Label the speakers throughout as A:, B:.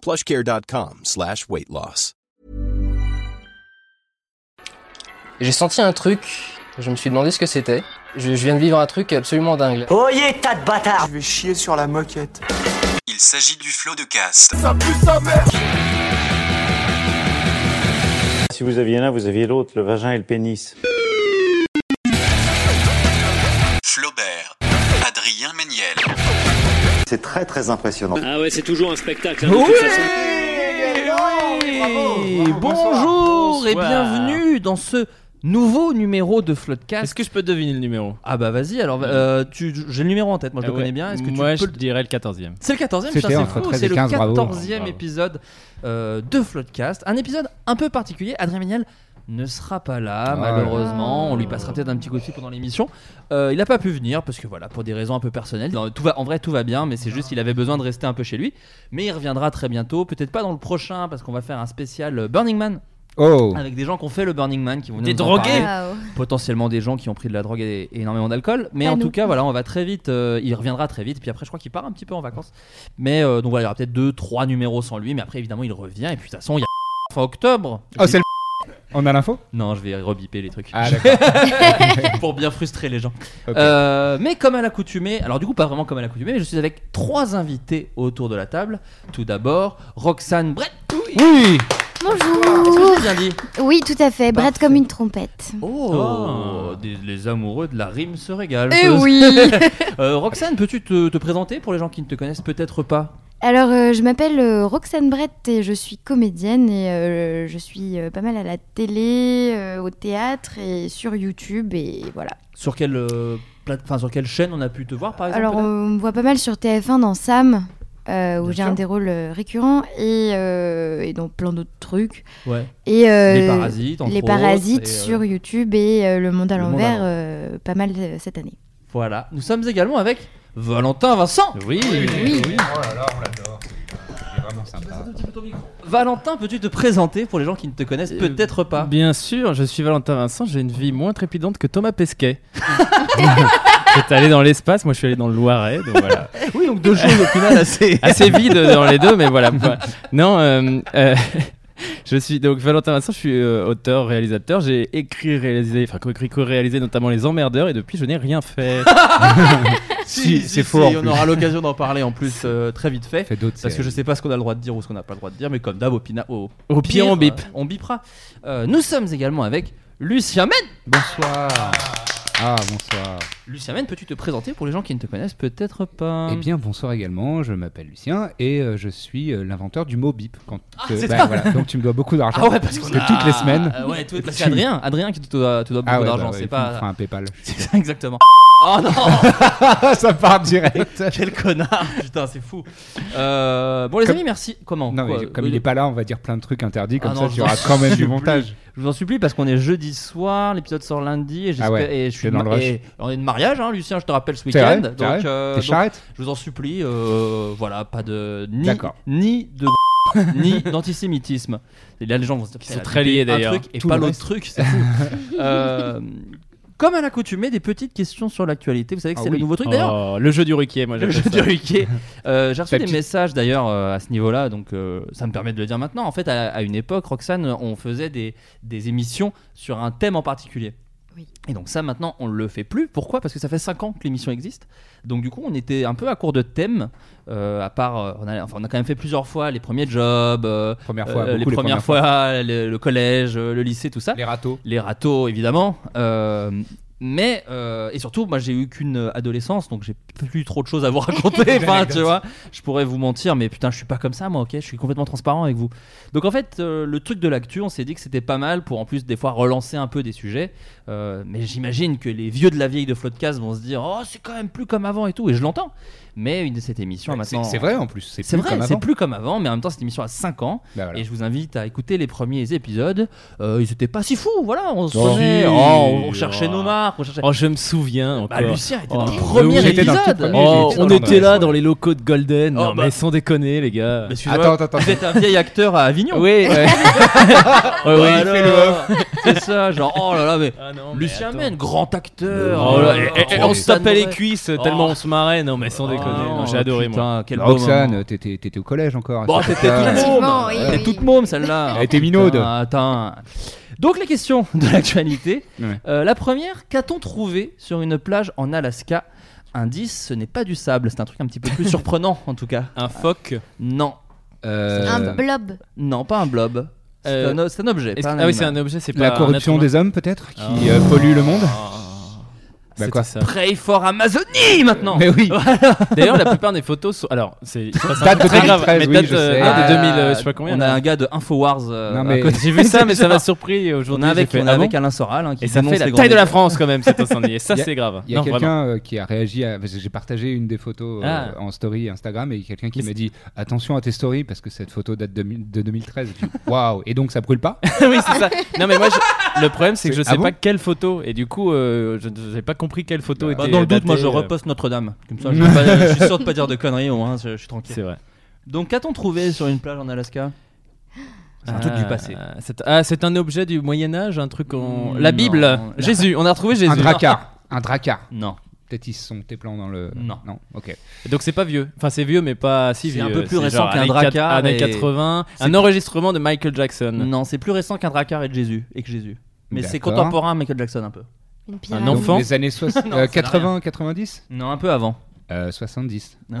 A: plushcare.com slash weight loss.
B: J'ai senti un truc, je me suis demandé ce que c'était. Je, je viens de vivre un truc absolument dingue.
C: Oyez, tas de bâtards
D: Je vais chier sur la moquette.
E: Il s'agit du flot de cast.
F: Si vous aviez l'un, vous aviez l'autre, le vagin et le pénis.
E: Flaubert. Adrien Méniel.
F: C'est très très impressionnant.
G: Ah ouais, c'est toujours un spectacle. hein, de
H: Oui
G: toute façon.
H: Bonjour et
I: Bonsoir.
H: bienvenue dans ce nouveau numéro de Floodcast.
I: Est-ce que je peux deviner le numéro
H: Ah bah vas-y, alors euh, tu- j'ai le numéro en tête, moi je
I: Ah
H: le
I: ouais.
H: connais bien. Est-ce que tu
I: Moi,
H: peux
I: je
H: le-
I: dirais le 14e.
H: C'est le 14e,
J: C'était
H: putain, c'est
J: entre
H: fou,
J: 13
H: c'est
J: et
H: le
J: 15, bravo.
H: 14e
I: Bravo.
H: épisode euh, de Floodcast. Un épisode un peu particulier. Adrien Méniel ne sera pas là,
J: Ah.
H: malheureusement. On lui passera peut-être un petit coup de fil pendant l'émission. Euh, il n'a pas pu venir parce que voilà, pour des raisons un peu personnelles. Non, tout va, en vrai, tout va bien, mais c'est juste qu'il avait besoin de rester un peu chez lui. Mais il reviendra très bientôt, peut-être pas dans le prochain parce qu'on va faire un spécial euh, Burning Man
J: Oh
H: avec des gens qui ont fait le Burning Man, qui vont
I: Des
H: nous en
I: drogués.
H: parler
K: Waouh.
H: potentiellement des gens qui ont pris de la drogue et, et énormément d'alcool. Mais
K: Pas
H: en
K: nous.
H: tout cas, voilà, on va très vite. euh, il reviendra très vite. Puis après, je crois qu'il part un petit peu en vacances. Mais euh, donc voilà, il y aura peut-être deux, trois numéros sans lui. Mais après, évidemment, il revient. Et puis de toute façon, il y a fin octobre.
J: Oh, c'est le. On a l'info
H: Non, je vais rebiper les trucs
J: Ah, d'accord.
H: pour bien frustrer les gens.
J: Ok.
H: Euh, mais comme à l'accoutumée, alors du coup pas vraiment comme à l'accoutumée, mais je suis avec trois invités autour de la table. Tout d'abord, Roxane Brett.
J: Oui
H: Est-ce que
K: Bonjour
H: j'ai bien dit
K: Oui, tout à fait, brette
H: Parfait.
K: comme une trompette.
H: Oh, des- les amoureux de la rime se régalent.
K: Eh
H: Ce-
K: oui
H: Euh, Roxane, peux-tu te, te présenter pour les gens qui ne te connaissent peut-être pas
K: Alors, euh, je m'appelle euh, Roxane Brett et je suis comédienne et euh, je suis euh, pas mal à la télé, euh, au théâtre et sur YouTube et voilà.
H: Sur quelle, euh, plate- enfin, sur quelle chaîne on a pu te voir par exemple
K: Alors,
H: peut-être
K: on me voit pas mal sur TF1 dans Sam, euh, où
H: Bien
K: j'ai
H: sûr.
K: un des rôles euh, récurrents et, euh, et dans plein d'autres trucs.
H: Ouais.
K: Et, euh,
H: Les Parasites, entre
K: Les
H: autres,
K: Parasites
H: et, euh,
K: sur YouTube et euh, Le Monde à
H: Le Monde à
K: l'envers,
H: l'envers.
K: euh, pas mal euh, cette année.
H: Voilà, nous sommes également avec Valentin Vincent.
I: Oui.
K: Oui.
J: Oh là là, on l'adore. Il est vraiment sympa.
H: Valentin, peux-tu te présenter pour les gens qui ne te connaissent
J: Euh,
H: peut-être pas
I: Bien sûr, je suis Valentin Vincent, j'ai une vie moins trépidante que Thomas Pesquet. T'es allé dans l'espace, moi je suis allé dans le Loiret, donc voilà.
H: Oui, donc deux choses au final assez.
I: Assez vide dans les deux, mais voilà. Voilà. Non, euh, euh, je suis donc Valentin Vincent, je suis euh, auteur, réalisateur, j'ai écrit, réalisé, enfin co-écrit, co-réalisé notamment Les Emmerdeurs, et depuis je n'ai rien fait.
J: Si, c'est faux, en
H: On
J: plus.
H: aura l'occasion d'en parler en plus euh, très vite fait.
J: Fait d'autres
H: Parce que je sais pas ce qu'on a le droit de dire ou ce qu'on n'a pas le droit de dire, mais comme d'hab, au, pina- au
I: Au pire, on bip.
H: euh, on bipera. Euh, nous sommes également avec Lucien Men.
J: Bonsoir Ah, bonsoir
H: Lucien Men, peux-tu te présenter pour les gens qui ne te connaissent peut-être pas
J: Eh bien, bonsoir également, je m'appelle Lucien et euh, je suis euh, l'inventeur du mot bip. Quand,
H: Ah,
J: bah,
H: c'est ça
J: Euh, voilà. Donc tu me dois beaucoup d'argent.
H: Ah ouais, parce, qu'on
J: que
H: a-
J: toutes les semaines.
H: Ah ouais, toutes- parce
J: tu-
H: qu'Adrien, Adrien qui te doit, te doit beaucoup
J: Ah ouais, bah
H: d'argent,
J: ouais,
H: c'est
J: il me
H: pas.
J: fera un PayPal.
H: C'est ça, exactement. Oh non
J: ça part direct.
H: Quel connard Putain, c'est fou. Euh, bon, les
J: Comme-
H: amis, merci. Comment
J: Non, mais
H: Quoi Euh,
J: comme il est pas là, on va dire plein de trucs interdits, comme
H: Ah
J: ça
H: non,
J: tu
H: je
J: auras
H: vous en
J: quand même du
H: supplie.
J: montage.
H: Je vous en supplie parce qu'on est jeudi soir, l'épisode sort lundi et, j'espère-
J: Ah ouais,
H: et je suis
J: t'es dans le rush.
H: et on est de mariage, hein, Lucien, je te rappelle ce
J: C'est vrai
H: week-end.
J: C'est vrai
H: Donc, euh,
J: T'es
H: donc,
J: charrette
H: je vous en supplie, euh, voilà, pas de ni,
J: D'accord.
H: ni de ni d'antisémitisme. Et là, les gens vont se dire
I: sont très liés, d'ailleurs.
H: Un truc et
J: Tout
H: pas
J: le
H: l'autre
J: reste.
H: truc, c'est fou. Euh, comme à l'accoutumée, des petites questions sur l'actualité. Vous savez que
J: Ah
H: c'est le
J: oui.
H: nouveau truc. D'ailleurs,
I: Oh, le jeu du ruquier, moi
H: le
I: j'appelle
H: jeu
I: ça.
H: du Ruquier. Euh, J'ai reçu
J: Ta
H: des
J: petite-
H: messages d'ailleurs euh, à ce niveau-là, donc euh, ça me permet de le dire maintenant. En fait, à, à une époque, Roxane, on faisait des, des émissions sur un thème en particulier.
K: Oui.
H: Et donc ça maintenant on le fait plus. Pourquoi Parce que ça fait 5 ans que l'émission existe. Donc du coup on était un peu à court de thèmes. euh, à part, euh, on a, enfin, on a quand même fait plusieurs fois les premiers jobs, euh,
J: Première fois,
H: euh, les
J: beaucoup les
H: premières
J: premières
H: fois, le, le collège, euh, le lycée, tout ça.
J: Les râteaux.
H: Les râteaux évidemment. Euh, mais euh, et surtout moi j'ai eu qu'une adolescence donc j'ai plus trop de choses à vous raconter. enfin tu vois, je pourrais vous mentir mais putain je suis pas comme ça moi ok, je suis complètement transparent avec vous. Donc en fait euh, le truc de l'actu on s'est dit que c'était pas mal pour en plus des fois relancer un peu des sujets. Euh, mais j'imagine que les vieux de la vieille de Floodcast vont se dire oh c'est quand même plus comme avant et tout et je l'entends. Mais une de cette émission a
J: C'est
H: maintenant euh,
J: c'est vrai en plus. C'est
H: c'est
J: plus
H: vrai,
J: comme
H: c'est
J: avant.
H: plus comme avant, mais en même temps, cette émission a 5 ans.
J: Bah voilà.
H: Et je vous invite à écouter les premiers épisodes. Euh, ils étaient pas si fous, voilà. On se
I: Oh.
H: faisait-
I: Si.
H: oh, on, on cherchait
I: Oh.
H: nos marques, on cherchait.
I: Oh, je me souviens
H: bah,
I: encore.
H: Lucien était dans
I: Oh.
H: le premier
I: J'étais
J: dans le tout
H: épisode.
J: premier.
I: Oh,
J: Il
I: on
J: était
I: était
J: dans
I: là
J: le-
I: dans les locaux de Golden.
H: Oh,
I: non,
H: bah.
I: mais sans déconner, les gars.
H: Mais excuse-moi,
J: Attends, attends, attends.
H: vous êtes un vieil acteur à Avignon.
I: Oui, ouais. Ouais, ouais.
H: Voilà. C'est ça, genre, oh là là, mais.
I: Ah non, mais
H: Lucien
I: attends.
H: Mène, grand acteur.
I: Oh là, et- et- et on
H: Roxane
I: se tapait les
H: Morel.
I: cuisses tellement
H: Oh.
I: on se marrait. Non, mais sans
H: Oh,
I: déconner. Non, J'ai adoré, moi.
H: putain, quel beau moment.
J: Bah, Roxane, t'étais t'étais au collège
I: Ah,
J: encore. à
H: Bon,
J: cette
H: t'étais
J: époque-là.
H: toute
K: Effectivement,
H: môme.
K: oui,
H: T'étais
K: oui.
H: toute môme, celle-là.
J: Elle était minaude.
H: Putain, Attends. Donc, les questions de l'actualité.
J: Ouais.
H: Euh, la première, qu'a-t-on trouvé sur une plage en Alaska Indice, ce n'est pas du sable. C'est un truc un petit peu plus surprenant, en tout cas.
I: Un phoque.
H: Non.
J: Euh,
K: Un blob.
H: Non, pas un blob. C'est
I: Euh,
H: un, o- c'est un objet. pas
I: Est-ce que- Ah oui,
H: animal.
I: c'est un objet, c'est pas.
J: La
I: un
J: corruption
I: être humain.
J: des hommes peut-être qui
I: Ah.
J: euh, pollue le monde.
I: Ah.
J: Bah
I: C'était
J: quoi.
I: ça.
H: Pray for Amazonie maintenant
J: Mais oui.
I: D'ailleurs, la plupart des photos sont. Alors, c'est c'est pas
J: Date de
I: très grave,
J: 2013,
I: mais
J: oui,
I: date
J: je
I: euh,
J: sais.
I: date de
H: Ah,
I: 2000, euh, je sais pas combien.
H: On a
I: là.
H: un gars de Infowars. euh,
J: Non,
H: à
J: mais-
H: côté.
I: J'ai vu ça, mais ça m'a surpris
H: On
I: aujourd'hui.
H: a
I: j'ai
H: avec,
I: fait,
H: on a
I: ah
H: avec
I: bon
H: Alain Soral. hein, qui
I: Et ça
H: dénonce
I: fait la
H: les
I: taille de
H: grandes
I: la France quand même, cet incendie. Et ça,
J: Y a-
I: c'est grave.
J: Il y a
I: Non, vraiment.
J: quelqu'un euh, qui a réagi, à... parce que j'ai partagé une des photos euh,
I: Ah.
J: en story Instagram et quelqu'un qui
I: Mais
J: m'a dit attention à tes stories parce que cette photo date de, mi- de 2013. J'ai dit, Waouh Et donc ça brûle pas
I: oui, c'est ça. Non, mais moi, je- le problème, c'est que je
J: C'est-
I: sais
J: ah
I: pas
J: bon
I: quelle photo. Et du coup, euh, je n'ai pas compris quelle photo
J: Bah,
I: était.
H: Bah, dans le doute,
I: datée,
H: moi je
I: euh,
H: reposte Notre-Dame. Comme ça, je, vais pas- je suis sûr de pas dire de conneries, au moins, je, je suis tranquille.
I: C'est vrai.
H: Donc, qu'a-t-on trouvé sur une plage en Alaska C'est un truc du passé.
I: Ah, c'est- Ah, c'est un objet du Moyen-Âge, un truc en.
H: Mm,
I: La Bible
H: non.
I: Jésus, on a retrouvé Jésus.
J: Hmm, Un dracar Un dracar
H: Non.
J: Peut-être ils se sont tes plans dans le.
H: Non.
J: Non, ok.
I: Donc c'est pas vieux. Enfin, c'est vieux, mais pas si
H: C'est
I: vieux.
H: un peu plus
I: C'est
H: récent
I: genre
H: qu'un
I: années
H: Drakkar
I: quat- Années
H: et-
I: 80. Un
H: C'est-
I: enregistrement de Michael Jackson.
H: Non, c'est plus récent qu'un Drakkar et de Jésus. Et que Jésus. Mais c'est
J: D'accord.
H: contemporain à Michael Jackson un peu.
K: Une pyramide.
I: Un enfant.
J: Donc, Les années soix- euh,
H: Non, ça n'a
J: 80, 90
H: Non, un peu avant.
J: Euh, 70.
H: oui,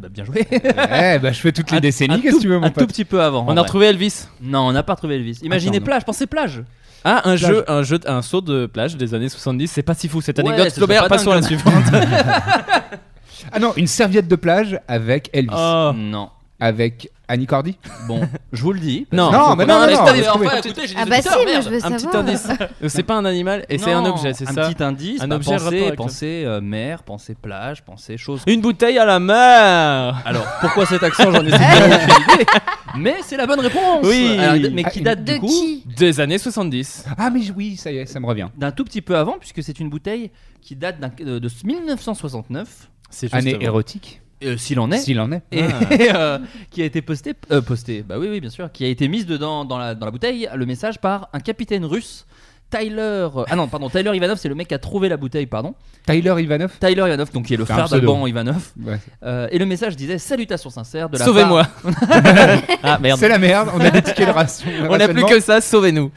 H: bah, bien joué.
J: eh bah je fais toutes les
H: Un- un
J: décennies, qu'est-ce que
H: tout-
J: tu veux mon
H: Un tout
J: pote
H: petit peu avant. en
I: On a
H: vrai.
I: retrouvé Elvis.
H: Non, on n'a pas retrouvé Elvis. Imaginez
J: Attends, non.
H: plage, pensez plage.
I: Ah, un jeu, un jeu, un saut de plage des années 70. C'est pas si fou cette
H: Ouais,
I: anecdote.
H: c'est
I: Flaubert,
H: pas
I: passons à la
H: dingue.
I: suivante.
J: Ah non, une serviette de plage avec Elvis.
I: Oh.
H: Non.
J: Avec Annie Cordy
H: Bon, je vous le dis.
I: Non,
J: Non, mais non, non,
I: mais
J: non,
I: t'as
J: on
I: des-
J: va trouver.
I: enfin, écoutez, j'ai des
K: Ah bah si,
I: auditeurs,
K: moi
I: merde.
K: je veux
I: Un
K: savoir.
I: petit indice. C'est pas un animal et c'est un
H: Euh, Non,
I: objet, c'est ça.
H: Un petit indice.
I: Un
H: bah,
I: objet rapport
H: Pensez,
I: avec-
H: pensez euh, mer, pensez plage, pensez choses
I: Une bouteille à la mer. Eh
H: Alors, pourquoi cet accent J'en ai absolument aucune idée. Eh. Mais c'est la bonne réponse.
I: Oui.
H: Alors, mais
J: Ah,
H: qui
J: une-
H: date
K: De
H: du coup
K: qui
I: Des années 70.
J: Ah mais oui, ça y est, ça me revient.
H: d'un tout petit peu avant, puisque c'est une bouteille qui date d'un- euh, de, de 1969,
I: C'est
J: Année
I: juste.
J: érotique,
H: euh, s'il en est,
J: s'il en est.
H: et,
I: Ah.
H: et, euh, qui a été postée, euh, postée, bah oui, oui, bien sûr, qui a été mise dedans dans la, dans la bouteille le message par un capitaine russe. Tyler, euh, ah non, pardon, Tyler Ivanov, c'est le mec qui a trouvé la bouteille, pardon.
J: Tyler Ivanov
H: Tyler Ivanov, donc qui est le
J: C'est un
H: frère
J: pseudo.
H: d'Alban Ivanov.
J: Ouais.
H: Euh, et le message disait Salutations sincères de la
I: Sauvez-moi.
H: part- ah merde.
J: C'est la merde, on a indiqué le ration.
I: On n'a plus que ça. Sauvez-nous.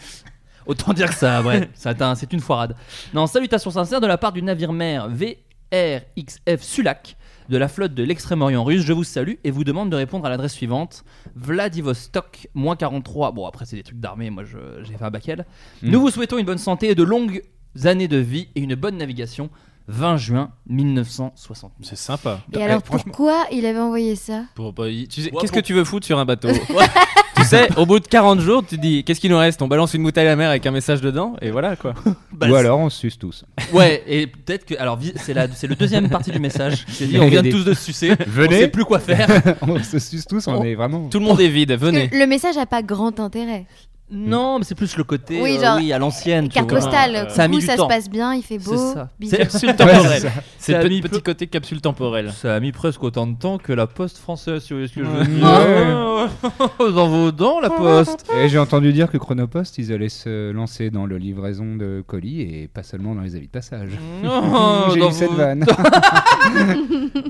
H: Autant dire que ça, ouais, ça atteint- c'est une foirade. Non, salutations sincères de la part du navire-mer VRXF Sulak de la flotte de l'extrême-orient russe. Je vous salue et vous demande de répondre à l'adresse suivante Vladivostok, moins 43. Bon, après, c'est des trucs d'armée, moi je- j'ai fait un bac L.
I: Hmm.
H: Nous vous souhaitons une bonne santé et de longues années de vie et une bonne navigation. 20 juin 1960.
I: C'est sympa.
K: Et
H: eh,
K: alors
J: franchement-
K: pourquoi il avait envoyé ça
I: Pour- bah, y- tu sais,
H: Ouais,
I: qu'est-ce
H: pour-
I: que tu veux foutre sur un bateau Tu sais, au bout de 40 jours, tu dis qu'est-ce qu'il nous reste On balance une bouteille à la mer avec un message dedans et voilà quoi.
H: Bah,
J: Ou alors on se suce tous.
H: Ouais, Eh, et peut-être que. Alors, vi- c'est la- c'est le deuxième partie du message. C'est dit,
J: Il y
H: on
J: avait
H: vient
J: des-
H: tous de se sucer. On
J: Venez.
H: sait plus quoi faire.
J: on se suce tous, on
I: On-
J: est vraiment.
I: Tout le monde est vide,
K: Parce
I: venez.
K: que le message a pas grand intérêt.
H: Non, mais c'est plus le côté
K: Oui,
H: euh,
K: genre,
H: oui, à l'ancienne. tu
K: Carte
H: vois.
K: postale,
I: euh,
H: ça a
K: coucou,
H: mis du
K: ça
H: temps.
K: se passe bien, il fait
H: C'est
K: beau.
H: ça.
K: bisous.
I: C'est capsule
J: Ouais,
I: temporelle.
J: c'est
I: C'est
H: Ça a
I: le
H: mis
I: petit,
H: peu-
I: petit côté capsule temporelle.
H: Ça a mis presque autant de temps que la poste française, sur ce que je
J: Ouais.
H: Dans vos dents, la poste.
J: Et j'ai entendu dire que Chronopost, ils allaient se lancer dans le livraison de colis et pas seulement dans les avis de passage.
H: Non,
J: j'ai
H: dans
J: lu cette
H: vos-
J: vanne.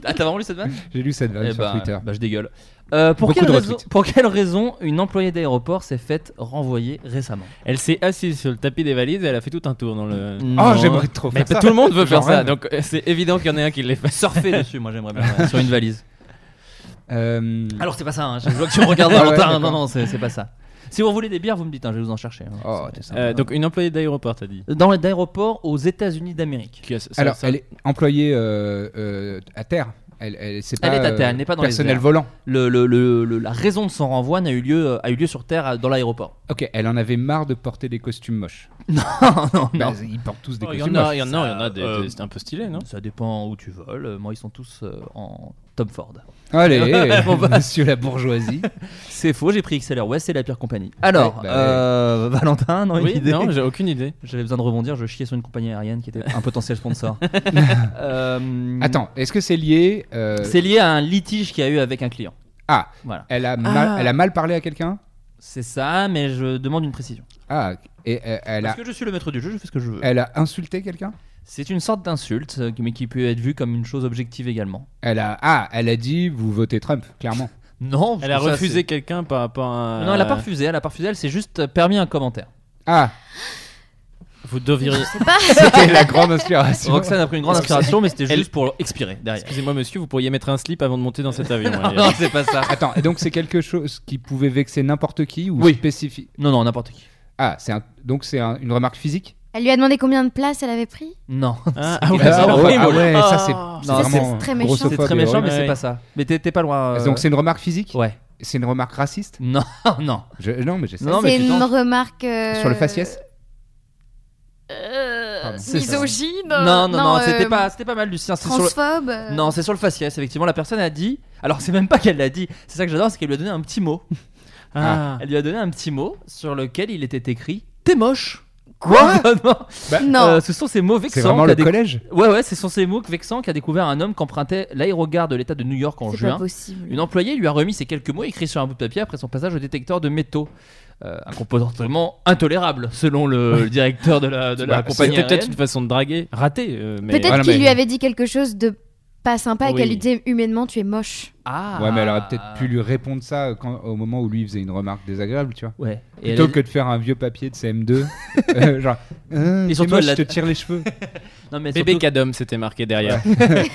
H: Ah, t'as vraiment lu cette vanne
J: j'ai lu cette vanne
H: Eh
J: sur
H: bah,
J: Twitter.
H: bah, je dégueule. Euh, pour,
J: Beaucoup
H: quelle
J: de
H: raison,
J: retweets.
H: pour quelle raison une employée d'aéroport s'est faite renvoyer récemment
I: Elle s'est assise sur le tapis des valises et elle a fait tout un tour dans le.
J: Oh,
H: Non.
J: j'aimerais trop
I: Mais
J: faire ça.
I: tout le monde veut faire
J: J'en
I: ça,
J: rêve.
I: donc euh, c'est évident qu'il y en a un qui l'ait fait.
H: Surfer dessus, moi j'aimerais bien, ouais, sur une valise.
I: Hmm.
J: Euh,
H: Alors c'est pas ça, hein, je vois que tu me regardes
J: Ah ouais,
H: Valentin, non,
J: d'accord.
H: non, c'est c'est pas ça. Si vous voulez des bières, vous me dites, hein, je vais vous en chercher. hein.
J: Oh,
H: C'est-
J: t'es
H: c'est-
I: Euh, donc une employée d'aéroport, t'as dit.
H: Dans les aéroports aux États-Unis d'Amérique.
I: Qui a- ça-
J: Alors,
I: ça-
J: elle est employée euh, euh, à terre. Elle, elle, c'est
H: Elle
J: pas,
H: est à terre,
J: euh,
H: elle n'est pas dans les
J: Personnel
H: airs.
J: volant.
H: Le- le- le- le- la raison de son renvoi n'a eu lieu, euh, a eu lieu sur Terre à- dans l'aéroport.
J: Ok, elle en avait marre de porter des costumes moches.
H: non, non,
J: Bah,
H: non.
J: ils portent tous des
I: Oh, Il y
J: costumes
I: en a,
J: moches.
I: il y en a, il y en a des-
H: euh,
I: des- c'est un peu stylé, non
H: Ça dépend où tu voles. Euh, Moi, ils sont tous euh, en Tom Ford.
J: Allez,
H: Bon, bah.
J: monsieur la bourgeoisie.
H: C'est faux, j'ai pris XLR. Ouais, c'est la pire compagnie. Alors,
J: Ouais, bah,
H: euh, Valentin, non, une
I: Oui,
H: idée
I: non, j'ai aucune idée.
H: J'avais besoin de rebondir, je chiais sur une compagnie aérienne qui était un potentiel sponsor. Euh,
J: Attends, est-ce que c'est lié euh,
H: C'est lié à un litige qu'il y a eu avec un client.
J: Ah,
H: Voilà.
J: elle a, mal,
H: Ah.
J: elle a mal parlé à quelqu'un
H: C'est ça, mais je demande une précision.
J: Ah, et euh, elle a,
H: Parce que je suis le maître du jeu, je fais ce que je veux.
J: elle a insulté quelqu'un
H: C'est une sorte d'insulte, euh, mais qui peut être vue comme une chose objective également.
J: Elle a, ah, elle a dit vous votez Trump, clairement.
H: Non,
I: Elle a refusé quelqu'un par rapport à.
H: Non, elle a pas refusé, elle a pas refusé, elle s'est juste permis un commentaire.
J: Ah,
I: Vous devriez.
J: c'était la grande inspiration.
H: Roxane a pris une grande inspiration, mais c'était juste pour expirer derrière.
I: Excusez-moi, monsieur, vous pourriez mettre un slip avant de monter dans cet avion. hein.
H: Non, non, c'est pas ça.
J: Attends, et donc c'est quelque chose qui pouvait vexer n'importe qui ou
H: Oui.
J: spécifique
H: Non, non, n'importe qui.
J: Ah, c'est un- donc c'est un- une remarque physique
K: Elle lui a demandé combien de places elle avait pris
H: Non.
I: Ah, ah ouais,
J: Ah,
I: ça,
J: ah
I: horrible.
J: ouais, ah ouais, ça c'est
H: Non,
J: c'est vraiment
K: c'est très méchant.
H: C'est
J: grossophobe
H: très
J: et
H: méchant, mais
J: horrible.
H: c'est
I: Ouais.
H: pas ça. Mais t'es t'es pas loin. euh,
J: Donc c'est une remarque physique
H: Ouais.
J: C'est une remarque raciste
H: Non, non.
J: Je- Non, mais j'essaie.
H: Non, mais
K: C'est
H: tu
K: une
H: t'en-
K: remarque. euh,
J: Sur le faciès
K: euh,
J: Pardon. C'est
H: ça.
K: Misogyne
H: Non, non, non, c'était
K: euh,
H: pas, c'était pas mal Lucien. c'est sur le-
K: Transphobe euh,
H: Non, c'est sur le faciès. Effectivement, la personne a dit. Alors, c'est même pas qu'elle l'a dit. C'est ça que j'adore, c'est qu'elle lui a donné un petit mot.
I: Ah.
H: Elle lui a donné un petit mot sur lequel il était écrit "T'es moche". Quoi
I: Bah,
K: Non.
H: Euh, Ce sont ces mots
J: C'est
H: vexants.
J: vraiment
H: qu'a
J: le
H: décou-
J: collège
H: Ouais, ouais, ce sont ces mots vexants qu'a découvert un homme qu'empruntait l'aérogare de l'État de New York en
K: c'est
H: juin.
K: pas possible.
H: Une employée lui a remis ces quelques mots écrits sur un bout de papier après son passage au détecteur de métaux. Euh, un comportement intolérable, selon le, le directeur de la, de la
J: Bah,
H: compagnie.
I: C'était peut-être
H: aérienne.
I: une façon de draguer, ratée. euh, mais...
K: Peut-être
J: Voilà,
K: qu'il
J: mais-
K: lui avait dit quelque chose de pas sympa et
I: Oui.
K: qu'elle lui disait humainement tu es moche.
H: Ah.
J: Ouais, mais elle aurait peut-être pu lui répondre ça euh, quand- au moment où lui faisait une remarque désagréable, tu vois.
H: Ouais. Et elle
J: Plutôt
H: a-
J: que de faire un vieux papier de CM2, euh, genre, euh,
H: Et
J: t'es
H: surtout,
J: moche,
H: elle
J: je
H: l'a-
J: te tire les cheveux.
H: Non, mais
I: Bébé
H: surtout-
I: Cadom, c'était marqué derrière.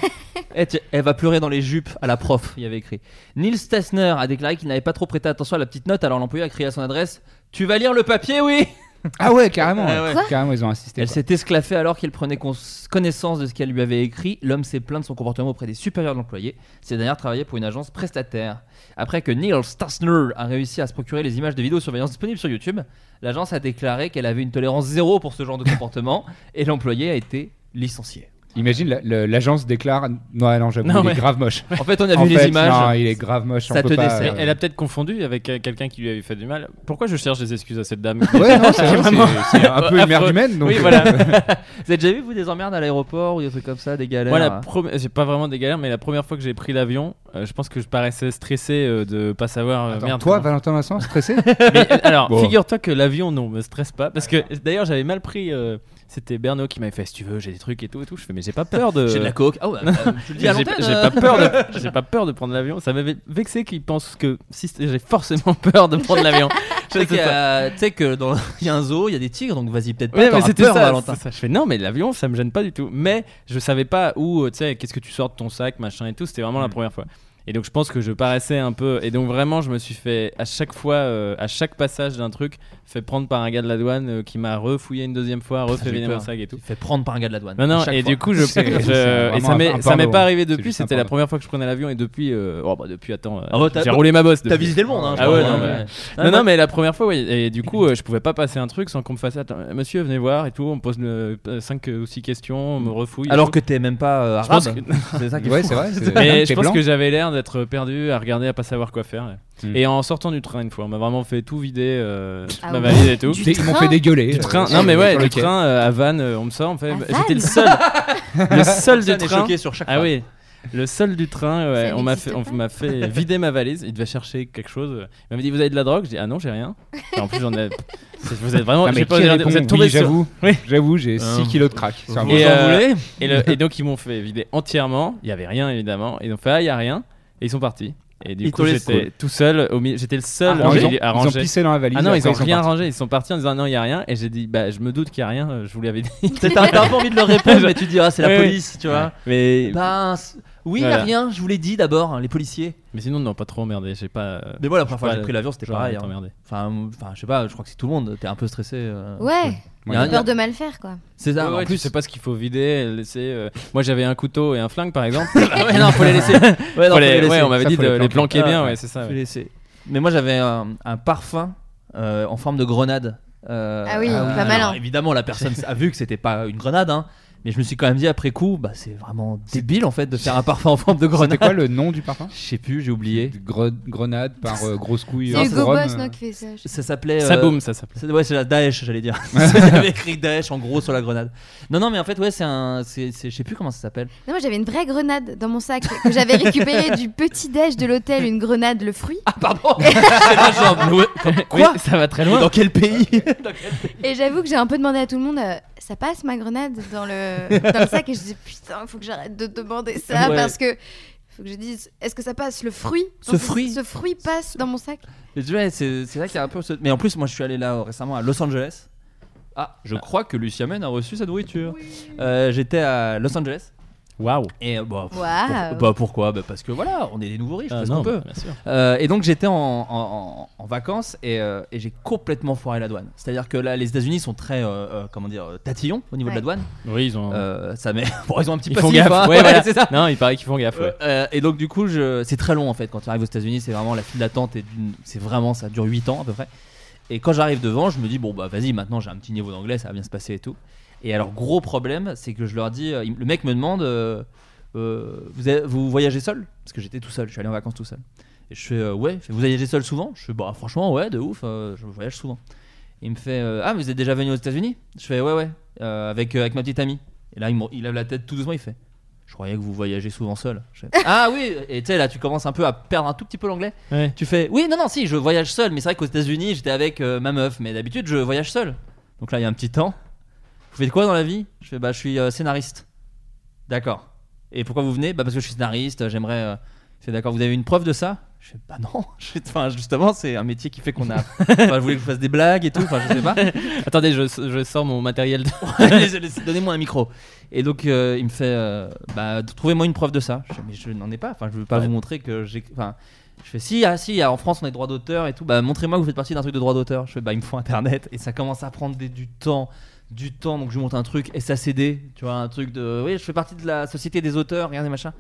H: Eh, tiens, Elle va pleurer dans les jupes à la prof, il y avait écrit. Neil Stessner a déclaré qu'il n'avait pas trop prêté attention à la petite note, alors l'employé a crié à son adresse Tu vas lire le papier, oui
J: Ah ouais, carrément.
H: Ah ouais.
K: Quoi
J: Carrément, ils ont insisté.
H: Elle
J: quoi.
H: s'est esclaffée alors qu'il prenait cons- connaissance de ce qu'elle lui avait écrit. L'homme s'est plaint de son comportement auprès des supérieurs de l'employé. Ces dernières travaillaient pour une agence prestataire. Après que Neil Stastner a réussi à se procurer les images de vidéosurveillance disponibles sur YouTube, l'agence a déclaré qu'elle avait une tolérance zéro pour ce genre de comportement et l'employé a été licencié.
J: Imagine, la- le- l'agence déclare Non, non, j'avoue,
I: Non,
J: il est
I: ouais.
J: grave moche.
H: En fait, on a
J: En
H: vu les
J: fait,
H: images.
J: Non, il est grave moche. on
H: Ça
J: peut
H: te
J: pas,
H: dessert.
J: euh,
I: Elle a peut-être confondu avec euh, quelqu'un qui lui avait fait du mal. Pourquoi je cherche des excuses à cette dame
J: Ouais, non, c'est vrai,
I: Vraiment.
J: c'est- c'est un peu une merde
I: Affreux.
J: humaine. donc,
I: Oui,
J: euh,
I: voilà.
H: Vous avez déjà vu, vous, des emmerdes à l'aéroport ou des trucs comme ça, des galères
I: Moi, la prom- j'ai pas vraiment des galères, mais la première fois que j'ai pris l'avion, euh, je pense que je paraissais stressé euh, de pas savoir. euh,
J: Attends,
I: merde,
J: toi,
I: comment-
J: Valentin Vincent, stressé
I: Mais, euh, alors,
J: Bon.
I: figure-toi que l'avion, non, me stresse pas. Parce que d'ailleurs, j'avais mal pris. euh, C'était Bernot qui m'avait fait si tu veux, j'ai des trucs et tout et tout. Je fais, mais j'ai pas peur de.
H: J'ai de la coke. Ah ouais, bah, tu le dis
I: J'ai
H: à
I: j'ai
H: l'antenne, euh.
I: pas peur de, j'ai pas peur de prendre l'avion. Ça m'avait vexé qu'ils pensent que si c'était- j'ai forcément peur de prendre l'avion.
H: Tu sais
I: C'est
H: qu'il y
I: ça.
H: a- euh, tu sais que dans il y a un zoo, il y a des tigres, donc vas-y peut-être pas.
I: Ouais, mais
H: t'auras
I: c'était
H: peur,
I: ça,
H: Valentin.
I: c'est ça. Je fais non, mais l'avion, ça me gêne pas du tout. Mais je savais pas où, euh, tu sais, qu'est-ce que tu sors de ton sac, machin et tout. C'était
H: Mm.
I: vraiment la première fois. Et donc je pense que je paraissais un peu. Et donc vraiment, je me suis fait à chaque fois, euh, à chaque passage d'un truc, fait prendre par un gars de la douane euh, qui m'a refouillé une deuxième fois, refait
H: j'ai
I: vider
H: peur.
I: mon sac et
H: Tu
I: tout.
H: te fais prendre par un gars de la douane.
I: Non, non,
H: Chaque
I: et
H: fois.
I: du coup, je,
J: C'est-
I: je-
J: c'est
I: et
J: vraiment
I: ça
J: un- un
I: m'est, ça m'est
J: porno,
I: pas
J: hein.
I: arrivé
J: C'est
I: depuis,
J: juste un
I: c'était la
J: porno.
I: première fois que je prenais l'avion, et depuis, euh, oh bah depuis, attends, euh,
H: Ah ouais, t'as-
I: j'ai roulé ma bosse.
H: T'as
I: depuis.
H: visité le monde. Hein,
I: Ah
H: je
I: ouais,
H: crois.
I: non, mais- Non, non, mais la première fois, oui. Et du coup, euh, je pouvais pas passer un truc sans qu'on me fasse attends, euh, monsieur, venez voir et tout. On me pose 5 ou 6 questions, on me refouille. et
H: Alors
I: tout.
H: que t'es même pas euh,
I: Je pense
H: arabe. C'est ça qui est
J: Ouais,
H: fou.
J: c'est vrai. c'est-
I: Mais
J: t'es
I: je pense
J: blanc
I: que j'avais l'air d'être perdu, à regarder, à pas savoir quoi faire.
J: Hmm.
I: Et en sortant du train une fois, on m'a vraiment fait tout vider, euh, toute
K: Ah
I: ma
K: ouais.
I: valise et tout.
K: Du
J: Des- Ils m'ont
K: train.
J: fait dégueuler.
I: Du
J: euh,
I: train,
J: sur
I: non mais
J: le-
I: ouais,
J: sur le
I: du
J: quai.
I: train euh, à Vannes, euh, on me sort, on me fait,
K: À
I: bah,
K: Vannes
I: j'étais le seul, le seul du
H: Personne est
I: train.
H: choqué sur chaque
I: Ah
H: fois.
I: oui, le seul du train, ouais,
K: Ça
I: on m'a
K: n'existe
I: fait, on
K: pas.
I: m'a fait vider ma valise. Il devait chercher quelque chose. Il m'avait dit vous avez de la drogue. Je dis ah non j'ai rien. Et en plus j'en ai. c'est- Vous êtes vraiment.
J: Non, mais
I: j'ai pas
J: qui
I: regardé-
J: répond
I: vous êtes tombé
J: Oui,
I: sur.
J: j'avoue.
I: Oui. Euh,
J: J'avoue, j'ai
H: Ah.
J: 6 kilos de crack. sur un
H: Vous
J: bras.
I: Et,
H: en
I: euh,
H: voulez
I: Et, le- et donc ils m'ont fait vider entièrement. Il y avait rien évidemment. Ils ont fait ah il y a rien. Et ils sont partis. Et du
H: Ils
I: coup,
H: te laissent
I: j'étais tout seul. au mi- J'étais le seul
J: Alors,
I: au
H: Ranger
J: ils, ont,
I: milieu- à
J: ils ont
I: ranger.
J: pissé dans la valise.
I: Ah non,
J: après,
I: ils ont
J: sont
I: rien
J: partis.
I: rangé. Ils sont partis en disant ah non, il y a rien. Et j'ai dit bah je me doute qu'il y a rien. euh, Je vous l'avais dit.
H: T'as un peu envie de leur répondre, mais tu dis, ah, c'est la
I: Oui, oui.
H: police, tu vois.
I: Mais
H: Ben, c- oui, il y a
I: Voilà.
H: rien, je vous l'ai dit d'abord, hein, les policiers.
I: mais sinon non, pas trop emmerdé. J'ai pas. euh,
H: Mais moi, la première fois que
I: Ouais,
H: j'ai pris l'avion, c'était
I: genre,
H: pareil. hein.
I: t'emmerdé.
H: Enfin, m- enfin, je sais pas, je crois que c'est tout le monde. T'es un peu stressé. euh.
K: Ouais,
H: Il y a
J: Ouais.
H: un-
K: peur de mal faire quoi.
H: C'est ça. en
I: Ouais,
H: plus,
I: tu sais pas ce qu'il faut vider. Laisser. euh, Moi j'avais un couteau et un flingue par exemple.
H: ouais, non, faut les laisser. Ouais, non,
I: Faut
H: faut les
I: les-
H: laisser.
I: ouais, on m'avait
J: Ça,
I: dit
J: faut
I: de
J: les
I: les planquer
H: planquer.
I: bien.
H: Ah,
I: Ouais, c'est ça.
H: Faut
I: ouais.
H: les laisser. Mais moi, j'avais un, un parfum euh, en forme de grenade. euh,
K: Ah oui, pas
H: alors,
K: malin.
H: Évidemment, la personne a vu que c'était pas une grenade, hein, Mais je me suis quand même dit après coup, bah c'est vraiment débile en fait de faire un parfum en forme de
J: C'était
H: grenade.
J: quoi le nom du parfum
H: Je sais plus, j'ai oublié.
J: Gre- Grenade par euh, grosse couille.
K: C'est
J: euh,
K: Hugo
J: rhum,
K: Boss
J: euh,
K: non, qui fait ça. je-
H: Ça s'appelait. euh,
I: Saboum, ça s'appelle.
H: C'est- Ouais, c'est la Daesh, j'allais dire. J'avais écrit Daesh en gros sur la grenade. Non, non, mais en fait, ouais, c'est un. c'est- c'est- Je sais plus comment ça s'appelle.
K: Non, moi j'avais une vraie grenade dans mon sac que j'avais récupérée du petit déj de l'hôtel, une grenade, le fruit.
H: Ah, pardon C'est pas genre. ouais, comme- Quoi
I: Oui, ça va très
H: Mais
I: loin.
H: Dans quel pays
K: Et j'avoue que j'ai un peu demandé à tout le monde, euh, ça passe ma grenade dans le, dans le sac Et je dis, putain, faut que j'arrête de demander ça
H: Ouais.
K: parce que. Faut que je dise, est-ce que ça passe le fruit
H: Ce
K: Non,
H: fruit
K: Ce fruit passe dans mon sac
H: Ouais, c'est c'est vrai qu'il y a un peu. ce- Mais en plus, moi, je suis allé là euh, récemment à Los Angeles. Ah, je crois que Lucia Men a reçu sa nourriture. Euh, J'étais à Los Angeles.
I: Waouh.
H: Et euh, bah, pff,
K: Waouh.
H: pour- bah, pourquoi bah, Parce que voilà, on est des nouveaux riches, on
I: Ah,
H: fait ce
I: non,
H: qu'on peut.
I: bah, bien sûr.
H: Euh, et donc j'étais en, en- en- en vacances et, euh, et j'ai complètement foiré la douane. C'est-à-dire que là, les États-Unis sont très, euh, euh, comment dire, euh, tatillons au niveau de la
K: Ouais.
H: douane.
I: Oui, ils ont.
H: Euh, ça met, bon, ils ont un petit
I: Ils font
H: passif,
I: gaffe.
H: hein.
I: Ouais, voilà.
H: c'est ça.
I: Non, il paraît qu'ils font gaffe. ouais.
H: Euh, et donc du coup, je... c'est très long en fait. Quand tu arrives aux États-Unis, c'est vraiment la file d'attente et d'une- c'est vraiment ça dure 8 ans à peu près. Et quand j'arrive devant, je me dis bon bah vas-y, maintenant j'ai un petit niveau d'anglais, ça va bien se passer et tout. Et alors gros problème, c'est que je leur dis, euh, il- le mec me demande, euh, euh, vous, avez- vous voyagez seul Parce que j'étais tout seul, je suis allé en vacances tout seul. Et je fais euh, ouais, Il fait, vous voyagez seul souvent Je fais bah franchement ouais, de ouf, euh, je voyage souvent. Et il me fait euh, ah mais vous êtes déjà venu aux États-Unis Je fais ouais ouais, euh, avec euh, avec ma petite amie. Et là il, me- il lève la tête tout doucement, il fait je croyais que vous voyagez souvent seul. Je fais, ah oui, et tu sais, là, tu commences un peu à perdre un tout petit peu l'anglais.
I: Ouais.
H: Tu fais, oui, non, non, si, je voyage seul, mais c'est vrai qu'aux États-Unis, j'étais avec euh, ma meuf, mais d'habitude, je voyage seul. Donc là, il y a un petit temps. Vous faites quoi dans la vie Je fais, bah, je suis euh, scénariste. D'accord. Et pourquoi vous venez Bah, parce que je suis scénariste, euh, j'aimerais. euh, Je fais, d'accord, vous avez une preuve de ça Je fais, bah non. Je fais, Enfin, justement, c'est un métier qui fait qu'on a. Enfin, je voulais que je fasse des blagues et tout, enfin, je sais pas.
I: Attendez, je, je sors mon matériel. de-
H: Laissez- laissez- Donnez-moi un micro. Et donc euh, il me fait, euh, bah trouvez-moi une preuve de ça. Je fais, mais je n'en ai pas. Enfin, je veux pas vous montrer que j'ai. Enfin, je fais si, ah si, ah, en France on a des droits d'auteur et tout. Bah montrez-moi que vous faites partie d'un truc de droit d'auteur. Je fais, bah il me faut Internet et ça commence à prendre des- du temps, du temps. Donc je lui montre un truc SACD, tu vois, un truc de, oui, je fais partie de la société des auteurs, regardez machin.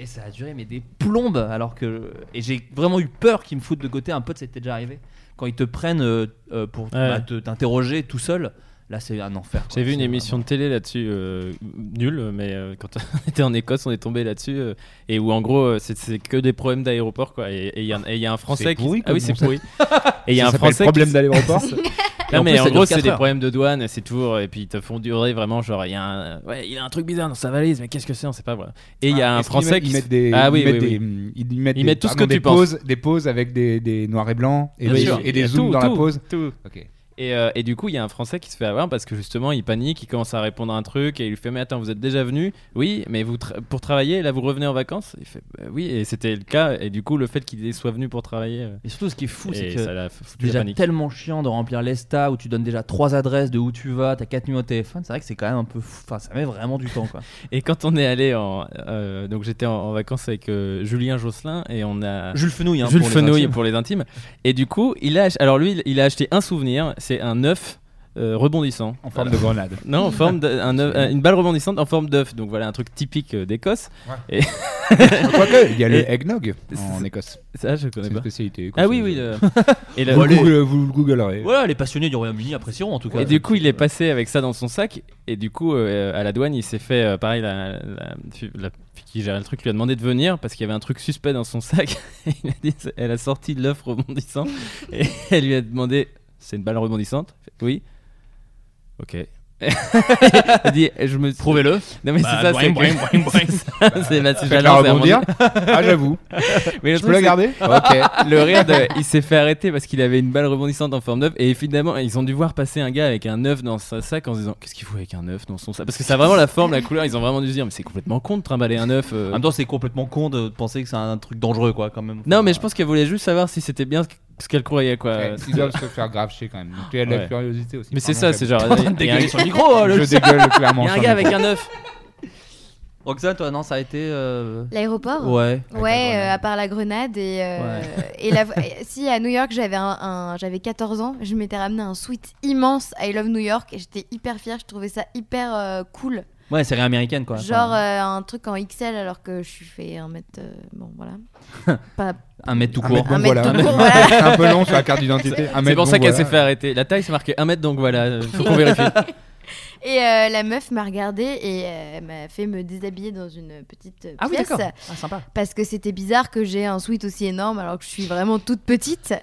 H: Et ça a duré mais des plombes alors que et j'ai vraiment eu peur qu'ils me foutent de côté un peu de c'était déjà arrivé quand ils te prennent euh, euh, pour bah, te- t'interroger tout seul là c'est un enfer quoi.
I: J'ai vu une
H: C'est
I: émission de télé là-dessus, euh, nulle, mais euh, quand on était en Écosse, on est tombé là-dessus, euh, et où en gros, euh, c'est- c'est que des problèmes d'aéroport, quoi. Et et il y, a- et il y a un Français
J: C'est
I: qui.
J: pourri
I: ah oui,
J: comme
I: c'est
J: concept.
I: pourri. et il y a
J: ça
I: un
J: s'appelle
I: Français.
J: problème
I: qui...
J: d'aéroport.
I: Non,
H: en
I: mais
H: plus,
I: en
H: ça dure
I: gros, c'est
H: quatre
I: des
H: heures.
I: problèmes de douane, c'est toujours. Et puis ils te font durer vraiment, genre, il y a un. Ouais, il a un truc bizarre dans sa valise, mais qu'est-ce que c'est On sait pas, voilà. Et il y a un
J: Ah, Est-ce qu'ils
I: Français
J: mettent-
I: qui.
J: ils
I: se-
J: mettent des
I: Ah oui,
J: ils mettent
I: oui,
J: des-
I: oui.
J: mm, ils mettent
I: Ils
J: des-
I: mettent tout ce
J: pardon,
I: que tu
J: des
I: penses.
J: poses- des poses avec des, des noirs et blancs et
I: Bien
J: des,
I: sûr.
J: et des
I: Il y a
J: zooms
I: tout,
J: dans la
I: tout,
J: pose.
I: tout.
J: Ok.
I: Et, euh, et du coup, il y a un Français qui se fait avoir parce que justement, il panique, il commence à répondre à un truc et il lui fait Mais attends, vous êtes déjà venu Oui, mais vous tra- pour travailler, là, vous revenez en vacances Il fait Bah Oui, et c'était le cas. Et du coup, le fait qu'il soit venu pour travailler, euh,
H: Et surtout, ce qui est fou, c'est
I: et
H: que
I: ça l'a foutu la
H: déjà
I: panique.
H: tellement chiant de remplir l'ESTA où tu donnes déjà trois adresses de où tu vas, t'as quatre numéros de téléphone. C'est vrai que c'est quand même un peu fou. Enfin, ça met vraiment du temps, quoi.
I: Et quand on est allé en. euh, donc, j'étais en, en vacances avec euh, Julien Josselin et on a.
H: Jules Fenouil, hein,
I: Jules
H: pour les
I: Fenouil
H: intimes.
I: pour les intimes. Et du coup, il a ach- alors lui, il- il a acheté un souvenir c'est un œuf euh, rebondissant.
J: En forme de grenade.
I: Non, en forme d'un- un œuf- une balle rebondissante en forme d'œuf. Donc voilà un truc typique euh, d'Écosse.
J: Quoique, il y a le
I: Et-
J: eggnog en Écosse.
I: Ça, je connais
J: C'est
I: pas.
J: une spécialité.
I: Ah oui, oui.
J: écossaise.
I: le- Et, le-
J: Vous, le Google- vous le googlerez.
H: Voilà, les passionnés du Royaume-Uni apprécieront en tout cas.
I: et du coup, il est passé avec ça dans son sac. Et du coup, euh, à la douane, il s'est fait. euh, pareil, la, la- la fille qui gérait le truc lui a demandé de venir parce qu'il y avait un truc suspect dans son sac. il a dit, elle a sorti l'œuf rebondissant. et elle lui a demandé C'est une balle rebondissante Elle fait, Oui. Ok. Elle dit, je me suis-
H: Prouvez-le.
I: Non mais
H: Bah,
I: c'est ça,
H: boing,
I: c'est
H: boing,
I: que-
H: boing, boing.
I: c'est ça, c'est Mathis
J: Bah, Faites-la
I: Jalon, c'est
J: rebondir.
I: Amandine.
J: Ah, j'avoue.
I: Mais le
J: Je
I: truc,
J: peux la
I: c'est-
J: garder
I: Ok. Le rire, de- il s'est fait arrêter parce qu'il avait une balle rebondissante en forme d'œuf et finalement ils ont dû voir passer un gars avec un œuf dans sa sac en se disant qu'est-ce qu'il faut avec un œuf dans son sac parce que ça a vraiment la forme, la couleur, ils ont vraiment dû se dire mais c'est complètement con de trimballer un œuf. euh.
H: En même temps, c'est complètement con de penser que c'est un truc dangereux, quoi, quand même.
I: Non mais je pense qu'elle voulait juste savoir si c'était bien ce- ce qu'elle croyait quoi.
J: Ouais, Ils doivent se faire grave chier quand même. Donc, il y a de la
I: Ouais.
J: curiosité aussi.
I: Mais c'est
J: Pardon,
I: ça,
J: j'avoue.
I: c'est genre. il y a un-
H: Dégueuler sur le micro, hein, le
J: Je dégueule clairement.
I: il y a un
J: sur
I: gars
J: le-
I: avec un œuf.
H: Roxane, toi, non, ça a été. euh,
K: L'aéroport
H: Ouais.
J: Avec
K: Ouais,
J: la grenade.
K: euh, à part la grenade et, euh, et la- et si à New York j'avais un, un- j'avais 14 ans, je m'étais ramené un sweat immense I love New York et j'étais hyper fière, je trouvais ça hyper euh, cool.
H: Ouais, série américaine, quoi.
K: Genre
H: Enfin,
K: euh, un truc en XL alors que je suis fait un mètre euh, bon voilà. Pas
H: Un mètre tout
J: Un
H: court.
J: mètre,
K: un
J: bon,
K: mètre
J: voilà.
K: tout court, voilà.
J: C'est un peu long sur la carte d'identité.
I: C'est pour ça qu'elle s'est fait arrêter. La taille c'est marqué 1 mètre donc voilà, euh, faut qu'on vérifie.
K: Et euh, la meuf m'a regardée et euh, elle m'a fait me déshabiller dans une petite euh,
H: Ah oui,
K: pièce
H: d'accord. Ah, sympa.
K: parce que c'était bizarre que j'ai un sweat aussi énorme alors que je suis vraiment toute petite.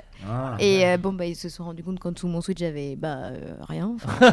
K: et euh, bon bah ils se sont rendus compte qu'en dessous de mon sweat j'avais bah euh, rien. Enfin,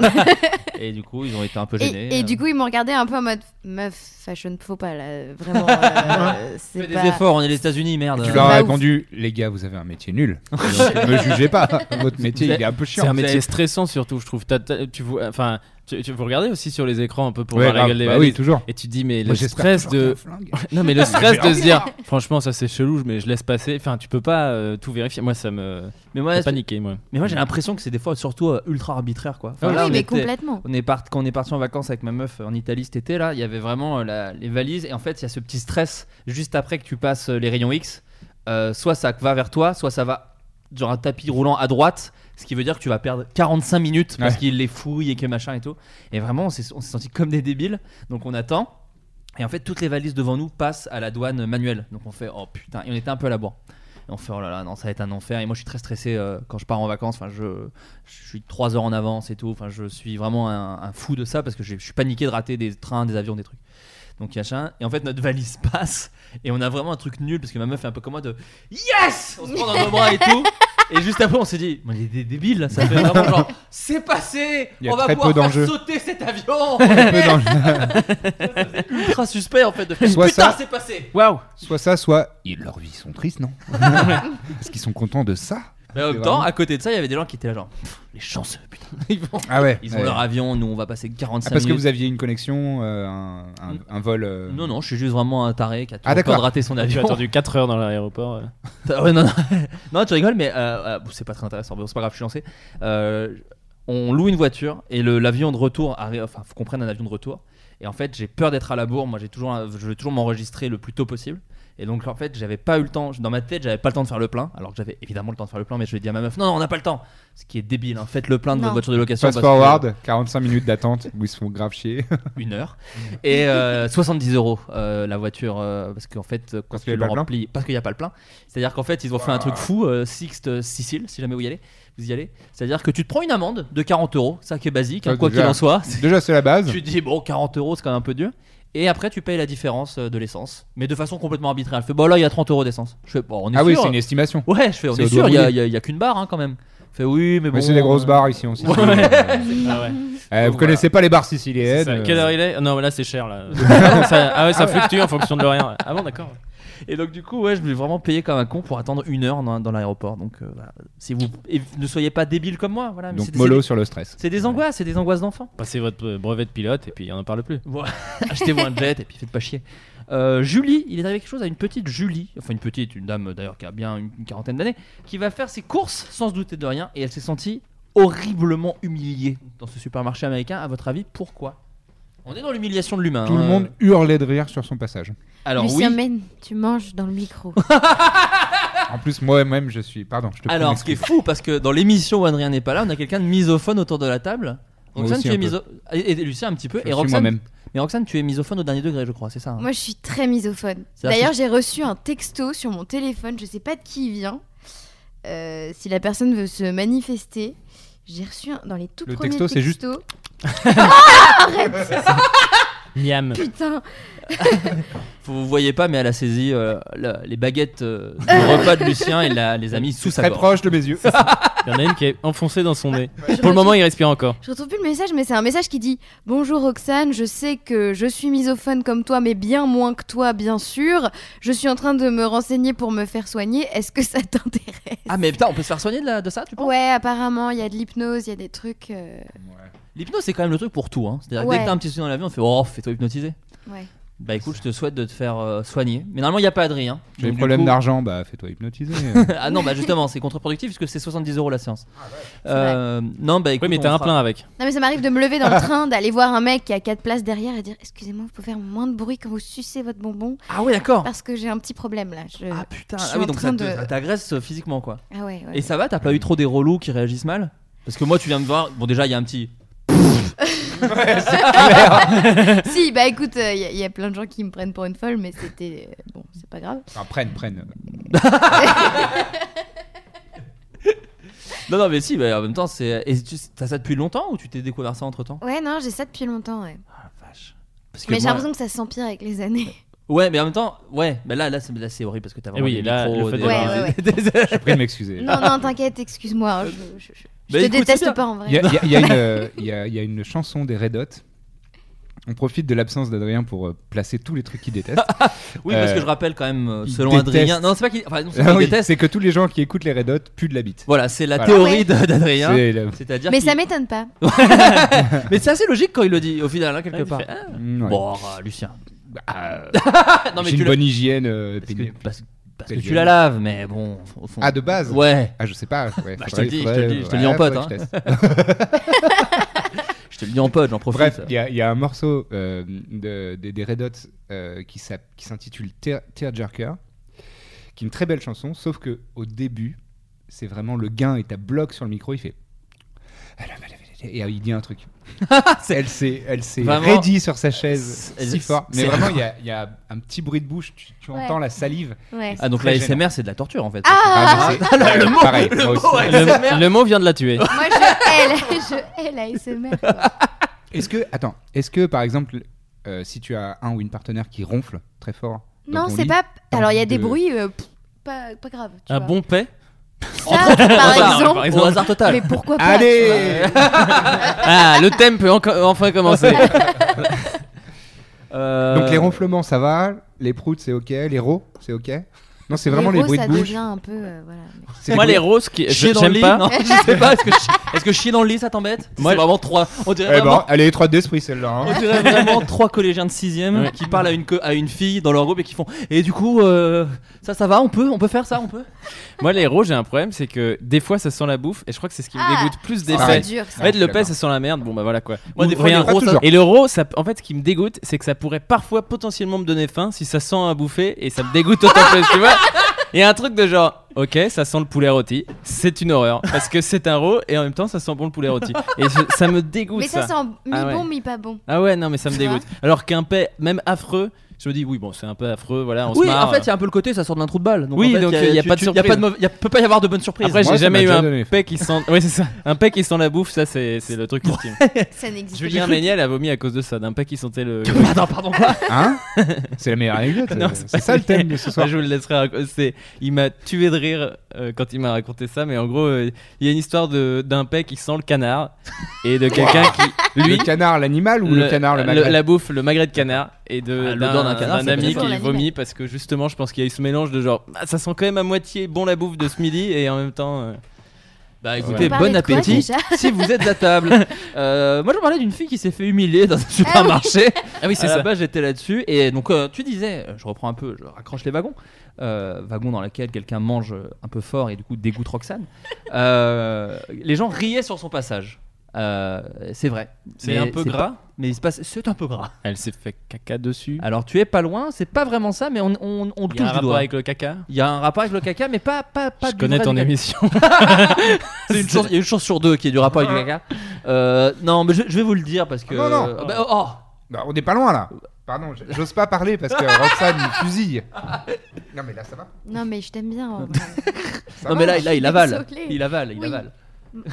H: Et du coup, ils ont été un peu euh. gênés.
K: et, et du coup ils m'ont regardé un peu en mode meuf fashion faut pas là vraiment. euh,
H: Fais
K: c'est
H: des
K: pas-
H: efforts, on est les États-Unis, merde.
J: Tu
K: leur
J: leur as
K: as Bah, ouf.
J: répondu, les gars, vous avez un métier nul. Donc, Ne jugez pas. Votre métier, il est un peu
I: C'est un
J: chiant.
I: métier stressant surtout, je trouve. T'as- t'as- tu vois, enfin, tu, tu- vous regardez aussi sur les écrans un peu pour
J: Ouais,
I: voir la
J: grave.
I: gueule des
J: Bah
I: valises.
J: oui, toujours.
I: Et tu te dis mais
J: Moi,
I: le
J: j'espère
I: stress
J: toujours qu'il y a
I: de
J: un flingue.
I: non mais le stress de se dire franchement ça c'est chelou mais je laisse passer. Enfin tu peux pas euh, tout vérifier. Moi ça me
H: Mais moi,
I: fait paniquer moi.
H: mais moi j'ai l'impression que c'est des fois surtout euh, ultra arbitraire, quoi. Enfin,
K: Ah
H: là,
K: oui
H: on
K: mais
H: était-
K: complètement.
H: On est part... Quand on est parti en vacances avec ma meuf euh, en Italie cet été, là, il y avait vraiment euh, la- les valises. Et en fait, il y a ce petit stress juste après que tu passes euh, les rayons X. Euh, soit ça va vers toi, soit ça va genre un tapis roulant à droite. Ce qui veut dire que tu vas perdre 45 minutes parce
J: Ouais.
H: qu'il les fouille et que machin et tout. Et vraiment, on s'est on s'est sentis comme des débiles. Donc on attend. Et en fait, toutes les valises devant nous passent à la douane manuelle. Donc on fait oh putain, et on était un peu à la bourre. Et on fait oh là là, non, ça va être un enfer. Et moi, je suis très stressé euh, quand je pars en vacances. Enfin, je, je suis trois heures en avance et tout. Enfin, je suis vraiment un, un fou de ça parce que je, je suis paniqué de rater des trains, des avions, des trucs. Donc, machin. Et en fait, notre valise passe et on a vraiment un truc nul parce que ma meuf est un peu comme moi de yes, on se prend dans nos bras et tout. Et juste après, on s'est dit, mais on est des débiles là, ça fait vraiment genre, c'est passé,
J: Il y a
H: on va
J: très peu
H: pouvoir faire
J: d'enjeux.
H: sauter cet avion.
J: Peu dans le-
H: Oh ultra suspect en fait de faire
J: Soit
H: putain
J: ça.
H: c'est passé
I: Waouh.
J: Soit ça, soit ils leur vie sont tristes, non Est-ce qu'ils sont contents de ça Ah,
H: mais
J: C'est
H: en même
J: vraiment-
H: temps à côté de ça il y avait des gens qui étaient là genre Pff, les chanceux putain ils, vont-
J: Ah ouais.
H: ils ont
J: ouais.
H: leur avion nous on va passer
J: Ah,
H: 45
J: parce que
H: minutes
J: vous aviez une connexion, euh, un, un- un vol. euh,
H: non non je suis juste vraiment un taré qui a
J: Ah,
H: toujours peur
J: d'accord.
H: de rater son
I: J'ai
H: avion
I: attendu 4 heures dans l'aéroport. euh.
H: Ah ouais, non, non. Non, tu rigoles mais euh, euh, bon, c'est pas très intéressant mais bon, c'est pas grave je suis lancé Euh, on loue une voiture et le- l'avion de retour arrive enfin faut qu'on prenne un avion de retour et en fait j'ai peur d'être à la bourre moi j'ai toujours un- je veux toujours m'enregistrer le plus tôt possible et donc en fait j'avais pas eu le temps dans ma tête j'avais pas le temps de faire le plein alors que j'avais évidemment le temps de faire le plein mais je vais dire à ma meuf non non on n'a pas le temps ce qui est débile hein. faites le plein de
K: Non.
H: votre voiture de location
J: Fast
H: parce que- euh,
J: forward, 45 minutes d'attente où ils se font grave chier.
H: une heure et euh, 70 euros euh, la voiture euh, parce qu'en fait quand
J: Parce qu'il
H: tu
J: y a
H: le
J: pas le plein Bah.
H: remplis- parce qu'il n'y a pas le plein c'est à dire qu'en fait ils ont fait un truc fou euh, Sixte euh, Sicile si jamais vous y allez vous y allez c'est à dire que tu te prends une amende de 40 euros ça qui est basique hein,
J: Ça,
H: quoi
J: déjà.
H: qu'il en soit C'est-
J: Déjà, c'est la base.
H: tu te dis bon 40 euros c'est quand même un peu dur et après tu payes la différence euh, de l'essence mais de façon complètement arbitraire elle fait bon là il y a 30 euros d'essence je fais bon on est
J: Ah oui,
H: sûr
J: c'est une estimation.
H: ouais je fais on
J: C'est
H: est
J: au
H: sûr
J: doigt
H: il y a,
J: mouillé.
H: il y a- il y a qu'une barre hein, quand même je fais oui mais bon
J: Mais c'est des grosses
H: euh,
J: bars ici en Sicile. Euh, vous
I: Ah Voilà.
J: connaissez pas les bars
I: C'est
J: siciliennes
I: ça.
J: euh,
I: Quelle heure il est Non mais là c'est cher là. Ah, ça- ah ouais ça fluctue en fonction de rien. Ah bon d'accord.
H: Et donc du coup, ouais, je voulais vraiment payer comme un con pour attendre une heure dans, dans l'aéroport. Donc euh, voilà. si vous et ne soyez pas débile comme moi, voilà. mais
J: Donc
H: c'est-
J: mollo
H: c'est-
J: sur le stress.
H: C'est des angoisses, c'est des angoisses d'enfant.
I: Passez votre euh, brevet de pilote et puis on en parle plus.
H: Bon, Achetez-vous un jet et puis faites pas chier. Euh, Julie, il est arrivé quelque chose à une petite Julie, enfin une petite, une dame d'ailleurs qui a bien une, une quarantaine d'années, qui va faire ses courses sans se douter de rien et elle s'est sentie horriblement humiliée dans ce supermarché américain. À votre avis, pourquoi On est dans l'humiliation de l'humain.
J: Tout le
H: hein.
J: monde hurlait de rire sur son passage.
H: Alors
K: Lucien
H: oui.
K: Mène, tu manges dans le micro.
J: En plus, moi-même, je suis. Pardon, je te prie,
H: Alors, ce qui est
J: m'excuse.
H: fou, parce que dans l'émission où Adrien n'est pas là, on a quelqu'un de misophone autour de la table.
J: Moi
H: Roxane,
J: aussi,
H: tu es
J: un peu.
H: misophone. Et, et Lucien, un petit peu.
J: Je
H: et
J: suis
H: Roxane,
J: moi-même.
H: Mais Roxane, tu es misophone au dernier degré, je crois, c'est ça hein
K: Moi, je suis très misophone.
H: C'est-à-dire
K: D'ailleurs, j'ai reçu un texto sur mon téléphone, je sais pas de qui il vient. Euh, si la personne veut se manifester, j'ai reçu un- dans les tout
J: Le
K: premiers
J: texto, c'est juste-
K: textos-
I: Miam.
K: Putain,
H: Vous vous voyez pas, mais elle a saisi euh, la- les baguettes euh, du repas de Lucien et la- les a mis sous sa
J: Très
H: gorge.
J: proche de mes yeux.
I: Il y en a une qui est enfoncée dans son nez. Pour le moment, il respire encore.
K: Je retrouve plus le message, mais c'est un message qui dit Bonjour Roxane, je sais que je suis misophone comme toi, mais bien moins que toi, bien sûr. Je suis en train de me renseigner pour me faire soigner. Est-ce que ça t'intéresse
H: Ah, mais putain, on peut se faire soigner de, la- de ça, tu penses
K: Ouais, apparemment, il y a de l'hypnose, il y a des trucs. euh,
H: L'hypnose, c'est quand même le truc pour tout. Hein. C'est-à-dire que dès
K: Ouais.
H: que t'as un petit souci dans la vie, on fait Oh, fais-toi hypnotiser.
K: Ouais.
H: Bah écoute, je te souhaite de te faire euh, soigner. Mais normalement, il n'y a pas Adrien. hein.
J: J'ai des
H: Donc, du
J: problèmes
H: coup-
J: d'argent, bah fais-toi hypnotiser. hein.
H: Ah non, bah justement, c'est contre-productif puisque c'est 70 euros la séance.
J: Ah,
H: Euh, non, bah écoute.
I: Oui, mais
H: on
I: t'as un
H: fera-
I: plein avec.
K: Non, mais ça m'arrive de me lever dans le train, d'aller voir un mec qui a quatre places derrière et dire Excusez-moi, vous pouvez faire moins de bruit quand vous sucez votre bonbon
H: Ah oui, d'accord.
K: Parce que j'ai un petit problème là. Je-
H: Ah putain,
K: Je suis
H: ah oui,
K: en
H: donc ça
K: train
H: te-
K: de-
H: ça t'agresse euh, physiquement quoi.
K: Ah ouais, ouais.
H: Et ça va, t'as pas eu trop des relous qui réagissent mal Parce que moi, tu viens me voir. Bon, déjà, il y a un petit.
K: si, bah écoute, il y, a- y a plein de gens qui me prennent pour une folle, mais c'était. euh, Bon, c'est pas grave.
J: Enfin, Ah, prenne, prenne.
H: Non, non, mais si, bah, en même temps, c'est. et tu- T'as ça depuis longtemps ou tu t'es découvert ça entre temps
K: Ouais, non, j'ai ça depuis longtemps, ouais.
H: Ah, Vache. Parce
K: Mais j'ai
H: moi-
K: l'impression que ça s'empire avec les années.
H: Ouais, mais en même temps, ouais, mais là, là, c'est, là, c'est horrible parce que t'as vraiment
I: oui,
H: des
I: là,
H: micros,
I: le fait
H: des-
K: d'avoir Ouais, ouais,
H: des-
J: Je prie de m'excuser.
K: Non, non, t'inquiète, excuse-moi. hein, je je- je- je te
H: Bah, écoute, c'est bien.
K: déteste pas en vrai.
J: Il y, a- il y a- il y a une, euh, il y a- il y a une chanson des Red Hot. On profite de l'absence d'Adrien pour euh, placer tous les trucs qu'il déteste.
H: Oui, parce
J: Euh,
H: que je rappelle quand même, euh,
J: il
H: selon
J: déteste.
H: Adrien, non, c'est pas qu'il, enfin, non, c'est
J: Ah
H: pas qu'il
J: oui,
H: déteste.
J: c'est que tous les gens qui écoutent les Red Hot puent de la bite.
H: Voilà, c'est la
J: Voilà.
H: théorie
K: Ah
H: de- d'Adrien.
J: C'est la-
H: C'est-à-dire
K: Mais
H: qu'il-
K: ça m'étonne pas.
H: mais c'est assez logique quand il le dit au final hein, quelque
I: Ouais, il
H: part.
I: fait, ah.
J: Mm, ouais.
H: Bon, euh, Lucien.
J: Bah,
H: Non
J: J'ai
H: mais tu
J: une
H: le-
J: bonne hygiène. euh,
H: parce que,
J: pénible.
H: parce- parce
J: Ta
H: que tu
J: gueule.
H: la laves, mais bon, au fond.
J: Ah, de base
H: Ouais,
J: Ah, je sais pas. ouais,
H: Bah, je te
J: faudrait-
H: le dis, je te
J: faudrait-
H: le dis, je te le dis en
J: ouais,
H: pote, hein.
J: faudrait que je teste.
H: je te le dis en pote, j'en profite.
J: Bref, il y, a- il y a un morceau euh, de- des- des Red Hot euh, qui s'app- qui s'intitule Tear- Tearjerker, qui est une très belle chanson, sauf que au début, c'est vraiment le gain et t'as bloc sur le micro, il fait. Et euh, il dit un truc. elle s'est, elle s'est
H: Vraiment.
J: raidie sur sa chaise
H: Elle-
J: si fort. Mais
H: c'est-
J: vraiment, il y, a- il y a un petit bruit de bouche. Tu, tu entends la salive.
K: Ouais.
H: Ah donc
J: Très
H: la
J: gênant.
H: SMR c'est de la torture en fait.
J: Ah, mais c'est- ouais, pareil, moi aussi.
I: Le, le mot vient de la tuer.
K: Moi, je hais, je hais la ASMR. quoi.
J: Est-ce que, attends, est-ce que par exemple, euh, si tu as un ou une partenaire qui ronfle très fort, dans
K: Non,
J: ton
K: c'est
J: lit,
K: pas.
J: t'as
K: Alors, il y a
J: envie
K: des
J: de-
K: bruits. euh, pff, Pas, pas grave. tu
I: Un
K: vois.
I: bon paix.
K: Ça, par exemple.
H: Au hasard total.
K: Mais pourquoi pas
J: Allez
I: Ah, le thème peut enco- enfin commencer.
H: Euh,
J: Donc les ronflements, ça va. Les proutes, c'est ok. Les rots, c'est ok. Non, c'est vraiment les,
K: gros,
J: bruits de
K: ça
J: bouche.
K: devient un peu. euh, voilà.
J: C'est
I: Moi,
J: des
I: les
J: bruits-
I: roses, qui...
H: Chier
I: je-
H: dans le
I: j'aime
H: lit
I: pas.
H: Non, je sais pas. Est-ce que, chi- est-ce que chier dans le lit, ça t'embête
I: Moi,
H: C'est
I: je-
H: vraiment trois. On dirait
J: Eh
H: vraiment,
J: ben, elle est étroite d'esprit celle-là. hein.
H: on dirait vraiment trois collégiens de 6
I: Ouais.
H: qui parlent à une, co- à une fille dans leur groupe et qui font. Et du coup, euh, ça, ça va On peut, on peut faire ça On peut
I: Moi, les roses, j'ai un problème, c'est que des fois, ça sent la bouffe, et je crois que c'est ce qui me
K: Ah,
I: dégoûte plus des
K: C'est
J: pareil.
I: faits.
K: dur,
I: En
K: ça.
I: fait, le paix,
J: D'accord.
I: ça sent la merde. Bon, bah voilà quoi.
H: Moi,
I: Ou
H: des fois,
I: rien.
H: les
J: Pas
H: roses,
J: toujours.
I: Et le raw, ça, en fait, ce qui me dégoûte, c'est que ça pourrait parfois potentiellement me donner faim si ça sent un bouffé et ça me dégoûte autant plus, tu vois. Il y a un truc de genre, ok, ça sent le poulet rôti, c'est une horreur parce que c'est un raw et en même temps ça sent bon le poulet rôti. Et je- ça me dégoûte
K: Mais ça,
I: ça.
K: c'est en mi-bon,
I: Ah ouais.
K: mi-pas bon.
I: Ah ouais, non, mais ça me
K: Tu vois
I: dégoûte. Alors qu'un paix, même affreux, je me dis, oui, bon, c'est un peu affreux, voilà, on
H: Oui,
I: se marre.
H: en fait, il y a un peu le côté, ça sort d'un trou de balle. Donc,
I: Oui,
H: en fait,
I: donc, euh, il y a
H: tu-
I: pas de
H: tu- Il
I: surprise.
H: y a pas de mauva- il y a- peut pas y avoir de bonne surprise.
I: Après,
J: Moi,
I: j'ai
J: ça
I: jamais
J: m'a
I: eu
J: déjà
I: un
J: donné faim.
I: paix qui sent. Ouais, c'est ça. Un paix qui sent la bouffe, ça, c'est c'est le truc ultime.
K: Ça n'existe pas.
I: Julien Méniel a vomi à cause de ça, d'un paix qui sentait le.
H: Attends, pardon. quoi
J: Hein C'est la meilleure anecdote.
I: Non,
J: euh,
I: c'est
J: c'est
I: pas
J: ça le thème de ce soir.
I: Ouais, je vous le laisserai raconter. C'est- Il m'a tué de rire euh, quand il m'a raconté ça, mais en gros, euh, il y a une histoire de- d'un paix qui sent le canard et de quelqu'un qui. Lui,
J: le canard, l'animal ou le, canard, le magret
I: La bouffe, le magret de canard et de
H: Ah, l'odeur
I: d'un
H: d'un canard,
I: d'un
H: c'est
I: ami
K: peut-être
I: qui
K: l'animal.
I: vomit parce que justement, je pense qu'il y a eu ce mélange de genre, Ah, ça sent quand même à moitié bon la bouffe de ce midi et en même temps. euh,
H: Bah
I: Ouais.
H: écoutez,
I: On
K: parlait
H: bon
K: de quoi,
H: appétit
K: déjà
H: si vous êtes à table. Euh, moi, je parlais d'une fille qui s'est fait humilier dans un supermarché.
I: Ah oui, c'est
H: À
I: ça.
H: la base, j'étais là-dessus. Et donc, euh, tu disais, euh, je reprends un peu, je raccroche les wagons. Euh, wagon dans lequel quelqu'un mange euh, un peu fort et du coup dégoûte Roxane. Euh, les gens riaient sur son passage. Euh, c'est vrai.
I: C'est
H: Mais
I: un peu gras.
H: pas- mais il se passe. C'est un peu gras.
I: Elle s'est fait caca dessus.
H: Alors, tu es pas loin, c'est pas vraiment ça, mais on, on, on le
I: Il
H: touche du
I: y a un rapport
H: doigt.
I: avec le caca.
H: Il y a un rapport avec le caca, mais pas, pas, pas
I: je
H: du
I: connais
H: vrai
I: ton
H: caca.
I: émission.
H: C'est une chance- Il y a une chance sur deux qu'il y ait du rapport avec le caca. Euh, non, mais je, je vais vous le dire parce que.
J: Non, non.
H: Ah bah, oh, oh.
J: Bah, on n'est pas loin là. Pardon, j- j'ose pas parler parce que Roxane me fusille. Non mais là ça va.
K: Non, mais je t'aime bien. en vrai.
J: Ça
H: Non,
J: va.
H: mais là, là, il
K: suis
H: avale.
K: désolée.
H: Il avale, il
K: Oui.
H: avale.
K: Non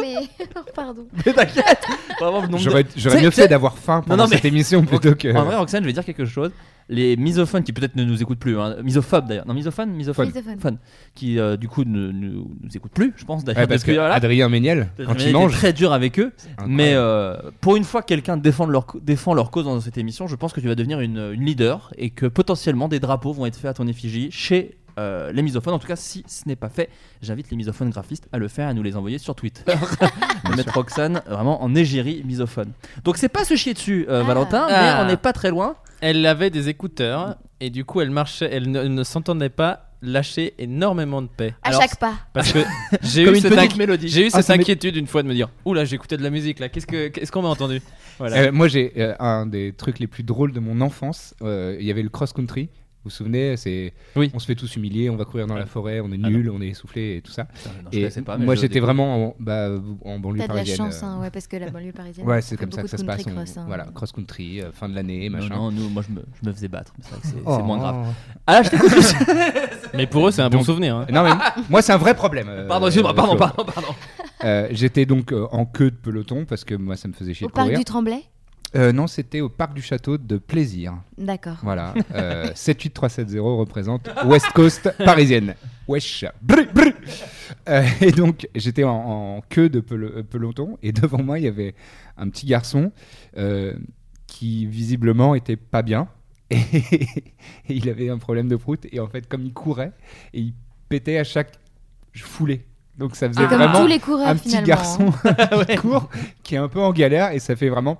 K: mais oh, pardon.
H: Mais t'inquiète Vraiment, le nombre de-
J: J'aurais j'aurais
H: C'est-
J: mieux
H: c'est-
J: fait d'avoir faim pendant
H: non, mais-
J: cette émission plutôt que.
H: En vrai, Roxane, je vais dire quelque chose. Les misophones qui peut-être ne nous écoutent plus, hein, misophobes d'ailleurs, non misophones, misophones,
K: Misophone.
H: Fun. qui euh, du coup ne ne- nous écoutent plus, je pense d'ailleurs
J: Ouais, parce que
H: depuis voilà.
J: Adrien Méniel, quand
H: J'ai été
J: il mange.
H: très dur avec eux,
J: incroyable.
H: mais euh, pour une fois quelqu'un défend leur, co- défend leur cause dans cette émission, je pense que tu vas devenir une, une leader et que potentiellement des drapeaux vont être faits à ton effigie chez euh, les misophones. En tout cas, si ce n'est pas fait, j'invite les misophones graphistes à le faire, à nous les envoyer sur Twitter. Et mettre Roxane vraiment en égérie misophone. Donc c'est pas se chier dessus, euh,
K: Ah.
H: Valentin,
I: Ah.
H: mais on n'est pas très loin.
I: Elle avait des écouteurs et du coup elle marchait, elle ne, ne s'entendait pas lâcher énormément de paix.
K: À
I: Alors,
K: chaque pas.
I: Parce que j'ai
H: Comme
I: eu
H: une
I: cette,
H: petite
I: inqui-
H: mélodie.
I: j'ai eu
J: Ah,
I: cette
J: ça m'est-
I: inquiétude une fois de me dire oula j'écoutais de la musique là qu'est-ce que qu'est-ce qu'on m'a entendu voilà.
J: Euh, moi, j'ai euh, un des trucs les plus drôles de mon enfance. euh, Il y avait le cross-country. Vous vous souvenez c'est
I: Oui.
J: On se fait tous humilier, on va courir dans la forêt, on est
H: Ah non.
J: nul, on est essoufflé et tout ça.
H: Putain, non, je
J: Et
H: connaissais pas, mais
J: moi,
H: je
J: j'étais
H: découvre.
J: vraiment en, bah, en banlieue
K: T'as de la
J: parisienne.
K: chance,
J: euh,
K: hein, ouais, parce que la banlieue parisienne.
J: Ouais, c'est
K: fait
J: comme ça que
K: beaucoup
J: ça
K: de
J: se passe.
K: country
J: on-
K: cross, hein.
J: Voilà, cross-country, euh, fin de l'année,
H: Non,
J: machin.
H: non, nous, moi je me, je me faisais battre, mais c'est vrai que c'est
J: Oh.
H: c'est moins grave. Ah, je t'écoute.
I: mais pour eux c'est un bon
J: Donc-
I: souvenir hein.
J: Non, mais moi, c'est un vrai problème. euh,
H: Pardon, excuse-moi, pardon,
J: Flo.
H: pardon, pardon.
J: Euh, J'étais donc euh, en queue de peloton parce que moi, ça me faisait chier
K: Au
J: de
K: parc
J: courir.
K: du Tremblay
J: Euh, non, c'était au parc du château de Plaisir.
K: D'accord.
J: Voilà. Euh, 78370 représente West Coast parisienne. Wesh. Brr, brr. Euh, et donc, j'étais en, en queue de pel- euh, peloton et devant moi, il y avait un petit garçon euh, qui visiblement était pas bien. Et, et il avait un problème de prout. Et en fait, comme il courait, et il pétait à chaque foulée. Donc, ça faisait
K: C'est Ah, comme
J: vraiment
K: tous les coureurs
J: un petit
K: finalement. hein.
J: garçon qui court, qui est un peu en galère et ça fait vraiment.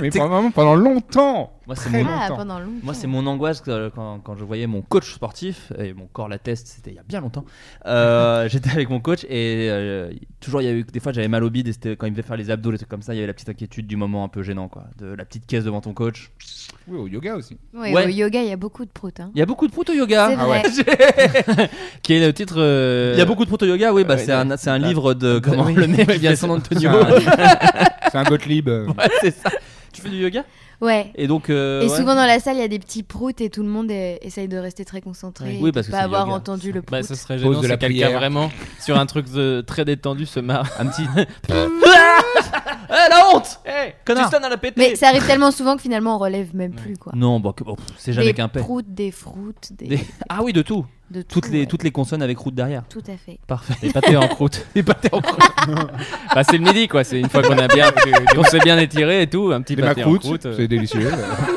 J: Mais pendant, vraiment pendant longtemps.
H: Moi, c'est
J: Très
H: mon
J: long.
K: Ah,
J: longtemps.
K: pendant longtemps.
H: Moi, c'est mon angoisse que, quand, quand je voyais mon coach sportif, et mon corps l'atteste, c'était il y a bien longtemps. euh, J'étais avec mon coach et euh, toujours, il y a eu des fois, j'avais mal au bide et c'était quand il me devait faire les abdos, les trucs comme ça, il y avait la petite inquiétude du moment un peu gênant, quoi. De la petite caisse devant ton coach.
K: Oh.
J: Oui, au yoga aussi.
K: Ouais,
H: Ouais.
K: Au yoga, il y a beaucoup de proutes. Hein.
H: Il y a beaucoup de prout au yoga. Ah
K: C'est
J: Ah
K: vrai.
I: qui est le titre euh,
H: Il y a beaucoup de prout au yoga, oui, bah,
I: ouais,
H: c'est
I: ouais.
H: un, c'est un
I: Bah,
H: livre de. Comment
I: oui,
H: le mec,
I: oui,
H: il
I: bien
H: vient
I: sûr.
H: son Antonio.
J: C'est C'est un Gottlieb. euh,
H: Ouais, c'est ça. Tu fais du yoga
K: Ouais.
H: Et donc. euh,
K: Et
H: ouais.
K: souvent dans la salle, il y a des petits proutes et tout le monde euh, essaye de rester très concentré.
H: Oui,
K: et de
H: parce que
K: pas
H: c'est le
K: avoir
H: yoga.
K: entendu le
I: bah
K: prout.
I: ça serait
J: Pause
I: gênant
J: de
I: si
J: la
I: quelqu'un
J: prière.
I: vraiment sur un truc de- très détendu se marre
H: Un petit. Ah Eh, la honte Eh,
I: Connard.
H: Tristan, elle a pété
K: mais ça arrive tellement souvent que finalement on relève même plus quoi.
H: Non, bah, que- bon, pff, c'est jamais
K: des
H: qu'un pet.
K: proutes, des fruits, des,
H: Des- Ah oui, de tout.
K: de tout,
H: Toutes, les,
K: ouais.
H: toutes les consonnes avec route derrière.
K: Tout à fait.
H: Parfait.
I: les pâtés en croûte les pâtés en croûte bah c'est le midi quoi c'est une fois qu'on a bien qu'on s'est bien étiré et tout un petit
J: Des
I: pâté en
J: macroutes,
I: croûte euh.
J: c'est délicieux. euh,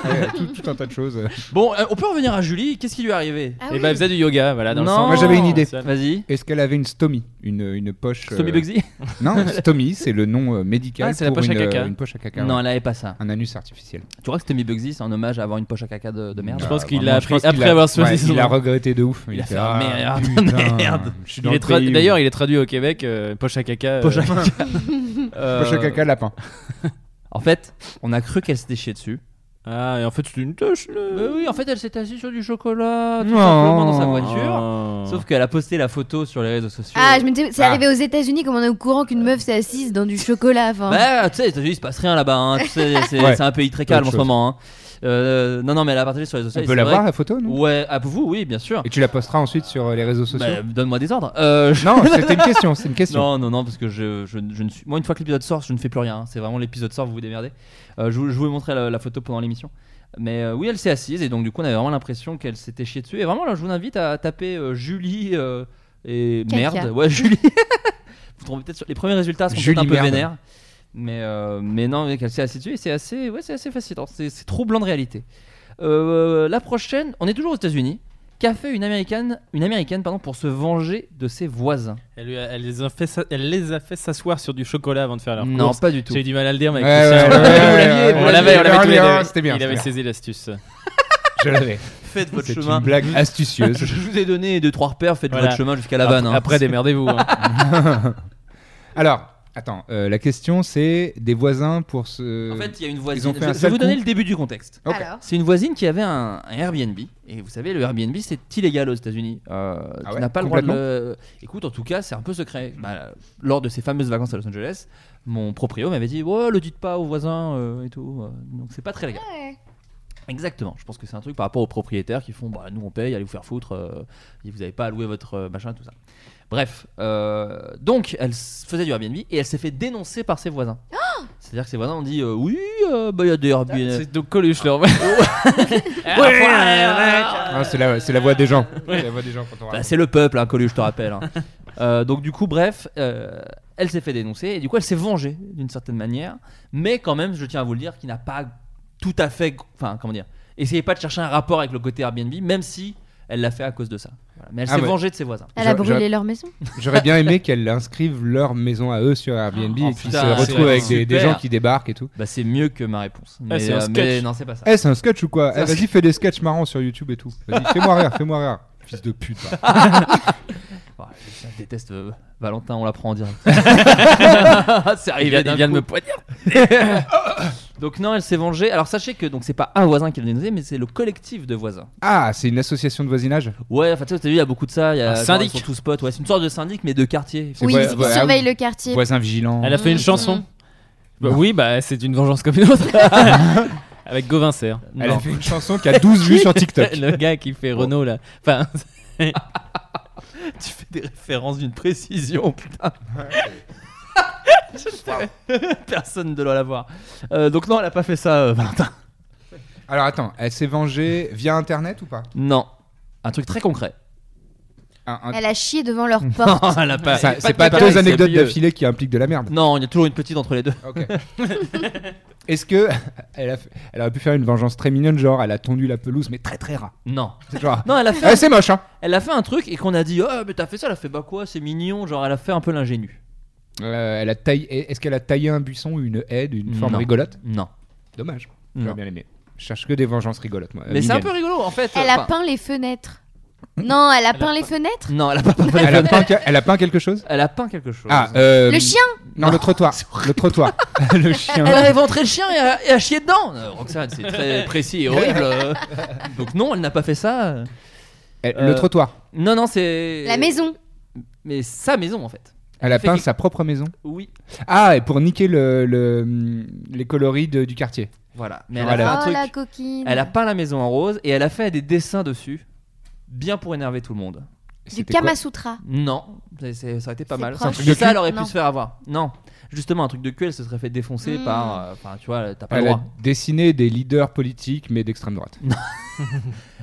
J: ouais, tout, tout un tas de choses.
H: Bon, euh, on peut revenir à Julie. Qu'est-ce qui lui est arrivé
K: Ah
I: et
K: oui.
I: bah elle faisait du yoga voilà dans le
H: Non.
I: centre
J: Moi, j'avais une idée.
I: social.
H: Vas-y.
J: Est-ce qu'elle avait une stomie Une, une poche. euh,
H: Tommy Bugsy
J: Non, stomie, c'est le nom euh, médical.
I: Ah, c'est la
J: pour
I: poche à
J: une, euh,
I: caca.
J: une poche à caca.
H: Non,
J: ouais.
H: elle avait pas ça.
J: Un anus artificiel.
H: Tu crois que Tommy Bugsy, c'est en hommage à avoir une poche à caca de, de merde
I: Je
J: Ah,
I: pense qu'il
J: vraiment,
I: l'a
J: je
I: appris
J: pense qu'il
I: après
J: l'a-
I: avoir choisi
J: ouais,
I: son
J: Il a
I: nom.
J: regretté de ouf.
H: Il a fait,
J: ah,
H: merde,
J: putain,
H: merde.
J: Je suis
I: Il
J: dans
I: est
J: le
I: tra-
J: pays où-
I: D'ailleurs, il est traduit au Québec, euh, poche à caca. euh,
H: Poche à caca.
I: euh,
J: Poche à caca, lapin.
H: En fait, on a cru qu'elle s'était chiée dessus.
I: Ah, et en fait, c'est une touche.
H: Euh, oui, en fait, elle s'est assise sur du chocolat,
J: tout Non. simplement, dans sa
H: voiture.
I: Ah.
H: Sauf qu'elle a posté la photo sur les réseaux sociaux.
K: Ah, je me disais, c'est
J: Ah.
K: arrivé aux États-Unis comme on est au courant qu'une meuf s'est assise dans du chocolat. enfin.
H: Bah, tu sais, les États-Unis, il se passe rien là-bas. hein. Tu sais, c'est
J: Ouais.
H: c'est un pays très calme en ce
J: chose.
H: moment. hein. Euh, non, non, mais elle a partagé sur les réseaux
J: On
H: sociaux.
J: peut
H: et
J: la
H: c'est vrai
J: voir, la photo,
H: que-
J: non
H: Ouais, à vous, oui, bien sûr.
J: Et tu la posteras ensuite sur euh, les réseaux sociaux
H: Bah, Donne-moi des ordres. Euh, je-
J: Non, c'était une question, c'est une question.
H: Non, non, non, parce que je, je, je ne suis. Moi, une fois que l'épisode sort, je ne fais plus rien. hein. C'est vraiment l'épisode sort, vous vous démerdez. Euh, je, vous- je vous montrais la, la photo pendant l'émission. Mais euh, oui, elle s'est assise et donc, du coup, on avait vraiment l'impression qu'elle s'était chiée dessus. Et vraiment, là, je vous invite à taper euh, Julie euh, et
K: Caca.
H: merde. Ouais, Julie. vous tombez peut-être sur les premiers résultats, sont peut-être
J: Julie
H: un peu
J: merde.
H: vénères. Mais, euh, mais non, mais qu'elle s'est assise dessus et c'est assez, ouais, c'est assez fascinant. C'est c'est troublant de réalité. Euh, la prochaine, on est toujours aux États-Unis. Qu'a fait une américaine, une américaine pardon, pour se venger de ses voisins
I: Elle, lui a- elle les a fait sa- elle les a fait s'asseoir sur du chocolat avant de faire leur
H: Non,
I: course.
H: pas du tout.
I: J'ai eu du mal à le dire, mais
J: Ouais,
I: avec
J: ouais,
I: Christian,
J: ouais,
I: on
J: ouais,
I: l'avait,
J: ouais,
I: on l'avait, on
J: ouais,
I: l'avait tous les
J: ouais,
I: deux.
J: C'était bien,
I: Il avait
J: c'était bien.
I: saisi l'astuce.
J: je l'avais.
H: Faites votre
J: C'est
H: chemin.
J: une blague
H: Je
J: astucieuse.
H: je vous ai donné deux trois repères, faites
I: Voilà.
H: votre chemin jusqu'à la vanne. hein.
I: Après, démerdez-vous. hein.
J: Alors, attends, euh, la question c'est des voisins pour se.
H: en fait, il y a une voisine.
J: ils ont fait
H: je,
J: un
H: je vais
J: sale
H: vous donner
J: coup.
H: le début du contexte.
J: Ok.
K: Alors,
H: C'est une voisine qui avait un, un Airbnb et vous savez le Airbnb c'est illégal aux États-Unis. Euh, tu
I: Ah
J: ouais,
H: n'as pas le droit de. le- Écoute, en tout cas, c'est un peu secret. Bah, lors de ces fameuses vacances à Los Angeles, mon proprio m'avait dit, ouais, le dites pas aux voisins euh, et tout. euh, donc c'est pas très légal. Exactement, je pense que c'est un truc par rapport aux propriétaires qui font bah, nous on paye, allez vous faire foutre, euh, vous n'avez pas à louer votre euh, machin, tout ça. Bref, euh, donc elle s- faisait du Airbnb et elle s'est fait dénoncer par ses voisins. C'est-à-dire que ses voisins ont dit euh, oui, euh, bah il y a des Airbnb.
I: C'est donc Coluche leur
J: Ah, c'est la, c'est la voix des gens. C'est la voix des gens quand on
H: Bah,
J: raconte.
H: c'est le peuple, hein, Coluche, je te rappelle. hein. Euh, donc du coup, bref, euh, elle s'est fait dénoncer et du coup, elle s'est vengée d'une certaine manière. Mais quand même, je tiens à vous le dire, qui n'a pas tout à fait, enfin comment dire, essayez pas de chercher un rapport avec le côté Airbnb, même si elle l'a fait à cause de ça. Voilà. Mais elle
J: Ah
H: s'est
J: ouais.
H: vengée de ses voisins.
K: Elle a
J: J'aurais-
K: brûlé
J: j'aurais-
K: leur maison.
J: J'aurais bien aimé qu'elles inscrivent leur maison à eux sur Airbnb
H: Oh,
J: et qu'ils
H: putain,
J: se retrouvent
I: c'est
J: avec des, des
H: super.
J: gens qui débarquent et tout.
H: Bah c'est mieux que ma réponse. Mais,
I: Ah,
H: euh,
I: c'est un sketch.
H: mais non, c'est pas ça.
J: Eh, c'est un sketch ou quoi Eh,
H: un
J: Vas-y, fais des sketchs marrants sur YouTube et tout. Vas-y, fais-moi rire, fais-moi rire. Fils de pute. hein. va.
H: Oh, je je déteste euh, Valentin, on la prend en direct. c'est arrivé
I: Il vient- il
H: d'un
I: vient de
H: coup.
I: me
H: donc non, elle s'est vengée. Alors sachez que donc c'est pas un voisin qui l'a dénoncé, mais c'est le collectif de voisins.
J: Ah, c'est une association de voisinage
H: Ouais, enfin tu sais, t'as vu, il y a beaucoup de ça. Il y a
I: Un
H: genre,
I: syndic.
H: ils sont tous potes. Ouais, c'est une sorte de syndic, mais de quartier.
J: C'est
K: Oui,
J: vrai-
K: ils
J: ouais,
K: surveillent
J: ah
K: le quartier.
J: Voisin vigilant.
I: Elle a fait une
K: Mm,
I: chanson
K: mm.
I: Bah Oui, bah c'est une vengeance comme une autre. Avec Gauvin Serre.
J: Elle a fait une chanson qui a 12 vues sur TikTok.
I: Le gars qui fait Renault là. Enfin,
H: tu fais des références d'une précision, putain. Je savais- Personne ne doit la voir. Euh, donc non, elle a pas fait ça, euh, Valentin.
J: Alors attends, elle s'est vengée via internet ou pas
H: Non, un truc très concret.
J: Un- un-
K: Elle a chié devant leur porte.
H: Non, elle a pas.
J: Ah, Ça,
H: il y a
J: C'est
H: de
J: pas,
H: détails,
J: deux
H: c'est
J: anecdotes
H: mieux.
J: d'affilée qui impliquent de la merde.
H: Non, il y a toujours une petite entre les deux.
J: Ok. Est-ce que elle, a fait- elle aurait pu faire une vengeance très mignonne, genre elle a tondu la pelouse, mais très très rat.
H: Non.
J: C'est genre,
H: Non, elle a fait
J: Eh, c'est moche, hein.
H: Elle a fait un truc et qu'on a dit Ah, mais t'as fait ça, elle a fait bah quoi, c'est mignon, genre elle a fait un peu l'ingénue.
J: Euh, elle a taillé. Est-ce qu'elle a taillé un buisson ou une aide, une forme
H: Non.
J: rigolote
H: Non.
J: Dommage.
H: Non.
J: J'aurais bien aimé. Je cherche que des vengeances rigolotes, moi. euh,
H: Mais c'est un peu
J: mignonnes.
H: rigolo en fait.
K: Elle a
H: Enfin,
K: peint les fenêtres.
H: Mm.
K: Non, elle a peint les fenêtres.
H: Non, elle a pas peint.
J: Elle a, peint, que- elle a peint quelque chose
H: Elle a peint quelque chose.
J: Ah, euh,
K: Le chien
J: Non, le trottoir. Le trottoir. le chien.
H: Elle a éventré le chien et a, et a chié dedans. Euh, Roxane, c'est très précis et horrible. euh. Donc non, elle n'a pas fait ça.
J: Eh,
H: Euh,
J: Le trottoir.
H: Non, non, c'est
K: La maison.
H: Mais sa maison en fait.
J: Elle a
H: fait
J: peint
H: quelque-
J: sa propre maison.
H: Oui.
J: Ah, et pour niquer le, le- les coloris de- du quartier.
H: Voilà. Mais elle
J: Genre,
H: a
J: elle
H: fait
J: a-
H: un
K: Oh
H: truc.
K: la coquine.
H: Elle a peint la maison en rose et elle a fait des dessins dessus, bien pour énerver tout le monde.
K: Du
J: C'était quoi
K: Kama Sutra.
H: Non, c'est- c'est- ça aurait été pas
K: C'est
H: mal.
K: proche.
J: de
H: Mais ça,
J: cul
H: elle aurait
K: Non.
H: pu se faire avoir. Non, justement, un truc de cul, elle se serait fait défoncer
K: Mm.
H: par. euh, Enfin, tu vois, t'as pas
J: Elle
H: le
J: a
H: droit.
J: dessiné des leaders politiques, mais d'extrême droite.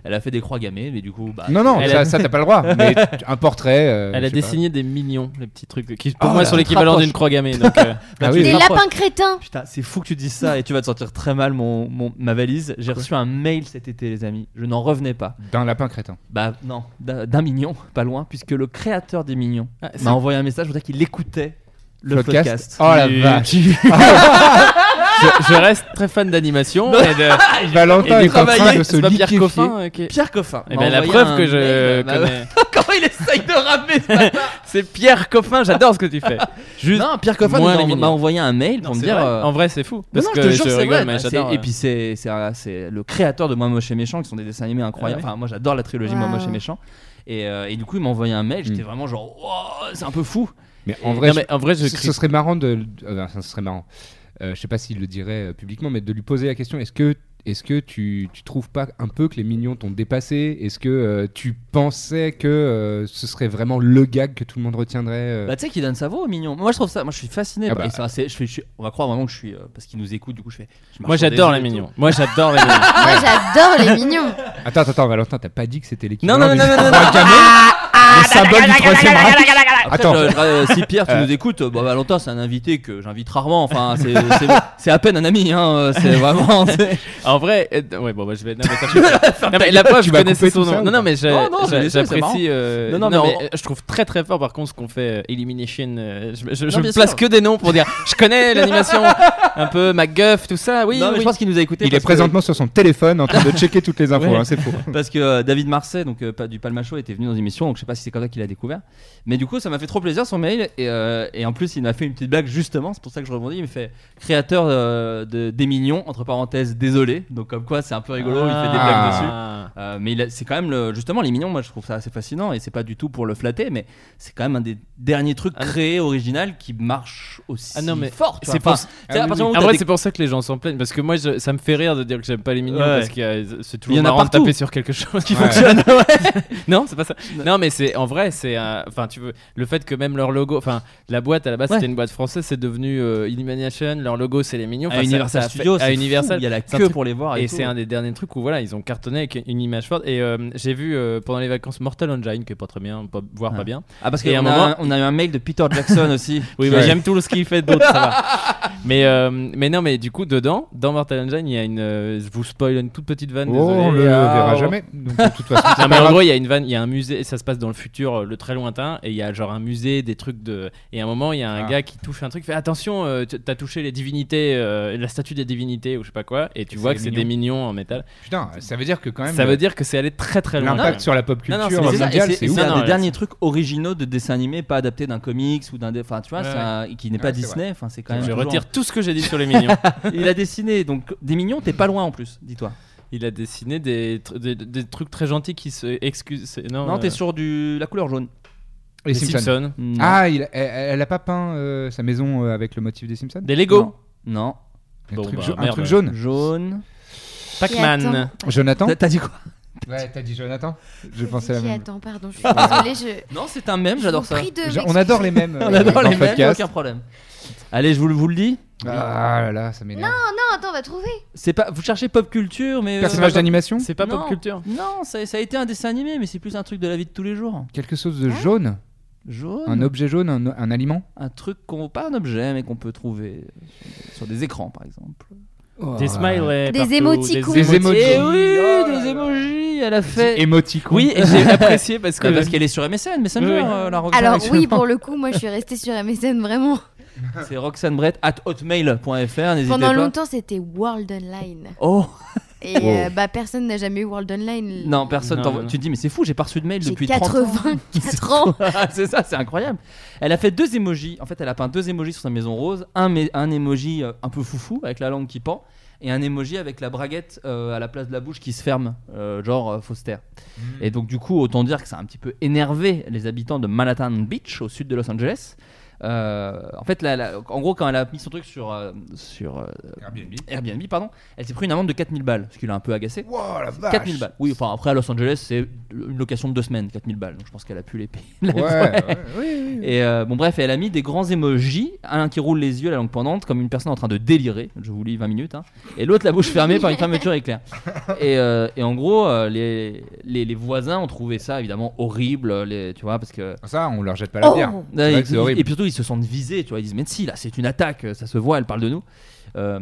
H: Elle a fait des croix gammées, mais du coup, bah.
J: non, non,
I: elle
J: ça,
I: a-
J: ça, t'as pas le droit. Mais un portrait. euh,
I: elle
J: je
I: a
J: sais
I: dessiné des millions, les petits trucs qui pour
J: Oh
I: moi
H: Ah,
J: là,
I: sont
J: tu te
I: l'équivalent
J: rapproches.
I: d'une croix gammée. donc, euh,
J: pas. Ah
H: tu
J: oui,
H: les
K: Des
J: oui.
H: rapproches.
K: lapins crétins.
H: Putain, c'est fou que tu dises ça et tu vas te sentir très mal mon, mon- ma valise. J'ai reçu un mail cet été, les amis. Je n'en revenais pas.
J: D'un lapin crétin.
H: Bah, non, d'un d'un mignon, pas loin, puisque le créateur des mignons
I: ah, c'est-
H: m'a envoyé un message pour dire qu'il écoutait le
J: Podcast.
H: podcast.
J: Oh la
I: tu-
J: vache.
I: je, je reste très fan d'animation. et de-
J: Valentin
I: et
J: est
I: du
J: en train
I: travail.
J: de se
I: C'est pas Pierre
J: liquéfier.
I: Coffin euh, qui est-
H: Pierre Coffin.
I: Eh
H: m'a
I: ben, la
H: envoyé
I: preuve
H: un
I: que je
H: mail, bah,
I: connais.
H: Comment il essaye de ramer ça
I: C'est Pierre Coffin, j'adore ce que tu fais. Juste.
H: Non, Pierre Coffin
I: Moins
H: m'a-
I: les mignons.
H: m'a envoyé un mail pour
I: Non,
H: me
I: c'est
H: dire.
I: vrai.
H: euh,
I: En vrai, c'est fou. Parce
H: non,
I: que
H: non, je te jure, c'est
I: rigole,
H: vrai.
I: mais
H: Ah,
I: j'adore. euh.
H: c'est- Et puis c'est c'est un- c'est le créateur de Moi Moche et Méchant, qui sont des dessins animés incroyables.
I: Ah ouais. Ah.
H: Enfin, moi j'adore la trilogie Moi
K: Wow.
H: Moche et Méchant. Et, euh, et du coup, il m'a envoyé un mail. J'étais
J: Mm.
H: vraiment genre, Wow, c'est un peu fou.
J: Mais en
I: Non,
J: vrai,
I: mais en vrai, je
J: ce, ce
I: crie.
J: serait marrant de. euh, enfin, ce serait marrant. Euh, je sais pas s'il le dirait euh, publiquement, mais de lui poser la question est-ce que. Est-ce que tu, tu trouves pas un peu que les mignons t'ont dépassé Est-ce que euh, tu pensais que euh, ce serait vraiment le gag que tout le monde retiendrait euh
H: Bah, tu sais qu'il donne sa voix au mignon. Moi, je trouve ça. Moi, je suis fasciné.
J: Ah
H: par-
J: bah.
H: et ça, c'est- je suis- je suis- on va croire vraiment que je suis. euh, parce qu'il nous écoute, du coup, je fais. je marche
I: Moi,
H: sur des
I: j'adore
H: œufs
I: les
H: et tout.
I: mignons. Moi, j'adore les mignons.
K: Moi j'adore les mignons.
J: Attends, attends, attends, Valentin, t'as pas dit que c'était l'équivalent
I: Non, non,
J: du
I: non, non, non,
J: Trois Camés, le symbole du troisième Reich.
H: Après,
J: Attends.
H: je- je- euh, si Pierre, tu
J: Euh.
H: nous écoutes, euh, bon, Valentin, c'est un invité que j'invite rarement. Enfin, c'est- c'est c'est à peine un ami. hein, euh, C'est vraiment. c'est-
I: En vrai, euh, ouais, bon, bah, je vais. Non, mais, ça, je- Non, mais la preuve, je
J: vas couper
I: connaissais son
J: tout ça
I: nom.
J: ou
I: Non, non, mais j'ai-
H: Non, non, je
I: j'ai-
H: l'ai fait, c'est marrant.
I: j'apprécie. euh,
H: Non, non, mais on-
I: euh, je trouve très très fort par contre ce qu'on fait euh, Elimination. euh, je je, je
H: Non, bien
I: place
H: sûr.
I: que des noms pour dire je connais l'animation, un peu MacGuff, tout ça. Oui,
H: non, mais
I: oui.
H: je pense qu'il nous a écouté.
J: Il est présentement sur son téléphone en train de checker toutes les infos,
I: Ouais.
J: hein, c'est faux.
H: Parce que euh, David Marseille, donc euh, pas- du Palma Show, était venu dans une émission, donc je sais pas si c'est comme ça qu'il a découvert. Mais du coup, ça m'a fait trop plaisir son mail. Et, euh, et en plus, il m'a fait une petite blague justement, c'est pour ça que je rebondis. Il me fait créateur euh, de, des mignons, entre parenthèses, désolé. Donc, comme quoi, c'est un peu rigolo, il
I: Ah.
H: fait des
J: Ah.
H: blagues dessus. Euh, mais il a- c'est quand même le, justement les mignons. Moi, je trouve ça assez fascinant et c'est pas du tout pour le flatter, mais c'est quand même un des derniers trucs
I: Ah,
H: créés original qui marche aussi
I: Ah non, mais
H: fort. tu vois.
I: c'est pour-
H: Enfin, tu sais, à
J: Ah oui,
H: partir du moment où
I: En
H: t'as
I: vrai,
H: des-
I: c'est pour ça que les gens s'en plaignent parce que moi, je- ça me fait rire de dire que j'aime pas les mignons
H: Ouais.
I: parce que euh, c'est toujours
H: Il y en a
I: marrant de
H: partout.
I: taper sur quelque chose qui
J: Ouais.
I: fonctionne. non, c'est pas ça. Non, mais c'est en vrai, c'est euh, enfin, tu veux le fait que même leur logo, enfin, la boîte à la base
H: Ouais.
I: c'était une boîte française, c'est devenu euh, Illumination, leur logo c'est les mignons.
H: à
I: Enfin, ça-
H: Universal
I: ça a fait-
H: Studios,
I: à
H: c'est
I: Universal,
H: fou, il y a la
I: c'est un
H: queue
I: truc-
H: pour les voir.
I: Et
H: tout.
I: c'est un des derniers trucs où voilà, ils ont cartonné avec une image forte. Et euh, j'ai vu euh, pendant les vacances Mortal Engine, qui est pas très bien, pas, voire
H: Ouais.
I: pas bien.
H: Ah, parce
I: et à
H: qu'on
I: un moment-
H: a, on a eu un mail de Peter Jackson aussi.
I: Oui,
H: qui-
I: bah, j'aime tout le- ce qu'il fait d'autre, ça va. Mais, euh, mais non, mais du coup, dedans, dans Mortal Engine, il y a une. euh, je vous spoil une toute petite vanne.
J: Oh, on
I: désolé.
J: le
I: Ah,
J: verra
I: oh.
J: jamais. Donc, de toute façon, c'est pas
I: Non, mais en
J: grave.
I: gros, il y a une vanne, il y a un musée, et ça se passe dans le futur, euh, le très lointain, et il y a genre un musée, des trucs de. Et à un moment, il y a un
J: Ah.
I: gars qui touche un truc, fait attention, euh, tu- t'as touché les divinités, euh, la statue des divinités, ou je sais pas quoi, et tu
J: Et
I: vois
J: c'est
I: que
J: les
I: c'est
J: mignons.
I: des mignons en métal.
J: Putain, ça veut dire que quand même. euh,
I: Ça veut dire que c'est allé très très loin.
J: L'impact sur la pop culture
I: Non, non,
H: Mais c'est ça, et
J: mondiale,
H: c'est-
J: c'est
H: et
J: ouf.
H: c'est
I: Non,
H: un
I: non,
H: des
I: là,
H: derniers trucs originaux de dessins animés pas adaptés d'un comics ou d'un. dé- Enfin, tu vois,
I: Ouais,
H: c'est un- qui n'est pas
J: Ouais, c'est
H: Disney. Enfin, c'est quand même.
I: Je
H: toujours
I: retire tout ce que j'ai dit sur les mignons.
H: un- Il a dessiné, donc des mignons, t'es pas loin en plus, dis-toi.
I: Il a dessiné des, tr- des, des trucs très gentils qui se excusent. c'est- Non,
H: Non,
I: euh,
H: t'es sur du la couleur jaune.
J: Les
I: les
J: Simpsons.
I: Simpsons.
H: Non.
J: Ah, il- elle, elle a pas peint euh, sa maison euh, avec le motif des Simpsons
I: Des Lego.
H: Non.
J: Un,
I: Bon,
J: truc,
I: bah,
J: ja- un
I: merde.
J: truc jaune.
H: Jaune.
I: Pac-Man.
K: attends.
J: Jonathan
H: T'as- T'as dit quoi
J: Ouais, t'as dit Jonathan Je
K: J'ai
J: pensais à
K: dit,
J: la même.
K: Ah, Attends, pardon, je suis désolée, je.
H: Non, c'est un mème,
K: je
H: j'adore
K: vous
H: ça.
K: prie de
J: Genre, on
K: m'excuser.
J: adore les euh, mêmes.
H: On adore les mêmes, y a
J: podcasts.
H: aucun problème. Allez, je vous, le- vous le dis.
J: Ah là là, ça m'énerve.
K: Non, attends, on va trouver.
H: C'est pas, vous cherchez pop culture, mais. euh,
J: Personnage d'animation
I: C'est pas
H: Non.
I: pop culture.
H: Non, ça, ça a été un dessin animé, mais c'est plus un truc de la vie de tous les jours.
J: Quelque chose de jaune
H: Hein Jaune.
J: Un objet jaune, un, un aliment
H: un truc qu'on pas un objet mais qu'on peut trouver sur- sur des écrans par exemple.
J: Oh
I: Des smileys.
K: Des
I: partout,
K: émoticônes.
J: Des émo- Emoji.
H: Eh oui,
J: Oh là
H: des
J: là.
H: emojis, elle a fait.
J: Émoticon.
H: Euh, Oui, et j'ai apprécié parce que
I: Bah,
H: parce
I: parce
H: qu'elle est sur MSN Messenger
I: Oui, oui.
H: Oh, la Roxane.
K: Alors, oui, pour le coup, moi je suis restée sur MSN vraiment.
H: c'est Roxane Brett at hotmail.fr, n'hésitez
K: Pendant
H: pas.
K: longtemps, c'était World Online.
H: Oh
K: Et euh, bah, personne n'a jamais eu World Online.
H: non, personne
I: Non,
H: t'envoie.
I: non.
H: Tu te dis mais c'est fou, j'ai pas reçu de mail
K: J'ai
H: depuis 30 ans.
K: 84 ans.
H: c'est ça, c'est incroyable. Elle a fait deux emojis. En fait, elle a peint deux emojis sur sa maison rose. Un, mé- un emoji euh, un peu foufou avec la langue qui pend. Et un emoji avec la braguette euh, à la place de la bouche qui se ferme, euh, genre euh, Foster. Et donc, du coup, autant dire que ça a un petit peu énervé les habitants de Manhattan Beach, au sud de Los Angeles. Euh, en fait, la- la- en gros, quand elle a mis son truc sur, euh, sur euh,
J: Airbnb.
H: Airbnb, pardon, elle s'est pris une amende de 4000 balles, ce qui l'a un peu agacé.
J: Wow, la vache
H: 4000 balles. Oui, enfin après à Los Angeles, c'est une location de deux semaines, 4000 balles. Donc je pense qu'elle a pu les payer.
J: Ouais, ouais, oui, oui.
H: Et euh, bon, bref, elle a mis des grands emojis, un qui roule les yeux, la langue pendante, comme une personne en train de délirer. Je vous lis 20 minutes. hein. Et l'autre, la bouche fermée par une fermeture éclair. Et, euh, et en gros, euh, les, les, les voisins ont trouvé ça évidemment horrible, les, tu vois, parce que.
J: Ça, on leur jette
H: Oh
J: pas la bière. C'est
H: et,
J: vrai que c'est horrible.
H: et puis surtout, ils se sentent visés, tu vois. Ils disent, mais si, là, c'est une attaque, ça se voit, elle parle de nous. Euh,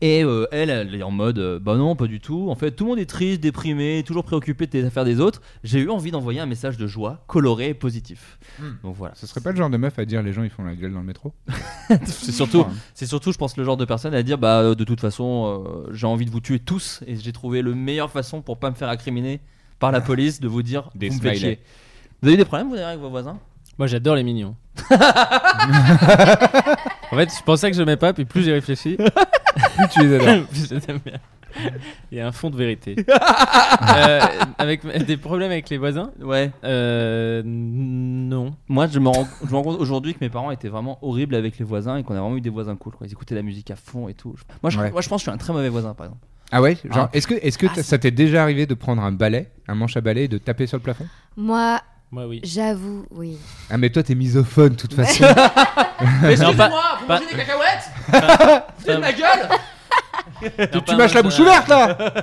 H: et euh, elle, elle est en mode, euh, bah non, pas du tout. En fait, tout le monde est triste, déprimé, toujours préoccupé des affaires des autres. J'ai eu envie d'envoyer un message de joie, coloré et positif.
J: Hmm.
H: Donc voilà.
J: Ce serait pas le genre de meuf à dire les gens ils font la gueule dans le métro
H: c'est surtout, c'est surtout, je pense, le genre de personne à dire, bah euh, de toute façon, euh, j'ai envie de vous tuer tous et j'ai trouvé le meilleure façon pour pas me faire incriminer par
I: Ah.
H: la police de vous dire,
J: Des
H: vous me faites
J: smileys.
H: chier. Vous avez des problèmes, vous, d'ailleurs, avec vos voisins
I: Moi j'adore les mignons. en fait, je pensais que je n'aimais pas, puis plus j'ai réfléchi,
J: Plus tu les adores.
I: plus je les aime bien. Il y a un fond de vérité. Euh, avec des problèmes avec les voisins
H: Ouais.
I: euh, Non.
H: Moi, je me rends, je me rends compte aujourd'hui que mes parents étaient vraiment horribles avec les voisins et qu'on a vraiment eu des voisins cool. Quoi. Ils écoutaient la musique à fond et tout. Je- Moi, je,
J: Ouais.
H: moi, je pense que je suis un très mauvais voisin, par exemple.
J: Ah ouais Genre,
H: Ah.
J: est-ce que, est-ce que
H: Ah,
J: t'as- ça t'est déjà arrivé de prendre un balai, un manche à balai et de taper sur le plafond
K: Moi,
I: Moi oui.
K: j'avoue, oui.
J: Ah, mais toi t'es misophone de toute façon.
I: Excusez-moi,
H: pour
I: pas-
H: des cacahuètes de ma gueule
I: Non,
J: tu
I: pas
J: mâches
I: un
J: la
I: voisin-
J: bouche ouverte là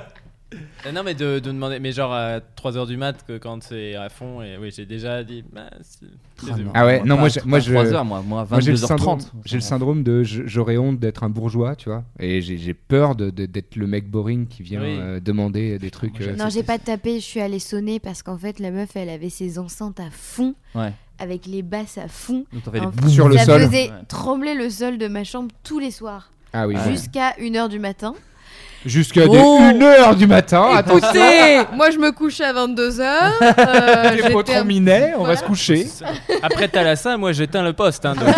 I: Euh, Non, mais de, de demander, mais genre à 3h du mat, que quand c'est à fond, et oui, j'ai déjà dit. bah, c'est- désolé.
J: Ah ouais, non, moi, je- moi, je-
H: 3 heures, moi, moi,
J: Moi, j'ai le syndrome-
H: 22h30.
J: J'ai le syndrome de je- j'aurais honte d'être un bourgeois, tu vois. Et j'ai j'ai peur de- de- d'être le mec boring qui vient
I: Oui.
J: euh, demander des trucs.
I: moi,
J: euh,
K: Non, j'ai pas tapé, je suis allée sonner parce qu'en fait, la meuf, elle avait ses enceintes à fond,
H: Ouais.
K: avec les basses à fond.
H: Donc, t'en fais des-
K: Enfin,
J: Sur le
K: ça
J: sol.
K: faisait
H: Ouais.
K: trembler le sol de ma chambre tous les soirs,
J: Ah oui.
H: Ah
J: ouais.
K: jusqu'à 1h du matin.
J: Jusqu'à des
H: Oh
J: 1h du matin. Attention,
K: Écoutez, moi je me couche à euh, 22h.
J: les potrons minets, on va se coucher.
I: Après Thalassa, moi j'éteins le poste. hein, donc, euh,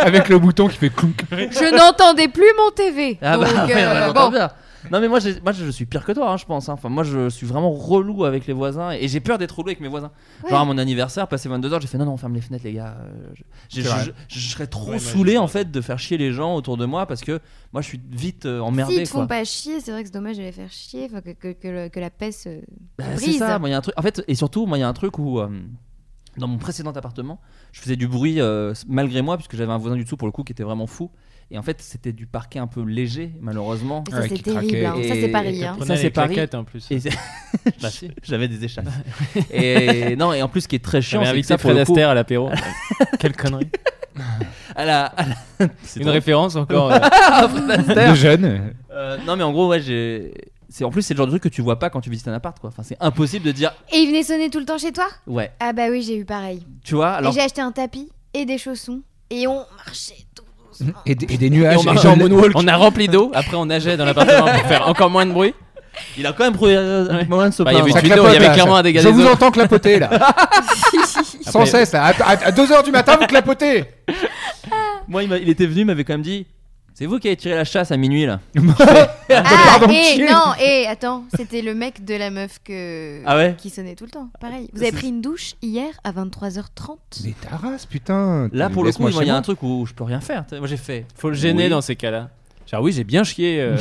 J: Avec le bouton qui fait clonk.
K: Je n'entendais plus mon TV.
H: Ah bah,
K: donc,
H: ouais,
K: euh,
H: ouais, j'entends
K: bon.
H: bien. Non mais moi, j'ai- moi je suis pire que toi hein, je pense hein. enfin moi je suis vraiment relou avec les voisins et j'ai peur d'être relou avec mes voisins genre à mon anniversaire passé 22h j'ai fait non non on ferme les fenêtres les gars euh, je- j'ai-
J: C'est
H: je,
J: vrai.
H: je- je serais trop
I: Ouais, moi,
H: saoulé
I: j'ai-
H: en fait de faire chier les gens autour de moi parce que moi je suis vite euh, emmerdé
K: S'ils te font
H: quoi.
K: pas chier, c'est vrai que c'est dommage de les faire chier, enfin, que, que, que le- que la paix se
H: Bah,
K: se
H: c'est
K: brise.
H: ça moi il y a un truc en fait et surtout moi il y a un truc où euh, dans mon précédent appartement, je faisais du bruit euh, malgré moi, puisque j'avais un voisin du dessous pour le coup qui était vraiment fou. Et en fait, c'était du parquet un peu léger, malheureusement.
K: Et ça,
J: Ouais,
K: c'est
J: qui craquait.
K: terrible. hein. Ça, c'est
H: Et-
K: Paris. hein.
H: Ça,
I: Prenez
H: c'est
I: les
H: Paris.
I: claquettes en plus.
H: Et
I: Bah, si.
H: j'avais des échappes. et non, et en plus, ce qui est très chiant,
I: J'avais
H: c'est que
I: invité
H: ça, pour
I: Fred
H: le coup,
I: Astaire à l'apéro. Quelle connerie.
H: à la, à la- C'est
I: Une
H: drôle.
I: référence encore. euh,
J: De jeunes.
H: Euh, non, mais en gros, ouais, j'ai. C'est en plus c'est le genre de truc que tu vois pas quand tu visites un appart quoi. Enfin, c'est impossible de dire
K: Et il venait sonner tout le temps chez toi
H: ouais.
K: Ah bah oui, j'ai eu pareil.
H: Tu vois,
K: Et
H: Ah, alors
K: J'ai acheté un tapis et des chaussons et on marchait tout doucement.
J: Et, des- et des nuages.
I: on
J: et
I: marchait
J: je
I: en
J: l'ai-
I: moonwalk. On a rempli d'eau. Après, on nageait dans l'appartement pour faire encore moins de bruit.
H: il a quand même trouvé euh, un
I: Ouais.
H: moyen de se
I: Bah, il y
H: plaindre.
I: avait
J: Ça
I: du d'eau,
J: clapote,
I: il y avait
J: là,
I: clairement
J: ça-
I: un dégât
J: Je
I: des
J: vous
I: eaux.
J: entends clapoter là, sans
I: Après-
J: cesse là. À 2h du matin, vous clapotez.
H: Moi, il, m'a- il était venu, il m'avait quand même dit C'est vous qui avez tiré la chasse à minuit là.
K: Ah,
J: Pardon,
K: et
J: chier.
K: non, et attends, c'était le mec de la meuf que
H: Ah bah, ouais
K: qui sonnait tout le temps. Pareil. Vous avez pris une douche hier à 23h30
J: Mais ta race, putain.
H: Là, pour le coup,
J: Laisse-moi
H: moi, il y
J: chez
H: a
J: moi.
H: un truc où je peux rien faire. tu sais. Moi, j'ai fait.
I: Faut le gêner
H: Oui.
I: dans ces cas-là. Genre, oui, j'ai bien chié. euh,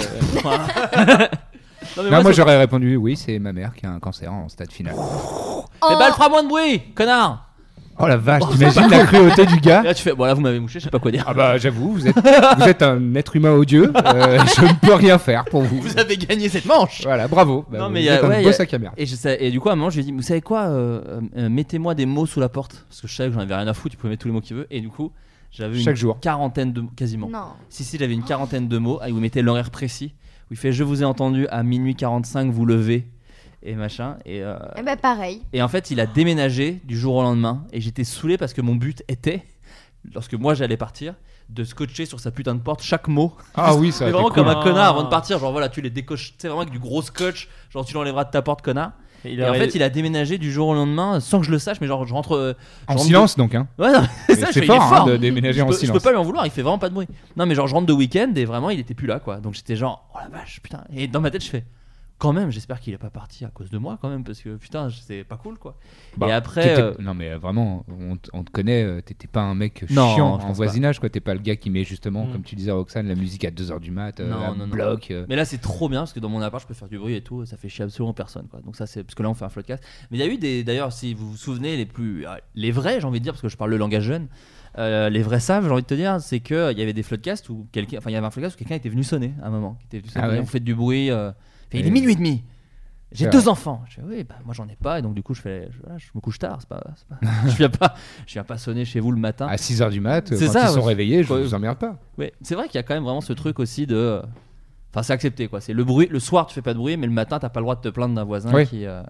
H: Non, mais
J: Non, moi
H: c'est-
J: j'aurais répondu oui, c'est ma mère qui a un cancer en stade final.
K: Ah, en...
H: Eh ben, elle fera moins de bruit, connard
J: Oh la vache, t'imagines la cruauté du gars
H: Et Là, tu fais Bon, là, vous m'avez mouché, je sais pas quoi dire.
J: Ah bah j'avoue, vous êtes, vous êtes un être humain odieux, euh, je ne peux rien faire pour vous.
H: Vous avez gagné cette manche
J: Voilà, bravo. Bah,
H: Non,
J: vous
H: mais y a-
J: êtes un
H: ouais,
J: beau
H: y a-
J: sac à merde.
H: Et, je sais- et du coup, à un moment, je lui ai dit Vous savez quoi euh, euh, euh, Mettez-moi des mots sous la porte. Parce que je savais que j'en avais rien à foutre, tu pouvais mettre tous les mots qu'il veut. Et du coup, j'avais une
J: Chaque jour.
H: quarantaine de mots, quasiment.
K: Non.
H: Si, si, j'avais une quarantaine de mots. Et vous mettez l'horaire précis. Où il fait Je vous ai entendu à minuit 45, vous levez. Et machin. Et, euh,
K: Eh ben pareil.
H: et en fait, il a déménagé du jour au lendemain. Et j'étais saoulé parce que mon but était, lorsque moi j'allais partir, de scotcher sur sa putain de porte chaque mot.
J: Ah oui, ça
H: Mais
J: aurait été cool.
H: vraiment comme un
I: Ah.
H: connard avant de partir. Genre voilà, tu les décoches. Tu sais, vraiment avec du gros scotch. Genre tu l'enlèveras de ta porte, connard.
I: il
H: Et en
I: aurait-
H: fait, il a déménagé du jour au lendemain euh, sans que je le sache, mais genre je rentre. euh, je
J: En
H: rentre
J: silence donc, hein.
H: de- Ouais, non,
J: Mais
H: ça, je fais, il
J: C'est
H: est
J: fort, hein,
H: fort.
J: de déménager
H: je,
J: en
H: peux, je peux
J: silence.
H: pas lui en vouloir, il fait vraiment pas de bruit. Non, mais genre, je rentre de week-end et vraiment, il était plus là, quoi. Donc j'étais genre, oh la vache, putain. Et dans ma tête, je fais, quand même, j'espère qu'il est pas parti à cause de moi, quand même, parce que putain, c'est pas cool, quoi.
J: Bah,
H: et après,
J: T'étais-
H: euh,
J: Non mais euh, vraiment, on, t- on te connaît, euh, t'étais pas un mec
H: Non,
J: chiant
H: je
J: en
H: pense
J: voisinage, quoi. T'es pas le gars qui met justement,
I: Mm.
J: comme tu disais Roxane, la musique à 2h du mat, euh,
H: Non,
J: à
H: non, non.
J: bloc. euh.
H: mais là, c'est trop bien parce que dans mon appart, je peux faire du bruit et tout, ça fait chier absolument personne, quoi. Donc ça, c'est parce que là, on fait un floodcast. Mais il y a eu des, d'ailleurs, si vous vous souvenez, les plus, euh, les vrais, j'ai envie de dire, parce que je parle le langage jeune. euh, les vrais savent, j'ai envie de te dire, c'est que il y avait des floodcasts où quelqu'un, enfin il y avait un floodcast où quelqu'un était venu sonner à un moment, qui était venu sonner,
J: Ah ouais.
H: vous faites du bruit, euh, fait, il
J: Et-
H: est minuit et demi, j'ai
J: C'est
H: deux enfants. Je fais, oui, bah, moi j'en ai pas, et donc du coup je fais, je, voilà, je me couche tard, c'est pas, c'est pas- je viens pas, je viens pas sonner chez vous le matin.
J: À 6h du mat, euh,
H: C'est
J: quand
H: ça,
J: ils sont
H: ouais.
J: réveillés, je
H: Quoi,
J: vous emmerde pas.
H: Ouais, c'est vrai qu'il y a quand même vraiment ce truc aussi de. Enfin, c'est accepté quoi. C'est le bruit. Le soir, tu fais pas de bruit, mais le matin, t'as pas le droit de te plaindre d'un voisin
J: Oui.
H: qui, euh,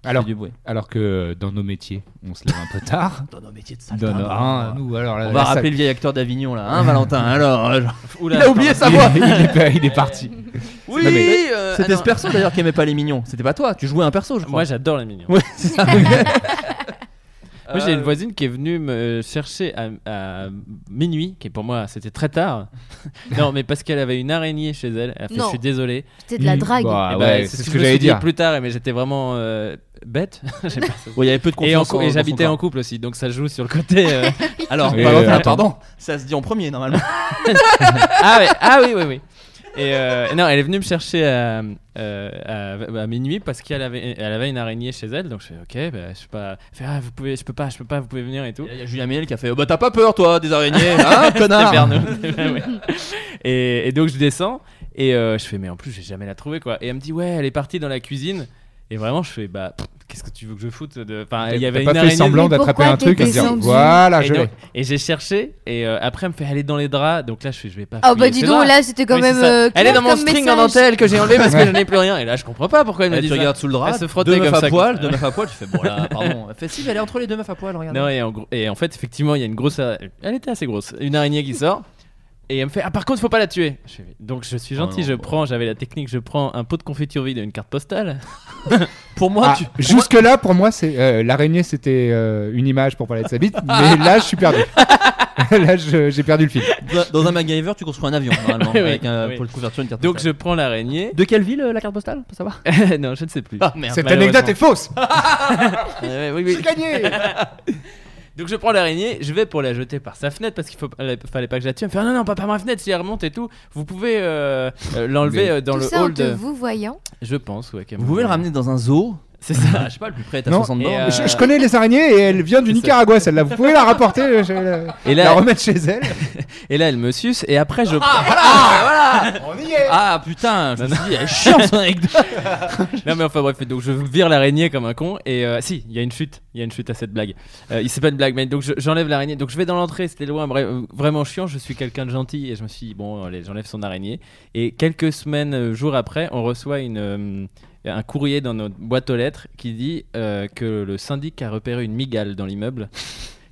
H: qui
J: Alors,
H: fait du bruit.
J: alors que euh, dans nos métiers, on se lève un peu tard.
H: Dans nos métiers de
J: Dans nos- hein, nous, alors, la-
H: On
J: la
H: va
J: salle-
H: rappeler le vieil acteur d'Avignon là, hein, Valentin. Alors, euh, genre-
I: Oula,
H: il a oublié sa
J: Il,
H: voix.
J: il est, il est parti.
H: oui.
J: Non, mais-
H: euh, C'était ce perso d'ailleurs qui aimait pas les mignons. C'était pas toi. Tu jouais un perso, je crois.
I: Moi, j'adore les mignons.
H: Ouais, c'est ça. Euh,
I: Moi, j'ai une voisine qui est venue me chercher à, à minuit, qui pour moi, c'était très tard. non, mais parce qu'elle avait une araignée chez elle. Elle a fait,
K: Non.
I: je suis désolé.
K: C'était de la
J: Mm.
K: drague.
J: Bah,
I: Eh
J: ouais,
I: ben,
J: c'est ce
I: je
J: que
I: me
J: j'allais
I: suis dit
J: dire.
I: Plus tard, mais j'étais vraiment euh, bête. Je sais pas.
H: Ouais, il y avait peu de
I: et en
H: confiance.
I: cou-
H: en-
I: et
H: dans son
I: j'habitais
H: corps.
I: en couple aussi, donc ça joue sur le côté. euh,
H: Alors,
J: Et,
H: Valentin,
J: euh,
H: Ah, pardon. Ça se dit en premier normalement.
I: ah, ouais, ah oui, oui, oui. Et euh, non, elle est venue me chercher à, euh, à- à minuit parce qu'elle avait, elle avait une araignée chez elle. Donc je fais ok, bah, je sais pas. Elle fait, ah, vous pouvez, je peux pas, je peux pas, vous pouvez venir et tout.
H: Il y a Julien Ménel qui a fait oh, Bah, t'as pas peur, toi, des araignées, hein, connard
I: C'était Bernaud, c'est vrai, ouais. et, et donc je descends et euh, je fais mais en plus j'ai jamais la trouvé quoi. Et elle me dit ouais elle est partie dans la cuisine et vraiment je fais bah pff, qu'est-ce que tu veux que je foute de... Enfin il y
J: T'as
I: avait une
J: pas fait
I: araignée.
J: semblant
K: Mais
J: d'attraper
K: pourquoi
J: un truc
K: t'es
J: et de dire
K: descendu
J: voilà,
I: et,
J: je l'ai.
I: donc- et j'ai cherché et euh, après elle me fait aller dans les draps donc là je fais je vais pas.
K: Ah bah
I: fouiller
K: dis
I: ses
K: donc
I: draps.
K: là c'était quand
I: Oui,
K: même.
I: c'est ça.
K: euh,
I: elle est dans mon
K: clair comme
I: string en
K: message.
I: dentelle que j'ai enlevé parce que je n'ai plus rien et là je comprends pas pourquoi elle me
H: Elle
I: dit
H: tu
I: ça.
H: regardes sous le drap,
I: Elle se frottait
H: deux
I: comme
H: meufs
I: ça,
H: à poil,
I: comme ça.
H: deux meufs à poil, tu fais bon là, pardon. Elle fait si, mais elle est entre les deux meufs à poil, regarde.
I: Non, et, en gros- et en fait, effectivement, il y a une grosse. ara- Elle était assez grosse. Une araignée qui sort. Et elle me fait Ah, par contre, faut pas la tuer. Je fais, Donc, je suis gentil,
J: Oh,
H: non,
I: je
H: bon.
I: prends, j'avais la technique, je prends un pot de confiture vide et une carte postale.
H: Pour moi,
J: Ah, Jusque-là, pour moi, c'est euh, l'araignée, c'était euh, une image pour parler de sa bite, mais là, je suis perdu. là, je- j'ai perdu le fil.
H: tu, dans un MacGyver, tu construis un avion normalement
I: Oui,
H: avec un
I: oui.
H: pôle de couverture, une carte
I: Donc,
H: postale.
I: je prends l'araignée.
H: de quelle ville euh, la carte postale, pour savoir
I: non, je ne sais plus.
H: Ah, merde.
J: Cette anecdote est fausse.
I: Ah, Ouais, ouais, oui, oui.
J: Gagné.
I: Donc, je prends l'araignée, je vais pour la jeter par sa fenêtre parce qu'il faut, elle- fallait pas que je la tue. Elle me fait Ah, Non, non, pas par ma fenêtre, si elle remonte et tout, vous pouvez euh, euh, l'enlever
J: Mais-
I: euh, dans
K: Tout
I: le
K: ça en
I: hall
K: te
I: de.
K: vous voyant.
I: Je pense, ouais. qu'elle
H: Vous
I: me-
H: pouvez le ramener dans un zoo
I: C'est ça.
H: Ah, je sais pas, le plus près est à
J: Non,
H: 60
I: et,
H: bornes.
I: euh,
J: Je, je connais les araignées et elle vient du
I: C'est ça.
J: Nicaragua, celle-là. Vous pouvez la rapporter, je vais la,
I: Et
J: la
I: là,
J: remettre chez elle.
I: et là, elle me suce. Et après, je. Ah,
J: On y est.
H: Ah putain, je me suis dit, elle est chiante son anecdote.
I: non, mais enfin bref. Donc, je vire l'araignée comme un con. Et euh, si, il y a une chute. Il y a une chute à cette blague. Euh, il c'est pas une blague, mais donc je- j'enlève l'araignée. Donc, je vais dans l'entrée. C'était loin. bref, euh, vraiment chiant. Je suis quelqu'un de gentil. Et je me suis dit, bon, allez, j'enlève son araignée. Et quelques semaines, euh, jours après, on reçoit une. euh, un courrier dans notre boîte aux lettres qui dit euh, que le syndic a repéré une migale dans l'immeuble,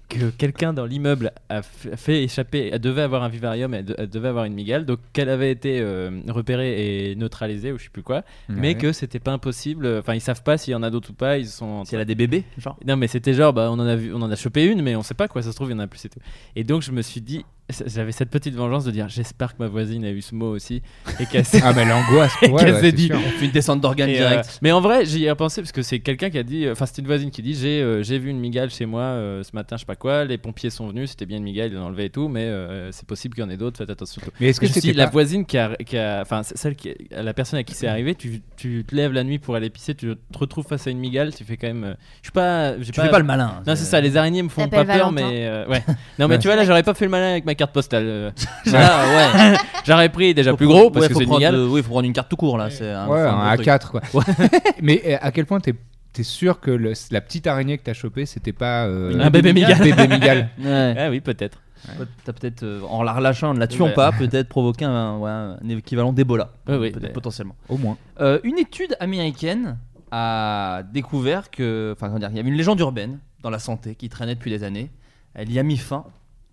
I: que quelqu'un dans l'immeuble a f- fait échapper, elle devait avoir un vivarium, elle, de- elle devait avoir une migale, donc qu'elle avait été euh, repérée et neutralisée ou je sais plus quoi, mais que c'était pas impossible. euh, Enfin, ils savent pas s'il y en a d'autres ou pas. Ils sont. en
H: Si
I: train-
H: elle a des bébés, genre.
I: Non, mais c'était genre, bah, on en a vu, on en a chopé une, mais on sait pas quoi. Ça se trouve, il y en a plus et tout. Et donc, je me suis dit, j'avais cette petite vengeance de dire, j'espère que ma voisine a eu ce mot aussi et qu'elle s'est
J: Ah, mais l'angoisse pour elle.
I: qu'elle
J: ouais,
I: s'est
J: c'est
I: dit,
J: sûr.
H: On fait une descente d'organes
I: et,
H: direct.
I: euh, mais en vrai, j'y ai repensé parce que c'est quelqu'un qui a dit, enfin c'était une voisine qui dit j'ai euh, j'ai vu une migale chez moi euh, ce matin, je sais pas quoi, les pompiers sont venus, c'était bien une migale, ils l'ont enlevée et tout, mais euh, c'est possible qu'il y en ait d'autres, faites attention.
J: Mais est-ce que
I: je me suis
J: c'était
I: dit, la
J: pas-
I: voisine qui a, qui a- enfin c'est celle qui, la personne à qui c'est arrivé, tu, tu te lèves la nuit pour aller pisser, tu te retrouves face à une migale, tu fais quand même, euh, je suis pas, j'ai
H: Tu fais pas le malin.
I: non c'est ça, les araignées me font pas
K: T'appelles
I: peur,
K: Valentin.
I: mais euh, ouais. Non mais
J: Ouais.
I: tu vois là, j'aurais pas fait le malin avec ma carte postale. euh.
H: Ouais. Ah, ouais.
I: J'aurais pris déjà
H: Faut
I: plus
H: prendre-
I: gros parce
H: ouais,
I: que
H: faut
I: c'est une
H: prendre,
I: migale.
H: euh, Oui, faut prendre une carte tout court là. C'est un,
J: Ouais,
H: c'est un
J: un
H: gros truc.
J: A4, quoi. mais euh, à quel point t'es es sûr que le- la petite araignée que t'as chopée, c'était pas euh,
I: Un bébé migale.
J: bébé migale.
H: Ouais.
I: Ah oui peut-être.
H: Peut- T'as peut-être, euh, en la relâchant, ne la tuant
I: Ouais.
H: pas, peut-être provoqué un, ouais, un équivalent d'Ebola.
I: Ouais, oui.
H: Peut-être potentiellement.
J: Au moins.
H: Euh, une étude américaine a découvert que. Enfin, comment dire, il y avait une légende urbaine dans la santé qui traînait depuis des années. Elle y a mis fin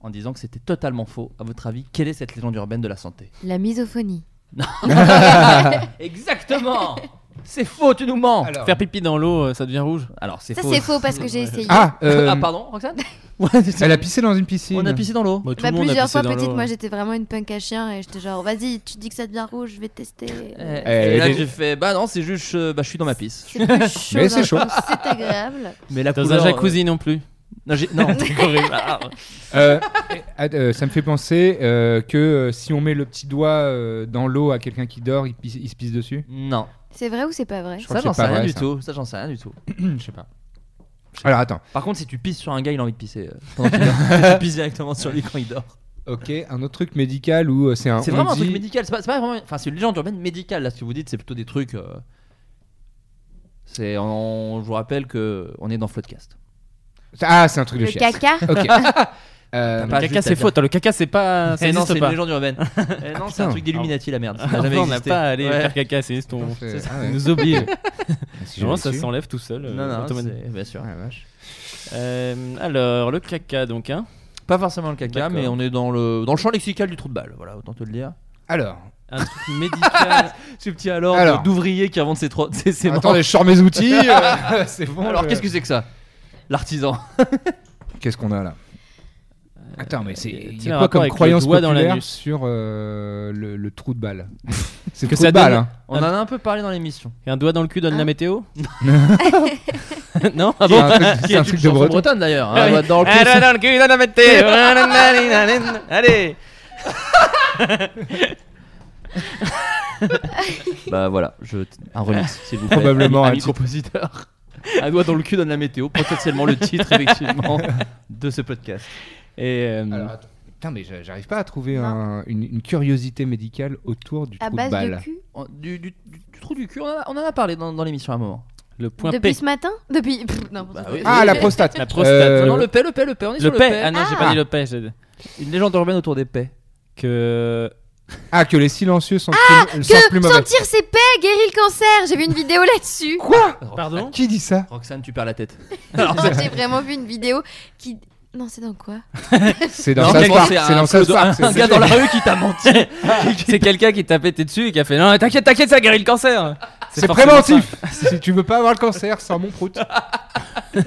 H: en disant que c'était totalement faux. À votre avis, quelle est cette légende urbaine de la santé
K: La misophonie.
H: Exactement C'est faux, tu nous mens
J: Alors,
I: Faire pipi dans l'eau, euh, ça devient rouge.
H: Alors, c'est
K: Ça,
H: faux.
K: c'est faux parce que j'ai essayé.
J: Ah, euh,
H: Ah, pardon, Roxane
J: elle a pissé dans une piscine.
H: On a pissé dans l'eau.
K: Bah, plusieurs fois, petite, moi j'étais vraiment une punk à chien et j'étais genre, vas-y, tu dis que ça devient rouge, je vais tester.
H: Et,
J: Eh,
H: là,
J: les-
H: j'ai fait, bah non, c'est juste, euh, bah, je suis dans ma pisse.
K: C'est plus chaud.
J: Mais c'est
K: d'un
J: chaud.
K: coup, C'est agréable.
H: Mais la
I: Dans un
H: couleur, euh,
I: jacuzzi non plus.
H: Non, j'ai- non.
J: Euh, ah, euh, ça me fait penser euh, que euh, si on met le petit doigt euh, dans l'eau à quelqu'un qui dort, il, pisse- il se pisse dessus.
H: non.
K: C'est vrai ou c'est pas vrai
J: Je crois
H: Ça,
J: que c'est
H: j'en sais
J: pas
H: rien
J: vrai,
H: du
J: ça.
H: tout. Ça, j'en sais rien du tout.
J: Je sais pas. Alors attends.
H: Par contre, si tu pisses sur un gars, il a envie de pisser. euh, pendant qu'il dort. tu pisses directement sur lui quand il dort.
J: Ok, un autre truc médical où euh, c'est
I: Hein,
J: un.
H: C'est
J: on
H: vraiment un truc
J: dit-
H: médical. C'est pas, c'est pas vraiment. Enfin, c'est une légende urbaine médicale. Là, ce que vous dites, c'est plutôt des trucs. euh, C'est. on- je vous rappelle que on est dans Floodcast.
J: Ah, c'est un truc de
K: Le
J: chien.
K: caca
J: Ok. Euh,
H: Pas
I: le
H: juste à
I: caca c'est
H: dire.
I: faux. Attends, le caca c'est pas. Ah, Ça
H: Eh non,
I: n'existe
H: c'est une
I: pas.
H: légende urbaine. Eh non, c'est
J: putain.
H: un truc d'Illuminati, la merde. Ça n'a
I: Enfin,
H: jamais
I: on n'a
H: existé.
I: pas à aller
H: Ouais.
I: faire caca, c'est juste on
J: Non, c'est-
I: ça
J: ah ouais.
I: nous oblige.
J: si
I: Normalement
J: j'avais
I: ça
J: su.
I: s'enlève tout seul. euh,
H: Non, non,
I: automatiquement.
H: c'est- bien sûr.
J: Ah, la vache.
I: Euh, alors le caca donc hein.
H: Pas forcément le caca,
I: D'accord.
H: mais on est dans le dans le champ lexical du trou de balle. Voilà, autant te le dire.
J: Alors,
I: Un truc médical.
H: Ce petit alors,
J: Alors.
H: de- d'ouvrier qui invente ses trois. ses- ses manches.
J: attendez, je sors mes outils. euh, c'est bon.
H: Alors,
J: je-
H: qu'est-ce que c'est que ça L'artisan.
J: Qu'est-ce qu'on a là Attends, mais c'est il y
I: tiens,
J: a quoi
I: un rapport
J: comme
I: avec le
J: croyance
I: doigt dans
J: populaire
I: l'anus.
J: sur euh, le, le trou de balle C'est
I: Que
J: le trou
I: ça
J: de balle.
I: donne-
J: hein.
H: On en a un peu parlé dans l'émission.
I: Et un doigt dans le cul donne la
K: Hein
I: météo. non ah
J: C'est
I: bon.
J: un truc- C'est un truc de
H: Chanson
J: breton.
H: bretonne d'ailleurs. hein,
I: Ah oui.
H: doit être dans le
I: Un
H: cul,
I: doigt dans le cul donne la météo. Allez.
H: Bah voilà, je... un remix, s'il vous plaît.
J: Probablement
H: Ami-
J: un
H: ami
J: titre.
H: compositeur. Un doigt dans le cul donne la météo, potentiellement le titre, effectivement, de ce podcast.
I: Et euh,
J: Alors, attends. Putain, mais j'a- j'arrive pas à trouver un- une, une curiosité médicale autour du
K: à
J: trou
K: base
J: de
K: de
J: balle.
K: cul.
H: On- Oh, Du, du- du- du trou du cul, on, en a- on en a parlé dans, dans l'émission à un moment.
I: le point
K: Depuis
I: P.
K: ce matin Depuis. Pff, n'importe
H: Bah
K: quoi.
H: oui.
J: ah, la prostate.
I: La prostate.
J: Euh,
H: non, le paix, le paix, le paix, on est
I: Le
H: sur
I: P.
H: le paix.
I: Ah non j'ai pas dit le P. j'ai dit
H: Une légende urbaine autour des paix.
I: Que
J: Ah, que les silencieux sont plus, sont plus
K: Ah, Que
J: mauvais.
K: sentir ses paix guérit le cancer J'ai vu une vidéo là-dessus.
I: pardon.
J: Qui dit ça
H: Roxane, tu perds la tête.
K: Non, J'ai vraiment vu une vidéo qui. Non, c'est dans quoi
J: C'est dans
H: Non,
J: sa
H: mais
J: part.
H: c'est
J: C'est
H: un
J: dans sa
H: clodo-
J: part.
H: Un gars dans la rue qui t'a menti.
I: C'est quelqu'un qui t'a pété dessus et qui a fait Non, t'inquiète, t'inquiète, ça guérit le cancer.
J: C'est
I: forcément
J: préventif. Si tu veux pas avoir le cancer, sans mon prout.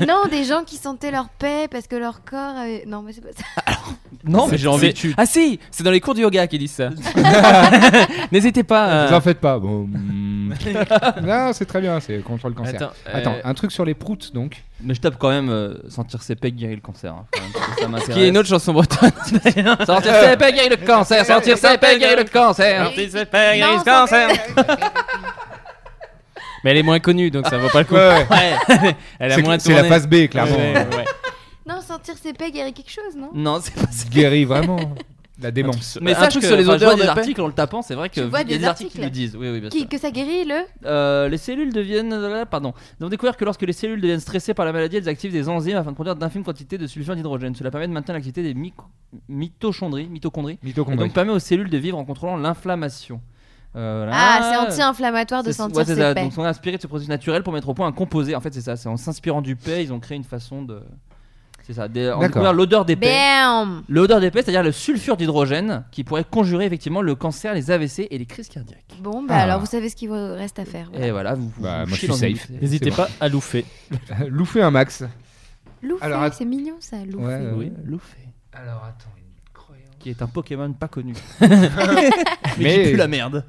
K: Non, des gens qui sentaient leur paix parce que leur corps avait. Non, mais c'est pas ça.
H: Non, mais
I: C'est-
H: j'ai envie de
I: c'est-
H: tu.
I: Ah si, c'est dans les cours de yoga qu'ils disent ça. N'hésitez pas.
J: Vous
I: euh,
J: en faites pas. Bon. mm. non, c'est très bien. C'est contre le cancer.
I: Attends, euh,
J: Attends, un truc sur les proutes donc.
H: Mais je tape quand même euh, sentir ses paix guérit le cancer. hein, quand même, parce que ça m'intéresse.
I: qui est une autre chanson bretonne.
H: Sentir ses paix guérit le
J: Euh,
H: cancer. Sentir ses paix guérit le cancer.
K: Non, sentir-
I: Mais elle est moins connue, donc ça vaut pas le coup.
J: Ouais, ouais.
I: Ouais. elle a
J: C'est
I: moins
J: c'est la
I: tourné.
J: phase B, clairement.
I: Ouais, ouais.
K: Non, sentir ses paix guérit quelque chose, non
H: Non, c'est pas ça.
J: Guérit vraiment la démence.
H: Mais
B: Un
H: sache
B: truc
H: que
B: sur les
H: enfin, je
B: odeurs
H: vois des
B: de paix.
H: articles en le tapant, c'est vrai que
K: Tu vois
H: il y
K: des
H: a des articles qui
K: articles.
H: nous disent. Oui, oui, bien
K: Qui-
H: sûr.
K: que ça guérit le
H: Euh, les cellules deviennent. euh, Pardon. Nous avons découvert que lorsque les cellules deviennent stressées par la maladie, elles activent des enzymes afin de produire d'infimes quantités de sulfure d'hydrogène. Cela permet de maintenir l'activité des micro- mitochondries, mitochondries, et
J: Mitochondrie.
H: donc permet aux cellules de vivre en contrôlant l'inflammation. Euh, voilà.
K: Ah, c'est anti-inflammatoire de
H: C'est-
K: sentir
H: ouais, c'est
K: ses
H: ça.
K: paix.
H: Donc, on a inspiré de ce processus naturel pour mettre au point un composé. En fait, c'est ça. C'est en s'inspirant du paix, ils ont créé une façon de. C'est ça. Des- On a
J: D'accord.
H: découvert l'odeur des paix.
K: Bam
H: L'odeur des paix, c'est-à-dire le sulfure d'hydrogène qui pourrait conjurer effectivement le cancer, les AVC et les crises cardiaques.
K: Bon, bah
J: Ah.
K: alors vous savez ce qu'il vous reste à faire.
H: Euh, Et voilà, vous. vous-
J: Bah, moi,
H: vous
J: je
H: chiez
J: suis
H: dans une
J: safe.
H: bouteille.
I: N'hésitez
J: C'est
I: pas à louffer.
J: Loufer un max.
K: Loufé,
J: Alors, att-
K: c'est mignon ça, Loufé.
J: Ouais, ouais.
H: Oui, Luffy.
J: Alors attends, une
H: Qui est un Pokémon pas connu. Mais qui
J: Mais
H: pue la
J: c'est
H: merde.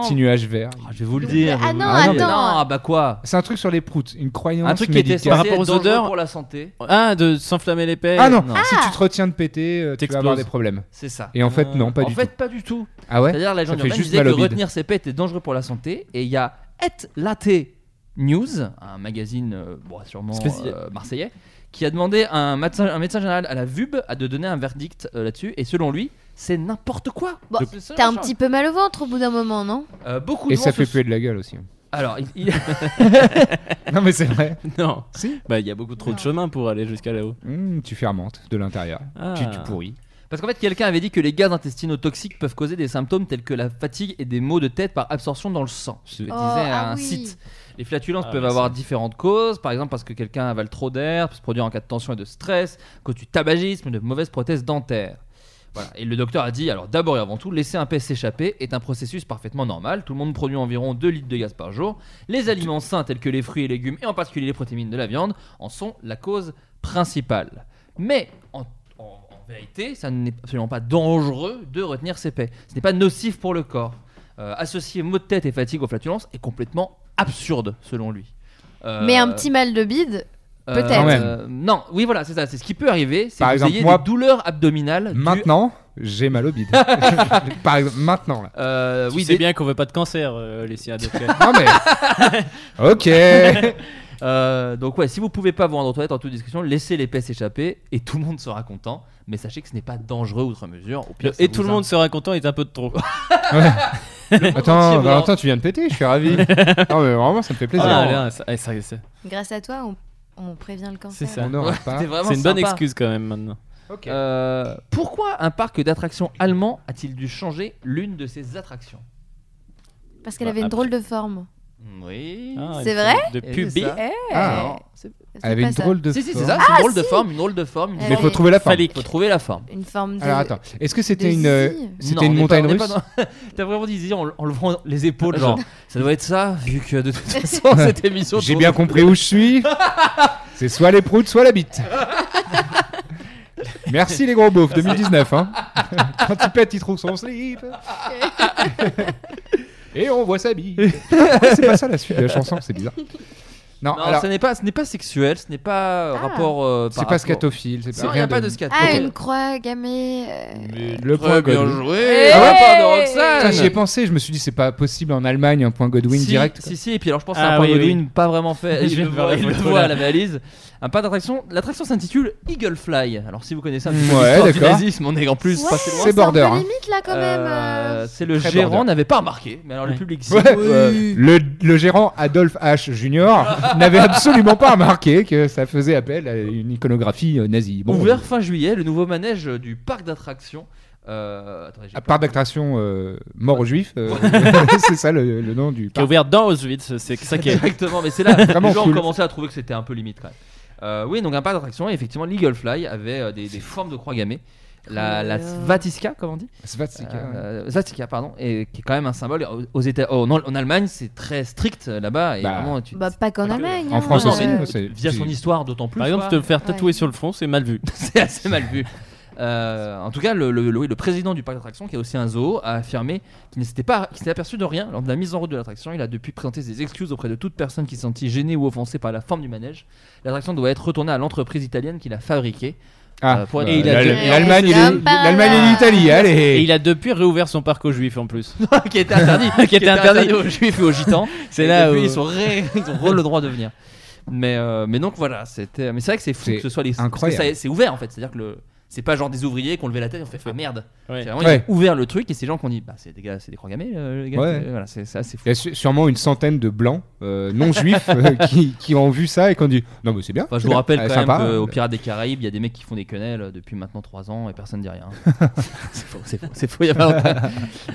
J: un petit nuage vert.
H: Ah, je vais vous le
K: Loufé.
H: dire. je vais
K: Ah
H: vous
K: non,
H: le dire.
K: attends.
H: Non, ah bah quoi
J: C'est un truc sur les proutes, une croyance
H: Un truc qui était
J: médicale.
H: censé
I: Par rapport
H: être
I: aux
H: dangereux
I: odeurs-
H: pour la santé.
I: Ah, de s'enflammer les paix.
J: Ah non,
H: Non.
J: si tu te retiens de péter, euh, tu vas
I: T'exploses.
J: avoir des problèmes.
H: C'est ça. Euh,
J: Et en fait, non, pas
H: en
J: du
H: fait,
J: tout.
H: pas du tout.
J: Ah ouais
H: C'est-à-dire, la
J: Ça
H: légende
J: fait
H: urbaine
J: juste
H: disait
J: mal
H: que
J: au bide.
H: retenir ses paix était dangereux pour la santé. Et il y a Et Latte News, un magazine euh, bon, sûrement
I: Spécial.
H: euh, marseillais, qui a demandé à un médecin, un médecin général à la VUB à de donner un verdict euh, là-dessus. Et selon lui, c'est n'importe quoi.
K: Bon,
H: C'est ça,
K: T'as un
H: Charles.
K: petit peu mal au ventre au bout d'un moment, non
H: Euh, beaucoup
J: Et
H: de
J: ça
H: gens se
J: fait
H: sont-
J: puer de la gueule aussi.
H: Alors, il- il-
J: non mais c'est vrai.
I: Non. Bah, il y a beaucoup trop de chemin pour aller jusqu'à là-haut.
J: Mmh, tu fermentes de l'intérieur.
I: Ah.
J: Tu, tu pourris.
H: parce qu'en fait, quelqu'un avait dit que les gaz intestinaux toxiques peuvent causer des symptômes tels que la fatigue et des maux de tête par absorption dans le sang. Je le
K: Oh,
H: disais à
K: ah
H: un
K: oui.
H: site. Les flatulences
I: Ah,
H: peuvent
I: bah,
H: avoir
I: ça.
H: différentes causes, par exemple parce que quelqu'un avale trop d'air, peut se produire en cas de tension et de stress, à cause du tabagisme, de mauvaises prothèses dentaires. Voilà. Et le docteur a dit alors d'abord et avant tout, laisser un pet s'échapper est un processus parfaitement normal. Tout le monde produit environ 2 litres de gaz par jour. Les aliments sains tels que les fruits et légumes et en particulier les protéines de la viande en sont la cause principale. Mais en, en- en vérité, ça n'est absolument pas dangereux de retenir ses paix. Ce n'est pas nocif pour le corps. Euh, associer maux de tête et fatigue aux flatulences est complètement absurde selon lui. Euh,
K: Mais un petit mal de bide,
H: euh,
K: peut-être. Quand
J: même.
H: non, oui, voilà, c'est ça. C'est ce qui peut arriver. C'est
J: Par
H: que vous
J: exemple,
H: ayez
J: moi,
H: des douleurs abdominales. dues-
J: Maintenant, j'ai mal au bide. Par exemple, maintenant là.
H: Euh,
I: Oui,
H: oui,
I: c'est
H: des-
I: bien qu'on veut pas de cancer, euh, Laetitia. donc, euh,
J: Non mais. ok.
H: Euh, donc ouais, si vous pouvez pas vous rendre aux toilettes en toute discussion, laissez les paix s'échapper et tout le monde sera content. Mais sachez que ce n'est pas dangereux outre mesure. Au pire, ça
I: et tout
H: vous
I: le
H: a-
I: monde sera content est un peu de trop.
J: Attends,
H: entier,
J: Valentin, tu viens de péter. Je suis ravi. non mais vraiment, ça me fait plaisir.
I: Ah, là, ça- eh, ça- ça-
K: Grâce à toi, on, on prévient le cancer.
I: C'est ça.
J: On n'aura
H: Ouais,
J: pas.
H: c'était vraiment
I: C'est une bonne
H: sympa.
I: excuse quand même maintenant.
J: Ok.
H: Euh, pourquoi un parc d'attractions allemand a-t-il dû changer l'une de ses attractions
K: Parce qu'elle
I: Bah,
K: avait une
I: après-
K: drôle de forme.
H: Oui.
I: Ah,
K: C'est
I: une
K: vrai
I: sorte De
H: Eh,
I: pub.
H: c'est ça.
J: Ah.
H: Non, c'est-
K: C'est
J: Elle avait
K: pas
J: une
K: ça. Ah,
J: drôle de.
H: Si, si, c'est
J: forme.
H: ça. C'est une drôle de
K: si
H: forme, une drôle de forme.
K: Elle
J: Mais
H: Il
J: faut trouver la forme.
H: faut trouver la forme.
K: Une forme de.
J: Alors attends, est-ce que
K: de
J: c'était une,
K: zizi.
J: euh,
H: Non,
J: c'était
H: on
J: une
H: est
J: montagne
H: pas- on est
J: russe
H: pas dans- T'as vraiment dit en, en levant les épaules, genre ça doit être ça, vu que de toute façon cette émission.
J: J'ai
H: tourne-
J: bien compris où je suis. C'est soit les proutes, soit la bite. Merci les gros beaufs 2019. Hein. Quand il pète, il trouve son slip. Et on voit sa bite. Pourquoi c'est pas ça la suite de la chanson, c'est bizarre. Non,
H: Non,
J: alors,
H: ce n'est pas, ce n'est pas sexuel, ce n'est pas euh,
K: Ah.
H: rapport. euh,
J: c'est
H: par
J: pas
H: rapport-
J: scatophile. C'est
H: Non,
J: pas
H: il n'y
J: rien
H: a pas de scat.
K: Ah,
H: Ok.
K: une croix gammée. euh,
J: Le point Godwin.
H: joué.
K: Ah ouais
J: Putain, Eh J'y ai pensé, je me suis dit, c'est pas possible en Allemagne, un point Godwin
H: si,
J: direct. quoi.
H: Si, si, et puis alors je pense
I: Ah
H: à un point
I: oui,
H: Godwin pas vraiment fait.
I: Je
H: il
I: viens
H: le
I: de voir
H: voit,
I: la
H: il le
I: photo,
H: voit
I: là.
H: à la valise. Un pas d'attraction. L'attraction s'intitule Eaglefly. Alors si vous connaissez un
J: Ouais,
H: petit peu l'histoire du
J: d'accord.
H: nazisme, on est en plus
K: ouais,
H: passé loin.
J: C'est border,
K: un peu
J: hein.
K: limite là quand même.
H: Euh,
K: euh.
H: c'est le
J: Très
H: gérant
J: border.
H: n'avait pas remarqué, mais alors le
I: Ouais.
H: public si.
J: Ouais, euh, le, le gérant Adolphe H. Junior n'avait absolument pas remarqué que ça faisait appel à une iconographie euh, nazie. Bon,
H: Ouvert fin juillet, le nouveau manège du parc d'attractions. Euh, attendez, j'ai
J: À
H: pas-
J: part d'attraction euh, mort aux juifs, euh, c'est ça le, le nom du
I: Qui est
J: parc.
I: ouvert dans Auschwitz, c'est ça qui est.
H: Exactement, mais c'est là
J: Vraiment
H: les gens ont
J: cool.
H: commencé à trouver que c'était un peu limite quand même. Euh, oui, donc un parc d'attraction et effectivement l'Eagle Fly avait euh, des, des formes de croix gammées. La, la
K: Oh.
H: Svatiska, comme on dit
J: Ah, Svatsika, ouais.
H: Euh, Svastika, pardon, et qui est quand même un symbole. Aux- Aux États, oh, en, en Allemagne, c'est très strict euh, là-bas. Et
J: Bah.
H: vraiment, tu-
K: Bah, pas qu'en
H: Non,
K: Allemagne.
J: en
K: hein,
J: France
H: non,
J: aussi,
H: mais
K: euh,
J: c'est-
H: via son
J: c'est-
H: histoire, d'autant plus.
I: Par exemple,
H: quoi.
I: te faire tatouer
K: Ouais.
I: sur le front, c'est mal vu.
H: c'est assez mal vu. Euh, en tout cas, le, le- le- oui, le président du parc d'attractions, qui est aussi un zoo, a affirmé qu'il ne s'était pas, qu'il s'était aperçu de rien lors de la mise en route de l'attraction. Il a depuis présenté ses excuses auprès de toute personne qui se sentit gênée ou offensée par la forme du manège. L'attraction doit être retournée à l'entreprise italienne qui l'a fabriquée.
J: Ah,
H: Euh, pour-
J: bah,
H: et il a-
J: l'Al-
H: et-
J: l'Allemagne et
K: L'Allemagne
J: les- l'Allemagne et l'Italie,
I: Et
J: allez
I: il a depuis réouvert son parc aux juifs en plus.
H: qui était interdit,
I: Qui était interdit.
H: aux juifs et aux gitans.
I: C'est
H: Et
I: là
H: depuis,
I: où-
H: ils sont ré- ils ont re le droit de venir. Mais euh, mais donc
I: Ah,
H: voilà, c'était. Mais c'est vrai que c'est fou
J: C'est
H: que ce soit les. parce que
J: incroyable.
H: ça- C'est ouvert en fait, c'est-à-dire que le. C'est pas genre des ouvriers qui ont levé la tête et ont fait ah merde.
I: Ouais.
H: C'est vraiment,
J: Ouais.
H: Ils ont ouvert le truc et ces gens qui ont dit bah c'est des gars, c'est des croix gammées, euh, les gars.
J: Ouais.
H: Et Voilà, c'est c'est assez fou.
J: Il y a su- sûrement une centaine de blancs euh, non juifs euh, qui, qui ont vu ça et qui ont dit non mais c'est bien.
H: Enfin, je
J: c'est
H: vous
J: bien,
H: rappelle
J: ah,
H: quand
J: sympa.
H: même qu'aux Pirates des Caraïbes, il y a des mecs qui font des quenelles depuis maintenant 3 ans et personne ne dit rien. c'est faux, c'est faux, c'est faux, il y a pas longtemps.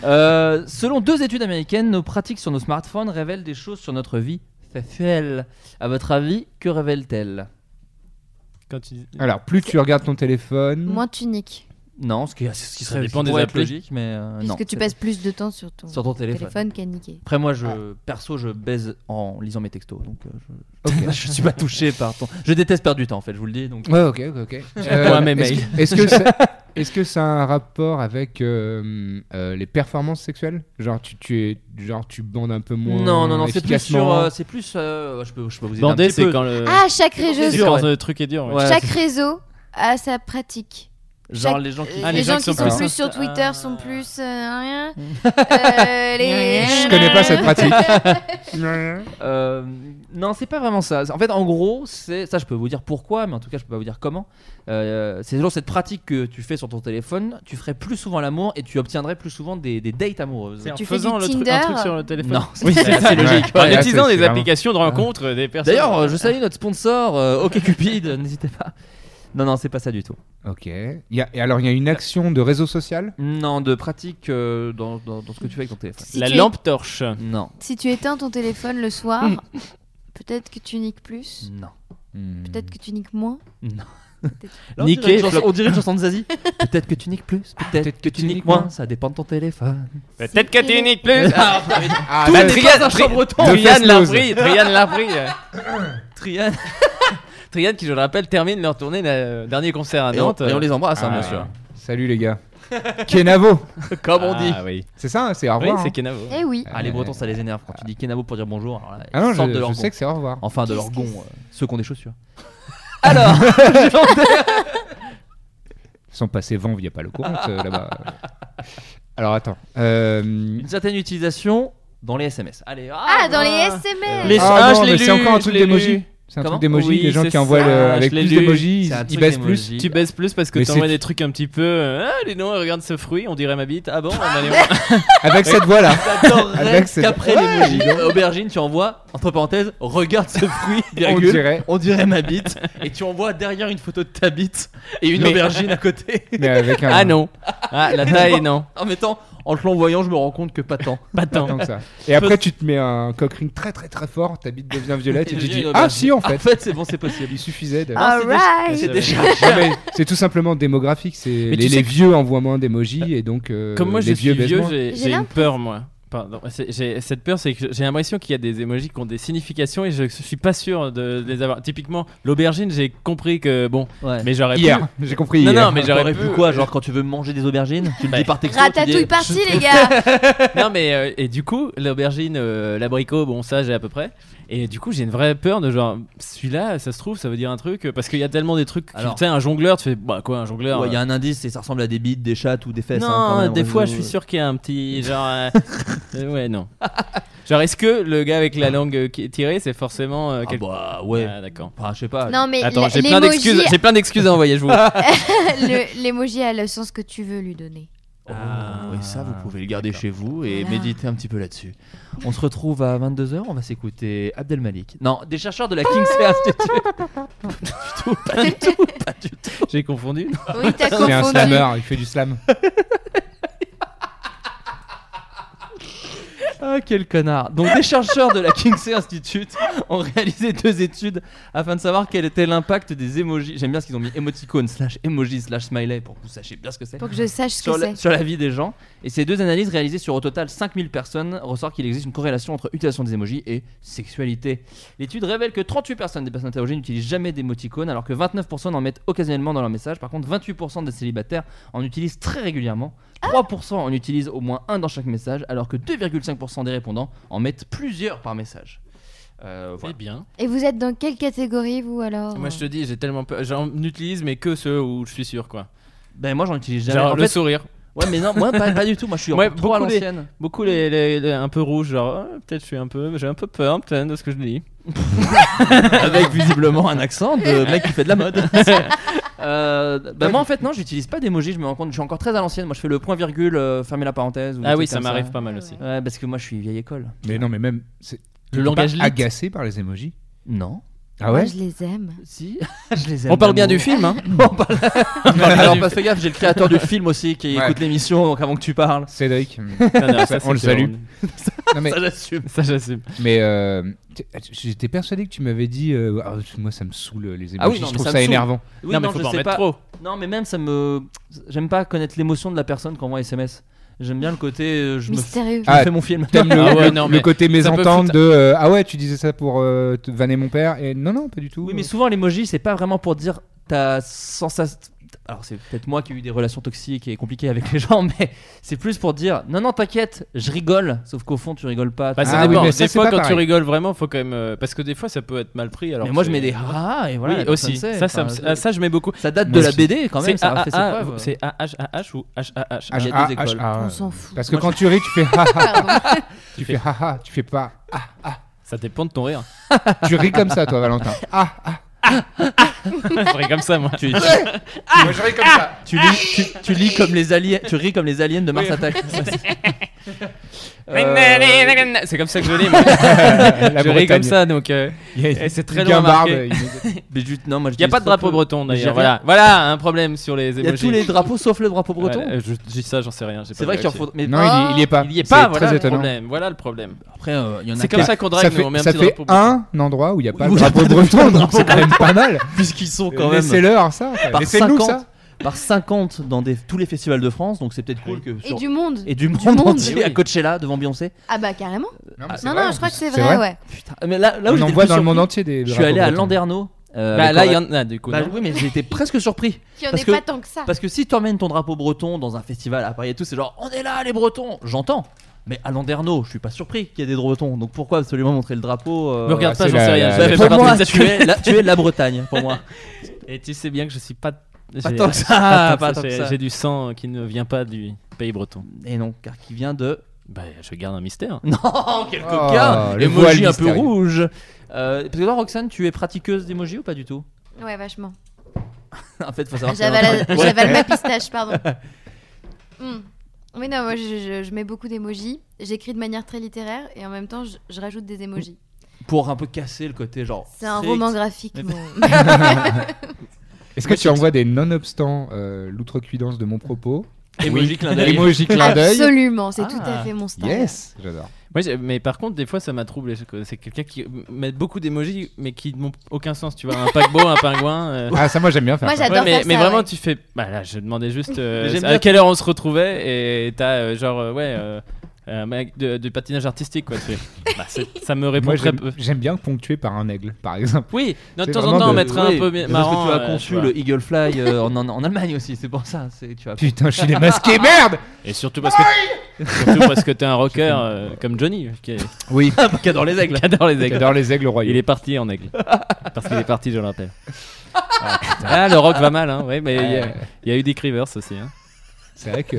H: Euh, Selon deux études américaines, nos pratiques sur nos smartphones révèlent des choses sur notre vie sexuelle. À votre avis, que révèlent-elles
I: Quand tu dis-
J: Alors plus tu regardes ton téléphone,
K: Moins tunique,
H: Non, ce qui, ce qui serait
I: Ça dépend
H: ce qui
I: des
H: pourrait être
I: applis.
H: logique, mais euh, non.
K: puisque tu
H: C'est-
K: passes plus de temps sur ton
H: sur ton téléphone.
K: téléphone qu'à niquer.
H: Après, moi, je,
J: Ah.
H: perso, je baise en lisant mes textos, donc euh, je, je suis pas touché par ton. Je déteste perdre du temps, en fait, je vous le dis. Donc,
J: Ouais, ok, ok, ok. Euh,
I: réponds à mes
J: est-ce
I: mails.
J: que- Est-ce que, ça- est-ce que ça a un rapport avec euh, euh, les performances sexuelles Genre tu, tu es, genre tu bandes un peu moins.
H: non, non, non, c'est plus sur,
J: efficacement
H: euh, c'est plus. euh, je peux, je peux vous aider un
I: Bander,
H: petit peu.
I: c'est quand le.
K: Ah, chaque
I: c'est
H: c'est
K: réseau,
H: dur,
I: quand
H: ouais.
I: le truc est dur. ouais.
H: Ouais,
K: chaque réseau a sa pratique.
H: Genre
K: chaque-
H: les gens qui.
K: Euh,
I: Ah,
K: les gens qui sont,
J: plus-
K: plus sur Twitter
I: Ah.
K: sont plus euh, rien. Euh, les-
J: Je connais pas cette pratique.
H: Euh, non, c'est pas vraiment ça. En fait, en gros, c'est ça. Je peux vous dire pourquoi, mais en tout cas, je peux pas vous dire comment. Euh, c'est toujours cette pratique que tu fais sur ton téléphone. Tu ferais plus souvent l'amour et tu obtiendrais plus souvent des, des dates amoureuses.
I: C'est en
K: Tu fais
I: faisant
K: du
I: le truc, un
K: Tinder
I: truc sur le téléphone.
H: Non,
I: oui,
H: c'est-
I: c'est
H: c'est
I: logique.
J: logique.
I: En
J: Ouais, c'est-
I: utilisant des
J: c'est vraiment-
I: applications de rencontre des personnes.
H: D'ailleurs, euh, je salue notre sponsor euh, OkCupid, n'hésitez pas. Non, non, c'est pas ça du tout.
J: Ok. Il y a- et alors il y a une action de réseau social
H: Non, de pratique euh, dans, dans- dans ce que tu fais avec ton téléphone.
K: Si
I: la
K: tu es-
I: lampe torche.
H: Non,
K: Si tu éteins ton téléphone le soir, peut-être que tu niques plus,
H: non.
K: peut-être que tu niques moins.
H: Là, on
I: Niquer,
H: dirait une chanson-
I: Flop.
H: on dirait une chanson de Zazie. Peut-être que tu niques plus, peut-être que, tu niques moins. ça dépend de ton téléphone.
I: Peut-être que tu niques plus.
H: Ah,
J: Ah,
H: Tout
J: là,
H: n'est pas un chambreton.
J: Le
I: Trian
J: fest
I: l'a
J: nose.
I: pris. Trian l'a pris.
H: Trian.
I: Trian, qui je le rappelle, termine leur tournée, le dernier concert à
H: Et on,
I: Nantes.
H: et on les embrasse, hein,
J: Ah,
H: bien sûr.
J: Salut les gars. Kenavo.
H: Comme on dit.
I: Ah oui,
J: C'est ça, hein, c'est au
I: oui
J: revoir. hein.
I: c'est Kenavo.
K: Eh oui.
H: Ah, les Bretons, ça les énerve quand tu dis Kenavo pour dire bonjour. Alors là,
J: Ah non,
H: ils sortent
J: je,
H: de leur
J: je
H: gond.
J: sais que c'est au revoir.
H: Enfin, de
K: Qu'est-ce
H: leur
K: que
H: gond,
K: c'est
H: euh, ceux qui ont des chaussures. Alors,
J: Ils sont passés vent via pas le courant euh, là-bas. Alors attends. Euh,
H: une certaine utilisation dans les SMS. Allez,
K: Ah, dans les
H: voilà.
K: SMS
I: Les-
J: ah
I: ah,
J: non,
I: je l'ai
J: mais c'est
I: lu,
J: encore un
I: je
J: truc
I: l'ai
J: d'émoji.
I: lu.
J: C'est un
H: Comment
J: truc d'émoji.
I: Oui,
J: Les gens
I: c'est
J: qui envoient
I: ça,
J: le-
I: je
J: avec
I: l'ai
J: plus
I: lu.
J: d'émojis,
H: C'est un
J: ils- ils
H: truc
J: baissent
H: d'émoji.
J: plus.
I: Tu baisses plus parce que
J: Mais
I: t'envoies
J: c'est-
I: des trucs un petit peu. euh, Ah, les noms, regarde ce fruit, on dirait ma bite. Ah bon, on va aller voir.
J: Avec cette voix-là.
H: J'adorerais
J: Avec cette-
H: qu'après
J: Ouais,
H: l'émoji aubergine, tu envoies, entre parenthèses, regarde ce fruit,
J: On
H: virgule,
J: dirait.
H: on dirait ma bite, et tu envoies derrière une photo de ta bite et une
I: Mais-
H: aubergine à côté.
J: Mais avec un.
I: Ah non. Ah, la taille, non.
H: En mettant, en te l'envoyant, je me rends compte que pas tant.
I: Pas tant.
J: tant que ça. Et après, tu te mets un cock ring très très très fort, ta bite devient violette et tu dis Ah si, en
H: En
J: fait.
H: fait, c'est bon, c'est possible.
J: Il suffisait de.
H: Ah, c'est déjà-
K: Alright.
H: C'est déjà.
J: Non, mais c'est tout simplement démographique. C'est les,
I: tu sais
J: les
I: que-
J: vieux envoient moins
H: Bah,
J: d'émojis et donc euh,
I: Comme moi,
J: les
I: je suis
J: vieux baissent
I: vieux,
J: moins.
I: j'ai
K: J'ai
I: j'ai une
K: l'impression-
I: peur, moi. Pardon. C'est- j'ai- Cette peur, c'est que j'ai l'impression qu'il y a des émojis qui ont des significations et je suis pas sûr de les avoir. Typiquement, l'aubergine, j'ai compris que bon,
H: Ouais.
I: mais j'aurais
J: Hier, j'ai compris.
I: pu. Non,
J: hier.
I: non, mais j'aurais pu
H: quoi Genre quand tu veux manger des aubergines, tu le
I: Bah.
H: dis par texto. tu dis-
K: Ratatouille parti les gars.
I: non, mais euh, et du coup, l'aubergine, euh, l'abricot, bon, ça j'ai à peu près. Et du coup, j'ai une vraie peur de genre, celui-là, ça se trouve, ça veut dire un truc. euh, Parce qu'il y a tellement des trucs.
H: Alors-
I: Alors, tu sais, un jongleur, tu fais, bah quoi, un jongleur.
H: Ouais, il y a
I: euh,
H: un indice, c'est ça ressemble à des bites, des chattes ou des fesses.
I: non,
H: hein, quand même,
I: des fois, je
H: euh,
I: suis sûr qu'il y a un petit genre. euh, euh, ouais, non. Genre, est-ce que le gars avec la langue euh, qui est tirée, c'est forcément euh,
H: Ah
I: quel-
H: bah ouais.
I: Ah, d'accord.
H: Enfin, je sais pas.
K: Non mais
I: Attends,
K: l-
I: j'ai plein d'excuses.
K: l'emoji-
I: J'ai plein d'excuses à envoyer. Je vous.
K: le- l'emoji a le sens que tu veux lui donner.
H: Oh,
I: Ah,
H: et ça, vous pouvez le garder chez vous et
K: Voilà.
H: méditer un petit peu là-dessus. On se retrouve à 22h, on va s'écouter Abdel Malik. Non, des chercheurs de la Kingsley Institute. pas du tout, pas du tout, pas du tout.
I: J'ai confondu.
K: Oui t'as
J: C'est un
K: confondu.
J: slammer, il fait du slam.
H: Ah, quel connard. Donc, des chercheurs de la Kingsley Institute ont réalisé deux études afin de savoir quel était l'impact des emojis. J'aime bien ce qu'ils ont mis émoticône slash emoji slash smiley pour que vous sachiez bien ce que c'est.
K: Pour que je sache ce
H: sur,
K: que
H: la,
K: c'est.
H: sur la vie des gens. Et ces deux analyses réalisées sur au total 5000 personnes ressort qu'il existe une corrélation entre utilisation des emojis et sexualité. L'étude révèle que 38 personnes des personnes interrogées n'utilisent jamais d'émoticônes alors que 29% n'en mettent occasionnellement dans leur message. Par contre, 28% des célibataires en utilisent très régulièrement. 3% en utilisent au moins un dans chaque message alors que 2,5% des répondants en mettent plusieurs par message. Euh,
I: Eh
H: voilà.
I: bien.
K: Et vous êtes dans quelle catégorie, vous alors
I: Moi, je te dis, j'ai tellement peur. J'en utilise, mais que ceux où je suis sûr, quoi.
H: Ben moi j'en utilise jamais.
I: Genre
H: En
I: le
H: fait-
I: sourire.
H: ouais mais non, moi pas, pas du tout. Moi je suis
I: Ouais,
H: encore trop à
I: beaucoup les-
H: l'ancienne.
I: Beaucoup les, les- les- un peu rouges, genre ah, peut-être je suis un peu, j'ai un peu peur peut-être de ce que je lis.
H: avec visiblement un accent de mec qui fait de la mode. Euh, bah moi en fait non, j'utilise pas d'emoji, je me rends compte, je suis encore très à l'ancienne. Moi je fais le point virgule, euh, fermer la parenthèse. ou des
I: Ah oui,
H: trucs
I: ça
H: comme
I: m'arrive pas mal aussi.
H: Ouais, parce que moi je suis vieille école.
J: Mais non, mais même. c'est-
I: Le
J: t'es
I: langage
J: pas
I: lit.
J: agacé par les emojis.
H: Non.
J: Ah
K: Moi,
J: ouais
K: je les aime.
H: Si, je les aime.
I: On parle bien du
H: d'amour.
I: film, hein
H: On parle- Alors
I: du-
H: parce que gaffe, j'ai le créateur du film aussi qui
J: Ouais.
H: écoute l'émission donc avant que tu parles.
J: Cédric.
I: Ah Non, non, ça,
J: On
I: c'est
J: le
I: que-
J: salue. Non, mais
H: Ça j'assume.
I: Ça j'assume.
J: mais, euh, t'es- j'étais persuadé que tu m'avais dit. euh, Ah, moi, ça me saoule les emojis.
H: Ah oui, non,
J: je
H: mais
J: trouve
H: ça
J: ça,
H: me saoule.
J: énervant.
H: Oui,
I: non mais
H: non,
I: faut
H: je
I: pas en
H: sais
I: mettre
H: pas.
I: trop.
H: Non, mais même ça me. J'aime pas connaître l'émotion de la personne qui envoie un SMS. J'aime bien le côté. euh, Je me f-
K: Mystérieux.
H: je me
J: Ah,
H: fais mon film.
J: T'aimes le,
I: Ah ouais,
J: le-
I: non,
J: le
I: mais
J: côté
I: ça peut
J: mésentente
I: foutre-
J: de. euh, ah ouais, tu disais ça pour euh, te vanner mon père. Et non, non, pas du tout.
H: Oui, mais souvent l'emoji, c'est pas vraiment pour dire ta sensation. Alors, c'est peut-être moi qui ai eu des relations toxiques et compliquées avec les gens, mais c'est plus pour dire non, non, t'inquiète, je rigole. Sauf qu'au fond, tu rigoles pas.
I: Bah, ça
J: Ah oui,
I: dépend.
J: mais ça,
I: des
J: c'est
I: fois,
J: pas
I: quand tu
J: pareil.
I: rigoles vraiment, faut quand même. euh, parce que des fois, ça peut être mal pris. Alors
H: mais moi,
I: que
H: je mets
I: c'est-
H: des ah et voilà. la
I: oui,
H: personne
I: aussi.
H: sait.
I: Ça, ça, me-
H: Enfin,
I: ah, ça, je mets beaucoup.
H: ça date de
I: Moi,
H: la
I: c'est-
H: BD quand même.
I: C'est
H: Ça a fait ses
I: AAA,
H: preuves.
I: c'est AHAH ou HAH.
J: Ah,
H: j'ai
J: ah,
H: deux
J: ah,
H: écoles.
J: ah,
K: On s'en fout.
J: Parce que quand tu ris, tu fais ha ha.
K: Pardon.
J: Tu fais ha ha. Tu fais pas.
I: Ça dépend de ton rire.
J: Tu ris comme ça, toi, Valentin. Ah,
I: Je ris comme ça, moi. Tu Ah,
J: moi, je ris comme ça.
H: tu lis, tu, tu lis comme les aliens, tu ris comme les aliens de Mars Attack. Euh,
I: C'est comme ça que je l'ai. moi.
J: La
I: Je ris
J: Bretagne.
I: comme ça, donc. euh,
J: Il y a-
H: eh,
I: et c'est très
J: Guillaume
I: loin marqué.
J: Barbe, il-
H: mais du- non, moi, je
I: Il n'y a
H: dis
I: pas de
H: très
I: drapeau
H: peu.
I: breton
H: Mais j'ai
I: d'ailleurs.
H: rien.
I: Voilà. voilà un problème sur les
H: Il y a
I: emojis.
H: tous les drapeaux sauf le drapeau breton.
I: Voilà, je je dis ça, j'en sais rien. j'ai
H: c'est
I: pas
H: vrai qu'il en
I: vérifié.
H: faut. Mais
J: Non, il y- il y est pas.
I: Il n'y est
J: C'est
I: pas,
J: très
I: voilà le
J: étonnant.
I: problème. Voilà le problème.
H: après, euh, il y en a
I: C'est
H: qui-
I: comme ça qu'on drague,
J: ça
I: nous,
J: fait,
I: on met un
J: ça
I: petit
J: fait
I: drapeau pour-
J: un endroit où il n'y a pas
H: Oui,
J: de
H: où il y a
J: drapeau
H: pas de
J: breton, donc
H: drapeau
J: c'est quand même pas mal.
H: puisqu'ils sont quand même
J: Laissez-leur ça. quoi.
H: par
J: Laissez-nous
H: 50
J: ça.
H: par 50 dans des- tous les festivals de France, donc c'est peut-être cool que
K: Et
H: sur-
K: du monde.
H: et du monde,
K: monde.
H: entier
K: Oui.
H: à Coachella devant Beyoncé.
K: Ah bah carrément.
J: Non,
K: Non, non, je crois que c'est vrai, ouais.
H: Putain,
I: Ah,
H: mais là, là où
J: On en
H: j'étais
J: voit
H: le plus
J: dans le monde
H: surpris,
J: entier des.
H: Je suis allé
J: drapeaux
H: à
J: bretons.
H: Landerneau. euh,
I: Bah,
H: avec
I: là,
H: un-
I: il y en a du coup.
H: Bah,
I: non
H: oui, mais j'étais presque surpris.
K: Qu'il y en
H: Parce
K: ait
H: que-
K: pas tant que ça.
H: Parce que si t'emmènes ton drapeau breton dans un festival à Paris et tout, c'est genre on est là les Bretons, j'entends. Mais à Landerneau, je suis pas surpris qu'il y ait des Bretons. Donc pourquoi absolument montrer le drapeau euh,
I: Me regarde
J: c'est
I: pas, j'en
J: la-
I: sais rien.
J: la-
I: ça
J: la-
I: fait
H: Pour
I: pas
H: moi,
I: partie de
H: tu
I: cette-
H: es, la, tu es la Bretagne pour moi.
I: Et tu sais bien que je suis pas.
H: Pas
I: j'ai-
H: tant que ça, pas tant que
I: j'ai-
H: ça.
I: J'ai du sang qui ne vient pas du pays breton.
H: Et non, car qui vient de
I: Bah, je garde un mystère.
H: non quel
J: Oh,
H: coquin,
J: le
H: emoji
J: voile
H: un peu
J: mystérieux.
H: rouge. Euh, parce que toi, Roxane, tu es pratiqueuse d'emoji ou pas du tout
K: Ouais, vachement.
H: En fait, faut savoir. qu'il y a un
K: J'avale
H: truc.
K: j'avale ma pistache, pardon. Hmm. Oui, non, moi je, je- je mets beaucoup d'émojis. J'écris de manière très littéraire et en même temps je, je rajoute des émojis.
H: Pour un peu casser le côté genre.
K: C'est un
H: sexe.
K: roman graphique.
H: Mais-
K: mon-
J: Est-ce que tu envoies des nonobstant euh, l'outrecuidance de mon propos
H: Emoji clin d'œil.
J: Emoji clin d'œil.
K: Absolument, c'est
H: Ah,
K: tout à fait mon style.
J: Yes, j'adore.
I: Moi, j'ai- mais par contre, des fois, ça m'a troublé. C'est que- C'est quelqu'un qui met beaucoup d'émojis, mais qui n'ont aucun sens. Tu vois, un paqueau, un pingouin. euh.
J: Ah, ça, moi, j'aime bien faire
K: Moi,
J: ça.
K: j'adore
I: Ouais, mais,
K: faire
I: mais
K: ça,
I: vraiment,
K: ouais.
I: tu fais. Bah là, je demandais juste euh,
H: Mais j'aime
I: à
H: bien-
I: quelle heure on se retrouvait, et t'as euh, genre, euh, ouais, euh, un mec de, de patinage artistique, quoi. tu fais. Bah, c'est- ça me répond
J: Moi,
I: très
J: j'aime-
I: peu.
J: j'aime bien ponctuer par un aigle, par exemple.
I: Oui, non, de
J: C'est
I: temps en
J: vraiment
I: temps,
J: de-
I: mettre un
H: Oui,
I: peu mi-
H: Parce
I: marrant.
H: que tu
I: euh,
H: as conçu
I: vois.
H: le Eagle Fly euh, en, en- en Allemagne aussi, c'est pour ça. c'est- Tu as...
J: Putain, je suis démasqué, merde
I: Et surtout parce que. surtout parce que t'es un rocker euh, comme Johnny, qui, est-
J: Oui,
H: Qui adore les aigles.
I: qui adore les aigles.
J: j'adore les aigles royaux.
I: Il est parti en aigle. Parce qu'il est parti, je le rappelle. Ah, le rock va mal, hein. Ouais, mais il y a-
J: Ouais.
I: il y, a eu des Creevers aussi. hein.
J: C'est vrai que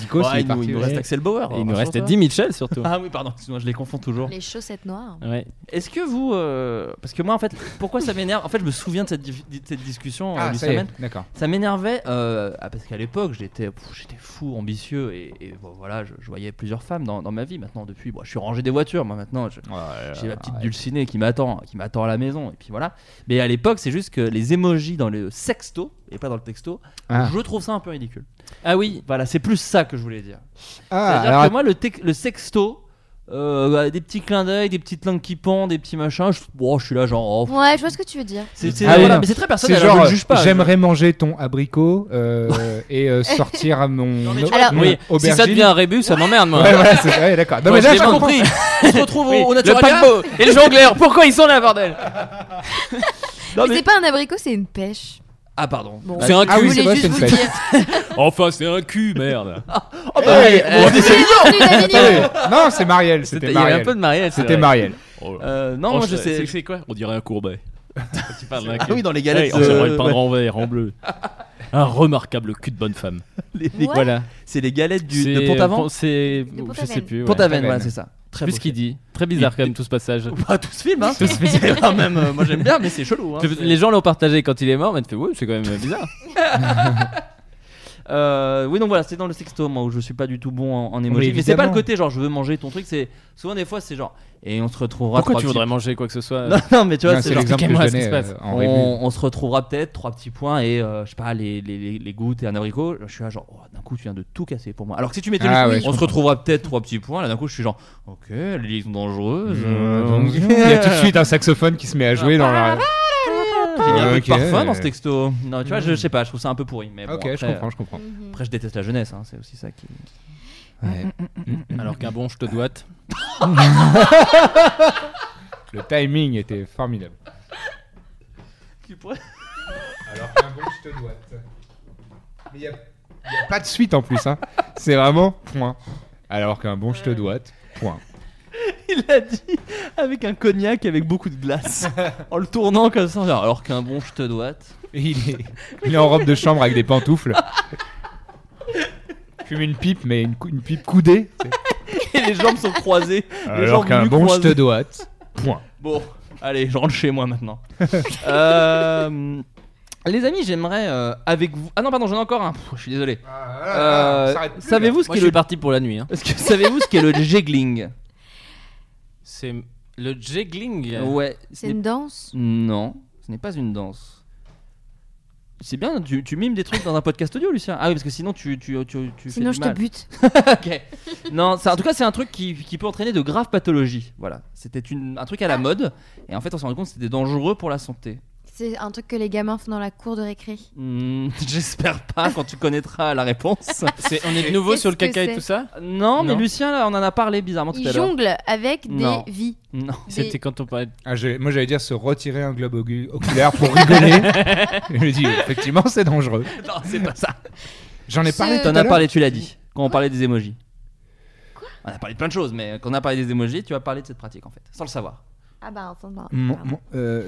J: Dico,
H: Ouais,
J: c'est
H: il, nous, il
J: parti.
H: nous reste Axel Bauer.
I: Et il nous
H: rassure-toi.
I: restait 10 Mitchell surtout.
H: Ah oui, pardon, sinon je les confonds toujours.
K: Les chaussettes noires.
I: Ouais.
H: Est-ce que vous. euh, Parce que moi, en fait, pourquoi ça m'énerve En fait, je me souviens de cette, dif- de cette discussion euh,
J: Ah,
H: du
J: ça y est,
H: semaine.
J: d'accord.
H: Ça m'énervait euh, ah, parce qu'à l'époque j'étais pff, j'étais fou, ambitieux et, et bon, voilà, je, je voyais plusieurs femmes dans, dans ma vie. Maintenant, depuis, bon, je suis rangé des voitures. Moi, maintenant, je- j'ai ma petite dulcinée qui m'attend, qui m'attend à la maison. Et puis voilà. Mais à l'époque, c'est juste que les émojis dans le sexto et pas dans le texto,
J: Ah.
H: je trouve ça un peu ridicule.
I: Ah oui.
H: Voilà, c'est plus ça que je voulais dire.
J: Ah,
H: C'est-à-dire
J: alors
H: que moi, le, tec- le sexto, euh, bah, des petits clins d'œil, des petites langues qui pendent, des petits machins, je, bon, je suis là genre. oh,
K: Ouais, je vois ce que tu veux dire.
H: c'est, c'est-
J: Ah oui,
H: voilà,
J: non.
H: mais c'est très
J: C'est
H: personnel, alors
J: genre,
H: je le juge pas.
J: j'aimerais manger ton abricot euh, et euh, sortir mon,
H: mais tu
K: Alors-
J: mon
I: oui. Si ça
J: aubergine.
I: devient un rébus, ça m'emmerde moi.
J: Ouais, voilà, c'est ouais, d'accord. Non,
I: Moi,
J: Ah, bah, mais
I: je
J: là,
I: l'ai
J: je
I: pas
J: comprends.
I: compris.
H: On se retrouve
I: Oui,
H: au, au
I: le
H: Naturalia.
I: paquebot et le jongleur, pourquoi ils sont là, bordel
H: Non,
K: Mais
H: mais-
K: c'est pas un abricot, c'est une pêche.
H: Ah, pardon.
K: Bon.
I: C'est un
J: Ah
K: Je
J: oui,
I: cul.
J: c'est
K: voulais
J: vrai, c'est
K: juste
J: une
K: vous
J: fête.
K: dire.
I: Enfin, c'est un cul, merde. euh,
H: Oh, bah,
J: Eh,
H: oui,
J: eh,
H: on dit-
K: Bienvenue, Damien.
J: Attendez. Non, c'est Marielle,
I: C'était-
J: c'était
I: Il y avait un
J: Marielle.
I: peu de mariage.
J: C'était Marielle.
I: Oh
H: Euh, non, moi je sais.
I: C'est quoi On dirait un courbet. Quand tu parles d'un
H: Ah oui, dans les
I: Hey,
H: galettes.
I: on dirait le
H: euh,
I: peindre en vert, en bleu. Un remarquable cul de bonne femme.
H: les- les-
K: Ouais.
I: Voilà.
H: C'est les galettes du,
I: C'est-
H: de Pont-Avant.
I: C'est.
K: De
I: Je sais
K: Pont-Aven.
I: plus. ouais.
H: Pont-Aven, voilà,
J: Pont-Aven.
H: c'est ça. Très
I: Plus
H: beau,
I: ce qu'il dit. Très bizarre quand même tout ce passage.
H: Pas tout ce film, hein. C'est quand même, euh, moi j'aime bien, mais c'est chelou. hein.
I: Que- Les gens l'ont partagé quand il est mort, mais tu fais ouais, c'est quand même bizarre.
H: Euh, oui, donc voilà, c'est dans le sexto, moi, où je suis pas du tout bon en, en emoji.
J: Oui,
H: mais c'est pas le
J: évidemment.
H: côté genre je veux manger ton truc. C'est souvent des fois c'est genre et on se retrouvera.
I: Pourquoi
H: trois
I: tu
H: petits-
I: voudrais manger quoi que ce soit
H: Non, non, mais tu vois,
J: Non,
H: c'est
J: c'est
H: genre,
J: l'exemple que
I: expliquez-moi
J: je
I: ce qui se
J: donnais
I: passe.
J: euh, en
H: on,
J: revue.
H: on se retrouvera peut-être trois petits points et euh, je sais pas les, les, les, les gouttes et un abricot. Je suis là genre oh, d'un coup tu viens de tout casser pour moi. Alors que si tu mettais
J: Ah
H: le-
J: ouais, je
H: on se
J: comprends.
H: retrouvera peut-être trois petits points. Là d'un coup je suis genre ok les lits sont
J: Mmh,
H: dangereuses. euh,
J: Il y a tout de suite un saxophone qui se met à jouer dans la.
I: Ah,
H: J'ai mis un peu de
J: Ok.
H: parfum dans ce texto. Non, tu vois,
I: Hmm.
H: je sais pas, je trouve ça un peu pourri. Mais bon,
J: Ok,
H: après, euh,
J: je comprends, je comprends.
K: Mhm.
H: Après, je déteste la jeunesse, hein, c'est aussi ça qui.
J: Mmh,
I: Alors qu'un bon je te doite.
J: Le timing était formidable. Alors qu'un bon, je te doite. Mais il n'y a, y a pas de suite en plus, hein. C'est vraiment point. Alors qu'un bon, je te doite, point.
H: Il l'a dit avec un cognac avec beaucoup de glace. en le tournant comme ça, genre, alors qu'un bon je te doite.
J: Et il est, il est en robe de chambre avec des pantoufles. Fume une pipe, mais une, cou- une pipe coudée.
H: Et les jambes sont croisées. Les
J: Alors
H: jambes
J: qu'un
H: nues
J: bon, je te
H: croisées.
J: doite, point.
H: Bon, allez, je rentre chez moi maintenant. Euh, Les amis, j'aimerais euh, avec vous. Ah non, pardon, j'en ai encore un. Pff, je suis désolé. Euh, savez-vous ce
I: Moi
H: qu'est
I: je suis
H: le
I: parti pour la nuit. hein.
H: Est-ce que savez-vous ce qu'est le jiggling
I: C'est le jiggling.
H: Ouais.
K: C'est une danse
H: Non, ce n'est pas une danse. C'est bien, tu, tu mimes des trucs dans un podcast audio, Lucien. Ah oui, parce que sinon tu, tu, tu, tu fais
K: Sinon,
H: du
K: je
H: mal.
K: te bute.
H: Ok. Non, c'est- en tout cas, c'est un truc qui, qui peut entraîner de graves pathologies. Voilà. C'était une- un truc
K: Ah.
H: à la mode. Et en fait, on s'est rendu compte que c'était dangereux pour la santé.
K: C'est un truc que les gamins font dans la cour de récré.
H: Hmm, J'espère pas quand tu connaîtras la réponse.
I: C'est- On est de nouveau
K: Qu'est-ce
I: sur le
K: que
I: caca et
K: c'est
I: tout ça
H: Non, mais
I: Non.
H: Lucien, là, on en a parlé bizarrement tout
K: Ils
H: à l'heure.
K: jonglent avec
H: Non.
K: des vies.
H: Non.
I: C'était quand on parlait. de-
J: Ah, je- moi j'allais dire se retirer un globe ocu- oculaire pour rigoler. je me dis effectivement c'est dangereux.
H: non, c'est pas ça.
J: J'en ai
K: Ce-
J: parlé tout
H: T'en
J: à
H: as
J: l'heure.
H: parlé, tu l'as dit. Quand on parlait des emojis. on a parlé de plein de choses, mais quand on a parlé des emojis, tu as parlé de cette pratique en fait, sans le savoir.
K: Ah bah, enfin, bah,
J: Mon-
K: pardon.
J: mon- euh,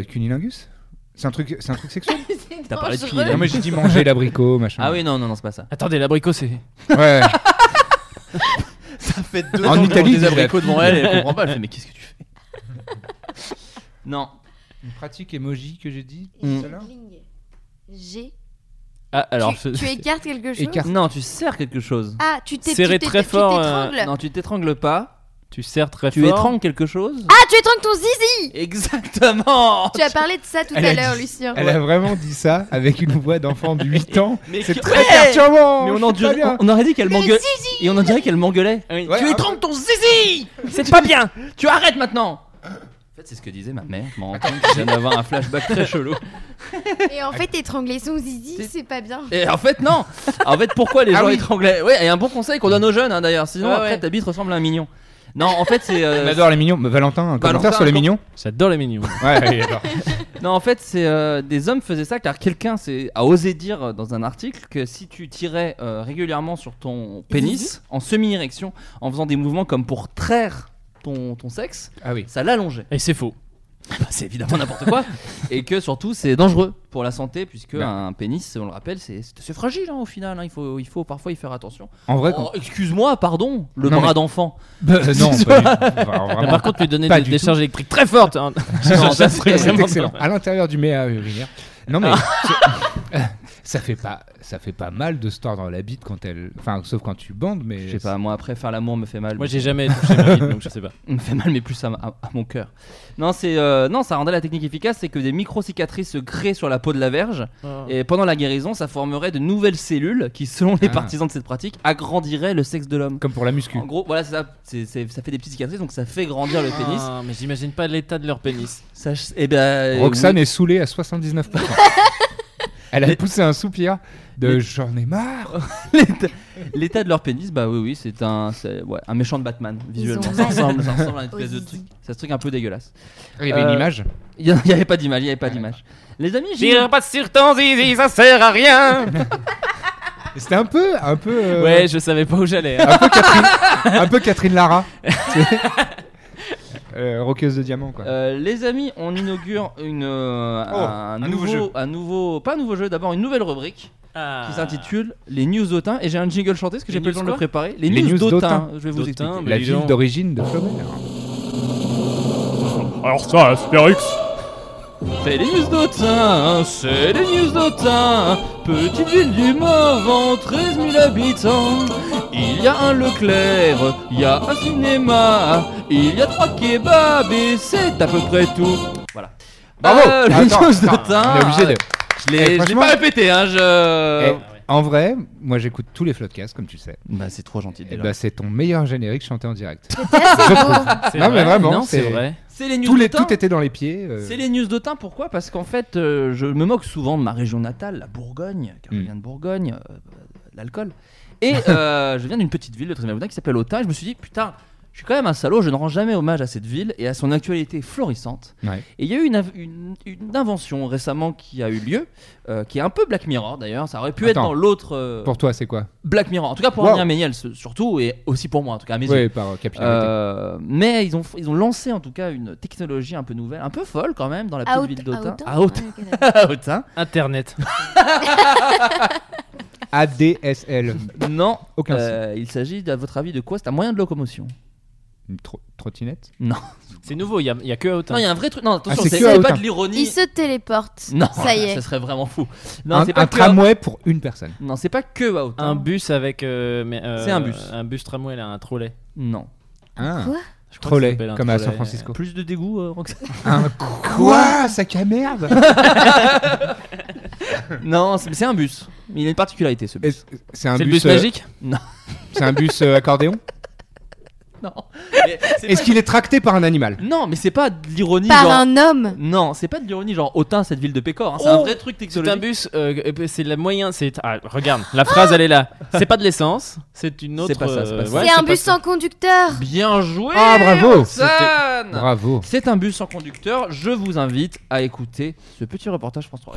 J: euh, cunilingus C'est un truc, c'est un truc sexuel
K: C'est
J: Oh,
H: T'as parlé de
K: dangereux.
H: filles,
J: Non mais j'ai dit manger l'abricot machin.
H: Ah oui, non, non, non, c'est pas ça.
I: Attendez, l'abricot c'est.
J: Ouais.
H: Ça fait deux
J: En ans que je Italie, mange des
H: des
J: je dirais.
H: abricots
J: abricots
H: devant elle, elle comprend pas, elle fait mais qu'est-ce que tu fais Non.
J: Une pratique emoji que j'ai dit.
H: Mm.
J: tout à l'heure
K: Jiggling. G.
I: Ah alors.
K: tu,
I: je-
K: tu écartes quelque chose
J: Écarte.
H: Non, tu serres quelque chose.
K: Ah, tu t'é- tu
I: Serrer
K: t'é-
I: très
K: tu
I: fort, euh,
K: t'étrangles.
H: Non, tu t'étrangles pas,
I: Tu serres très
H: tu
I: fort.
H: étrangles quelque chose.
K: Ah, tu étrangles ton zizi
H: Exactement
K: Tu as parlé de ça tout
J: Elle
K: à
J: a
K: l'heure,
J: dit-
K: Lucien.
J: Elle a vraiment dit ça avec une voix d'enfant de 8 ans.
H: Mais
J: C'est
H: qui-
J: très
H: Ouais
J: perturbant.
H: Mais on,
J: je
H: en
J: suis pas
H: dirait-
J: bien.
H: on aurait dit qu'elle
K: Le
H: m'engueulait.
K: zizi
H: Et on en dirait qu'elle m'engueulait.
J: Ouais,
H: tu
J: ah
H: étrangles ton zizi C'est pas bien Tu arrêtes maintenant En fait, c'est ce que disait ma mère. Je m'en rends compte que je viens d'avoir un flashback très chelou.
K: Et en fait, étrangler son zizi,
H: C'est-
K: c'est pas bien.
H: Et en fait, non En fait, pourquoi les
J: Ah
H: gens
J: oui.
H: étranglaient Ouais, et un bon conseil qu'on donne aux jeunes, hein, d'ailleurs. Sinon,
I: Ouais,
H: après,
I: ouais.
H: ta bite ressemble à un mignon. Non, en fait, c'est. euh,
J: On adore les mignons. Mais Valentin, un
H: Valentin,
J: commentaire sur les
H: un com-
J: mignons
I: J'adore les mignons.
J: Ouais, il adore.
H: non, en fait, c'est. euh, des hommes faisaient ça car quelqu'un s'est- a osé dire euh, dans un article que si tu tirais euh, régulièrement sur ton pénis, en semi-érection, en faisant des mouvements comme pour traire ton, ton sexe,
J: Ah oui.
H: ça l'allongeait.
I: Et c'est faux.
H: Bah, c'est évidemment n'importe quoi. Et que surtout, c'est dangereux pour la santé puisque
J: Bah.
H: un pénis, on le rappelle, c'est c'est fragile hein, au final. hein. Il, faut, il faut parfois y faire attention.
J: En vrai,
H: Oh,
J: quand...
H: excuse-moi, pardon, le
J: Non,
H: bras
J: mais-
H: d'enfant.
J: Bah, non,
H: C'est
J: pas du tout. Enfin, vraiment.
I: Par contre, lui donner
J: Pas
I: des
J: du
I: décharges électriques très fortes. hein.
H: Non, ça,
I: serait
H: c'est-
J: C'est
I: vraiment- Ah.
J: excellent. À l'intérieur du méa urinaire. Non mais c'est- ça fait pas ça fait pas mal de se tordre la bite quand elle enfin sauf quand tu bandes mais
H: Je sais pas, moi après faire l'amour me fait mal.
I: Moi j'ai jamais touché ma bite, donc je sais pas.
H: me fait mal, mais plus à, ma- à- à mon cœur. Non, c'est euh, non, ça rendait la technique efficace, c'est que des micro-cicatrices se créent sur la peau de la verge,
I: Ah.
H: et pendant la guérison, ça formerait de nouvelles cellules qui, selon les
J: Ah.
H: partisans de cette pratique, agrandiraient le sexe de l'homme.
J: comme pour la muscu.
H: En gros, voilà, c'est ça, c'est- c'est- ça fait des petites cicatrices, donc ça fait grandir le pénis.
I: Ah, mais j'imagine pas l'état de leur pénis.
H: Ça, et
I: Euh,
H: ben,
J: Roxane
H: oui.
J: est saoulée à 79%. elle a poussé un soupir de j'en ai marre.
H: L'état- l'état de leur pénis, bah oui, oui, c'est un, c'est- ouais, un méchant de Batman visuellement.
K: ont
H: Ça
K: mal.
H: ressemble, ça ressemble à une
K: Aux
H: espèce de
K: zizi.
H: truc, c'est ce truc un peu dégueulasse.
J: Ah, Il y avait
H: Euh,
J: une image.
H: Il y a- il y avait pas d'image, il y avait pas d'image. Les amis, j'ai
I: pas sur ton zizi, ça sert à rien.
J: C'était un peu un peu euh,
I: Ouais, je savais pas où j'allais. hein.
J: un peu Catherine un peu Catherine Lara. Tu sais. euh, roqueuse de diamant, quoi.
H: Euh, les amis, on inaugure une, euh,
J: Oh,
H: un,
J: un nouveau
H: nouveau, un nouveau, pas un nouveau jeu, d'abord une nouvelle rubrique qui s'intitule les news d'Autun. Et j'ai un jingle chanté parce que
I: Ah. Les
H: j'ai pas eu le temps
I: news
H: de le
I: quoi
H: préparer. Les,
J: Les
H: news,
J: news
H: d'Autun,
J: d'Autun.
H: Je vais vous
I: D'Autun,
H: expliquer. Oh.
I: mais
J: La
I: dis
J: ville
I: donc.
J: d'origine de
I: Euh,
J: Flaubert.
H: C'est les news d'Autun, c'est les news d'Autun. Petite ville du Morvan, 13 000 habitants. Il y a un Leclerc, il y a un cinéma, il y a trois kebabs et c'est à peu près tout. Voilà.
J: Bravo.
H: Euh, les
J: Attends,
H: news
J: attends,
H: d'Autun.
J: on est obligé de-
H: Je l'ai
J: Eh,
H: je l'ai
J: franchement-
H: pas répété, hein, je.
J: Eh, En vrai, moi j'écoute tous les podcasts, comme tu le sais.
H: Bah, c'est trop gentil
J: Et
H: déjà.
J: bah, c'est ton meilleur générique chanté en direct.
I: C'est
J: Non, mais
I: vrai
J: vraiment,
I: Non, c'est
J: c'est-
I: vrai.
H: c'est les news
J: Tous les,
H: d'Autun.
J: tout était dans les pieds. euh,
H: C'est les news d'Autun, pourquoi Parce qu'en fait, euh, je me moque souvent de ma région natale, la Bourgogne, car je
J: Mm.
H: viens de Bourgogne, euh, l'alcool. Et euh, je viens d'une petite ville de Trémévaudan qui s'appelle Autun, et je me suis dit, putain, je suis quand même un salaud, je ne rends jamais hommage à cette ville et à son actualité florissante.
J: Ouais.
H: Et il y a eu une, av- une- une invention récemment qui a eu lieu, euh, qui est un peu Black Mirror d'ailleurs, ça aurait pu être
J: Attends.
H: dans l'autre euh,
J: Pour toi, c'est quoi
H: Black Mirror, en tout cas pour
J: Wow.
H: Adrien Méniel ce- surtout, et aussi pour moi, en tout cas à mes yeux.
J: Oui, par euh, capillarité.
H: Euh, mais ils ont, ils ont lancé en tout cas une technologie un peu nouvelle, un peu folle quand même dans la petite
K: Out-
H: ville d'Autun.
K: Out-
H: À Autun.
K: Ouais, ok, d'accord.
H: À Autun.
I: Internet.
J: ADSL.
H: Non.
J: Aucun
H: euh, il s'agit, à votre avis, de quoi C'est un moyen de locomotion.
J: Une tro- trottinette
I: C'est nouveau, il n'y a, il y a que Autun.
H: Non, il y a un vrai truc. Non, attention,
J: Ah, c'est
H: c'est
J: que à
H: c'est pas
J: Autun.
H: de
K: Il
H: l'ironie.
K: se téléporte.
H: Non,
K: Ça y est.
H: ce serait vraiment euh, fou. Non,
J: Un
H: c'est pas
J: un
H: que.
J: tramway pour une personne.
H: Non, c'est pas que à Autun.
I: Un bus avec. euh, mais, euh,
H: C'est un bus.
I: Un bus tramway, là, un trolley.
H: Non.
J: Ah.
K: Quoi
I: Je crois que ça
J: Trolley,
I: s'appelle un
J: comme à
I: trolley.
J: San Francisco.
H: Plus de dégoût, euh, Roxane
J: Un quoi Sac à merde
H: Non, c'est c'est un bus. Mais Il a une particularité ce bus.
J: Est-ce- C'est un
I: C'est
J: bus,
I: le bus
J: euh,
I: magique
J: C'est un bus euh, accordéon
H: Non. Mais c'est
J: Est-ce
H: pas-
J: qu'il est tracté par un animal
H: Non, mais c'est pas de l'ironie.
K: Par
H: genre-
K: un homme.
H: Non, c'est pas de l'ironie, genre Autun, cette ville de Pécor. hein, C'est un
I: Oh,
H: vrai truc
I: C'est un
H: technologique.
I: bus, euh, euh, c'est le moyen. c'est- ah, regarde, la phrase elle est là. C'est pas de l'essence, c'est une autre. euh,
H: C'est pas ça, c'est pas ça.
I: ouais,
K: c'est un
I: pas
K: bus
I: ça.
K: sans conducteur.
H: Bien joué
J: Ah, bravo.
H: Roxane
J: Bravo.
H: C'est un bus sans conducteur. Je vous invite à écouter ce petit reportage France 3.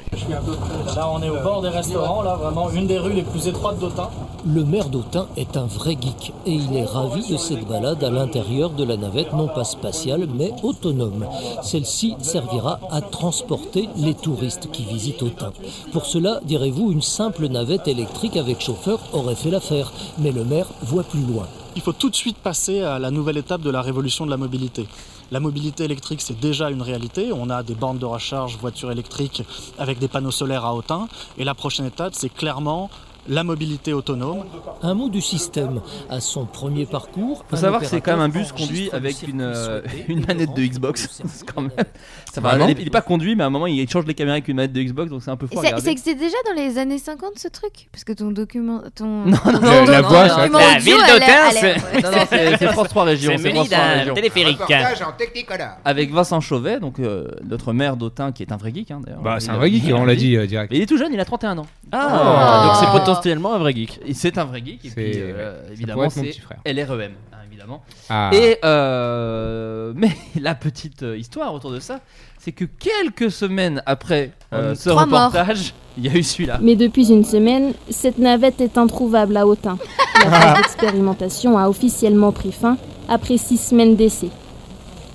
C: Là, on est au bord des restaurants, là, vraiment une des rues les plus étroites d'Autun.
D: Le maire d'Autun est un vrai geek et il est ravi de cette balade à l'intérieur de la navette non pas spatiale mais autonome. Celle-ci servira à transporter les touristes qui visitent Autun. Pour cela, direz-vous, une simple navette électrique avec chauffeur aurait fait l'affaire, mais le maire voit plus loin.
C: Il faut tout de suite passer à la nouvelle étape de la révolution de la mobilité. La mobilité électrique, c'est déjà une réalité. On a des bornes de recharge, voitures électriques avec des panneaux solaires à Autun. Et la prochaine étape, c'est clairement la mobilité autonome.
D: Un mot du système. À son premier parcours,
H: Faut
D: un
H: savoir que c'est quand même un bus
D: opérateur
H: conduit
D: enregistre le
H: avec
D: circuit
H: une, euh,
D: souhaité
H: une
D: et
H: manette de
D: rentre
H: Xbox.
D: au circuit
H: C'est quand même.
D: de la
H: Ça va,
J: Vraiment
H: il, est, il est pas conduit, mais à un moment il change les caméras avec une manette de Xbox, donc c'est un peu
K: Et
H: fort.
K: ça- ça existait déjà dans les années 50 ce truc Parce que ton document. Ton...
H: non,
J: La- la voix, ça-
K: document
I: La
K: audio, elle
I: ville
K: a-
I: d'Autun,
K: elle a- ouais.
H: Non, non, c'est c'est France 3 Régions. C'est France 3 Régions.
I: téléphérique.
L: hein.
J: en technicolor.
H: Avec Vincent Chauvet, donc euh, notre maire d'Autun, qui est un vrai geek hein, d'ailleurs.
J: Bah, c'est
H: Il
J: un
H: a-
J: vrai geek,
H: il a
J: on
H: un
J: l'a
H: geek.
J: dit euh, direct.
H: Mais il est tout jeune, il a 31 ans.
I: Ah,
K: Oh.
I: donc c'est potentiellement un vrai geek.
H: Et C'est un vrai geek, et puis
J: C'est-
H: euh,
J: pourrait
H: évidemment,
J: être mon
H: c'est
J: petit frère.
H: LREM, hein, évidemment.
J: Ah.
H: Et euh, mais la petite euh, histoire autour de ça, c'est que quelques semaines après euh, ce
K: Trois morts.
H: reportage, il y a eu celui-là.
G: Mais depuis une semaine, cette navette est introuvable à Autun. La phase d'expérimentation a officiellement pris fin après six semaines d'essai.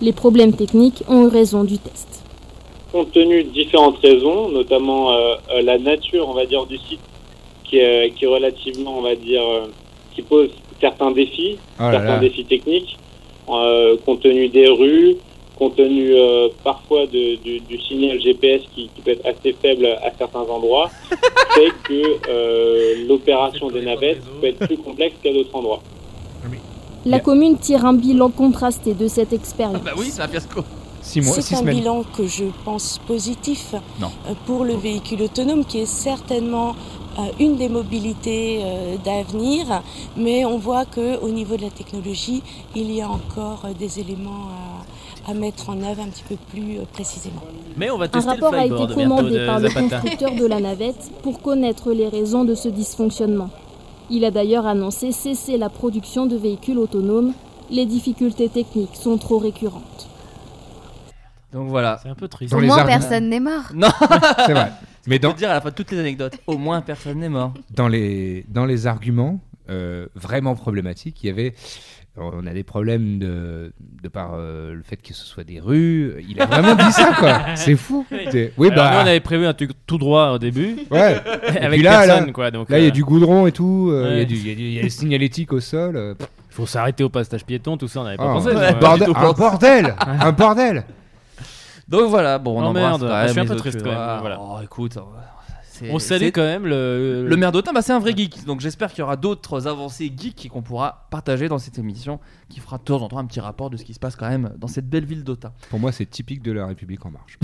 G: Les problèmes techniques ont eu raison du test.
C: Compte tenu de différentes raisons, notamment euh, la nature, on va dire, du site, qui est, relativement, on va dire, euh, qui pose certains défis,
J: Oh là
C: certains
J: là.
C: défis techniques, euh, compte tenu des rues, compte tenu euh, parfois de- du, du signal GPS qui, qui peut être assez faible à certains endroits, fait que euh, l'opération des navettes peut être plus complexe qu'à d'autres endroits.
G: La commune tire un bilan contrasté de cette expérience.
I: Ah,
H: Bah oui, c'est un fiasco.
J: Six mois, six semaines.
G: que je pense positif euh,
H: Non.
G: pour le véhicule autonome, qui est certainement euh, une des mobilités euh, d'avenir, mais on voit qu'au niveau de la technologie, il y a encore euh, des éléments à, mettre en œuvre un petit peu plus euh, précisément.
I: Mais on va
G: Un
I: tester
G: rapport
I: le
G: a été
I: flyboard bientôt
G: commandé
I: de
G: par le
I: Zapata.
G: constructeur de la navette pour connaître les raisons de ce dysfonctionnement. Il a d'ailleurs annoncé cesser la production de véhicules autonomes. Les difficultés techniques sont trop récurrentes.
H: Donc voilà.
I: C'est un peu triste.
J: Dans
K: Au
J: les
K: moins
J: arbres.
K: personne n'est mort.
H: Non,
J: C'est vrai. Mais
H: je peux
J: dans,
H: te dire à la fin de toutes les anecdotes, au moins personne n'est mort.
J: dans, les, dans les arguments, euh, vraiment problématiques. Il y avait. On a des problèmes de, de par euh, le fait que ce soit des rues. Il a vraiment dit ça, quoi. C'est fou. C'est- Oui,
I: Alors,
J: bah.
I: nous, on avait prévu un truc tout droit au début.
J: Ouais. Et
I: Avec
J: puis là,
I: personne,
J: là,
I: quoi. Donc,
J: là, il y
I: euh,
J: a du goudron et tout. euh, Il y a
I: ouais.
J: du- il y a du- il y a des signalétiques au sol. euh, pff.
I: Il faut s'arrêter au passage piéton, tout ça,
H: Eh
I: on n'avait
H: ben,
I: pas
J: Ah,
I: pensé. euh,
J: un
I: nous, on avait
J: bordel-
I: du tout
J: un
I: pensé.
J: bordel, un bordel.
H: Donc voilà, bon, on
I: Oh,
H: embrasse
I: merde,
H: quand même
I: je suis un
H: les
I: peu
H: autres,
I: triste,
H: tu
I: quand même,
H: vois.
I: voilà.
H: Oh, écoute, oh, c'est-
I: On salue
H: c'est-
I: quand même le-
H: le maire d'Autun. Bah, c'est un vrai geek, donc j'espère qu'il y aura d'autres avancées geeks qu'on pourra partager dans cette émission, qui fera de temps en temps un petit rapport de ce qui se passe quand même dans cette belle ville d'Autun.
J: Pour moi, c'est typique de la République en marche.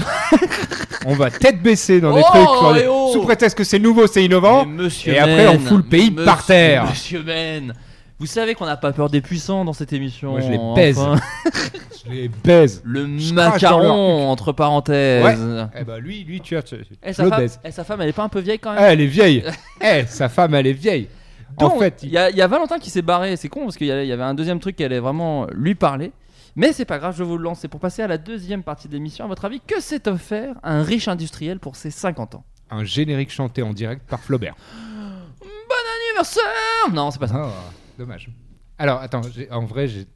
J: on va tête baissée dans des
H: Oh,
J: trucs sur
H: eh
J: les-
H: oh
J: sous prétexte que c'est nouveau, c'est innovant.
H: Mais monsieur
J: et après, on
H: Men,
J: fout le pays
H: monsieur-
J: par terre.
H: Monsieur Men, vous savez qu'on n'a pas peur des puissants dans cette émission.
J: Moi, je les pèse.
H: enfin.
J: Je les pèse.
H: Le
J: Je crache dans leur
H: macaron, entre parenthèses.
J: Ouais. Eh bah lui, lui, tu as. tu-
H: Eh,
J: je
H: sa
J: le
H: femme,
J: baise.
H: eh, sa femme, elle est pas un peu vieille quand même
J: Ah, elle est vieille. Eh, sa femme, elle est vieille.
H: Donc,
J: en fait,
H: il y, a- il y a Valentin qui s'est barré, c'est con parce qu'il y a- il y avait un deuxième truc qui allait vraiment lui parler. Mais c'est pas grave, je vous le lance. C'est pour passer à la deuxième partie de l'émission. À votre avis, que s'est offert un riche industriel pour ses 50 ans
J: un générique chanté en direct par Flaubert.
H: Anniversaire Non, c'est pas ça.
J: Ah, dommage. Alors, attends, j'ai- en vrai, j'ai.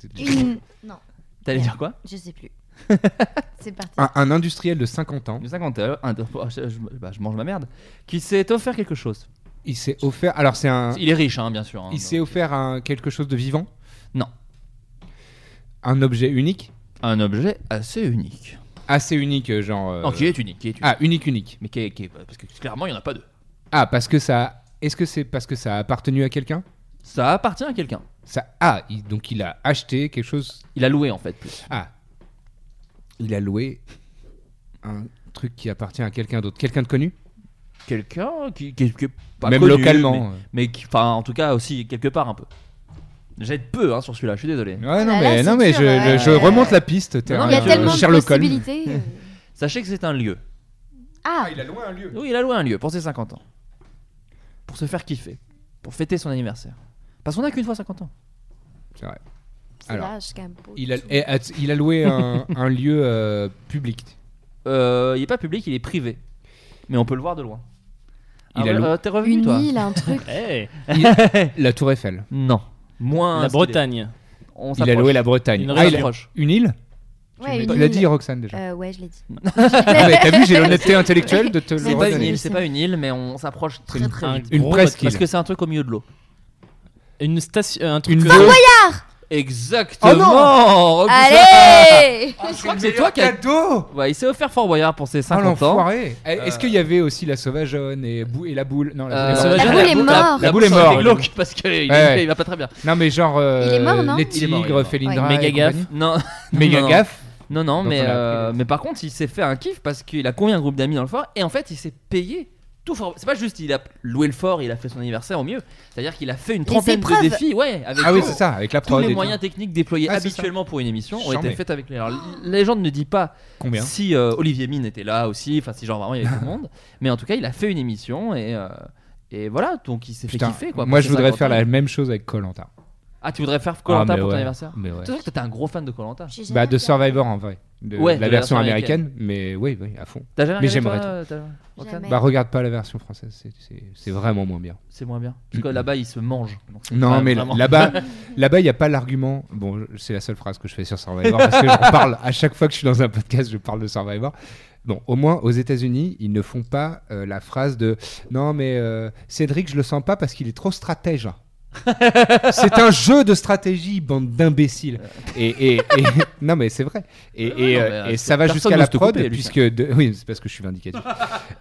K: non.
H: T'allais dire quoi
K: Je sais plus. C'est parti.
J: Un, un industriel de 50 ans.
H: De 50 ans, un- oh, je, je- bah, je mange ma merde. Qui s'est offert quelque chose.
J: Il s'est offert. Alors, c'est un.
H: Il est riche, hein, bien sûr. hein.
J: Il s'est offert un, quelque chose de vivant
H: Non.
J: Un objet unique
H: Un objet assez unique.
J: Assez unique, euh, genre. euh,
H: Non, qui est unique, qui est unique.
J: Ah, unique, unique.
H: Mais qui est- qui est- parce que clairement, il n'y en a pas deux.
J: Ah, parce que ça. Est-ce que c'est parce que ça a appartenu à quelqu'un
H: Ça appartient à quelqu'un.
J: ça... Ah, il- donc il a acheté quelque chose.
H: Il a loué en fait. Plus.
J: Ah. Il a loué un truc qui appartient à quelqu'un d'autre. Quelqu'un de connu
H: Quelqu'un qui, qui, qui est pas
J: Même
H: connu,
J: localement.
H: mais, mais qui, enfin, en tout cas aussi quelque part un peu. J'aide peu hein, sur celui-là. Je suis désolé.
J: Ouais, non,
K: Ah
J: mais, non, mais je, je- je remonte la piste. t'es
K: Non,
J: un,
K: il y a
J: euh,
K: tellement de
J: Sherlock Holmes. Hmm.
K: possibilités. euh.
H: Sachez que c'est un lieu.
K: Ah,
J: il a loin un lieu.
H: Oui, il a loué un lieu pour ses 50 ans. Pour se faire kiffer. Pour fêter son anniversaire. Parce qu'on n'a qu'une fois 50 ans.
J: C'est vrai.
K: C'est
J: Alors,
K: l'âge qu'un beau
J: il a,
K: dessous.
J: et- att- il a loué un, un lieu euh, public.
H: Euh, il n'est pas public, il est privé. Mais on peut le voir de loin.
J: Il
H: Ah
J: a
H: ouais,
J: loué-
H: euh, T'es revenu,
K: Une
H: toi
K: île, un truc.
I: Hey.
J: Il- la Tour Eiffel.
H: Non. Moins
I: La
H: stylé.
I: Bretagne.
H: On
J: Il a
H: s'approche.
J: loué la Bretagne.
H: Une
J: Ah, il a-
H: région.
J: une île
K: Ouais, une
J: Tu l'as
K: île.
J: dit, Roxane, déjà.
K: Euh, ouais, je l'ai dit.
J: Ah, mais t'as vu, j'ai l'honnêteté intellectuelle de te le
H: C'est pas une
J: redonner.
H: île, c'est pas une île, mais on s'approche très
J: une-
H: très vite.
J: une
H: Gros,
J: presqu'île.
H: Parce que c'est un truc au milieu de l'eau.
I: Une station. Un truc.
J: Une
I: euh,
J: veuve.
H: Exactement.
J: Oh
H: Roxane.
K: Allez
H: Je crois que c'est toi qui as.
J: cadeau
H: Ouais, il s'est offert Fort Boyard pour ses
J: Ah
H: 50 ans.
J: l'enfoiré Eh, Est-ce qu'il y avait aussi la sauvageonne et, Bou- et la boule Non,
H: Euh,
J: la boule
K: La boule est
J: est morte.
K: morte.
J: La boule est morte.
H: C'est glauque parce qu'il
J: Ouais.
H: il va pas très bien.
J: Non, mais genre euh,
K: Il est mort, non
J: les
H: Il est mort, il est
J: tigres,
H: mort.
J: Félindra,
I: Ouais, méga
J: et
I: gaffe.
J: compagnie.
H: Non.
J: méga
H: Non, non.
J: gaffe.
H: Non, non,
J: Donc
H: mais,
J: on a
H: euh,
J: appris les-
H: mais par contre, il s'est fait un kiff parce qu'il a convié un groupe d'amis dans le fort et en fait, il s'est payé tout fort. C'est pas juste, il a loué le fort, il a fait son anniversaire au mieux. C'est-à-dire qu'il a fait une trentaine de
K: épreuves.
H: défis, ouais, avec
J: Ah oui,
H: eux.
J: c'est ça, avec la
H: Tous
J: prod. et
H: les
J: tout.
H: moyens techniques déployés
J: Ah, c'est ça.
H: habituellement pour une émission ont
J: Chambé.
H: été faits avec les. Alors, l- légende ne dit pas
J: Combien
H: si euh, Olivier Mine était là aussi, enfin si genre vraiment il y avait tout le monde, mais en tout cas il a fait une émission et, euh, et voilà, donc il s'est fait
J: Putain,
H: kiffer quoi.
J: moi
H: pour
J: je
H: ses
J: voudrais
H: 50
J: faire
H: ans.
J: la même chose avec Colanta.
H: Ah, tu voudrais faire Colanta
J: Ah, mais
H: pour ton
J: ouais.
H: anniversaire
J: Mais ouais.
H: C'est vrai que t'es un gros fan de Colanta.
K: J'ai jamais
J: Bah de
K: regardé.
J: Survivor en vrai, de,
H: Ouais,
J: de
H: de
J: la
H: la
J: version
H: version
J: américaine, mais oui, oui, à fond.
H: T'as jamais
J: Mais
H: regardé, toi,
J: j'aimerais.
H: euh, t'as- Roxane
K: Jamais.
J: Bah regarde pas la version française, c'est- c'est- c'est vraiment moins bien.
H: C'est moins bien. Parce que là-bas ils se mangent. donc c'est
J: Mm. Non,
H: pas
J: mais
H: vraiment-
J: là-bas, là-bas, il n'y a pas l'argument. Bon, je- c'est la seule phrase que je fais sur Survivor parce que j'en parle à chaque fois que je suis dans un podcast, je parle de Survivor. Bon, au moins aux États-Unis, ils ne font pas euh, la phrase de non, mais euh, Cédric, je le sens pas parce qu'il est trop stratège. c'est un jeu de stratégie, bande d'imbéciles. Et, et- et- non, mais c'est vrai. Et, et,
H: non,
J: euh,
H: mais, euh,
J: et ça va
H: personne
J: jusqu'à la
H: n'ose te
J: prod,
H: couper, Lucien.
J: puisque de- oui, c'est parce que je suis vindicatif.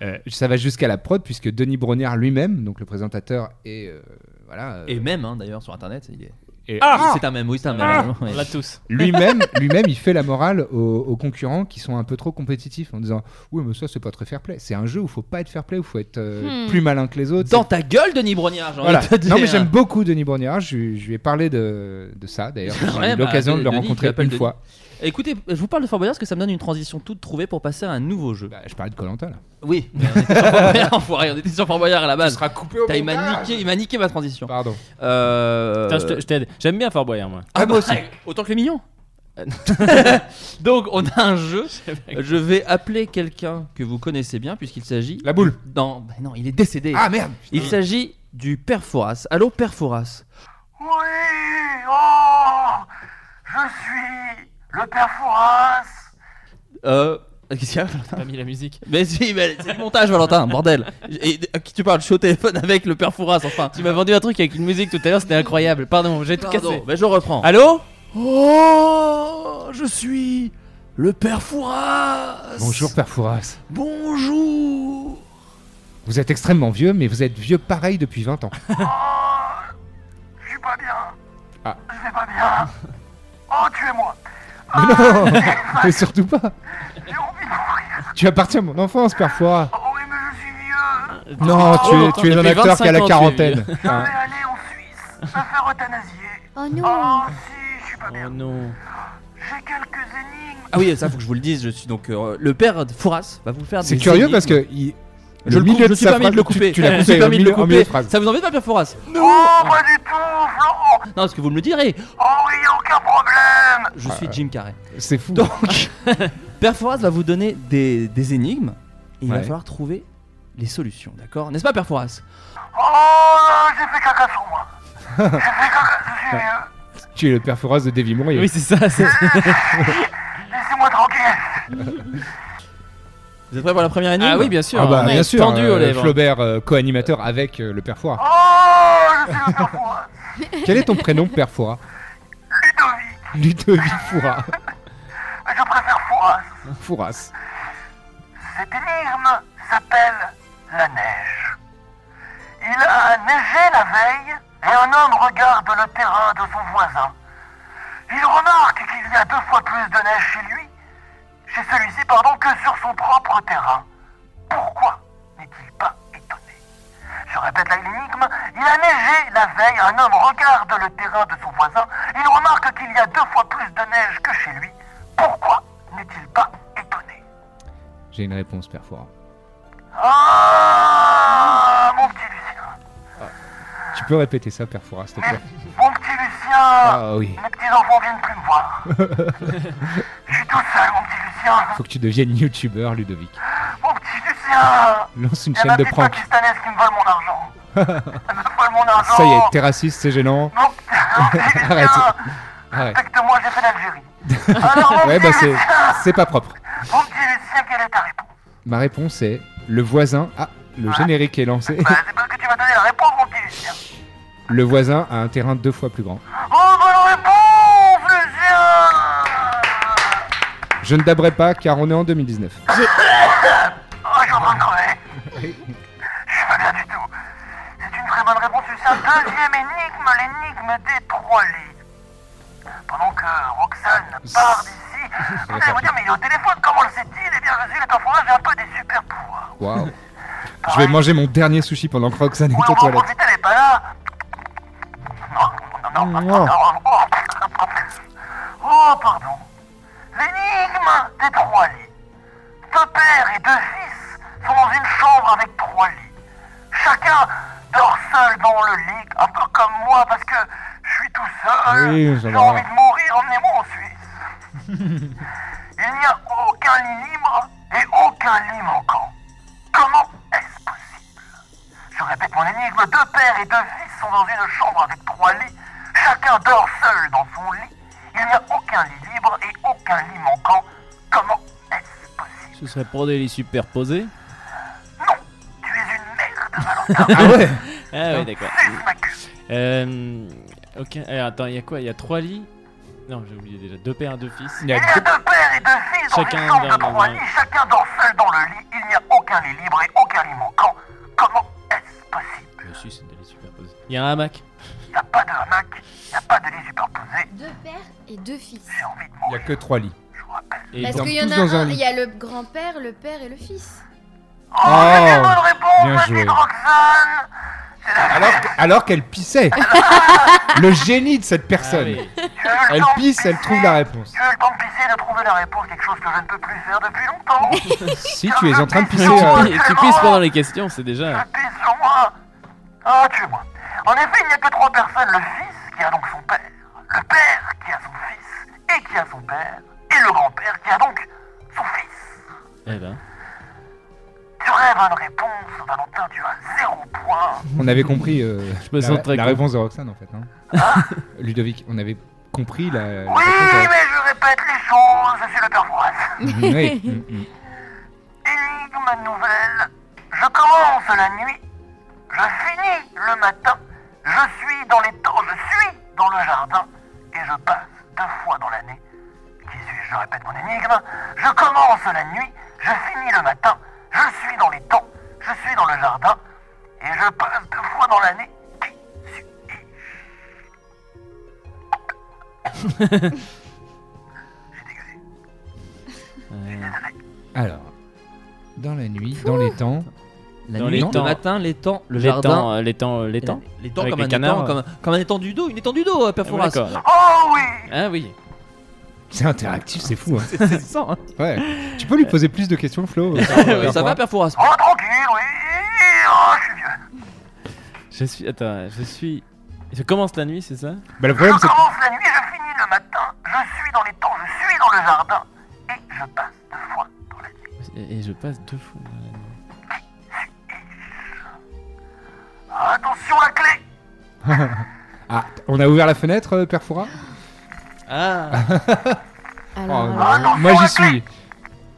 J: Euh, ça va jusqu'à la prod, puisque Denis Brognard lui-même, donc le présentateur, et euh, voilà. euh,
H: Et même hein, d'ailleurs sur internet, il est. Ah,
J: et- Ah,
H: c'est un même, oui, c'est un même.
I: On
H: ouais.
I: l'a tous.
J: lui-même, lui-même, il fait la morale aux, aux concurrents qui sont un peu trop compétitifs en disant oui mais ça c'est pas très fair play. C'est un jeu où faut pas être fair play, où faut être euh,
K: Hmm.
J: plus malin que les autres.
H: Dans
J: C'est-
H: ta gueule, Denis Brognard, j'ai
J: Voilà.
H: envie de te
J: Non mais
H: dire.
J: j'aime beaucoup Denis Bourniard. Je, lui- je lui ai parlé de, de ça d'ailleurs. J'ai
H: Ouais,
J: eu
H: bah,
J: l'occasion de le
H: Denis, tu
J: rencontrer
H: l'appelles
J: une
H: Denis.
J: fois.
H: Écoutez, je vous parle de Fort Boyard parce que ça me donne une transition toute trouvée pour passer à un nouveau jeu.
J: Bah, je parlais de Colanta là.
H: Oui, mais on était sur Fort Boyard, enfoiré, on était sur Fort Boyard à la base.
J: coupé au
H: T'as- il m'a niqué, il m'a niqué ma transition.
J: Pardon.
H: Euh...
I: Putain, je te- je t'aide. J'aime bien Fort Boyard, moi.
H: Ah, bah, autant que les mignons.
J: Euh,
H: Donc on a un jeu. Je vais appeler quelqu'un que vous connaissez bien puisqu'il s'agit.
J: La boule.
H: Non, bah non, il est décédé.
J: Ah merde.
H: il s'agit du Père Fouras. Allô, Père Fouras
L: Oui, oh Je suis le père Fouras
H: Euh. Qu'est-ce qu'il y a Valentin
I: Pas mis la musique.
H: Mais si, mais c'est le montage, Valentin, bordel. Et à qui tu parles Je suis au téléphone avec le Père Fouras, enfin.
I: Tu m'as vendu un truc avec une musique tout à l'heure, c'était incroyable. Pardon, j'ai tout
H: Pardon,
I: cassé.
H: mais je reprends.
I: Allô
L: Oh Je suis le père Fouras
J: Bonjour Père Fouras.
L: Bonjour
J: Vous êtes extrêmement vieux, mais vous êtes vieux pareil depuis 20 ans.
L: Je suis pas bien
J: Ah.
L: Je vais pas bien Oh, tuez-moi Ah,
J: Mais non Mais surtout pas Tu appartiens à mon enfance, Père Fouras.
H: Ah,
J: Non, tu es, tu es un acteur qui a la quarantaine. Ah.
L: Je vais aller en Suisse me faire euthanasier
K: Oh non
L: Oh, si, je suis pas bien
H: non.
L: J'ai quelques énigmes
H: Ah oui, ça faut que je vous le dise, je suis donc euh, le père de Fouras va vous faire
J: C'est
H: des
J: curieux
H: énigmes.
J: parce que il-
H: je le
J: milieu
H: coupe,
J: de
H: je suis
J: sa
H: permis de
J: phrase,
H: le
J: tu-
H: couper.
J: Tu, l'as
H: Je
J: coupé
H: suis
J: au
H: permis de
J: milieu,
H: le
J: au milieu de
H: couper.
J: phrase.
H: Ça vous embête pas, Père Fouras
L: Non, pas du tout, Florent
H: Non, parce que vous me le direz.
L: Oh, il y a aucun problème
H: Je suis Jim Carrey.
J: C'est fou.
H: Donc, Père Fouras va vous donner des, des énigmes et il va
J: Ouais.
H: falloir trouver les solutions, d'accord N'est-ce pas, Père Fouras
L: Oh, j'ai fait caca sur moi J'ai fait caca, je suis vieux
J: Tu es le Père Fouras de Davy Mourier.
I: Oui, c'est ça. c'est-
L: Laissez-moi tranquille
H: Vous êtes prêts pour la première énigme
I: Ah oui, bien sûr.
J: Ah bah
I: on est
J: bien sûr,
I: Tendu
J: euh,
I: aux lèvres.
J: Flaubert euh, co-animateur avec euh, le Père Fouras.
L: Oh, je suis le père Fouras
J: Quel est ton prénom, Père Fouras
L: Ludovic
J: Ludovic Fouras.
L: Mais je préfère Fouras
J: Fouras.
L: Cette énigme s'appelle la neige. Il a neigé la veille et un homme regarde le terrain de son voisin. Il remarque qu'il y a deux fois plus de neige chez lui, chez celui-ci, pardon, que sur son propre terrain. Pourquoi n'est-il pas étonné Je répète la énigme. Il a neigé la veille, un homme regarde le terrain de son voisin, il remarque qu'il y a deux fois plus de neige que chez lui. Pourquoi n'est-il pas étonné
J: J'ai une réponse, Père Fouras.
L: Ah, mon petit Lucien,
J: Tu peux répéter ça, Père Fouras, s'il te plaît
L: mon petit Lucien,
J: Ah oui.
L: mes petits enfants viennent plus me voir. Je suis tout seul, mon petit Lucien,
J: Faut que tu deviennes youtubeur, Ludovic.
L: mon petit Lucien.
J: Lance une
L: Il y a
J: chaîne
L: ma
J: de
L: petite
J: prank.
L: pakistanaise qui me vole mon argent. Elle me vole mon argent.
J: Ça y est, t'es raciste, c'est gênant.
L: Mon petit Lucien,
J: Arrête. Arrête.
L: respecte-moi, j'ai fait l'Algérie. Alors, mon
J: Ah Ouais,
L: petit
J: bah c'est,
L: Lucien,
J: c'est pas propre.
L: mon petit Lucien, quelle est ta réponse
J: Ma réponse est le voisin. Ah, le générique est lancé.
L: Bah, C'est parce que tu m'as donné la réponse, mon petit Lucien.
J: Le voisin a un terrain deux fois plus grand.
L: Oh, bonne réponse, Lucien
J: Je ne dabrerai pas car on est en 2019.
L: Oh, je suis en train de crever. Je suis pas bien du tout. C'est une très bonne réponse, Lucien. Deuxième énigme, l'énigme des trois lits. Pendant que Roxane part d'ici, vous allez vous dire, mais il est au téléphone, comment le sait-il Eh bien, je suis le père Fouras, j'ai un peu des super pouvoirs.
J: Waouh. Je vais manger mon dernier sushi pendant que Roxane est aux
L: On va en
J: toilettes.
L: profiter, elle est pas là. Non, non, non,
J: Non.
L: non, oh, oh, pardon. L'énigme des trois lits. Deux pères et deux fils sont dans une chambre avec trois lits. Chacun dort seul dans le lit, un peu comme moi, parce que je suis tout seul.
J: Oui, ça
L: Ah, J'ai
J: va.
L: envie de mourir, emmenez-moi en Suisse. Il n'y a aucun lit libre et aucun lit manquant. Comment est-ce possible Je répète mon énigme, deux pères et deux fils sont dans une chambre avec trois lits. Chacun dort seul dans son lit. Il n'y a aucun lit libre et aucun lit manquant. Comment est-ce possible
I: Ce serait pour des lits superposés.
L: Non, tu es une merde, Valentin.
I: Ah ouais Ah ouais, d'accord.
L: Suce ma queue.
I: Euh. Ok, eh, attends, il y a quoi Il y a trois lits Non, j'ai oublié déjà. Deux pères, deux fils.
J: Il y a
L: Il y a deux pères et deux filles dans
I: Chacun
L: une chambre de
I: dort dans
L: trois
I: un-
L: lits, chacun dort seul dans le lit, il n'y a aucun lit libre et aucun lit manquant. Comment est-ce possible
I: Monsieur, c'est des lits superposés. Il y a un hamac.
L: Il n'y a pas de hamac, il n'y a pas de lit superposé,
K: Deux pères et deux fils.
L: j'ai envie de
J: Il n'y a
L: mourir.
J: que trois lits.
I: Et
K: Parce
J: dorment
K: qu'il y en
J: tous
K: a
J: dans un
K: un,
J: lit.
K: il y a le grand-père, le père et le fils.
L: Oh, j'ai des
J: Oh,
L: bonnes réponses,
J: bien
L: ma petite
J: joué.
L: Roxane
J: Alors, alors qu'elle pissait. le génie de cette
K: Ah
J: personne.
L: Tu as eu le
J: Elle
L: temps de
J: pisse, elle
L: pisser
J: trouve la réponse.
L: Tu as eu le temps de pisser et de trouver la réponse, quelque chose que je ne peux plus faire depuis longtemps.
J: Si tu es en train de pisser.
I: tu,
J: euh,
I: pi- tu pisses pendant les questions, c'est déjà.
L: Je pisse sur moi Ah, tue-moi En effet, il n'y a que trois personnes, le fils qui a donc son père, le père qui a son fils, et qui a son père, et le grand-père qui a donc son fils.
I: Eh ben.
L: Tu rêves une réponse, Valentin, tu as zéro point.
J: On avait compris euh,
I: me
J: la,
I: sens très
J: la
I: con.
J: réponse de Roxane en fait. hein. Ludovic, on avait compris la. la
L: Ah. Oui,
J: réponse
L: mais je répète les choses, c'est le père Fouras.
J: de Roxane. Oui, mm, mm.
L: Énigme nouvelle. Je commence la nuit, je finis le matin, je suis dans les temps, je suis dans le jardin, et je passe deux fois dans l'année. Qui suis-je Je répète mon énigme. Je commence la nuit, je finis le matin, je suis dans les temps, je suis dans le jardin, et je passe deux fois dans l'année.
J: Euh, Alors, dans la nuit, dans les temps.
H: La
I: Dans
H: nuit,
I: les temps.
H: le matin, les temps, le
I: Les
H: jardin.
I: temps, euh, les temps, euh, les temps.
H: Les temps
I: Avec
H: comme
I: les
H: un
I: canards. euh.
H: étang, comme, comme un étendu d'eau, une étendue d'eau, euh, Père
I: Ah,
H: Fouras.
I: oui, d'accord.
L: Oh oui
I: Ah oui.
J: C'est interactif, c'est fou. Hein.
H: C'est ça, hein.
J: Ouais. Tu peux lui poser plus de questions, Flo euh,
H: Ouais, ça va, Père Fouras
L: Oh, tranquille, oui Oh, je suis vieux.
I: Je suis. Attends, je suis. Je commence la nuit, c'est ça
J: Bah, le problème,
L: Je commence la nuit, je finis le matin, je suis dans les temps, je suis dans le jardin, et je passe deux fois.
I: Et, et je passe deux fois. dans la nuit.
L: Attention, la clé
J: ah, on a ouvert la fenêtre, euh, Père Foura
I: Ah
L: Alors, euh,
J: Oh,
L: alors.
J: non, Moi j'y suis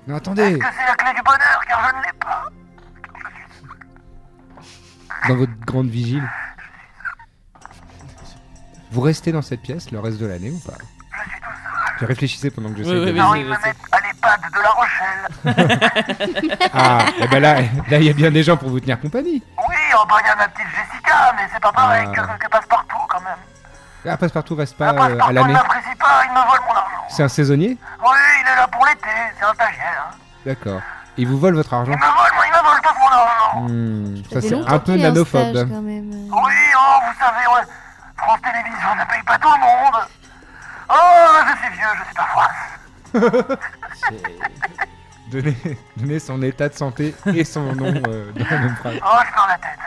J: Non, attendez
L: que c'est la clé du bonheur, car je ne l'ai pas.
J: Dans votre grande vigile. Vous restez dans cette pièce le reste de l'année ou pas Je réfléchissais pendant que je
L: oui, non, ils me mettent à l'EHPAD de La Rochelle.
J: Ah,
L: eh
J: et ben là, là, il y a bien des gens pour vous tenir compagnie.
L: Oui, oh bah, il y a ma petite Jessica, mais c'est pas pareil
J: Ah.
L: que, que passe-partout, quand même.
J: Ah, Passepartout reste pas euh, à
L: Passe-partout, je
J: l'année.
L: n'apprécie pas, il me vole mon argent.
J: C'est un saisonnier
L: Oui, il est là pour l'été, c'est un stagiaire. hein.
J: D'accord. Il vous vole votre argent
L: Il me vole, hein. moi, il me vole pas mon argent.
J: Hmm, Ça,
L: fait
J: c'est
L: longtemps
J: un peu
L: qu'il est en
J: nanophobe.
L: stage, quand Oui, oh, vous savez, ouais, France Télévisions ne paye pas tout le monde. Oh, je suis vieux, je suis pas France.
J: Donner, donner son état de santé et son nom euh, dans la même phrase.
L: Oh, je perds la tête.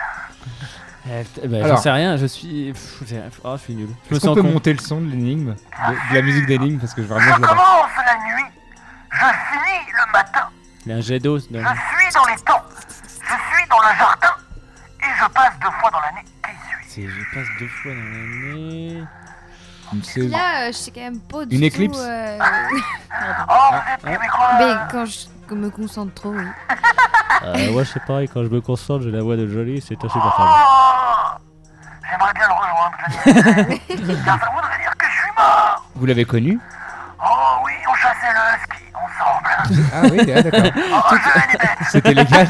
L: Euh,
I: Eh, putain, bah,
J: Alors.
I: j'en sais rien, je suis. pff, j'ai- oh, je suis nul. Je me
J: Est-ce qu'on
I: sens
J: peut
I: con.
J: monter le son de l'énigme de, de la musique d'énigme Parce que vraiment,
L: Je
J: je l'adore.
L: commence la nuit, je finis le matin,
I: Il y a un jet d'eau.
L: je suis dans les temps, je suis dans le jardin, et je passe deux fois dans l'année.
I: C'est- Je passe deux fois dans l'année.
K: Là, euh, je sais quand même pas du
I: Une
K: tout,
I: éclipse
K: euh,
L: Oh,
H: Ah,
L: Québécois.
K: Mais quand je me concentre trop, oui.
I: Euh, ouais, c'est pareil, quand je me concentre, j'ai la voix de Jolie, c'est insupportable.
L: J'aimerais bien le rejoindre, Johnny. car ça voudrait dire que je suis mort.
J: Vous l'avez connu
L: Oh oui, on chassait le husky ensemble.
J: Ah oui, ah, d'accord.
L: Oh, je hais les bêtes.
J: C'était légal.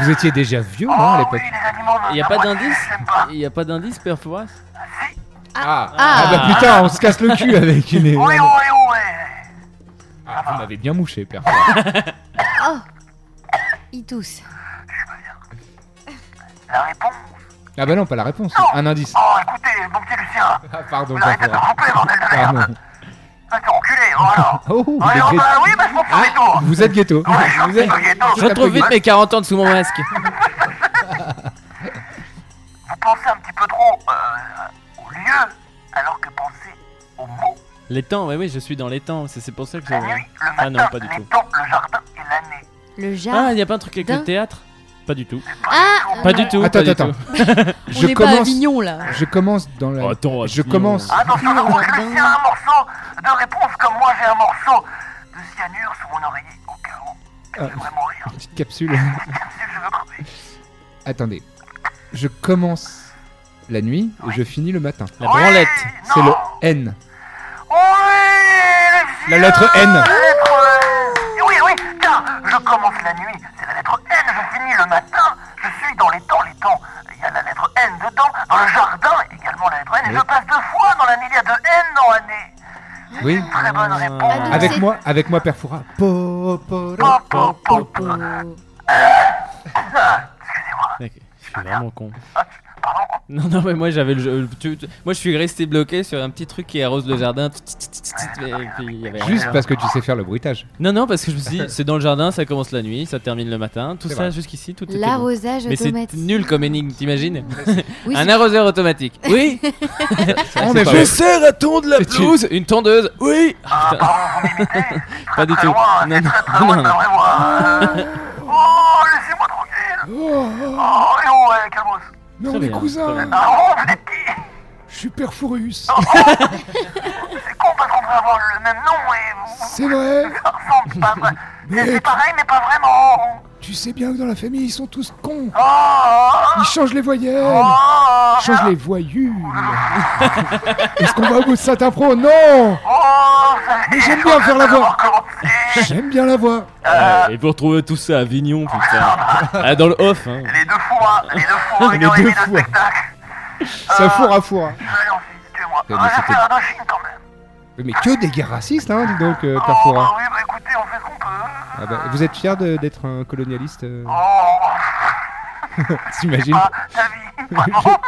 J: Vous étiez déjà vieux, non, à l'époque
L: Oh,
I: Il n'y a pas d'indice Il n'y a pas d'indice, Père Fouras
J: ah. bah putain, on se casse le cul avec une.
I: Oui, oui,
J: Ah, vous m'avez bien mouché, père.
K: Oh Il tousse.
J: Ah bah non, pas la réponse, un indice.
L: Oh, écoutez, mon petit Lucien.
J: Ah, pardon,
L: Vous arrêtez de me
J: pardon.
L: couper, bordel de merde.
J: Pardon.
L: Ah, t'es enculé, oh alors.
J: Oh, vous
L: Ouais,
J: êtes
L: oh,
J: ghetto. Ah,
L: bah, oui, bah, je m'en fous des tours.
J: Vous êtes ghetto. Vous êtes-
I: Je retrouve vite mes 40 ans de sous mon masque.
L: Vous pensez un petit peu trop euh, au lieu, alors que pensez au mot,
I: Les temps, oui, oui, je suis dans les temps, c'est c'est pour ça que j'ai.
L: la nuit, le matin,
I: Ah non, pas du
L: les
I: tout.
L: temps, le jardin et l'année.
K: Le jardin.
I: Ah, il n'y a pas un truc avec
K: D'un-
I: le théâtre Pas du tout.
K: Ah
I: Pas du tout.
J: Attends,
I: pas du
J: attends,
I: tout. Oh,
J: attends.
K: On n'est pas à Avignon, là.
J: Je commence dans la. Attends, je commence.
L: Attention, je crois que Lucien a un morceau de réponse comme moi j'ai un morceau de cyanure sous mon oreiller.
J: Ah, Petite capsule. Attendez. Je commence la nuit et je finis le matin.
I: La branlette.
J: C'est le N.
L: Oui,
J: La lettre N.
L: la lettre N. Oui, oui, car je commence la nuit, c'est la lettre N, je finis le matin, je suis dans les temps, les temps. Il y a la lettre N dedans, dans le jardin, également la lettre N, et
J: Oui.
L: je passe deux fois dans l'année, il y a deux N dans l'année.
J: Oui.
I: Ah.
J: Avec moi, avec moi, Perfura. Po, po, ro, po, po, po.
L: Euh,
I: Mec, Je suis vraiment con. Non, non, mais moi j'avais le jeu. tu- tu- Moi je suis resté bloqué sur un petit truc qui arrose le jardin. Tut, tut, tut, tut, tut, et puis, il y avait
J: Juste
I: rien.
J: parce que tu sais faire le bruitage.
I: Non, non, parce que je me suis dit, c'est dans le jardin, ça commence la nuit, ça termine le matin, tout
J: C'est
I: ça
J: vrai.
I: jusqu'ici, tout était bon.
K: L'arrosage
I: Mais c'est
K: automatique.
I: nul comme énigme, t'imagines
K: Oui,
I: Un
K: c'est-
I: arroseur automatique. Oui Ah,
J: En effet.
I: Je sers à tondre la pelouse Une tondeuse Oui Putain. Pas du tout. Non, non, non, non.
L: Oh, laissez-moi tranquille Oh, et oh, ouais, calmos.
J: Mais on est cousins
L: Ah, oh, vous êtes-
J: Je suis Perforus
L: oh, oh. C'est con parce qu'on pourrait avoir le même nom et vous.
J: C'est vrai
L: Non, pas vrai.
J: Mais-
L: C'est c'est pareil, mais pas vraiment.
J: Tu sais bien que dans la famille, ils sont tous cons
L: Oh
J: Ils changent les voyelles Ils changent les voyules Est-ce qu'on va au bout de cette impro Non Mais j'aime bien faire la voix J'aime bien la voix
I: Euh, Et vous retrouvez tout ça à Avignon, putain. Ah, dans le off, hein.
L: Les deux fourras, les deux fourras, une heure et demie de spectacle. Euh,
J: Ça fourre à four hein.
L: Excusez-moi.
J: Mais
L: Ah, j'ai
J: c'était-
L: fait Indochine quand même.
J: Mais que des gars racistes, hein, dis donc, euh,
L: Oh, bah
J: Perfora
L: oui, bah écoutez, on fait ce qu'on peut.
J: Ah bah, Vous êtes fier de- d'être un colonialiste euh
L: Oh
J: T'imagines
L: Ah, la vie, vraiment.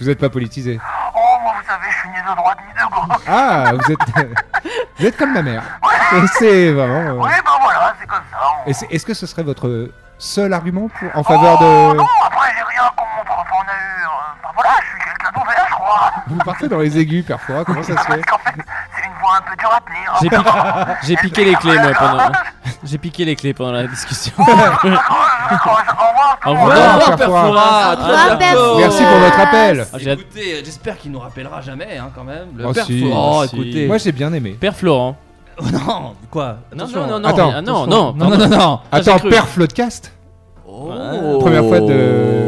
J: Vous n'êtes pas politisé.
L: Oh, moi, vous savez, je suis né de droite ni de gauche.
J: Ah, vous êtes, vous êtes comme ma mère. Et C'est vraiment. euh,
L: Oui, ben voilà, c'est comme ça. Oh,
J: et c'est- Est-ce que ce serait votre seul argument pour- en faveur de.
L: Après, j'ai rien contre. Enfin, on a eu. euh, Enfin, voilà, je suis quelqu'un d'ouvert, je crois.
J: Vous partez dans les aigus, Perfora, comment ça se fait
L: C'est une voix un peu dure à tenir.
I: J'ai piqué, j'ai piqué les clés, moi, pendant. hein. J'ai piqué les clés pendant la discussion.
L: Oh,
I: Au revoir,
L: Au
H: revoir, Père Fouras.
I: Perfora.
H: Au revoir, Père Fouras.
J: Merci pour votre appel.
I: Ah, j'ai hâte-
H: Écoutez, euh, j'espère qu'il nous rappellera jamais, hein, quand même. Le
J: Oh,
H: père
J: si,
H: Fouras.
J: si.
H: écoutez.
J: Moi j'ai bien aimé.
I: Père Florent.
H: Non, quoi
I: Non,
H: Attention.
I: non, non, non.
J: Attends,
I: ah, non,
J: attention.
I: non,
J: non, non,
I: pardon.
J: non, non.
I: Ah, j'ai
J: Attends,
I: cru.
J: Père Floodcast Première fois de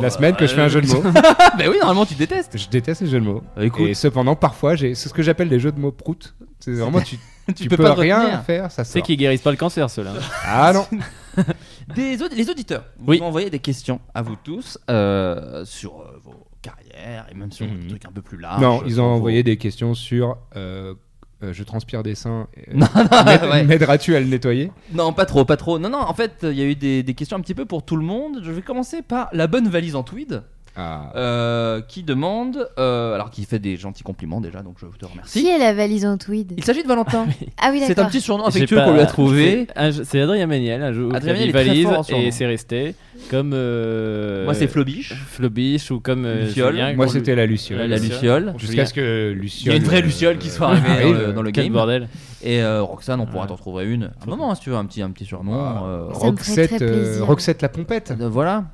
J: la semaine que je fais un jeu de mots.
H: bah oui, normalement tu détestes.
J: Je déteste les jeux de mots.
H: écoute.
J: Et cependant, parfois, j'ai- c'est ce que j'appelle des jeux de mots prout. C'est vraiment, tu, tu peux,
I: pas
J: rien
I: retenir.
J: faire, ça
I: Tu sais
J: sort.
I: qu'ils guérissent pas le cancer, ceux-là.
J: Ah non
H: hein. Des aud- les auditeurs, vous
I: Oui.
H: envoyez des questions à vous tous euh, sur euh, vos carrières et même sur des trucs un peu plus larges.
J: Mhm. Non, ils ont
H: sur vos-
J: envoyé des questions sur euh, euh, je transpire des seins. euh,
H: Non, non,
J: m'aide-
H: ouais.
J: M'aideras-tu à le nettoyer
H: Non, pas trop, pas trop. Non, non, en fait, il y a eu des, des questions un petit peu pour tout le monde. Je vais commencer par la bonne valise en tweed.
J: Ah.
H: Euh, qui demande, euh, alors qui fait des gentils compliments déjà, donc je te remercie.
K: Qui est la valise en tweed
H: Il s'agit de Valentin.
K: ah oui, d'accord.
H: C'est un petit surnom
I: J'ai
H: affectueux
I: pas-
H: qu'on lui a trouvé.
I: C'est, un jeu- c'est Adrien Méniel, un jeu où
H: Adrien
I: il
H: Méniel est très
I: valise
H: fort en surnom.
I: et c'est resté. Comme. euh,
H: Moi, c'est Flobiche.
I: Flobiche ou comme. euh,
H: Luciole.
I: Julien,
J: Moi,
I: qu'on lui-
J: c'était la Luciole.
H: La Luciole.
J: Jusqu'à ce que Luciole.
H: Il y a une vraie
J: euh,
H: Luciole qui soit arrivée
J: arrive.
H: dans, le, dans le
I: Quel
H: game.
I: bordel.
H: Et euh, Roxane, on pourra t'en trouver une. Un moment, hein, si tu veux, un petit, un petit surnom. euh,
J: Ça me ferait très Ah. Roxette, euh, plaisir. Roxette la pompette.
H: voilà.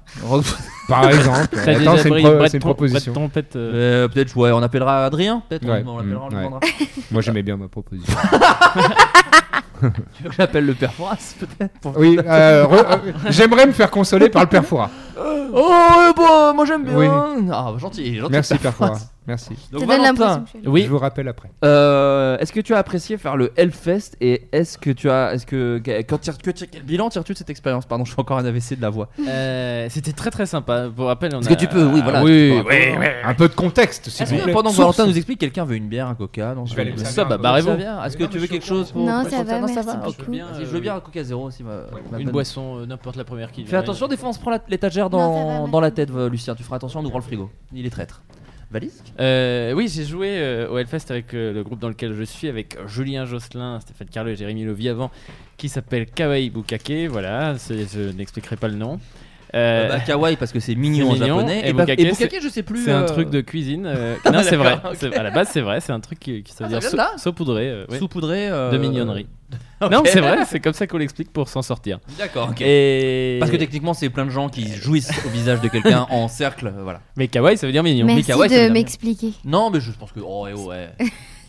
J: Par exemple. T'as Attends, déjà c'est une pris pro- Brett c'est une Tom- proposition. Brett
H: Euh, peut-être, ouais, on appellera Adrien. Peut-être.
J: Ouais, Mm,
H: On, on l'appellera, on lui
J: ouais.
H: demandera.
J: Moi, j'aimais bien ma proposition.
H: Tu veux que J'appelle le père Fouras, peut-être. pour-
J: oui, euh, re- euh, j'aimerais me faire consoler par le père Fouras.
H: Oh, bon, moi j'aime bien.
J: Oui.
H: Ah, gentil, il est gentil.
J: Merci,
H: le
J: Père Fouras.
H: Fouras.
J: Merci.
H: Donc,
K: Ça donne
H: Valentin,
K: l'impression que je suis allée.
I: Oui.
J: Je vous rappelle après.
H: Euh, est-ce que tu as apprécié faire le Hellfest et est-ce que tu as, est-ce que, que- quand tires- que- quel bilan tires-tu de cette expérience Pardon, je fais encore un AVC de la voix.
I: Euh, c'était très très sympa. Pour rappel, on
H: Est-ce
I: a-
H: que tu peux Ah, Oui, voilà.
I: Oui,
H: tu peux
I: oui,
H: raconter.
I: oui,
J: Un peu de contexte, s'il
H: Est-ce
J: vous
H: que
J: plaît.
H: pendant que
J: Source.
H: Valentin nous explique, quelqu'un veut une bière, un coca non,
J: Je vais aller me servir
I: Ça,
J: un
I: bah,
J: peu.
I: barrez-vous.
H: Est-ce que tu veux quelque chose pour
K: Non,
H: pour
K: ça
H: sortir
K: va,
H: Non, ça
K: merci
H: va. ok.
K: beaucoup.
H: Vas-y, Je veux bien euh, un coca zéro si ma- ma
I: Une
H: bonne-
I: boisson, euh, n'importe la première qui
H: Fais attention, des fois on se prend la- l'étagère
K: Non, ça va,
H: dans,
K: merci.
H: dans la tête, euh, Lucien. Tu feras attention en ouvrant le frigo. Il est traître. Valise
I: Euh, oui, j'ai joué euh, au Hellfest avec euh, le groupe dans lequel je suis, avec Julien Josselin, Stéphane Carlo et Jérémy Lovie avant, qui s'appelle Kawaii Bukake. Voilà, c'est- je n'expliquerai pas le nom. Euh,
H: Bah, kawaii parce que c'est mignon en
I: C'est mignon,
H: japonais.
I: et
H: bah-
I: Bukake,
H: et Bukake,
I: c'est-
H: je sais plus.
I: C'est un
H: euh,
I: truc de cuisine. euh, non, c'est vrai.
H: D'accord, ok.
I: C'est- À la base, c'est vrai. C'est un truc qui, qui ça
H: Ah,
I: veut
H: ça
I: dire
H: vient de
I: sau-
H: là
I: saupoudré. euh, ouais.
H: Saupoudré, euh,
I: De mignonnerie.
H: ok.
I: Non, mais c'est vrai. C'est comme ça qu'on l'explique pour s'en sortir.
H: D'accord, ok.
I: Et...
H: Parce que techniquement, c'est plein de gens qui jouissent au visage de quelqu'un en cercle. euh, Voilà.
I: Mais kawaii, ça veut dire mignon.
K: Merci
I: Mais kawaii, ça veut
K: de
I: dire mignon.
K: m'expliquer.
H: Non, mais je pense que. Oh, eh, oh, ouais.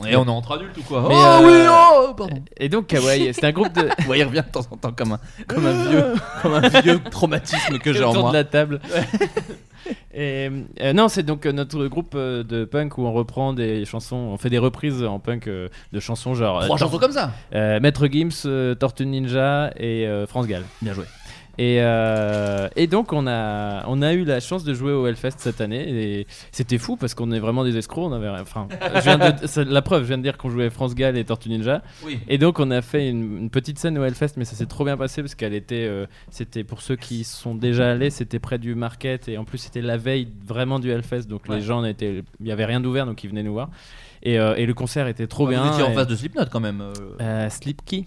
H: On est, on est entre adultes ou quoi
I: Mais,
H: Oh,
I: euh,
H: oui, oh Pardon.
I: Et donc, Kawaii, c'est un groupe de.
H: Ouais, il revient de temps en temps comme un, comme un, vieux, comme un vieux traumatisme que j'ai en
I: autour
H: moi.
I: de la table. Et, euh, non, c'est donc euh, notre groupe euh, de punk où on reprend des chansons, on fait des reprises en punk euh, de chansons genre. euh,
H: Trois
I: Tor-
H: chansons comme ça.
I: euh, Maître Gims, euh, Tortue Ninja et euh, France Gall.
H: Bien joué.
I: Et, euh, et donc on a, on a eu la chance de jouer au Hellfest cette année et c'était fou parce qu'on est vraiment des escrocs. On avait, enfin, je viens de- c'est la preuve, je viens de dire qu'on jouait France Gall et Tortue Ninja.
H: Oui.
I: Et donc on a fait une, une petite scène au Hellfest, mais ça s'est trop bien passé parce qu'elle était, euh, c'était pour ceux qui sont déjà allés, c'était près du market et en plus c'était la veille vraiment du Hellfest, donc
H: Ouais.
I: les gens n'étaient, il y avait rien d'ouvert donc ils venaient nous voir. Et, euh, et le concert était trop
H: Ah,
I: bien.
H: Vous étiez en
I: et-
H: face de Slipknot quand même. euh.
I: euh, Slipkey.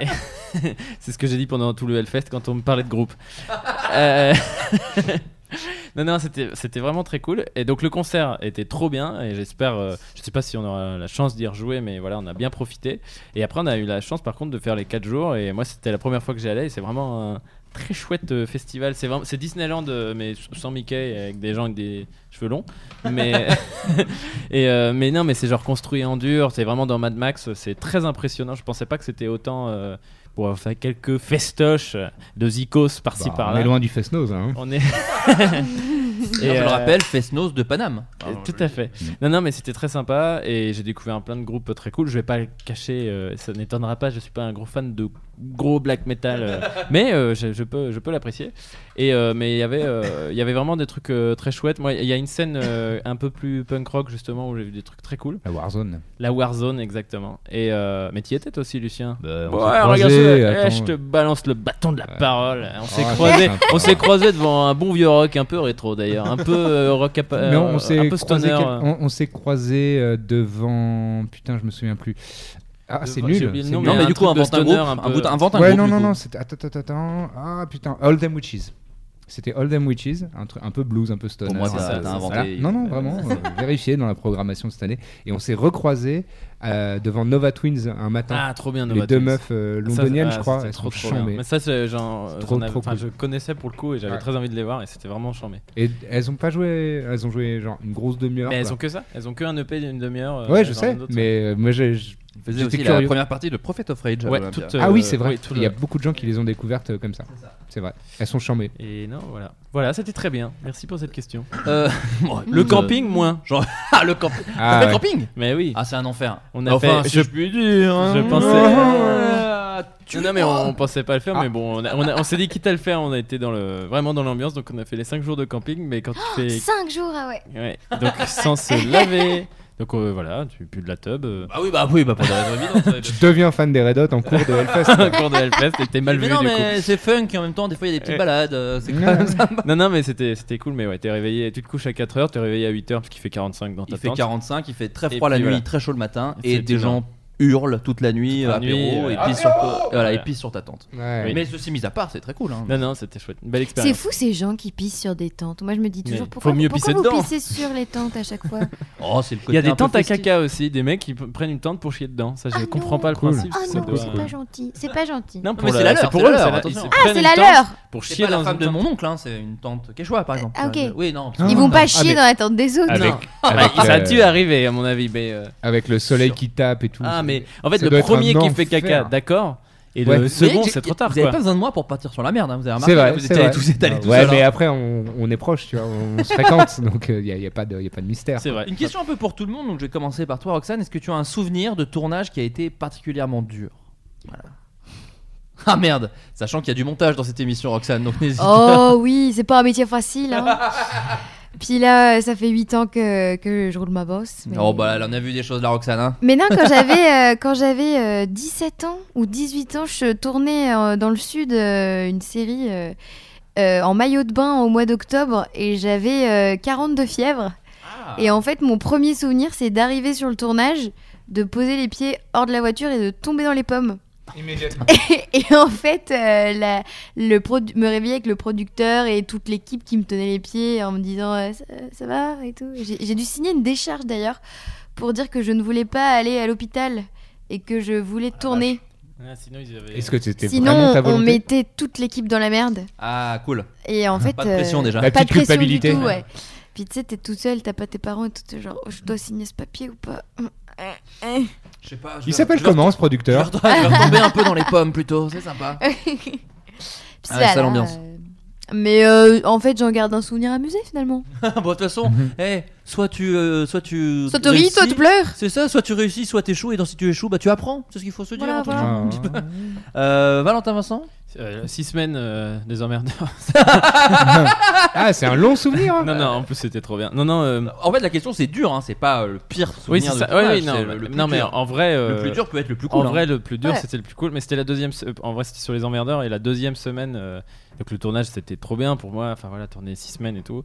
I: Et- c'est ce que j'ai dit pendant tout le Hellfest quand on me parlait de groupe. Euh, non, non, c'était c'était vraiment très cool. Et donc le concert était trop bien. Et j'espère, euh, je sais pas si on aura la chance d'y rejouer, mais voilà, on a bien profité. Et après, on a eu la chance par contre de faire les 4 jours. Et moi, c'était la première fois que j'y allais. Et c'est vraiment un, très chouette euh, festival. C'est vraiment, c'est Disneyland euh, mais sans Mickey et avec des gens avec des cheveux longs. Mais et euh, mais non, mais c'est genre construit en dur. C'est vraiment dans Mad Max. C'est très impressionnant. Je pensais pas que c'était autant. euh, pour faire quelques festoches de zikos par-ci
J: Bah,
I: par-là.
J: on est loin du hein. Fesnos.
I: On est. euh,
H: Et je le rappelle, Fesnos de Paname.
J: Ah,
I: Et tout à fait.
J: Mm.
I: Non, non, mais c'était très sympa et j'ai découvert plein de groupes très cool. Je vais pas le cacher, euh, ça n'étonnera pas. Je suis pas un gros fan de gros black metal, euh, mais euh, je, je peux, je peux l'apprécier. Et euh, mais il y avait, euh, il y avait vraiment des trucs euh, très chouettes. Moi, il y a une scène euh, un peu plus punk rock justement où j'ai vu des trucs très cool.
J: La Warzone.
I: La Warzone, exactement. Et euh, mais t'y étais toi aussi, Lucien
J: Bah, on
I: Ouais,
J: s'est
I: regarde
J: croisés,
I: ça. Eh,
H: euh,
J: attends.
I: je te balance le bâton de la parole. On
H: Ah,
I: s'est
J: Ah, c'est
I: croisés,
J: sympa.
I: on s'est croisés devant un bon vieux rock, un peu rétro d'ailleurs, un peu euh, rock, à pa-
J: Mais on
I: euh, un
J: s'est
I: peu
J: croisé,
I: stoner.
J: quel-
I: euh.
J: on, on s'est croisé euh, devant. Putain, je me souviens plus. Ah, c'est
I: Devant-
J: nul.
I: j'ai oublié le
J: c'est
I: nom,
J: nul.
I: mais Non, mais un du coup, truc de invente un stoner, groupe, un un peu- bout- invente un
J: Euh, ouais,
I: groupe,
J: non,
I: du
J: non,
I: coup.
J: non. c'était- Attends, attends, attends. Ah, putain. All Them Witches. C'était All Them Witches, un, truc, un peu blues, un peu stoner.
H: Pour moi, c'est
J: un
H: ça,
J: peu-
H: t'as inventé.
J: voilà. Non, non, vraiment. euh, vérifié dans la programmation cette année. Et on s'est recroisé euh, devant Nova Twins un matin.
I: Ah, trop bien,
J: Les
I: Nova
J: deux
I: Twins.
J: meufs euh,
I: Ça,
J: londoniennes,
I: ah,
J: je crois.
I: c'était
J: elles
I: trop,
J: sont
I: trop bien.
J: chambées.
I: Mais ça, c'est- j'en-
J: C'est
I: j'en
J: trop,
I: avais-
J: trop
I: enfin,
J: cool.
I: je connaissais pour le coup et j'avais
J: Ouais.
I: très envie de les voir et c'était vraiment charmé.
J: Et elles ont pas joué, elles ont joué genre une grosse demi-heure.
I: Mais elles
J: quoi.
I: ont que ça Elles ont que un EP d'une demi-heure. euh,
J: Ouais, je
I: genre
J: sais,
I: un autre.
J: mais euh, moi j'ai. j-
I: faisait
J: j'étais
I: aussi la
J: curieux.
H: première partie de Prophet of Rage à
I: Ouais,
H: l'Olympia.
I: toute, euh,
J: ah oui, c'est vrai.
I: oui, tout
J: Il y a
I: le-
J: beaucoup de gens qui les ont découvertes euh, comme ça. C'est vrai. Elles sont charmées.
I: Et non, voilà. Voilà, c'était très bien. Merci pour cette question.
H: Euh, bon,
I: le
H: écoute,
I: camping,
H: euh,
I: moins. Genre,
H: ah, le camping.
I: Ah,
H: T'as fait
I: ouais.
H: le camping
I: Mais oui.
H: Ah, c'est un enfer.
I: On a
H: enfin,
I: fait-
H: si je, puis dire. hein.
I: Je pensais.
H: Ah, tu
I: non, non, mais
H: vois.
I: on, on pensait pas le faire,
H: Ah.
I: mais bon, on, a- on, a- on s'est dit quitte à le faire, on a été dans le, vraiment dans l'ambiance, donc on a fait les 5 jours de camping, mais quand tu
H: Oh,
I: fais.
K: 5 jours, ah ouais.
I: Ouais, donc sans se laver. Donc euh, voilà, tu pues de la tub. Ah
H: oui, bah oui, bah pour des raisons
J: Tu deviens fan des Red Hot en cours de Hellfest.
I: En cours de Hellfest, et t'es mal
H: mais
I: vu,
H: non,
I: du
H: mais
I: coup.
H: c'est funk et en même temps, des fois, il y a des petites
I: Ouais.
H: balades. euh, C'est quand même sympa.
I: Non, non, mais c'était c'était cool, mais ouais, t'es réveillé, tu te couches à 4h, t'es réveillé à 8h parce qu'il fait 45 dans ta
H: Il
I: tente.
H: fait 45, il fait très
I: Et
H: froid la
I: puis
H: nuit,
I: voilà.
H: très chaud le matin,
I: C'est
H: et des
I: énorme.
H: gens hurlent toute la nuit,
I: Toute la
H: apéro,
I: nuit, euh,
H: et pissent sur,
I: apéro
H: euh, voilà, et
I: Voilà.
H: pissent sur ta tente.
I: Ouais.
H: Mais ceci mis à part, c'est très cool. Hein.
I: Non, non, c'était chouette, une belle
K: C'est
I: expérience.
K: fou ces gens qui pissent sur des tentes. Moi je me dis toujours
I: Mais
K: pourquoi,
I: faut mieux
K: pourquoi
I: pisser
K: vous
I: dedans.
K: pissez sur les tentes à chaque fois.
H: Oh, c'est le côté
I: Il y a des
H: un peu
I: tentes à
H: festif.
I: caca aussi, des mecs qui p- prennent une tente pour chier dedans. Ça, je comprends pas le
J: Cool.
I: principe.
K: Ah
I: ça
K: non,
I: doit-
K: c'est pas gentil. C'est pas gentil.
I: Non,
H: mais
I: la-
H: c'est la
I: c'est
H: leur,
I: pour
H: c'est
I: eux,
H: la
I: c'est
H: leur,
I: la-
H: attention.
I: ils se
H: Ah,
I: prennent
K: c'est
I: une
K: la
I: tente
K: leur.
I: Pour
H: C'est
I: chier
H: pas la
I: dans
H: femme
I: une
H: de
I: tente.
H: mon oncle, hein, c'est une tente quechua par exemple.
K: Ah, ok.
H: Oui, non.
K: Ils vont pas
J: Ah,
K: chier
J: mais-
K: dans la tente des autres.
J: Avec-
K: Non.
J: avec,
I: Ah, ça a
J: euh,
I: dû arriver à mon avis, mais. euh,
J: Avec le soleil qui tape et tout.
I: Ah,
J: c'est-
I: mais en fait,
J: ça
I: le
J: doit être
I: premier
J: un
I: qui fait
J: enfer.
I: caca, d'accord. Et
J: Ouais.
I: le
J: Mais
I: second,
H: j'ai-
I: c'est trop tard.
H: Vous avez
I: quoi.
H: pas besoin de moi pour partir sur la merde, hein, vous avez remarqué.
J: C'est vrai,
H: vous
J: c'est
H: êtes allés
J: vrai.
H: tous, vous êtes allés tous
J: Ouais,
H: seuls,
J: mais
H: hein.
J: après on, on est proches, tu vois, on, on se fréquente, donc il n'y a, y a pas de y a pas de mystère.
I: C'est vrai.
H: Une question un peu pour tout le monde, donc je vais commencer par toi, Roxane. Est-ce que tu as un souvenir de tournage qui a été particulièrement dur Voilà. Ah merde Sachant qu'il y a du montage dans cette émission, Roxane, donc n'hésite pas.
K: Oh oui, c'est pas un métier facile. hein. Puis là, ça fait 8 ans que, que je roule ma bosse. mais-
H: Oh bah elle en a vu des choses, la Roxane. Hein.
K: Mais non, quand j'avais euh, quand j'avais euh, 17 ans ou 18 ans, je tournais euh, dans le sud euh, une série euh, euh, en maillot de bain au mois d'octobre et j'avais euh, 42 fièvres. Et en fait, mon premier souvenir, c'est d'arriver sur le tournage, de poser les pieds hors de la voiture et de tomber dans les pommes.
J: Immédiatement.
K: et en fait, euh, la- le produ- me réveiller avec le producteur et toute l'équipe qui me tenait les pieds en me disant euh, ça, ça va et tout. J'ai j'ai dû signer une décharge d'ailleurs pour dire que je ne voulais pas aller à l'hôpital et que je voulais tourner.
I: Ah, sinon, ils avaient-
J: Est-ce que c'était vraiment
K: Sinon,
J: ta
K: on
J: volonté
K: mettait toute l'équipe dans la merde.
H: Ah cool.
K: Et en fait,
H: Pas de pression
K: euh,
H: déjà.
J: La
K: pas de
J: petite
K: pression du
J: culpabilité.
K: tout, ouais. Puis tu sais, t'es toute seule, t'as pas tes parents et tout, t'es genre, oh, je dois signer ce papier ou pas
H: Je sais pas. je vais-
J: Il s'appelle
H: je vais-
J: comment ce
H: Je vais
J: producteur
H: retomber un peu dans les pommes plutôt, c'est sympa.
K: Puis
H: Ah,
K: voilà,
H: sale ambiance.
K: euh, Mais euh, en fait, j'en garde un souvenir amusé finalement.
H: bon, de toute façon,
J: Mhm.
H: eh, soit tu. euh, soit tu.
K: Soit tu ris, soit tu pleures.
H: C'est ça, soit tu réussis, soit t'échoues, et dans si tu échoues, bah tu apprends. C'est ce qu'il faut se dire.
K: Voilà,
H: en tout
K: voilà.
H: cas. Un petit peu.
J: Ah,
H: Euh, Valentin Vincent
I: 6 semaines euh, des emmerdeurs.
J: Ah, c'est un long souvenir. hein.
I: Non, non, en plus c'était trop bien. Non, non. euh,
H: En fait, la question c'est dur, hein, c'est pas euh, le pire
I: Oui,
H: souvenir
I: c'est
H: de
I: ça.
H: tournage,
I: Ouais, oui,
H: c'est
I: non,
H: le- le plus
I: non, mais
H: dur.
I: en vrai, euh,
H: le plus dur peut être le plus cool.
I: En
H: hein.
I: vrai, le plus dur,
H: Ouais.
I: c'était le plus cool, mais c'était la deuxième. se- En vrai, c'était sur les emmerdeurs et la deuxième semaine. euh, donc le tournage, c'était trop bien pour moi. Enfin voilà, tourner six semaines et tout.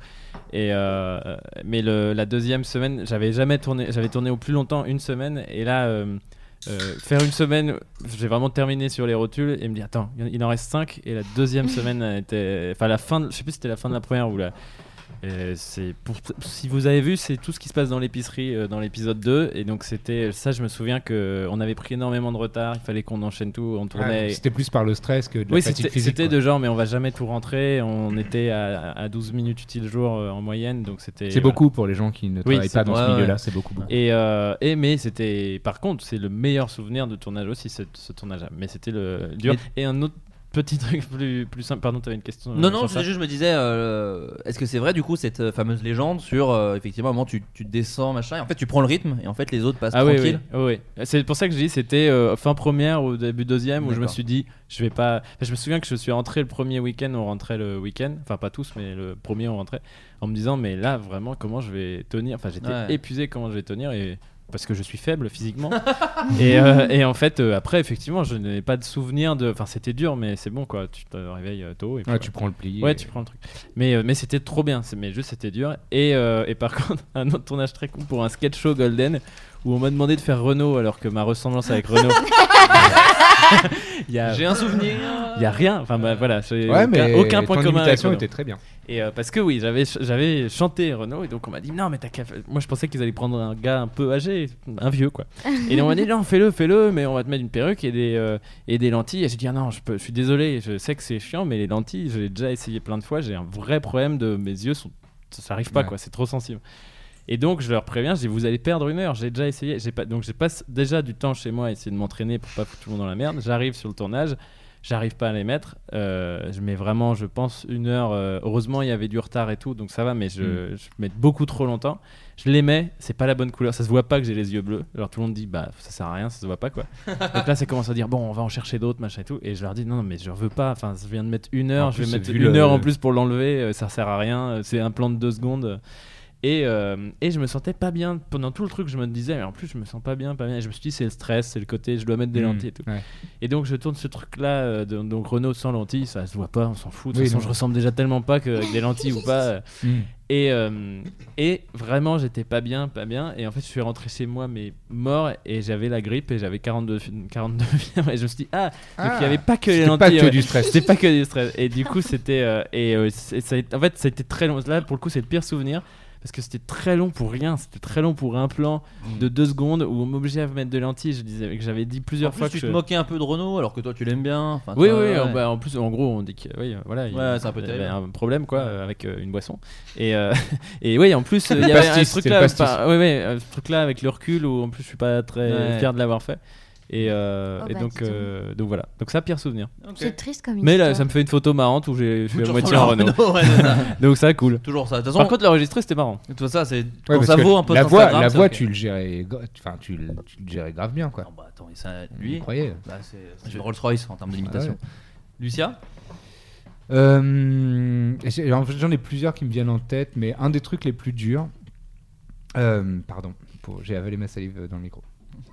I: Et euh, mais le- la deuxième semaine, j'avais jamais tourné. J'avais tourné au plus longtemps une semaine et là. euh, euh, faire une semaine, j'ai vraiment terminé sur les rotules et me dire attends, il en reste 5 et la deuxième semaine elle était, enfin la fin, de- je sais plus si c'était la fin de la première ou la, Euh, c'est pour si vous avez vu, c'est tout ce qui se passe dans l'épicerie euh, dans l'épisode 2 et donc c'était ça je me souviens que on avait pris énormément de retard, il fallait qu'on enchaîne tout, on tournait
J: donc c'était plus par le stress que de la
I: Oui,
J: fatigue
I: c'était-
J: physique,
I: c'était
J: quoi.
I: de genre mais on va jamais tout rentrer, on était à, à 12 minutes utiles jour euh, en moyenne donc c'était euh,
J: C'est beaucoup pour les gens qui ne travaillent
I: c'est
J: pas dans ce
I: ouais,
J: milieu-là,
I: ouais.
J: c'est beaucoup, beaucoup.
I: Et, euh, et mais c'était par contre, c'est le meilleur souvenir de tournage aussi ce, ce tournage là, mais c'était le dur et un autre petit truc plus plus simple pardon, tu avais une question
H: Non,
I: euh,
H: non,
I: sur
H: c'est
I: ça
H: juste, je me disais, euh, est-ce que c'est vrai du coup cette euh, fameuse légende sur euh, effectivement, à un moment tu, tu descends, machin, et en fait tu prends le rythme, et en fait les autres passent
I: Ah oui,
H: tranquille.
I: oui, oui, oui. C'est pour ça que j'ai dit c'était euh, fin première ou début deuxième où je me
H: D'accord.
I: suis dit je vais pas. Enfin, je me souviens que je suis rentré le premier week-end, on rentrait le week-end, enfin pas tous, mais le premier on rentrait, en me disant mais là vraiment comment je vais tenir. Enfin j'étais
H: Ouais.
I: épuisé comment je vais tenir et parce que je suis faible physiquement. et, euh, et en fait euh, après effectivement je n'ai pas de souvenir de. Enfin c'était dur mais c'est bon quoi. Tu te réveilles euh, tôt et puis
J: Ouais, tu prends le pli
I: Ouais
J: et-
I: tu prends le truc. Mais euh, mais c'était trop bien. C'est- Mais juste c'était dur. Et euh, et par contre un autre tournage très cool pour un sketch show Golden où on m'a demandé de faire Renault alors que ma ressemblance avec Renault.
H: J'ai un souvenir.
I: Il y a rien. Enfin bah, voilà, j'ai
J: Ouais,
I: aucun,
J: mais
I: aucun point
J: ton
I: commun. avec
J: imitation
I: Renaud.
J: était très bien.
I: Et euh, parce que oui, j'avais ch- j'avais chanté Renault et donc on m'a dit non mais t'as qu'à faire- moi je pensais qu'ils allaient prendre un gars un peu âgé, un vieux quoi. et on m'a dit non fais-le fais-le mais on va te mettre une perruque et des euh, et des lentilles. Et j'ai dit ah non je peux je suis désolé je sais que c'est chiant mais les lentilles j'ai déjà essayé plein de fois j'ai un vrai problème de mes yeux sont ça, ça arrive pas
J: Ouais.
I: quoi c'est trop sensible. Et donc je leur préviens, je dis vous allez perdre une heure, j'ai déjà essayé, j'ai pas donc je passe déjà du temps chez moi à essayer de m'entraîner pour pas foutre tout le monde dans la merde. J'arrive sur le tournage, j'arrive pas à les mettre, euh, je mets vraiment je pense une heure. euh, heureusement il y avait du retard et tout donc ça va, mais je,
J: Mm.
I: je mets beaucoup trop longtemps. Je les mets, c'est pas la bonne couleur, ça se voit pas que j'ai les yeux bleus. Alors tout le monde dit bah ça sert à rien, ça se voit pas quoi. donc là ça commence à dire bon on va en chercher d'autres machin et tout et je leur dis non, non mais je veux pas, enfin je viens de mettre une heure,
J: En
I: je vais
J: plus,
I: mettre
J: vu
I: une
J: le-
I: heure en plus pour l'enlever, euh, ça sert à rien, euh, c'est un plan de deux secondes. Et, euh, et je me sentais pas bien. Pendant tout le truc, je me disais, mais en plus, je me sens pas bien, pas bien. Et je me suis dit, c'est le stress, c'est le côté, je dois mettre des
J: Mhm,
I: lentilles et tout.
J: ouais.
I: Et donc, je tourne ce truc-là, euh, de- donc Renault sans lentilles, ça se voit pas, on s'en fout. De toute
J: Oui,
I: façon,
J: non.
I: je ressemble déjà tellement pas qu'avec des lentilles ou pas. euh,
J: Mhm.
I: et, euh, et vraiment, j'étais pas bien, pas bien. Et en fait, je suis rentré chez moi, mais mort, et j'avais la grippe, et j'avais 42, fi- 42 fièvres. Et je me suis dit, ah, donc
J: Ah,
I: il y avait pas que les
J: c'était pas
I: lentilles.
J: que
I: ouais.
J: du stress.
I: C'était pas que du stress. Et du coup, c'était. euh, et euh, c'est- ça a été- en fait, c'était très long. Là, pour le coup, c'est le pire souvenir. Parce que c'était très long pour rien, c'était très long pour un plan
H: Mm.
I: de deux secondes où on m'obligeait à me mettre de lentilles. Je disais que j'avais dit
H: En
I: plusieurs
H: plus,
I: fois
H: tu
I: que
H: te
I: je-
H: moquais un peu de Renault alors que toi tu l'aimes bien. Enfin,
I: oui,
H: tu vois,
I: oui,
H: ouais.
I: en- bah, en plus, en gros, on dit que oui, euh, voilà, il y
H: Ouais, c'est un peu
I: avait
H: terrible.
I: un problème quoi euh, avec euh, une boisson. Et, euh, et oui, en plus, euh, il y
J: Le
I: avait
J: pastis,
I: un truc
J: c'est le
I: là,
J: pastis.
I: par- ouais, ouais, euh, ce truc là avec le recul où en plus je suis pas très
H: Ouais.
I: fier de l'avoir fait. Et, euh,
K: Oh,
I: et
K: bah,
I: donc,
K: dis donc.
I: euh, donc voilà, donc ça, pire souvenir.
K: C'est triste comme
I: Mais là,
K: histoire.
I: ça me fait une photo marrante où j'ai je suis
H: Tu
I: à moitié en
H: ressembles à un
I: Renault.
H: Renault, ouais, c'est ça.
I: donc ça, cool.
H: Toujours ça. De toute façon-
I: Par contre, l'enregistrer, c'était marrant.
H: De toute façon, c'est
J: Ouais,
H: quand
J: parce
H: ça
J: que
H: vaut un post
J: la voix,
H: Instagram,
J: la
H: ça,
J: voix
H: ok. Ah, bah,
J: tu le gérais, gra- enfin tu le, tu le gérais grave bien quoi.
H: Attends, et ça,
J: On
H: lui,
J: y croyait.
H: bah, c'est c'est une Rolls Royce en termes d'imitation.
J: Ah Ouais. Ah
H: Lucia
J: Euh, j'ai- J'en ai plusieurs qui me viennent en tête, mais un des trucs les plus durs. euh, pardon, pour- j'ai avalé ma salive dans le micro.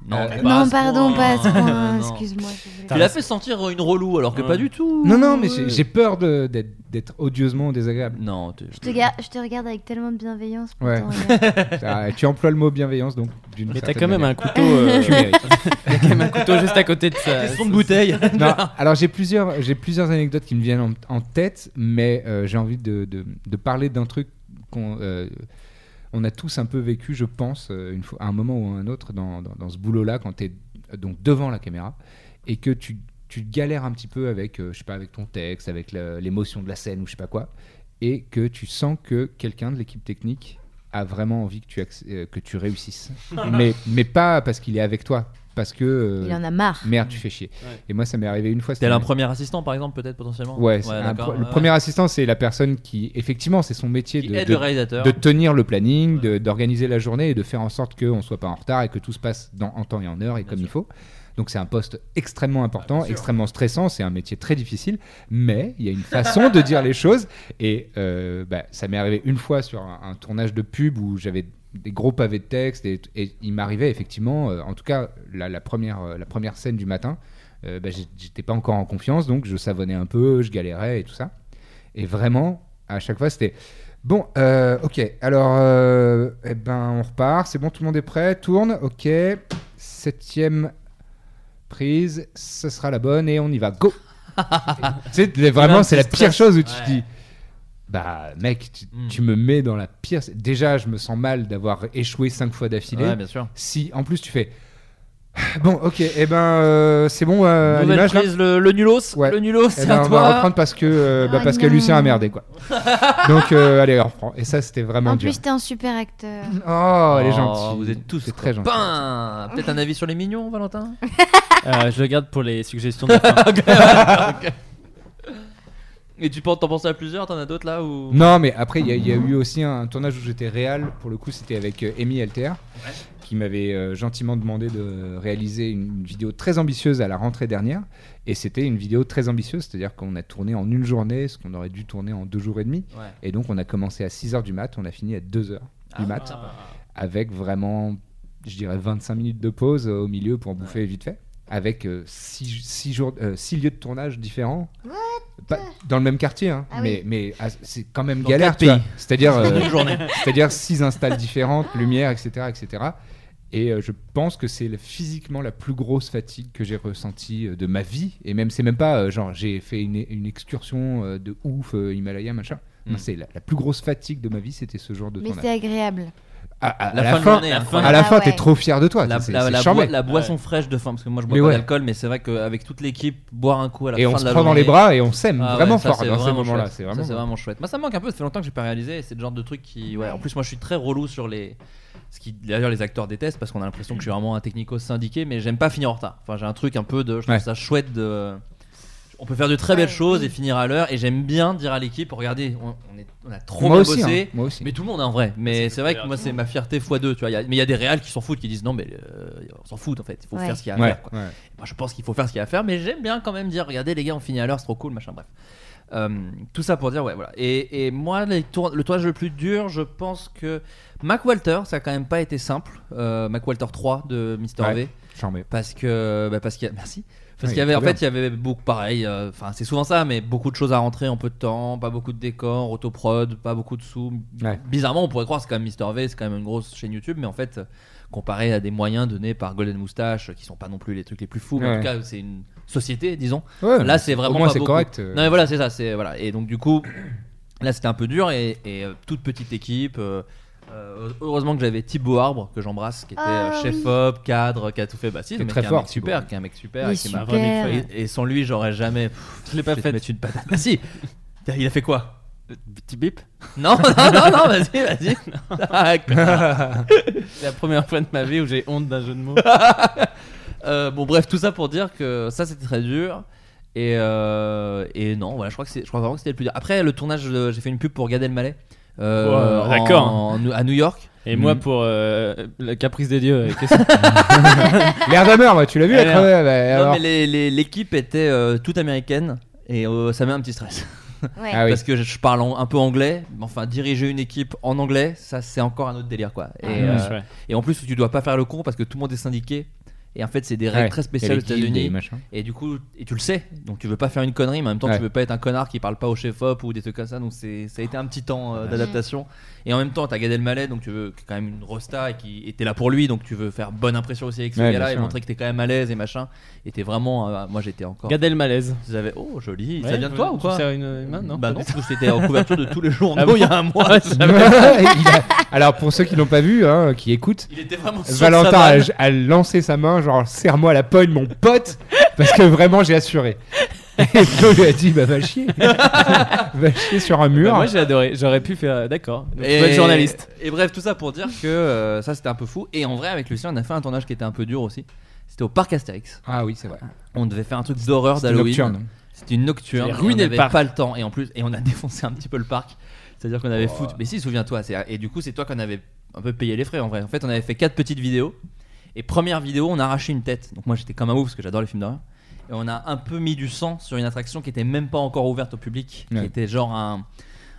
H: Non,
J: Euh,
H: mais
K: Non,
H: à ce
K: pardon,
H: point,
K: pas à ce
H: euh,
K: point,
H: non.
K: excuse-moi, je-
H: Tu l'as fait sentir euh, une relou alors que pas du tout.
J: Non, non, mais j'ai j'ai peur de- d'être d'être odieusement désagréable.
H: Non,
K: Je te, gar- je te regarde avec tellement de bienveillance.
J: Ouais.
K: pourtant, euh, regarde.
J: Ah, tu emploies le mot bienveillance donc d'une
I: Mais t'as
J: certaine
I: quand même
J: manière.
I: un couteau, euh,
J: Tu mérites.
I: Il y a quand même un couteau juste à côté de sa-
H: Question de bouteille.
J: Non, alors j'ai plusieurs, j'ai plusieurs anecdotes qui me viennent en, en tête, mais euh, j'ai envie de, de- de parler d'un truc qu'on euh, on a tous un peu vécu, je pense, euh, une fois, à un moment ou à un autre dans, dans- dans ce boulot-là, quand t'es euh, donc devant la caméra et que tu, tu galères un petit peu avec, euh, je sais pas, avec ton texte, avec la- l'émotion de la scène ou je sais pas quoi, et que tu sens que quelqu'un de l'équipe technique a vraiment envie que tu, acc- euh, que tu réussisses. mais, mais pas parce qu'il est avec toi, parce que... euh,
K: Il en a marre.
J: Merde, tu fais chier.
H: Ouais.
J: Et moi, ça m'est arrivé une fois.
H: T'es
J: c'était-
H: un premier assistant par exemple, peut-être potentiellement
J: Ouais, c'est un
H: d'accord,
J: pro- le
H: ouais.
J: premier assistant, c'est la personne qui, effectivement, c'est son métier
H: Qui
J: de,
H: aide
J: de-
H: le réalisateur.
J: de tenir le planning, de- d'organiser la journée et de faire en sorte qu'on ne soit pas en retard et que tout se passe dans- en temps et en heure et comme il faut. Donc c'est un poste
H: Ah,
J: extrêmement important, extrêmement stressant, c'est un métier très difficile, mais il y a une façon de dire les choses. Et euh, bah, ça m'est arrivé une fois sur un, un tournage de pub où j'avais des gros pavés de texte et, et il m'arrivait effectivement, euh, en tout cas la, la première, euh, la première scène du matin, euh, bah, j'ai- j'étais pas encore en confiance, donc je savonnais un peu, je galérais et tout ça. Et vraiment, à chaque fois, c'était bon. euh, ok, alors, euh, eh ben, on repart. C'est bon, tout le monde est prêt. Tourne. Ok, septième prise, ce sera la bonne et on y va. Go. c'est
H: Il y a un
J: vraiment, c'est la
H: petit
J: pire
H: stress.
J: chose où tu
H: Ouais. Hmm.
J: te dis. Bah mec, tu, tu me mets dans la pire. Déjà, je me sens mal d'avoir échoué cinq fois d'affilée.
H: Ouais, bien sûr.
J: Si en plus tu fais. Bon, ok, et ben euh, c'est bon euh, à
H: Nouvelle
J: l'image là.
H: prise, le- le nulos, le nulos,
J: Eh
H: c'est
J: ben,
H: à
J: On
H: toi.
J: va reprendre parce que euh, bah,
K: Ah
J: parce que
K: non.
J: Lucien a merdé quoi. Donc euh, allez, on reprend. Et ça c'était vraiment
K: En
J: dur.
K: plus, t'es un super acteur.
J: Oh, elle est
H: Oh,
J: gentille.
H: vous êtes tous
J: C'est très gentil.
H: Pain Peut-être un avis sur les mignons, Valentin
I: Euh, je le garde pour les suggestions de la fin.
J: euh,
H: Ok. Et tu penses, t'en penses à plusieurs T'en as d'autres là ou...
J: Non, mais après, il y, a- il y a eu aussi un, tournage où j'étais réal. Pour le coup, c'était avec euh, Amy Alter, qui m'avait euh, gentiment demandé de réaliser une vidéo très ambitieuse à la rentrée dernière. Et c'était une vidéo très ambitieuse, c'est-à-dire qu'on a tourné en une journée ce qu'on aurait dû tourner en deux jours et demi.
H: Ouais.
J: Et donc, on a commencé à 6 h du mat, on a fini à 2 h
H: Ah.
J: du mat, avec vraiment, je dirais, 25 minutes de pause euh, au milieu pour bouffer vite fait. Avec 6 jours, euh, six lieux de tournage différents, pas- dans le même quartier, hein,
H: Ah
J: mais,
H: oui.
J: mais ah, c'est quand même
H: Dans
J: galère.
H: quatre
J: tu vois.
H: pays.
J: C'est-à-dire,
H: Dans
J: euh,
H: une journée.
J: c'est-à-dire six installes différentes, lumière, etc., etc. Et euh, je pense que c'est le- physiquement la plus grosse fatigue que j'ai ressentie euh, de ma vie. Et même, c'est même pas euh, genre j'ai fait une, une excursion euh, de ouf euh, Himalaya machin. Non,
H: Hmm.
K: Mm.
J: c'est la, la plus grosse fatigue de ma vie, c'était ce genre de
K: Mais
J: tournage.
K: c'est agréable.
J: À, à- à
H: La
J: la,
H: fin de
J: fin,
H: journée,
J: à la fin,
H: incroyable.
K: Ah
J: t'es
K: ouais.
J: trop fier de toi.
H: La,
J: C'est-
H: la-
J: c'est
H: la
J: charmé.
H: boi- la boisson fraîche de fin, parce que moi je bois
J: Mais
H: pas
J: ouais.
H: d'alcool, mais c'est vrai qu'avec toute l'équipe, boire un coup à la
J: Et
H: fin
J: on
H: de
J: se
H: la
J: prend dans
H: journée- Ah
J: les bras et on s'aime vraiment
H: ça,
J: fort
H: c'est
J: dans ces
H: vraiment
J: moments-là,
H: chouette.
J: c'est
H: Ça,
J: vraiment-
H: c'est vraiment chouette. Moi ça me manque un peu, ça fait longtemps que j'ai pas réalisé. C'est le genre de truc qui. Ouais, en plus, moi je suis très relou sur les. Ce qui d'ailleurs les acteurs détestent parce qu'on a l'impression que je suis vraiment un technico syndiqué, mais j'aime pas finir en retard. Enfin, j'ai un truc un peu de. Je trouve
J: Ouais.
H: ça chouette de. On peut faire de très belles choses et finir à l'heure. Et j'aime bien dire à l'équipe, regardez, on, on est- on a trop
J: Moi
H: bien
J: aussi,
H: bossé.
J: hein, moi aussi.
H: Mais tout le monde hein, en vrai. Mais c'est vrai que moi c'est ma fierté x2 tu vois. Il y a- mais il y a des réals qui s'en foutent, qui disent non mais euh, on s'en fout en fait. Il faut
J: Ouais.
H: faire ce qu'il y a à
J: Ouais,
H: faire. quoi.
J: ouais.
H: Et Moi je pense qu'il faut faire ce qu'il y a à faire, mais j'aime bien quand même dire regardez les gars on finit à l'heure, c'est trop cool machin bref. Euh, tout ça pour dire ouais voilà. Et, et moi les tour- le tournage le plus dur, je pense que Mac Walter ça a quand même pas été simple. Euh, Mac Walter 3 de Mister
J: Ouais,
H: V.
J: charmé.
H: Parce que bah, parce qu'il y a- merci. Parce
J: Oui,
H: qu'il y avait en
J: trop bien.
H: fait il y avait beaucoup pareil. euh, Enfin c'est souvent ça, mais beaucoup de choses à rentrer en peu de temps, pas beaucoup de décors, autoprod, pas beaucoup de sous,
J: Ouais.
H: Bizarrement, on pourrait croire c'est quand même Mister V, c'est quand même une grosse chaîne YouTube, mais en fait, euh, comparé à des moyens donnés par Golden Moustache, euh, qui sont pas non plus les trucs les plus fous, mais en
J: Ouais.
H: tout cas, c'est une société, disons.
J: Ouais,
H: là,
J: mais
H: c'est
J: au
H: vraiment
J: moins,
H: pas
J: c'est
H: beaucoup.
J: correct, euh.
H: Non, mais voilà, c'est ça. C'est voilà. Et donc du coup, là, c'était un peu dur et, et, euh, toute petite équipe. euh, euh, heureusement que j'avais Thibaut Arbre que j'embrasse, qui était
J: Ah,
H: euh, chef
J: oui.
H: op, cadre, qui a tout fait. Bah
J: Qui
H: si, le
J: est
H: mec
J: très
H: est un
J: fort,
H: mec super, qui est un mec super,
J: Il est
H: et qui m'a
J: super.
H: Et, et sans lui, j'aurais jamais. Pff, je l'ai pas fait. Mettre une patate. Ah, si. Il a fait quoi Petit bip Non, non, non, non, vas-y, vas-y. Ah, connard.
I: C'est la première fois de ma vie où j'ai honte d'un jeu de mots.
H: Euh, bon, bref, tout ça pour dire que ça, c'était très dur. Et, euh, et non, voilà, je crois, que c'est- je crois vraiment que c'était le plus dur. Après, le tournage, euh, j'ai fait une pub pour Gad Elmaleh. euh,
I: Wow,
H: en-
I: D'accord.
H: en- À New York.
I: Et moi
H: Mhm.
I: pour euh, le caprice des dieux. euh, qu'est-ce que-
J: L'air d'Hammer, moi, tu l'as vu
H: Ah,
J: être-
H: merde.
J: ouais, bah,
H: Non,
J: alors.
H: mais les- les- l'équipe était euh, toute américaine et euh, ça met un petit stress.
K: Ouais.
J: Ah oui.
H: Parce que je- je parle en- un peu anglais, mais enfin diriger une équipe en anglais, ça c'est encore un autre délire quoi. Et, euh,
I: Ah, ouais, c'est vrai.
H: et en plus tu dois pas faire le con parce que tout le monde est syndiqué et en fait c'est des
J: Ouais,
H: règles très
J: et
H: spéciales aux
J: les guildes,
H: États-Unis
J: et machin.
H: et du coup et tu le sais donc tu veux pas faire une connerie mais en même temps
J: Ouais.
H: tu veux pas être un connard qui parle pas au chef op ou des trucs comme ça donc c'est ça a été un petit temps euh,
J: vache.
H: d'adaptation et en même temps t'as Gad Elmaleh donc tu veux qui est quand même une rosta et qui était là pour lui donc tu veux faire bonne impression aussi avec ce
I: Ouais,
H: gars-là
I: bien
H: et
I: sûr,
H: montrer que t'es quand même à l'aise et machin et t'es vraiment euh, moi j'étais encore
I: Gad Elmaleh.
H: Vous avez oh joli ça
I: Ouais,
H: vient de toi
I: tu
H: ou quoi
I: sers une- une main, non
H: bah non parce que c'était en couverture de tous les journaux
I: Ah bon
H: il y a un mois
I: Ah,
H: j'avais-
J: Il a- Alors pour ceux qui l'ont pas vu, hein, qui écoutent,
H: Il était vraiment sûr de sa
J: Valentin a,
H: balle.
J: a lancé sa main genre serre-moi la pogne mon pote parce que vraiment j'ai assuré. Et Flo lui a dit bah va chier, va chier sur un mur.
I: Bah, moi j'ai adoré. J'aurais pu faire. D'accord. Donc,
H: Et-
I: faut être journaliste.
H: Et bref, tout ça pour dire que euh, ça c'était un peu fou. Et en vrai, avec Lucien, on a fait un tournage qui était un peu dur aussi. C'était au parc Astérix.
J: Ah oui, c'est vrai.
H: On devait faire un truc d'horreur
J: C'était
H: d'Halloween.
J: nocturne.
H: C'était une nocturne. et
I: C'était ruiner
H: on
I: le
H: n'avait
I: parc.
H: pas le temps. Et en plus, et on a défoncé un petit peu le parc. C'est-à-dire qu'on
J: Oh.
H: avait foutu. Mais si, souviens-toi. c'est- Et du coup, c'est toi qu'on avait un peu payé les frais en vrai. En fait, on avait fait quatre petites vidéos. Et première vidéo, on a arraché une tête. Donc moi, j'étais comme un ouf parce que j'adore les films d'horreur. Et on a un peu mis du sang sur une attraction qui était même pas encore ouverte au public. Qui
J: Ouais.
H: était genre un.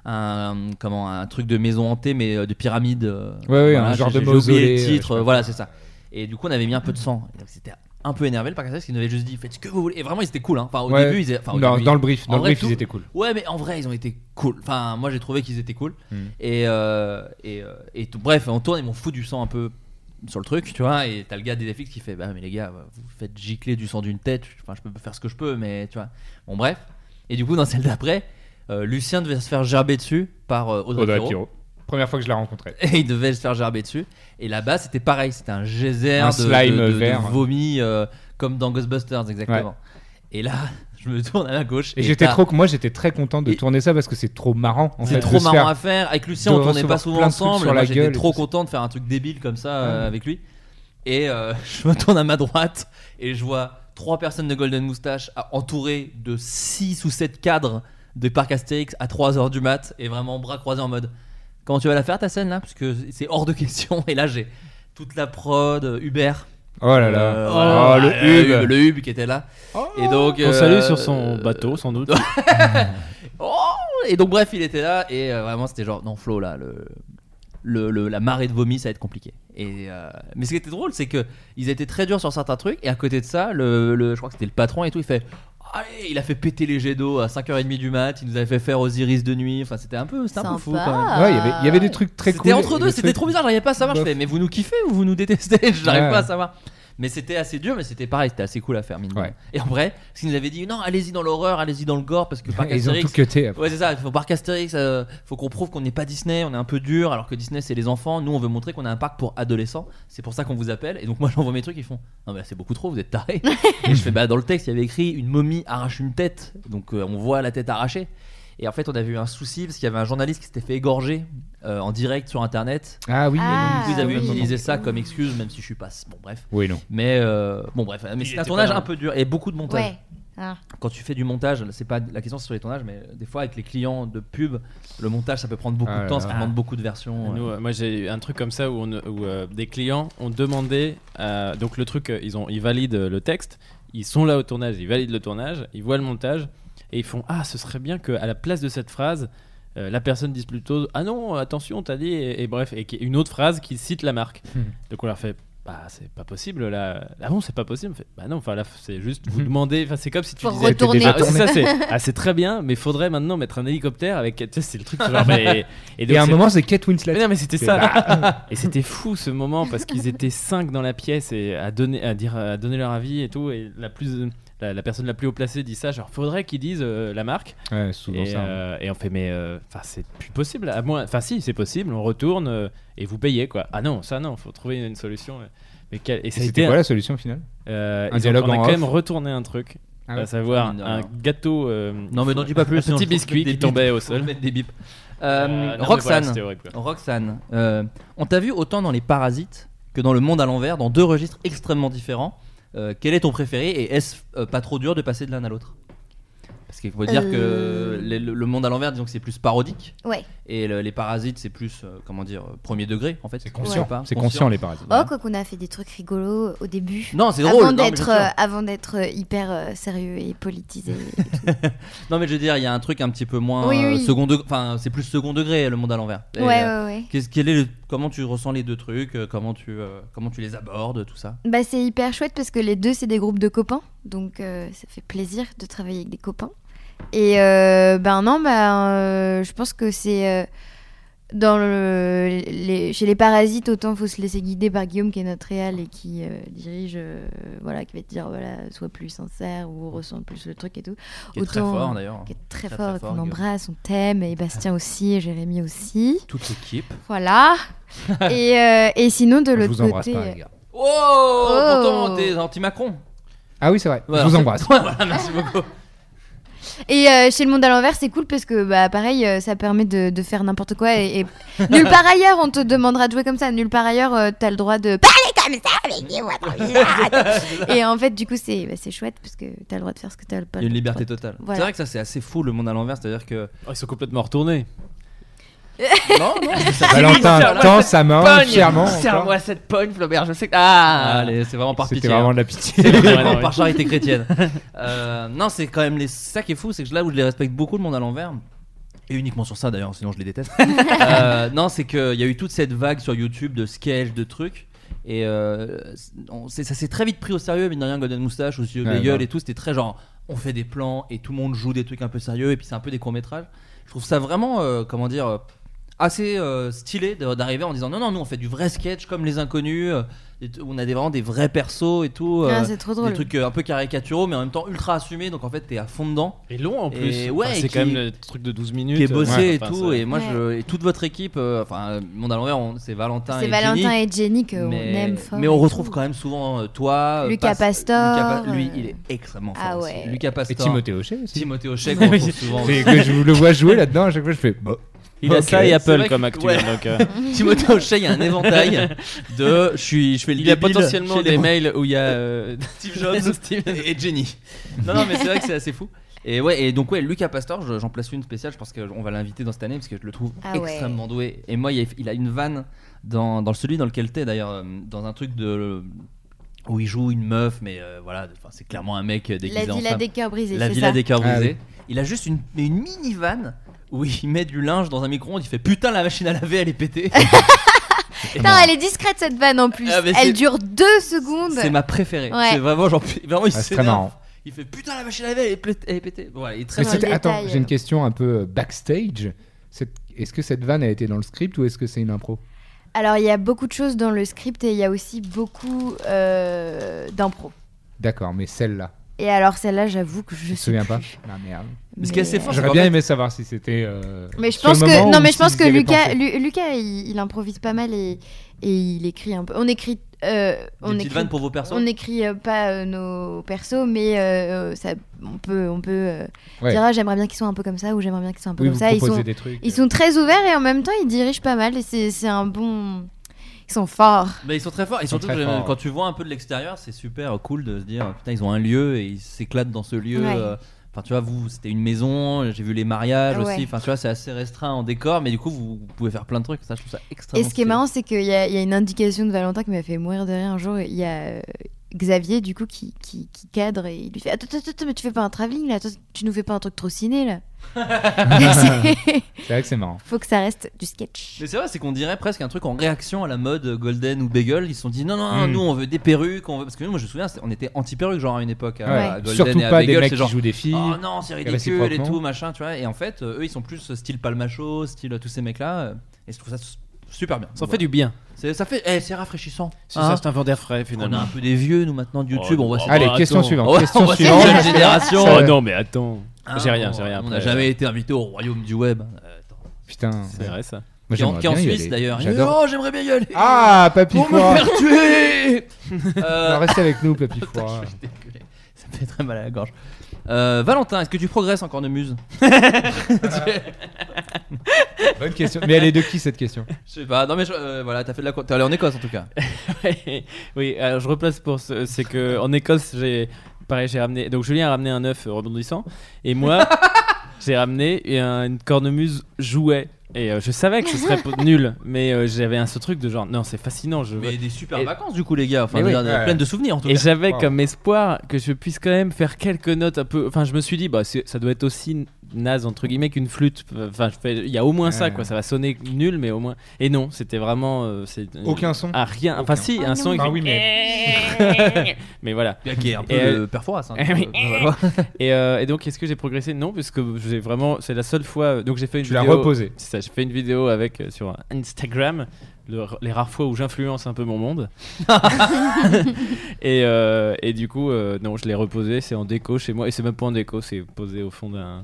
H: Un, comment, un truc de maison hantée mais euh, de pyramide euh,
J: Ouais, ouais, un genre
H: j'ai-
J: de
H: j'ai oublié
J: mausolée,
H: le
J: euh, je
H: titre
J: sais
H: euh,
J: pas.
H: voilà c'est ça et du coup on avait mis un peu de sang Et donc, c'était un peu énervé le parc Astérix, qui nous avait juste dit faites ce que vous voulez et vraiment ils étaient cool hein. enfin au
J: Ouais.
H: début ils étaient- enfin, au
J: Dans-
H: début,
J: dans le brief,
H: en
J: dans le
H: vrai,
J: brief, ils étaient cool.
H: ouais mais en vrai ils ont été cool enfin moi j'ai trouvé qu'ils étaient cool
J: Mm.
H: et euh, et, euh, et tout, bref on tourne et m'ont fout du sang un peu sur le truc tu vois et t'as le gars des FX qui fait bah mais les gars vous faites gicler du sang d'une tête enfin je peux faire ce que je peux mais tu vois bon bref et du coup dans celle d'après euh, Lucien devait se faire gerber dessus par euh, Audrey,
J: Audrey
H: Pirot.
J: Pirot. Première fois que je la rencontrais.
H: Et il devait se faire gerber dessus. Et là-bas, c'était pareil, c'était un geyser
J: Un
H: de,
J: slime
H: de- de- de
J: vert.
H: vomi euh, comme dans Ghostbusters, exactement.
J: Ouais.
H: Et là, je me tourne à la gauche.
J: Et j'étais
H: t'as-
J: trop, moi j'étais très content de tourner ça parce que c'est trop marrant. en
H: C'est
J: fait,
H: trop
J: de se faire-
H: marrant à faire. Avec Lucien,
J: de
H: on tournait pas
J: recevoir
H: souvent
J: plein de trucs
H: ensemble.
J: Sur
H: Moi,
J: la
H: j'étais
J: gueule.
H: trop content de faire un truc débile comme ça euh,
J: Ouais.
H: avec lui. Et euh, je me tourne à ma droite et je vois trois personnes de Golden Moustache à- entourées de 6 ou 7 cadres de Parc Astérix à 3h du mat et vraiment bras croisés en mode Comment tu vas la faire ta scène là Parce que c'est hors de question. Et là, j'ai toute la prod, euh, Hubert.
J: Oh là là.
H: Euh,
J: Oh,
H: voilà,
J: le
H: euh,
J: Hub.
H: Le Hub qui était là. et donc, euh,
I: On salue sur son bateau, sans doute.
H: Oh et donc bref, il était là et euh, vraiment c'était genre non Flo là le, le, le- la marée de vomi ça va être compliqué. Et euh, mais ce qui était drôle c'est que ils étaient très durs sur certains trucs et à côté de ça le, le- je crois que c'était le patron et tout il fait allez il a fait péter les jets d'eau à 5h30 du mat, il nous avait fait faire Osiris de nuit, enfin c'était un peu c'était un peu fou
J: Sympa.
H: quand même.
J: Ouais, il y avait- il y avait des trucs très
H: C'était
J: cool,
H: entre
J: des
H: deux, c'était
J: trucs-
H: trop bizarre, j'arrivais pas à savoir, je
J: Bof.
H: fais mais vous nous kiffez ou vous nous détestez, j'arrive
J: Ouais.
H: pas à savoir. Mais c'était assez dur, mais c'était pareil, c'était assez cool à faire, mine. de rien. Et en vrai, parce qu'ils nous avaient dit non, allez-y dans l'horreur, allez-y dans le gore, parce que Parc
J: Ils ont
H: Astérix-
J: tout cuté, après.
H: Ouais, c'est ça. Il faut Parc Astérix, euh, faut qu'on prouve qu'on n'est pas Disney, on est un peu dur, alors que Disney c'est les enfants. Nous, on veut montrer qu'on a un parc pour adolescents. C'est pour ça qu'on vous appelle. Et donc moi, j'envoie mes trucs, ils font non mais là, c'est beaucoup trop, vous êtes tarés. et je fais bah dans le texte, il y avait écrit une momie arrache une tête, donc euh, on voit la tête arrachée. Et en fait, on avait eu un souci parce qu'il y avait un journaliste qui s'était fait égorger euh, en direct sur internet.
J: Ah oui,
H: Et donc,
J: Ah,
H: du coup, ils avaient
J: oui.
H: utilisé ça comme excuse, même si je suis pas. Bon, bref.
J: Oui, non.
H: Mais euh, bon, bref. Mais c'est un
J: était
H: tournage
J: pas dans-
H: un peu dur et beaucoup de montage.
K: Ouais. Ah.
H: Quand tu fais du montage, c'est pas la question c'est sur les tournages, mais des fois avec les clients de pub, le montage ça peut prendre
J: Ah
H: beaucoup de temps, ça demande beaucoup de versions.
I: Ah Nous,
H: euh.
I: euh, moi, j'ai eu un truc comme ça où, on, où, euh, des clients ont demandé. euh, donc, le truc, euh, ils, ont, ils valident euh, le texte, ils sont là au tournage, ils valident le tournage, ils voient le montage et ils font Ah, ce serait bien qu'à la place de cette phrase, euh, la personne dise plutôt Ah non, attention, t'as dit, et, et bref, et qu'il y ait une autre phrase qui cite la marque.
J: Hmm.
I: Donc, on leur fait Bah, c'est pas possible là. Ah bon, c'est pas possible. On fait, bah non, enfin là, c'est juste
H: Hmm.
I: vous demander. Enfin, c'est comme si tu
K: Faut
I: disais
K: retourner.
I: Ah, c'est ça,
K: Retourner.
I: c'est ah, c'est très bien, mais faudrait maintenant mettre un hélicoptère avec. Tu sais, c'est le truc genre, mais-
J: Et,
I: donc,
J: à un
I: c'est-
J: moment, c'est Kate Winslet.
I: mais non, mais c'était
J: C'est-
I: ça. et c'était fou ce moment parce qu'ils étaient cinq dans la pièce et à donner, à dire, à donner leur avis et tout. Et la plus, la, la personne la plus haut placée dit ça. Genre, faudrait qu'ils disent euh, la marque.
J: Ouais, souvent
I: et,
J: ça, hein.
I: euh, et on fait, mais euh, enfin, c'est plus possible. À moins, enfin, si, c'est possible. On retourne euh, et vous payez quoi. Ah non, ça non, faut trouver une solution. euh. Mais quelle- et ça a
J: c'était
I: été-
J: quoi la solution, au final
I: Euh,
J: Un
I: ils ont-
J: dialogue
I: On
J: en
I: a quand
J: off
I: même retourné un truc.
J: Ah ouais.
I: à savoir
J: Non.
I: un gâteau. euh,
H: Non mais n'en dis pas plus.
I: Un
H: sinon
I: petit
H: je pense qu'on
I: biscuit qui
H: met des bips,
I: tombait
H: on
I: au sol.
H: met des bips.
I: Euh,
H: Euh,
I: non, mais voilà,
H: Roxane,
I: c'était horrible, quoi.
H: Roxane, euh, on t'a vu autant dans les Parasites que dans Le Monde à l'envers, dans deux registres extrêmement différents. Euh, quel est ton préféré et est-ce euh, pas trop dur de passer de l'un à l'autre Parce qu'il faut dire
K: Euh.
H: que les- le, le Monde à l'envers, disons que c'est plus parodique.
K: Ouais.
H: Et le- les Parasites, c'est plus euh, comment dire euh, premier degré en fait. C'est
J: conscient. C'est conscient, les Parasites.
K: Oh, quoi qu'on a fait des trucs rigolos au début.
H: Non, c'est
K: Avant
H: drôle, non, mais
K: d'être,
H: bien sûr.
K: euh, avant d'être euh, hyper euh, sérieux et politisé.
H: Non mais je veux dire, il y a un truc un petit peu moins
K: Oui,
H: euh,
K: oui.
H: second degré. Enfin, c'est plus second degré le monde à l'envers. Et,
K: Ouais, ouais,
H: euh,
K: ouais.
H: qu'est-ce- quel est le- comment tu ressens les deux trucs euh, Comment tu euh, comment tu les abordes tout ça
K: Bah, c'est hyper chouette parce que les deux, c'est des groupes de copains. Donc, euh, ça fait plaisir de travailler avec des copains. Et euh, ben non, ben, euh, je pense que c'est. euh, dans le, les- chez les parasites, autant faut se laisser guider par Guillaume qui est notre réal et qui euh, dirige, euh, voilà, qui va te dire voilà, sois plus sincère ou ressens plus le truc et tout.
H: Qui est très fort, d'ailleurs.
K: Qui est très,
H: Très, très
K: fort,
H: fort,
K: qu'on
H: Guillaume.
K: embrasse, on t'aime et Bastien aussi et Jérémy aussi.
H: Toute l'équipe.
K: Voilà. et, euh, et sinon de
H: Je
K: l'autre
H: vous embrasse
K: côté,
H: pas, les gars. Oh, Pourtant, t'es anti-Macron.
J: Ah oui, c'est vrai.
H: Voilà.
J: Je vous embrasse.
H: Voilà, Ah, merci beaucoup.
K: Et euh, chez le monde à l'envers, c'est cool parce que bah pareil, euh, ça permet de, de faire n'importe quoi et, et nulle part ailleurs on te demandera de jouer comme ça. Nulle part ailleurs, euh, t'as le droit de parler comme ça avec des voix transvivantes. Et en fait, du coup, c'est bah, c'est chouette parce que t'as le droit de faire ce que t'as le Ah, pas.
H: Il y a une
K: le
H: liberté
K: droit de-
H: totale.
K: Voilà.
H: C'est vrai que ça c'est assez fou le monde à l'envers, c'est-à-dire que
J: Oh,
I: ils sont complètement retournés.
H: non, non, mais ça-
J: Valentin
H: Serre-moi
J: tend
H: cette
J: sa main
H: pogne.
J: fièrement
H: Serre-moi cette pogne, Flaubert. Je sais que ah, allez, c'est vraiment par
J: C'était
H: pitié.
J: vraiment
H: hein.
J: de la pitié.
H: C'est vraiment
J: Ouais, ouais.
H: par charité chrétienne. Euh, non, c'est quand même les... c'est ça qui est fou, c'est que là où je les respecte beaucoup le monde à l'envers. Et uniquement sur ça d'ailleurs, sinon je les déteste. Euh, non, c'est qu'il y a eu toute cette vague sur YouTube de sketch, de trucs. Et euh, on- c'est- ça s'est très vite pris au sérieux, mine de rien, Golden Moustache, aussi
J: Ouais,
H: les gueules
J: ouais.
H: et tout. C'était très genre, on fait des plans et tout le monde joue des trucs un peu sérieux et puis c'est un peu des courts-métrages. Je trouve ça vraiment, euh, comment dire, euh, assez euh, stylé de- d'arriver en disant non, non, nous on fait du vrai sketch comme les inconnus. euh, et t- on a des, vraiment des vrais persos et tout.
K: Ah,
H: euh,
K: c'est trop drôle.
H: Des trucs euh, un peu caricaturaux, mais en même temps ultra assumés. Donc en fait, t'es à fond dedans.
I: Et long en plus.
H: Et
I: Enfin,
H: ouais,
I: c'est
H: qui-
I: quand même le truc de 12 minutes. euh,
H: Qui est bossé
I: Ouais,
H: et
I: enfin,
H: tout.
I: ça-
H: Et moi,
K: Ouais.
H: je, et toute votre équipe, euh, enfin, euh, Monde à l'envers, on- c'est Valentin
K: C'est
H: et
K: Valentin
H: Jenny.
K: et Jenny qu'on
H: mais,
K: aime fort
H: Mais on
K: et
H: retrouve
K: tout.
H: quand même souvent euh, toi, euh,
K: Lucas
H: Pas-
K: Pastor,
H: Lucas Pa- lui,
K: euh,
H: il est extrêmement fort.
K: ah
H: aussi.
K: ouais.
H: Lucas Pastor.
J: Timothée Hochet aussi.
H: Timothée Hochet, qu'on retrouve souvent.
J: C'est
H: aussi.
J: que je le vois jouer là-dedans, à chaque fois je fais. bah,
H: Il a
J: ok.
H: ça et Apple
I: Apple comme acteur.
H: Ouais.
I: Donc, euh,
H: Timothée Hochet, il y a un éventail de je, suis, je fais le
I: Il y a
H: débile
I: potentiellement
H: chez
I: des
H: les-
I: mails où il y a euh,
H: Steve Jobs
I: Steve-
H: et Jenny. Non, non, mais c'est vrai que c'est assez fou. Et ouais, et donc ouais, Lucas Pastor, je- j'en place une spéciale, je pense qu'on va l'inviter dans cette année parce que je le trouve
I: Ah ouais.
H: extrêmement doué. Et moi, il a- il a une vanne dans, dans celui dans lequel t'es d'ailleurs, euh, dans un truc de où il joue une meuf, mais euh, voilà, enfin, c'est clairement un mec euh, déguisé
K: La
H: en
K: villa
H: femme.
K: des cœurs brisés,
H: La
K: c'est
H: villa
K: ça
H: des cœurs
K: Ah oui.
H: brisés. Il a juste une, mais une mini vanne où il met du linge dans un micro-ondes, il fait putain la machine à laver elle est pétée. Et
K: Putain, elle est discrète cette vanne en plus.
H: Ah, mais c'est-
K: elle dure deux secondes.
H: C'est ma préférée.
K: Ouais.
H: C'est vraiment, genre, vraiment il
J: Ah, c'est très
H: s'énerve.
J: marrant.
H: Il fait putain la machine à laver, elle est, plé- elle est pétée. Voilà, il est très
J: Mais
H: mal-
J: c'était- attends, j'ai une question un peu euh, backstage. Cette- Est-ce que cette vanne a été dans le script ou est-ce que c'est une impro
K: Alors il y a beaucoup de choses dans le script et il y a aussi beaucoup euh, d'impro.
J: D'accord, mais celle-là.
K: Et alors celle-là, j'avoue que
J: Je
K: je
J: me
K: sais
J: souviens pas.
K: plus.
J: Non, merde.
K: Mais- Ce qui est assez fort, c'est
J: J'aurais
K: qu'en
J: bien
K: fait-
J: aimé savoir si c'était. euh,
K: Mais je
J: sur le
K: pense que
J: moment
K: non,
J: ou
K: mais je
J: si
K: pense
J: vous
K: que
J: y avez
K: Lucas,
J: pensé.
K: Lu- Lucas, il, il improvise pas mal et, et il écrit un peu. On écrit, euh, on
H: petites
K: écrit
H: vannes pour vos persos
K: On écrit euh, pas euh, nos persos, mais euh, ça, on peut, on peut euh,
H: Ouais.
K: dire ah, j'aimerais bien qu'ils soient un peu comme ça ou j'aimerais bien qu'ils soient un peu
J: Oui,
K: comme
J: vous
K: ça. Ils
J: proposez
K: sont,
J: des trucs, euh.
K: ils sont très ouverts et en même temps ils dirigent pas mal et c'est c'est un bon, ils sont forts.
H: Mais ils sont très forts. Et
J: Ils sont
H: surtout,
J: très
H: que,
J: forts.
H: quand tu vois un peu de l'extérieur, c'est super cool de se dire putain, ils ont un lieu et ils s'éclatent dans ce lieu.
K: Ouais.
H: euh, Enfin, tu vois, vous, c'était une maison, j'ai vu les mariages
K: Ouais.
H: aussi. Enfin, tu vois, c'est assez restreint en décor, mais du coup, vous pouvez faire plein de trucs. Ça, je trouve ça
K: Et
H: extrêmement.
K: ce qui est marrant, c'est qu'il y, a il y a une indication de Valentin qui m'a fait mourir de rire un jour. Il y a euh, Xavier, du coup, qui, qui, qui cadre et il lui fait Attends, attends, attends, mais tu fais pas un travelling là Attends, Tu nous fais pas un truc trop ciné là
J: C'est vrai que c'est marrant.
K: Faut que ça reste du sketch.
H: Mais c'est vrai, c'est qu'on dirait presque un truc en réaction à la mode Golden ou Bagel. Ils se sont dit non, non, non,
J: Mm.
H: nous on veut des perruques. On veut... Parce que nous, moi je me souviens, c'est- on était anti-perruques genre à une époque. hein, À,
J: Ouais.
H: à Golden
J: Surtout
H: et à
J: pas des
H: Bagel,
J: mecs
H: c'est
J: qui
H: genre,
J: jouent des filles,
H: Oh non, c'est
J: et bah,
H: ridicule et
J: réciproquement.
H: tout, machin, tu vois. Et en fait, euh, eux ils sont plus euh, style Palmacho, style euh, tous ces mecs là. Et je trouve ça s- super bien.
I: Ça fait du bien.
H: C'est- Ça fait, eh, c'est rafraîchissant.
I: C'est ça, c'est un vent d'air frais, finalement.
H: On est un peu des vieux nous maintenant de YouTube.
I: Oh,
H: on voit
I: non,
H: ça.
I: Allez, bah, question attends. suivante,
H: On voit-
I: question
H: on voit cette
I: suivante.
H: jeune génération.
I: Oh, non, mais attends.
H: Ah,
I: J'ai rien, j'ai rien
H: On n'a
I: après.
H: jamais été invité au royaume du web. Euh, attends.
J: Putain.
I: C'est vrai ça.
J: Moi,
H: qui est
J: j'aimerais
H: en, qui est en
J: bien y
H: Suisse
J: aller.
H: d'ailleurs.
J: J'adore.
H: Oh, j'aimerais bien y aller.
J: Ah, Papy
H: Pour
J: Foie.
H: me faire tuer Euh.
J: On va rester avec nous, Papy
H: Attends,
J: Foie.
H: je vais dégueuler. Ça me fait très mal à la gorge. Euh, Valentin, est-ce que tu progresses encore de muse
J: Bonne question. Mais elle est de qui, cette question
H: Je sais pas. Non, mais je- euh, voilà, t'as fait de la. co- T'es allé en Écosse en tout cas.
I: Ouais. oui, alors je replace pour ce, c'est que en Écosse, j'ai pareil, j'ai ramené donc Julien a ramené un œuf rebondissant et moi j'ai ramené un- une cornemuse jouet. Et euh, je savais que ce serait p- nul, mais euh, j'avais un ce truc de genre non, c'est fascinant, je
H: Mais
I: veux-
H: des super
I: Et-
H: vacances du coup, les gars. Enfin,
I: Mais oui.
H: plein de souvenirs en tout
I: Et
H: cas.
I: j'avais
H: Wow.
I: comme espoir que je puisse quand même faire quelques notes un peu. Enfin, je me suis dit, bah, c'est- ça doit être aussi naze entre guillemets qu'une flûte. Enfin, je fais- il y a au moins ça,
J: Ouais.
I: quoi. Ça va sonner nul, mais au moins. Et non, c'était vraiment. euh, c'est-
J: Aucun son
I: Ah, rien. Enfin,
J: Aucun.
I: si,
J: Ah
I: un
J: non.
I: son. qui-
J: Bah oui,
I: mais. voilà.
H: Bien, qui est un peu
I: Et,
H: le perforas, hein.
I: Eh oui.
H: On va voir.
I: et, euh, et donc, est-ce que j'ai progressé Non, parce que j'ai vraiment. C'est la seule fois. euh, Donc, j'ai fait une
J: Tu l'as
I: vidéo.
J: reposé.
I: C'est ça, j'ai fait une vidéo avec euh, sur Instagram, le- les rares fois où j'influence un peu mon monde. et, euh, et du coup, euh, non, je l'ai reposé, c'est en déco chez moi, et c'est même pas en déco, c'est posé au fond d'un.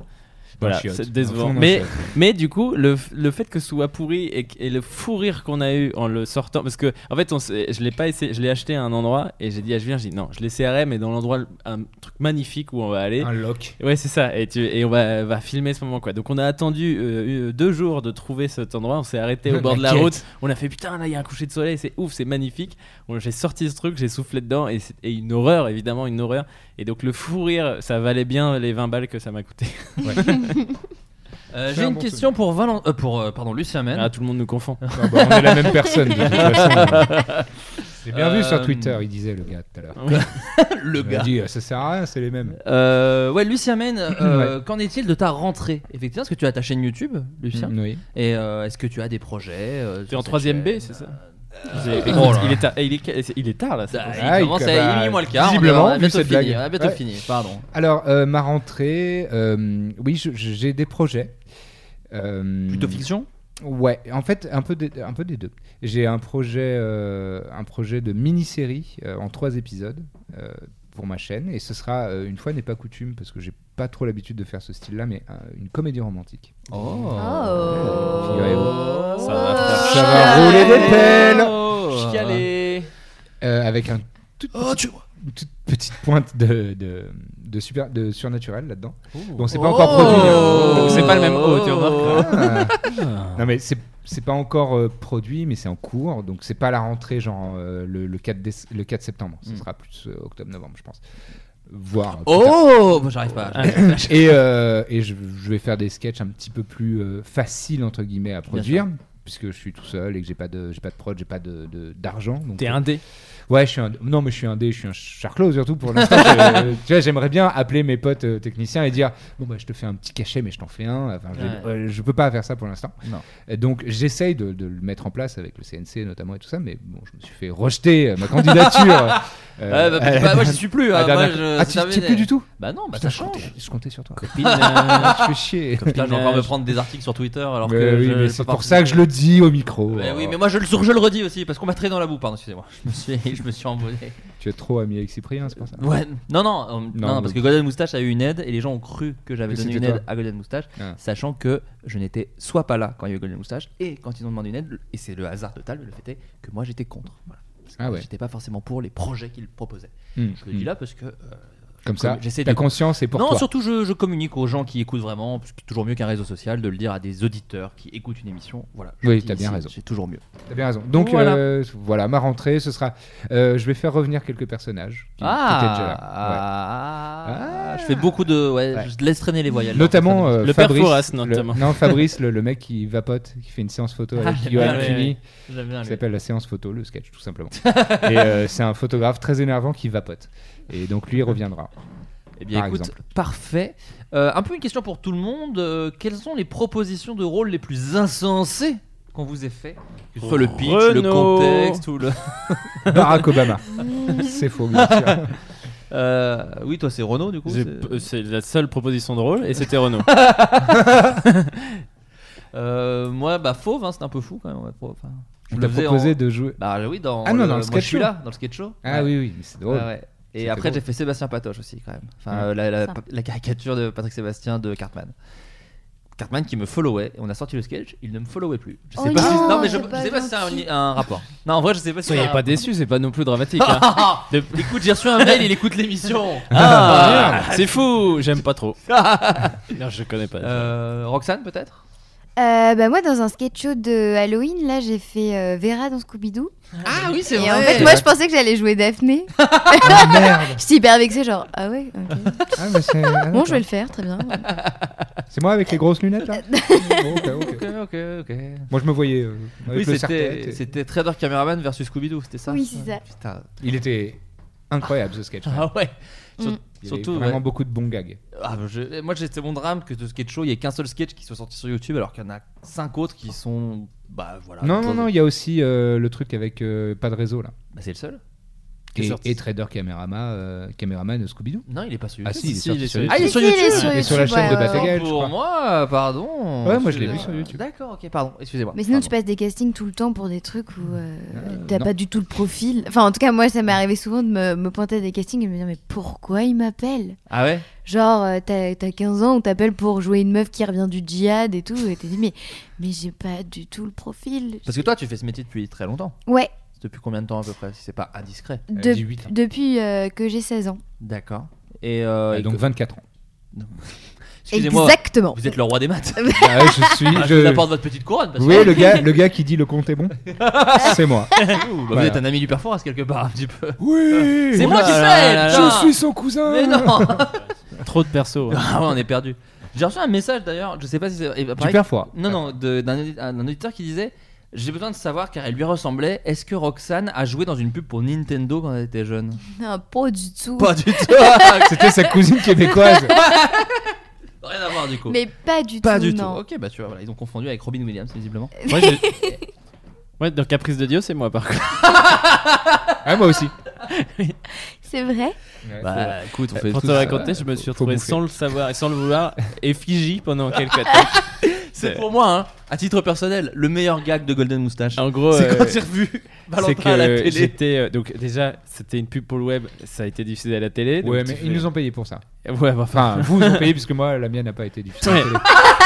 I: Voilà,
J: chiotte.
I: c'est
J: Au
I: décevant.
J: fond d'un
I: Mais,
J: chiotte.
I: mais du coup, le, f- le fait que ce soit pourri et, que- et le fou rire qu'on a eu en le sortant, parce que en fait, on s'est- je l'ai pas essayé, je l'ai acheté à un endroit et j'ai dit à Julien, j'ai dit non, je l'essaierai, mais dans l'endroit, un truc magnifique où on va aller.
J: Un loc.
I: Ouais, c'est ça. Et, tu- et on va, va filmer ce moment quoi. Donc on a attendu euh, euh, deux jours de trouver cet endroit. On s'est arrêté au
J: La
I: bord de la
J: quête.
I: route. On a fait putain là il y a un coucher de soleil, c'est ouf, c'est magnifique. On- J'ai sorti ce truc, j'ai soufflé dedans et, c'est- et une horreur évidemment une horreur. Et donc le fou rire, ça valait bien les 20 balles que ça m'a coûté.
H: Euh, J'ai une question pour Valent... euh, pour euh, pardon Lucien Mène.
I: Ah, tout le monde nous confond.
J: Ah bah, on est la même personne, de toute façon. J'ai bien vu sur
H: Euh,
J: Twitter, il disait le gars tout à l'heure.
H: Le
J: Il m'a
H: gars.
J: dit, euh, ça sert à rien, c'est les mêmes.
H: Euh, ouais, Lucien Mène, euh,
J: Ouais.
H: qu'en est-il de ta rentrée Effectivement, est-ce que tu as ta chaîne YouTube, Lucien
J: Mm, oui.
H: Et euh, est-ce que tu as des projets euh,
I: T'es en
H: sur cette
I: 3ème
H: chaîne
I: B, c'est ça
H: Euh,
I: J'ai-
H: oh là
I: il,
H: là.
I: est tard, Ah, il, est, il est tard là. c'est
H: Ah,
I: pour
H: il
I: ça.
H: commence à- il est
J: bah,
H: moins le quart, on a-
J: Visiblement,
H: on a
J: vu
H: bientôt
J: cette
H: fini,
J: blague.
H: on a bientôt fini, pardon.
J: Alors, euh, ma rentrée, euh, oui, je- je- j'ai des projets. Euh,
H: Plutôt fiction
J: Ouais, en fait, un peu des, un peu des deux. J'ai un, projet, euh, un projet de mini-série euh, en trois épisodes euh, pour ma chaîne, et ce sera, euh, une fois n'est pas coutume, parce que j'ai pas trop l'habitude de faire ce style-là, mais euh, une comédie romantique.
H: Oh,
J: Figurez-vous.
H: Ça va faire
J: Ça va
H: chialer.
J: rouler des pelles
H: Oh, chialer.
J: Euh, Avec un toute
H: Oh,
J: petite, une toute petite pointe de, de, de super, de surnaturel là-dedans. Bon, c'est pas encore
I: Oh.
J: produit. hein.
I: Donc c'est pas le même oh, tu remarques.
J: Ah. non mais c'est c'est pas encore euh, produit, mais c'est en cours, donc c'est pas la rentrée genre euh, le, le 4 déce- le 4 septembre. Ce
I: Hmm.
H: Mm.
J: sera plus octobre-novembre, je pense. Voir. euh, plus tard. Ah,
H: Oh, bon, j'arrive pas. j'arrive pas.
J: et euh, et je, je vais faire des sketchs un petit peu plus euh, faciles entre guillemets à produire, puisque je suis tout seul et que j'ai pas de j'ai pas de prod, j'ai pas de de- d'argent. donc,
I: T'es
J: euh,
I: un dé.
J: Ouais, je suis un. Non, mais je suis un dé, je suis un charclos surtout pour l'instant. Je- tu vois, j'aimerais bien appeler mes potes euh, techniciens et dire bon bah je te fais un petit cachet, mais je t'en fais un. Enfin, j'ai-
I: Ouais.
J: euh, je peux pas faire ça pour l'instant.
I: Non.
J: Et Donc j'essaye de, de le mettre en place avec le CNC notamment et tout ça, mais bon, je me suis fait rejeter euh, ma candidature. euh,
H: Ouais, bah,
J: à la
H: bah, moi, j'y
J: dernière-
H: suis plus,
J: à la
H: hein, moi,
J: dernière-
H: je-
J: Ah,
H: c'est
J: tu tu es
H: terminé.
J: plus du tout.
H: Bah non, bah,
J: Putain,
H: ça
J: je
H: change.
J: comptais- Je comptais sur toi.
H: Copine, euh,
J: tu fais chier. euh,
H: Putain, je vais encore me prendre des articles sur Twitter alors
J: Mais
H: que.
J: oui,
H: je-
J: mais
H: je
J: c'est
H: peux
J: pour
H: pas-
J: ça que je le dis au micro. Oh,
H: Mais oui, mais moi je le, je le redis aussi parce qu'on m'a traîné dans la boue, pardon, excusez-moi. Je me suis, je me suis emballé.
J: Tu es trop ami avec Cyprien, c'est pour ça.
H: Ouais, non, non, euh, non, non, parce
J: donc-
H: que Golden Moustache a eu une aide et les gens ont cru que j'avais
J: Que
H: donné une
J: c'était toi.
H: aide à Golden Moustache,
J: Ah.
H: sachant que je n'étais soit pas là quand il y a eu Golden Moustache et quand ils ont demandé une aide, et c'est le hasard total, mais le fait est que moi j'étais contre. Voilà. Parce que
J: Ah ouais.
H: J'étais pas forcément pour les projets qu'ils proposaient.
J: Hmm,
H: Je le dis
J: hmm.
H: là parce que. euh,
J: Comme ça,
H: j'essaie
J: ta conscience est pour
H: non,
J: toi.
H: surtout je, je communique aux gens qui écoutent vraiment, parce que c'est toujours mieux qu'un réseau social de le dire à des auditeurs qui écoutent une émission. Voilà. je le
J: Oui,
H: dis
J: t'as bien
H: ici,
J: raison.
H: C'est toujours mieux.
J: T'as bien raison. Donc
H: Voilà.
J: voilà, voilà ma rentrée, ce sera. euh, je vais faire revenir quelques personnages. qui- qui étaient déjà là.
H: Ah, Je fais beaucoup de. Ouais, Je laisse traîner les voyelles.
J: Notamment euh,
I: Le père
J: Fabrice,
I: Fouras,
J: le-
I: notamment.
J: non, Fabrice, le, le mec qui vapote, qui fait une séance photo
H: Ah,
J: avec
H: j'aime
J: Johan
H: bien lui,
J: Cuny,
H: oui. J'aime bien
J: qui
H: lui.
J: s'appelle la séance photo, le sketch tout simplement. et euh, c'est un photographe très énervant qui vapote. Et donc lui reviendra.
H: Eh bien,
J: par
H: écoute,
J: exemple.
H: parfait. Euh, un peu une question pour tout le monde. Euh, quelles sont les propositions de rôle les plus insensées qu'on vous ait fait Que ce soit le pitch, le
I: Renaud.
H: contexte ou le.
J: Barack Obama. C'est faux, bien sûr.
H: Euh, oui, toi, c'est Renault, du coup.
I: J'ai- euh,
H: c'est-
I: C'est la seule proposition de rôle et c'était Renault.
H: Euh, moi, bah, fauve, hein, c'est un peu fou quand même. ouais, pour- enfin, je
J: On
H: le
J: t'a
H: faisais
J: proposé
H: en-
J: de jouer-
H: Bah oui, dans.
J: Ah non, dans le
H: moi,
J: sketch
H: je suis
J: show.
H: là, dans le sketch show.
J: Ah oui, oui, mais c'est drôle.
H: Ouais, ouais. Et
J: C'était
H: après,
J: drôle.
H: j'ai fait Sébastien Patoche aussi, quand même. Enfin,
J: Ouais.
H: euh, la, la-
J: Ça.
H: la caricature de Patrick Sébastien de Cartman. Cartman qui me followait, et on a sorti le sketch, il ne me followait plus. Je sais
I: Oh
H: pas si-
I: non,
H: non, mais je,
I: c'est
H: je
I: pas
H: sais pas si c'est
I: gentil.
H: un, un rapport. Non, en vrai, je sais pas si.
I: Soyez
H: c'est un-
I: pas déçus, c'est pas non plus dramatique. hein.
H: Ah, Écoute, j'ai reçu un mail, il écoute l'émission.
I: Ah,
H: Ah.
I: c'est fou, j'aime pas trop. Non, je connais pas.
H: Euh, Roxane, peut-être
K: Euh, bah moi dans un sketch show de Halloween là j'ai fait euh, Vera dans Scooby-Doo.
H: Ah oui
K: Et en fait moi je pensais que j'allais jouer Daphné. Je suis hyper vexée genre ah ouais. ok.
J: Ah, mais c'est-
K: bon
J: ah, d'accord.
K: je vais le faire très bien.
J: C'est moi avec les grosses lunettes là Oh, Ok, ok.
H: Ok, ok, ok.
J: Moi je me voyais euh, avec
H: Oui,
J: le
H: c'était
J: serre-tête et-
H: c'était Trader Cameraman versus Scooby-Doo, c'était ça
K: Oui, c'est ça.
H: Putain.
J: Il était incroyable ce sketch.
H: Ah ouais. Sur-
J: Il y avait
H: Surtout
J: vraiment
H: ouais.
J: beaucoup de bons gags.
H: Ah, bah, je- moi, c'était mon drame que de sketch show, il n'y a qu'un seul sketch qui soit sorti sur YouTube, alors qu'il y en a cinq autres qui sont. Bah voilà.
J: non, non, non, il y a aussi euh, le truc avec euh, pas de réseau là.
H: Bah, c'est le seul. Qui est
J: Et,
H: sorti.
J: et Trader Cameraman, euh, Cameraman Scooby-Doo.
H: Non, il est pas sur
J: Ah
H: YouTube.
J: si, il est
H: Si,
J: sorti
H: il est
J: sur
H: sur-
J: YouTube.
H: Ah, il est sur YouTube.
J: Il est sur la chaîne de Battlegage. je
H: Pour
J: crois.
H: moi, pardon.
J: Ouais, moi, je l'ai vu
H: Excusez-moi.
J: sur YouTube.
H: D'accord, ok, pardon, excusez-moi.
K: Mais sinon
H: Pardon.
K: tu passes des castings tout le temps pour des trucs où euh, t'as
J: non.
K: pas du tout le profil. Enfin en tout cas moi ça m'est arrivé souvent de me, me pointer à des castings et de me dire mais pourquoi il m'appelle
H: Ah ouais
K: Genre, euh, t'as t'as 15 ans, on t'appelle pour jouer une meuf qui revient du djihad et tout, et t'es dit, mais, mais j'ai pas du tout le profil.
H: Parce que toi, tu fais ce métier depuis très longtemps.
K: Ouais.
H: Depuis combien de temps à peu près, si c'est pas indiscret
K: De-
J: hein.
K: depuis euh, que j'ai 16 ans.
H: D'accord. Et, euh,
J: Ah, donc 24 ans.
H: Excusez-moi.
K: Exactement.
H: Vous êtes le roi des maths.
J: Ah ouais, je suis.
H: Ah, je vous apporte votre petite couronne. parce
J: Oui,
H: que-
J: le gars, le gars qui dit le compte est bon, c'est moi.
H: Ouh, bah, Vous
J: Voilà.
H: êtes un ami du Perforas quelque part, un petit peu.
J: Oui
H: C'est
J: Oh
H: moi
J: là
H: qui
J: là
H: fais
J: là
H: putain
J: là. Je suis son cousin.
H: Mais non
I: Trop de perso.
H: Ah ouais, on est perdu. J'ai reçu un message d'ailleurs, je sais pas si c'est. et bah, pareil-
J: Perforas.
H: Non, non, de- d'un audi- un un auditeur qui disait J'ai besoin de savoir car elle lui ressemblait, est-ce que Roxane a joué dans une pub pour Nintendo quand elle était jeune
K: Non, pas du tout.
H: Pas du tout Ah,
J: C'était sa cousine québécoise.
H: Rien à voir du coup.
K: Mais pas du
H: Pas
K: tout,
H: du
K: non.
H: Ok, bah tu vois, voilà, ils ont confondu avec Robin Williams, visiblement.
I: Moi, j'ai- Ouais, dans Caprice de Dieu, c'est moi par contre.
J: ah, moi aussi.
K: C'est vrai
H: Bah écoute, on fait
I: Euh, Pour
H: tous
I: te
H: ça.
I: raconter, je me suis
H: Faut
I: retrouvé
H: bouffer.
I: sans le savoir et sans le vouloir effigie pendant quelques temps.
H: C'est pour moi, hein, à titre personnel, le meilleur gag de Golden Moustache.
I: En gros,
H: c'est quand
I: euh,
H: j'ai revu
I: c'est
H: Valentin
I: que
H: à la télé.
I: j'étais, euh, donc déjà, c'était une pub pour le web, ça a été diffusé à la télé. donc
J: Ouais,
I: tu
J: mais
I: fais-
J: ils nous ont payé pour ça.
I: Ouais, bah,
J: enfin, vous nous ont payé parce que moi, la mienne n'a pas été diffusée.
I: Ouais.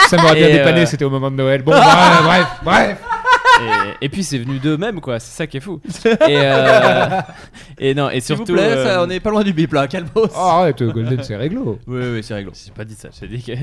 J: Ça m'aurait bien
I: Et,
J: dépanné,
I: euh,
J: c'était au moment de Noël. Bon, bah, bref, bref.
I: Et, et puis c'est venu d'eux-mêmes, quoi. C'est ça qui est fou. Et, euh, et non, et
H: S'il vous
I: surtout.
H: plaît,
I: euh,
H: ça, on est pas loin du bip là, calmos.
J: arrête, Golden, c'est réglo.
H: Oui, oui, c'est réglo.
I: J'ai pas dit ça, j'ai dit que.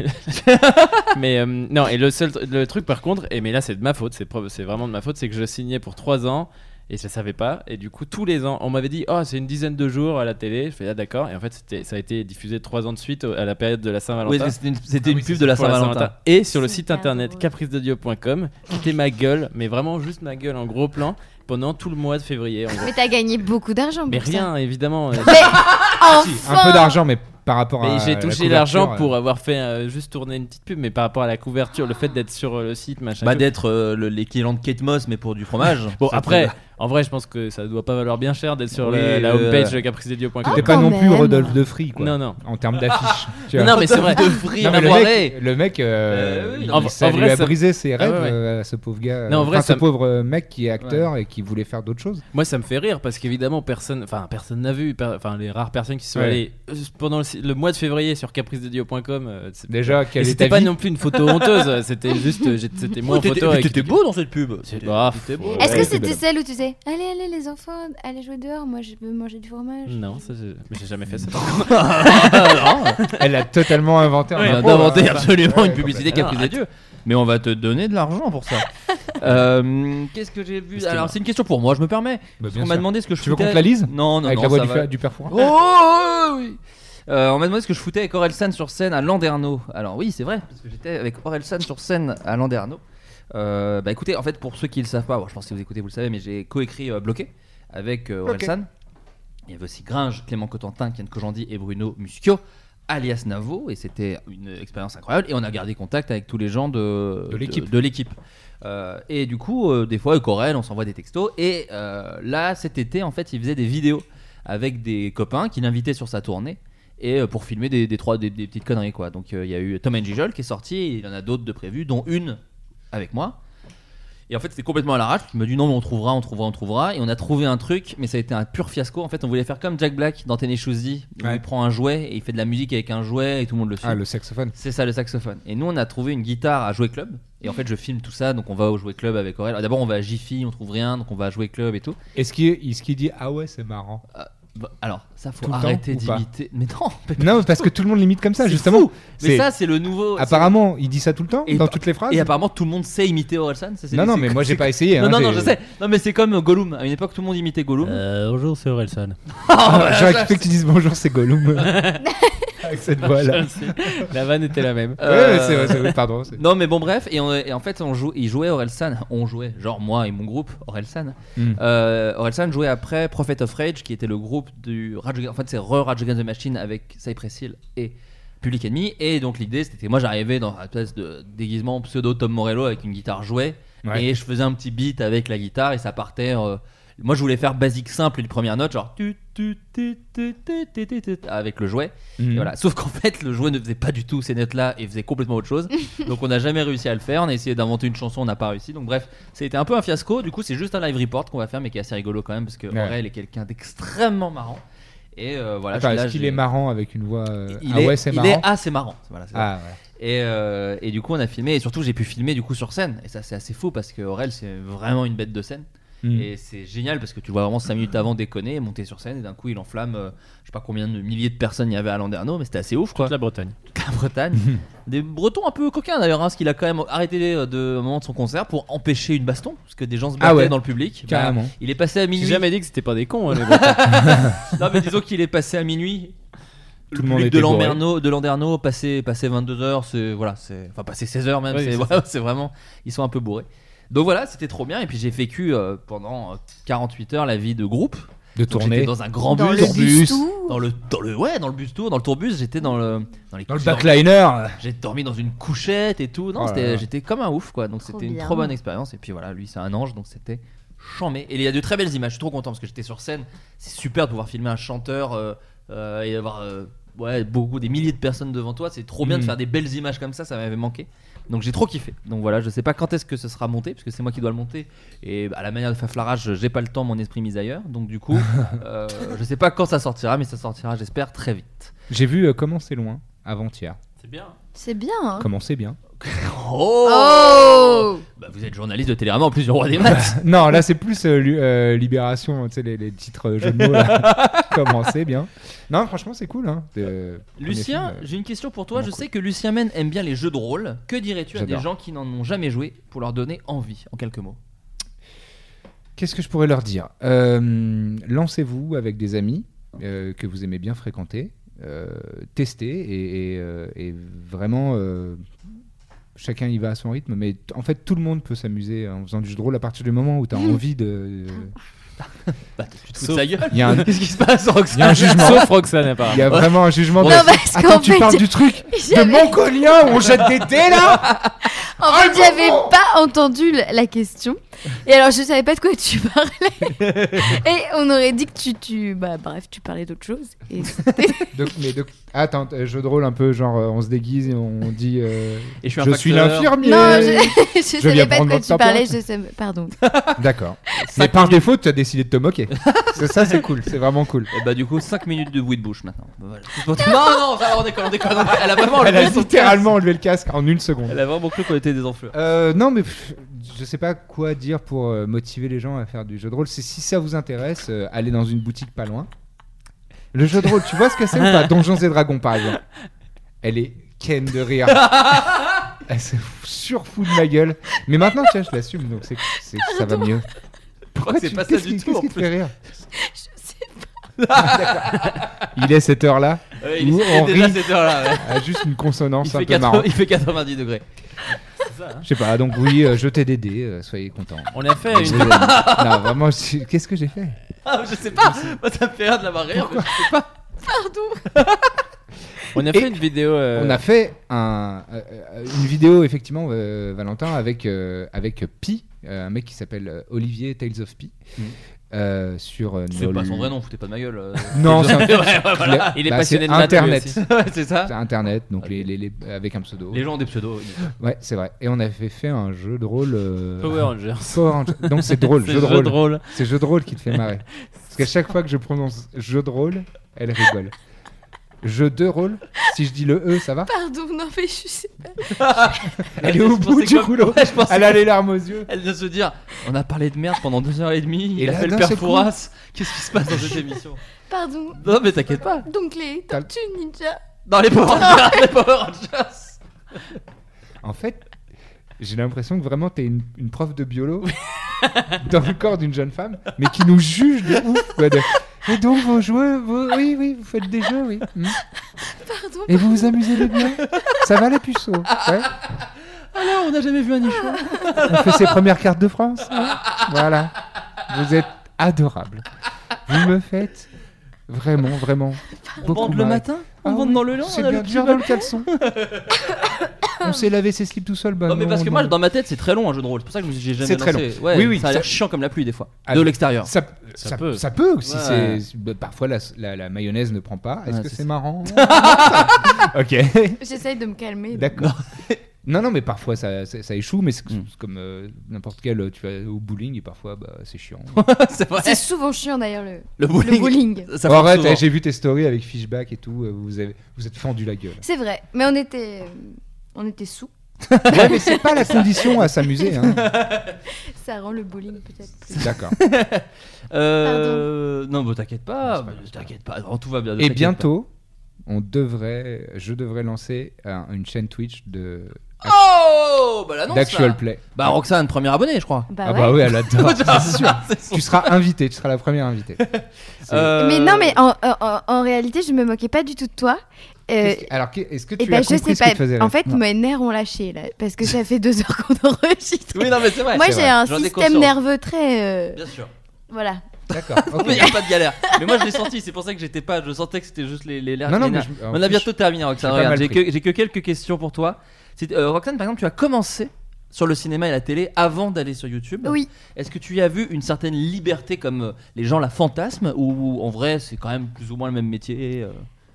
I: mais euh, non, et le seul tr- le truc par contre, et mais là c'est de ma faute, c'est prob- c'est vraiment de ma faute, c'est que je signais pour 3 ans et je le savais pas. Et du coup, tous les ans, on m'avait dit, oh, c'est une dizaine de jours à la télé. Je fais, ah, d'accord. Et en fait, c'était- ça a été diffusé 3 ans de suite au- à la période de la
H: Oui,
I: Saint-Valentin.
H: parce que c'était une- c'était une
I: Ah oui,
H: pub
I: c'est
H: de la
I: pour
H: Saint-Valentin.
I: Et sur le site internet capricesdedieu.com, c'était ma gueule, mais vraiment juste ma gueule en gros plan pendant tout le mois de février. en gros.
K: Mais t'as gagné beaucoup d'argent.
I: Mais
K: pour
I: rien,
K: ça.
I: évidemment. euh,
J: Un peu d'argent, mais par rapport
I: mais
J: à.
I: j'ai
J: la
I: touché
J: couverture,
I: l'argent
J: euh,
I: pour avoir fait euh, juste tourner une petite pub, mais par rapport à la couverture, le fait d'être sur euh, le site, machin.
H: Bah,
I: tout.
H: d'être euh, le- l'équivalent de Kate Moss, mais pour du fromage.
I: bon,
H: Ça
I: après,
H: te-
I: en vrai, je pense que ça doit pas valoir bien cher d'être sur
H: Oui,
I: la, la
H: euh,
I: homepage de capricededio.com.
J: T'étais pas non plus Rodolphe de Free, quoi.
I: Non, non.
J: Ah, En termes d'affiches. tu
I: Non,
J: vois.
I: non, mais c'est vrai.
J: Non, mais
I: Non, mais
J: le, mec,
I: mec-
J: le mec, euh,
I: Euh, oui,
J: il-
I: non, mais
J: ça
I: en
J: lui
I: vrai,
J: a
I: ça-
J: brisé ses
I: Ah,
J: rêves,
I: ouais.
J: euh, à ce pauvre gars.
I: Non, en vrai,
J: Enfin, ce
I: ça me-
J: pauvre euh, mec qui est acteur et qui voulait faire d'autres choses.
I: Moi, ça me fait rire parce qu'évidemment, personne, enfin, personne n'a vu, per- enfin, les rares personnes qui sont
J: Ouais.
I: allées euh, pendant le, si- le mois de février sur capricededio.com. euh, c'est-
J: Déjà,
I: et
J: quelle est
I: c'était
J: ta
I: pas
J: vie
I: non plus une photo honteuse, c'était juste, euh, j'ai- c'était moi en
H: Oh, t'étais-
I: photo.
H: mais
I: avec-
H: t'étais beau dans cette pub. C'était-
I: Bah,
H: t'étais beau.
K: Est-ce
I: ouais.
K: que c'était celle où tu disais Allez, allez, les enfants, allez jouer dehors, moi je veux manger du fromage
I: Non, ça, j'ai- mais j'ai jamais fait ça.
J: Elle a totalement inventé. un
H: On a
J: impro,
H: inventé
J: euh,
H: absolument
J: ouais,
H: une publicité
I: complètement.
H: caprice de Dieu. Mais on va te donner de l'argent pour ça. Euh, Qu'est-ce que j'ai vu Alors, c'est une question pour moi, je me permets. Parce
J: Bah, bien
H: qu'on m'a
J: sûr.
H: demandé ce que je
J: Tu veux
H: foutais.
J: qu'on te la lise
H: Non, non,
J: Avec
H: non,
J: la voix
H: ça
J: du
H: va.
J: fa- du père Fouras
H: Oh, oh, oh, oui Euh, On m'a demandé ce que je foutais avec Orelsan sur scène à Landerneau. Alors, oui, c'est vrai, parce que j'étais avec Orelsan sur scène à Landerneau. Euh, bah écoutez, en fait, pour ceux qui ne le savent pas, bon, je pense que vous écoutez, vous le savez, mais j'ai coécrit euh, Bloqué avec euh,
J: Bloqué.
H: Orelsan. Il y avait aussi Gringe, Clément Cotentin, Kian Kojandi et Bruno Muschio, alias Navo, et c'était une expérience incroyable. Et on a gardé contact avec tous les gens de,
J: De l'équipe.
H: de- de l'équipe. Euh, et du coup, euh, des fois, avec Aurel, on s'envoie des textos. Et euh, là, cet été, en fait, il faisait des vidéos avec des copains qu'il invitait sur sa tournée. Et euh, pour filmer des, des trois, des, des petites conneries, quoi. Donc, euh, il y a eu Tom and Gijol qui est sorti, et il y en a d'autres de prévues, dont une avec moi. Et en fait, c'était complètement à l'arrache. Je me dis non, mais on trouvera, on trouvera, on trouvera. Et on a trouvé un truc, mais ça a été un pur fiasco. En fait, on voulait faire comme Jack Black dans Tennesseezy, où
J: Ouais.
H: il prend un jouet et il fait de la musique avec un jouet et tout le monde le suit.
J: Ah, le saxophone.
H: C'est ça, le saxophone. Et nous, on a trouvé une guitare à Jouer Club. Et en fait, je filme tout ça, donc on va au Jouer Club avec Aurel. D'abord, on va à Jiffy, on trouve rien, donc on va à Jouer Club et tout.
J: Est-ce qu'il ce qu'il dit Ah ouais, c'est marrant
H: Bah, alors, ça, faut
J: Tout le temps,
H: arrêter
J: ou pas
H: d'imiter. Mais non, mais pas
J: Non,
H: du
J: parce
H: tout.
J: que tout le monde l'imite comme ça,
H: C'est
J: justement.
H: fou. Mais ça, c'est le nouveau.
J: Apparemment, il dit ça tout le temps,
H: Et
J: dans
H: pa-
J: toutes les phrases.
H: Et apparemment, tout le monde sait imiter Orelsan. ça, c'est-
J: Non, non,
H: c'est-
J: mais moi, j'ai
H: c'est-
J: pas essayé,
H: Non,
J: hein,
H: non, non,
J: j'ai-
H: je sais. Non, mais c'est comme euh, Gollum. À une époque, tout le monde imitait Gollum.
I: Euh,
M: bonjour, c'est Orelsan.
J: Ah, J'aurais
I: bah,
J: kiffé que tu dises bonjour, c'est Gollum. Avec cette voix-là.
I: La vanne était la même.
J: Ouais, c'est vrai, c'est vrai, pardon. c'est-
H: Non, mais bon, bref. Et, on- et en fait, on joue, il jouait Orelsan. On jouait, genre moi et mon groupe, Orelsan.
J: Mm.
H: Euh, Orelsan jouait après Prophet of Rage, qui était le groupe du. Rage- en fait, c'est Re Rage Against the Machine avec Cypress Hill et Public Enemy. Et donc, l'idée, c'était moi, j'arrivais dans un espèce de déguisement pseudo Tom Morello avec une guitare jouée.
J: Ouais.
H: Et je faisais un petit beat avec la guitare et ça partait. euh, moi, je voulais faire basique simple, une première note, genre tu, tu, tu, tu, tu, tu, tu, tu, avec le jouet.
J: Mhm.
H: Et voilà. Sauf qu'en fait, le jouet ne faisait pas du tout ces notes-là et faisait complètement autre chose. Donc, on n'a jamais réussi à le faire. On a essayé d'inventer une chanson, on n'a pas réussi. Donc, bref, ça a été un peu un fiasco. Du coup, c'est juste un live report qu'on va faire, mais qui est assez rigolo quand même, parce que
J: Ouais.
H: Aurel est quelqu'un d'extrêmement marrant. Et euh, voilà.
J: Attends,
H: je- là,
J: est-ce qu'il
H: j'ai-
J: est marrant avec une voix euh,
H: il
J: Ah
H: est,
J: ouais, c'est
H: il
J: marrant.
H: est- ah, c'est marrant. Voilà, c'est
J: Ah,
H: ça.
J: ouais.
H: Et, euh, et du coup, on a filmé et surtout, j'ai pu filmer du coup sur scène. Et ça, c'est assez fou parce que Aurel, c'est vraiment une bête de scène.
J: Mm.
H: Et c'est génial parce que tu le vois vraiment 5 minutes avant déconner, monter sur scène et d'un coup, il enflamme. euh, je sais pas combien de milliers de personnes il y avait à Landerneau, mais c'était assez ouf quoi.
I: Toute la Bretagne.
H: Toute la Bretagne. des Bretons un peu coquins d'ailleurs, hein, parce qu'il a quand même arrêté euh, de, au moment de son concert pour empêcher une baston parce que des gens se battaient
I: Ah ouais.
H: dans le public. Bah,
I: Carrément.
H: il est passé à minuit.
I: J'ai jamais dit que c'était pas des cons, hein, les Bretons.
H: non, mais disons qu'il est passé à minuit.
J: Tout le
H: Le
J: monde
H: public
J: était
H: de
J: bourré.
H: Landerneau, de Landerneau, passé, passé 22h, c'est voilà, c'est enfin passé 16h même,
I: Oui,
H: c'est
I: c'est
H: voilà, c'est vraiment ils sont un peu bourrés. Donc voilà, c'était trop bien et puis j'ai vécu euh, pendant euh, 48 heures la vie de groupe.
J: De
H: Donc,
J: tournée.
H: j'étais dans un grand
J: Dans
H: bus,
J: le bus tour.
H: dans le dans le ouais, dans le bus tour, dans le tourbus, j'étais dans le dans, les-
J: Dans le
H: j'ai dormi-
J: backliner.
H: J'ai dormi dans une couchette et tout. Non,
J: Oh là
H: c'était-
J: là.
H: j'étais comme un ouf quoi. Donc c'était une
J: bien.
H: trop bonne expérience et puis voilà, lui c'est un ange donc c'était chambé. Et il y a de très belles images. Je suis trop content parce que j'étais sur scène. C'est super de pouvoir filmer un chanteur euh, euh, et avoir euh, ouais, beaucoup, des milliers de personnes devant toi. C'est trop bien de
I: Mm.
H: faire des belles images comme ça, ça m'avait manqué. Donc j'ai trop kiffé. Donc voilà, je sais pas quand est-ce que ce sera monté, parce que c'est moi qui dois le monter. Et à la manière de Faflarage, j'ai pas le temps, mon esprit mis ailleurs. Donc du coup, euh, je sais pas quand ça sortira, mais ça sortira, j'espère, très vite.
J: J'ai vu euh, Comment c'est loin avant-hier.
H: C'est bien.
K: C'est bien. hein.
J: Comment c'est bien.
H: Oh,
K: Oh
H: Bah, Vous êtes journaliste de Télérama, en plus du roi des maths.
J: non, là c'est plus euh, lu- euh, Libération, tu sais, les, les titres euh, jeux de mots. là. Comment c'est bien. Non, franchement, c'est cool. Hein, de-
H: Lucien,
J: premier film, euh,
H: j'ai une question pour toi. Je
J: vraiment
H: sais que Lucien Mène aime bien les jeux de rôle. Que dirais-tu à des
J: J'adore.
H: gens qui n'en ont jamais joué pour leur donner envie, en quelques mots
J: Qu'est-ce que je pourrais leur dire Euh, Lancez-vous avec des amis euh, que vous aimez bien fréquenter, euh, testez et, et, euh, et vraiment, euh, chacun y va à son rythme. Mais t- en fait, tout le monde peut s'amuser en faisant du jeu de rôle à partir du moment où tu as
H: Mmh.
J: envie de.
H: Bah, tu te fous de sa gueule
J: Il y a un-
H: Qu'est-ce qui se passe, Roxane
J: Il y a un jugement.
H: Sauf Roxane, apparemment.
J: Il y a vraiment un jugement.
H: Non,
J: de-
H: parce
J: Attends,
H: qu'en
J: tu
H: fait,
J: parles du truc de
K: j'avais-
J: Mongolien où on jette des dés là
K: En fait, j'avais pas entendu l- la question. Et alors, je savais pas de quoi tu parlais. Et on aurait dit que tu. tu... Bah, bref, tu parlais d'autre chose. Et
J: Donc, mais donc- attends, euh, jeu de rôle un peu genre euh, on se déguise et on dit. euh,
H: Et je suis un facteur.
J: l'infirmier.
K: Non, je, je
J: Je viens
K: savais pas de
J: prendre
K: quoi
J: votre
K: tu parlais.
J: température.
K: Je sais... Pardon.
J: D'accord. Mais par défaut, tu as décidé de te moquer. C'est ça, c'est cool. C'est vraiment cool.
H: Et bah, du coup, 5 minutes de bruit de bouche maintenant. Bah, Voilà. Non, non, ça va, on déconne, on déconne. on déconne. Elle a vraiment
J: Elle
H: enlevé
J: a
H: son
J: littéralement enlevé le casque en une seconde.
H: Elle a vraiment cru qu'on était des enfleurs.
J: Euh, non, mais pff, je sais pas quoi dire pour euh, motiver les gens à faire du jeu de rôle. C'est si ça vous intéresse, euh, allez dans une boutique pas loin. Le jeu de rôle, tu vois ce que c'est ou pas Donjons et Dragons, par exemple. Elle est ken de rire. Elle se surfout de ma gueule. Mais maintenant, tiens, je l'assume, donc c'est- c'est-
H: Ah,
J: ça va mieux.
H: Pourquoi c'est
J: tu-
H: pas ça
J: qu'est-ce
H: du
J: qui-
H: tout
J: qu'est-ce
H: en
J: qui te
H: plus
J: fait rire Il est cette heure-là.
H: Ouais, il est-
J: où
H: il est
J: on
H: déjà
J: rit
H: cette heure-là, ouais.
J: à juste une consonance
H: Il
J: un
H: fait
J: peu
H: 80
J: marrante.
H: il fait 90 degrés. hein.
J: Je sais pas, donc oui, euh, jetez des dés, euh, soyez contents.
H: On a fait
J: Je
H: une-
J: vous aime. non, vraiment, je- qu'est-ce que j'ai fait
H: Ah, je sais pas, Moi, ça me fait rire de la marrer. Je sais pas.
I: On a
J: Et
I: fait une vidéo. euh,
J: On a fait un, euh, euh, une vidéo, effectivement, euh, Valentin, avec, euh, avec Pi, euh, un mec qui s'appelle euh, Olivier Tales of Pi. euh, sur euh,
H: Mm. C'est
J: nos-
H: pas son vrai nom, foutez pas de ma gueule. euh.
J: Non, c'est un-
H: Ouais, ouais, voilà.
J: Bah, c'est Internet.
H: Ouais, c'est ça.
J: Internet, donc les, les- les- avec un pseudo.
H: Les gens ont des pseudos. oui.
J: Ouais, c'est vrai. Et on avait fait un jeu de rôle. euh,
H: Power Rangers.
J: Power Rangers. Donc c'est drôle,
I: C'est
J: jeu de
I: jeu
J: rôle.
I: de rôle.
J: C'est jeu de rôle qui te fait marrer. Parce qu'à chaque fois que je prononce jeu de rôle, elle rigole. Jeu de rôle, si je dis le E, ça va
K: Pardon, non, mais je sais
H: pas.
J: Elle est au bout du rouleau. Elle a les larmes aux yeux.
H: Elle vient se dire on a parlé de merde pendant deux heures et demie.
J: Et
H: il
J: là,
H: appelle
J: d'un
H: Père
J: seul coup-
H: Fouras. Qu'est-ce qui se passe dans cette émission
K: Pardon.
H: Non, mais t'inquiète pas.
K: Donc, les Tortues Ninja.
H: Dans les Power Rangers, les Power Rangers.
J: En fait, j'ai l'impression que vraiment t'es une, une prof de biolo dans le corps d'une jeune femme, mais qui nous juge de ouf. quoi, de, Et donc vos joueurs, vos- oui, oui, vous faites des jeux, oui. hmm. Et vous vous amusez les bien Ça va les puceaux ouais.
H: Alors, Ah on n'a jamais vu un nichon. Ah.
J: On fait ses premières cartes de France. hein. Voilà. Vous êtes adorable. Vous me faites vraiment, vraiment.
H: On
J: beaucoup
H: bande le
J: marrer.
H: matin, on
J: Ah
H: bande
J: oui,
H: dans le lent,
J: c'est
H: on a
J: bien
H: le petit
J: dur dans le
H: ballon.
J: caleçon. On s'est lavé ses slips tout seul. bah
H: Non, mais parce que
J: non.
H: moi, dans ma tête, c'est très long un jeu de rôle. C'est pour ça que je me suis- j'ai jamais
J: C'est très
H: lancé.
J: long.
H: Ouais,
J: Oui, oui,
H: ça a l'air
J: ça-
H: chiant comme la pluie des fois.
J: Ah,
H: de
J: mais
H: l'extérieur.
J: Ça, ça, ça peut. aussi.
H: Ouais.
J: c'est- bah, parfois, la, la- la mayonnaise ne prend pas. Est-ce
H: Ouais,
J: que
H: c'est
J: c'est
H: ça.
J: marrant Ok.
K: J'essaye de me calmer.
J: D'accord. Non, non, mais parfois ça, ça- ça échoue, mais c'est
H: Hmm.
J: c'est comme euh, n'importe quel. euh, Tu vas au bowling et parfois bah, c'est chiant.
H: c'est
K: C'est souvent chiant d'ailleurs le,
J: Le
K: bowling.
H: Ça
J: Oh,
H: marche
J: arrête,
H: souvent.
J: eh, j'ai vu tes stories avec Fishback et tout. euh, Vous avez, vous êtes fendu la gueule.
K: C'est vrai, mais on était, on était sous.
J: Ouais, mais c'est pas la condition à s'amuser. hein.
K: Ça rend le bowling peut-être plus.
J: D'accord.
H: Euh, non, mais t'inquiète pas, bah, t'inquiète pas, non, tout va bien.
J: Et
H: t'inquiète
J: bientôt, on devrait, je devrais lancer un- une chaîne Twitch de.
H: pas. Oh, bah l'annonce
J: D'actual
H: là.
J: Play.
H: Bah Roxane, première abonnée, je crois.
K: Bah
J: ah bah oui, elle adore. c'est sûr.
H: C'est son-
J: Tu seras invité, tu seras la première invitée.
H: Euh,
K: Mais non, mais en, en- en- en réalité, je me moquais pas du tout de toi. Euh,
J: Qu'est-ce que- Alors, que- est-ce que
K: eh
J: tu
K: ben,
J: as
K: je
J: compris
K: sais
J: ce
K: pas.
J: qui te faisait
K: en
J: rire
K: fait,
J: Non.
K: mes nerfs ont lâché là, parce que ça fait deux heures qu'on enregistre.
H: Oui, non, mais c'est vrai,
K: Moi,
H: c'est
K: j'ai
H: vrai.
K: un
H: J'en ai
K: système
H: conscience.
K: nerveux très. euh,
H: Bien sûr.
K: Voilà.
J: D'accord.
H: Mais y a pas de galère. Mais moi je l'ai senti, c'est pour ça que j'étais pas. Je sentais que c'était juste les, les l'air-
J: Non, non,
H: les
J: mais
H: nerfs.
J: je- en
H: Ah, On a
J: plus,
H: bientôt terminé, Roxane.
J: j'ai pas
H: regarde,
J: mal
H: j'ai
J: pris.
H: que, j'ai que quelques questions pour toi. C'est- euh, Roxane, par exemple, tu as commencé sur le cinéma et la télé avant d'aller sur YouTube.
K: Oui.
H: Est-ce que tu y as vu une certaine liberté comme euh, les gens la fantasment ou en vrai c'est quand même plus ou moins le même métier euh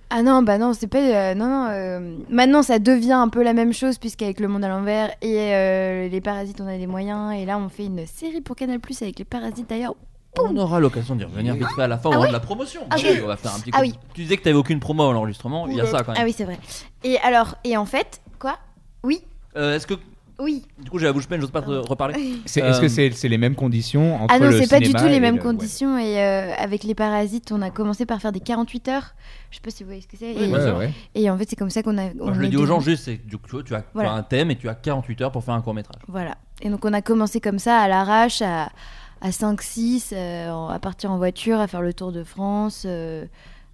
K: Ah non, bah non, c'est pas. euh, non, non. euh, maintenant, ça devient un peu la même chose, puisqu'avec Le Monde à l'envers et euh, Les Parasites, on a des moyens. Et là, on fait une série pour Canal Plus avec Les Parasites d'ailleurs.
H: On aura l'occasion d'y revenir vite fait à la fin au
K: Ah
H: moment
K: oui
H: de la promotion.
K: Ah
H: Bien
K: oui.
H: sûr, on va faire un petit
K: Ah
H: coup-
K: oui.
H: Tu disais que t'avais aucune promo à l'enregistrement, il y a ça quand même.
K: Ah oui, c'est vrai. Et alors, et en fait, quoi Oui,
H: Euh, Est-ce que
K: oui.
H: du coup j'ai la bouche pleine, j'ose pas te reparler
J: C'est- Est-ce
H: Euh,
J: que c'est c'est les mêmes conditions entre
K: Ah non,
J: le
K: c'est pas du
J: cinéma
K: tout les
J: et
K: mêmes
J: le-
K: conditions. Et euh, avec les parasites, on a commencé par faire des 48 heures. Je sais pas si vous voyez ce que c'est.
H: Oui,
K: et,
H: bien sûr. Ouais, ouais.
K: et en fait, c'est comme ça qu'on a.
H: Moi,
K: on
H: je le
K: est
H: dis aux gens
K: devenu-
H: juste, c'est que du coup, tu as tu
K: Voilà.
H: as un thème et tu as 48 heures pour faire un court métrage.
K: Voilà. Et donc, on a commencé comme ça, à l'arrache, à, à 5-6, euh, à partir en voiture, à faire le tour de France. euh,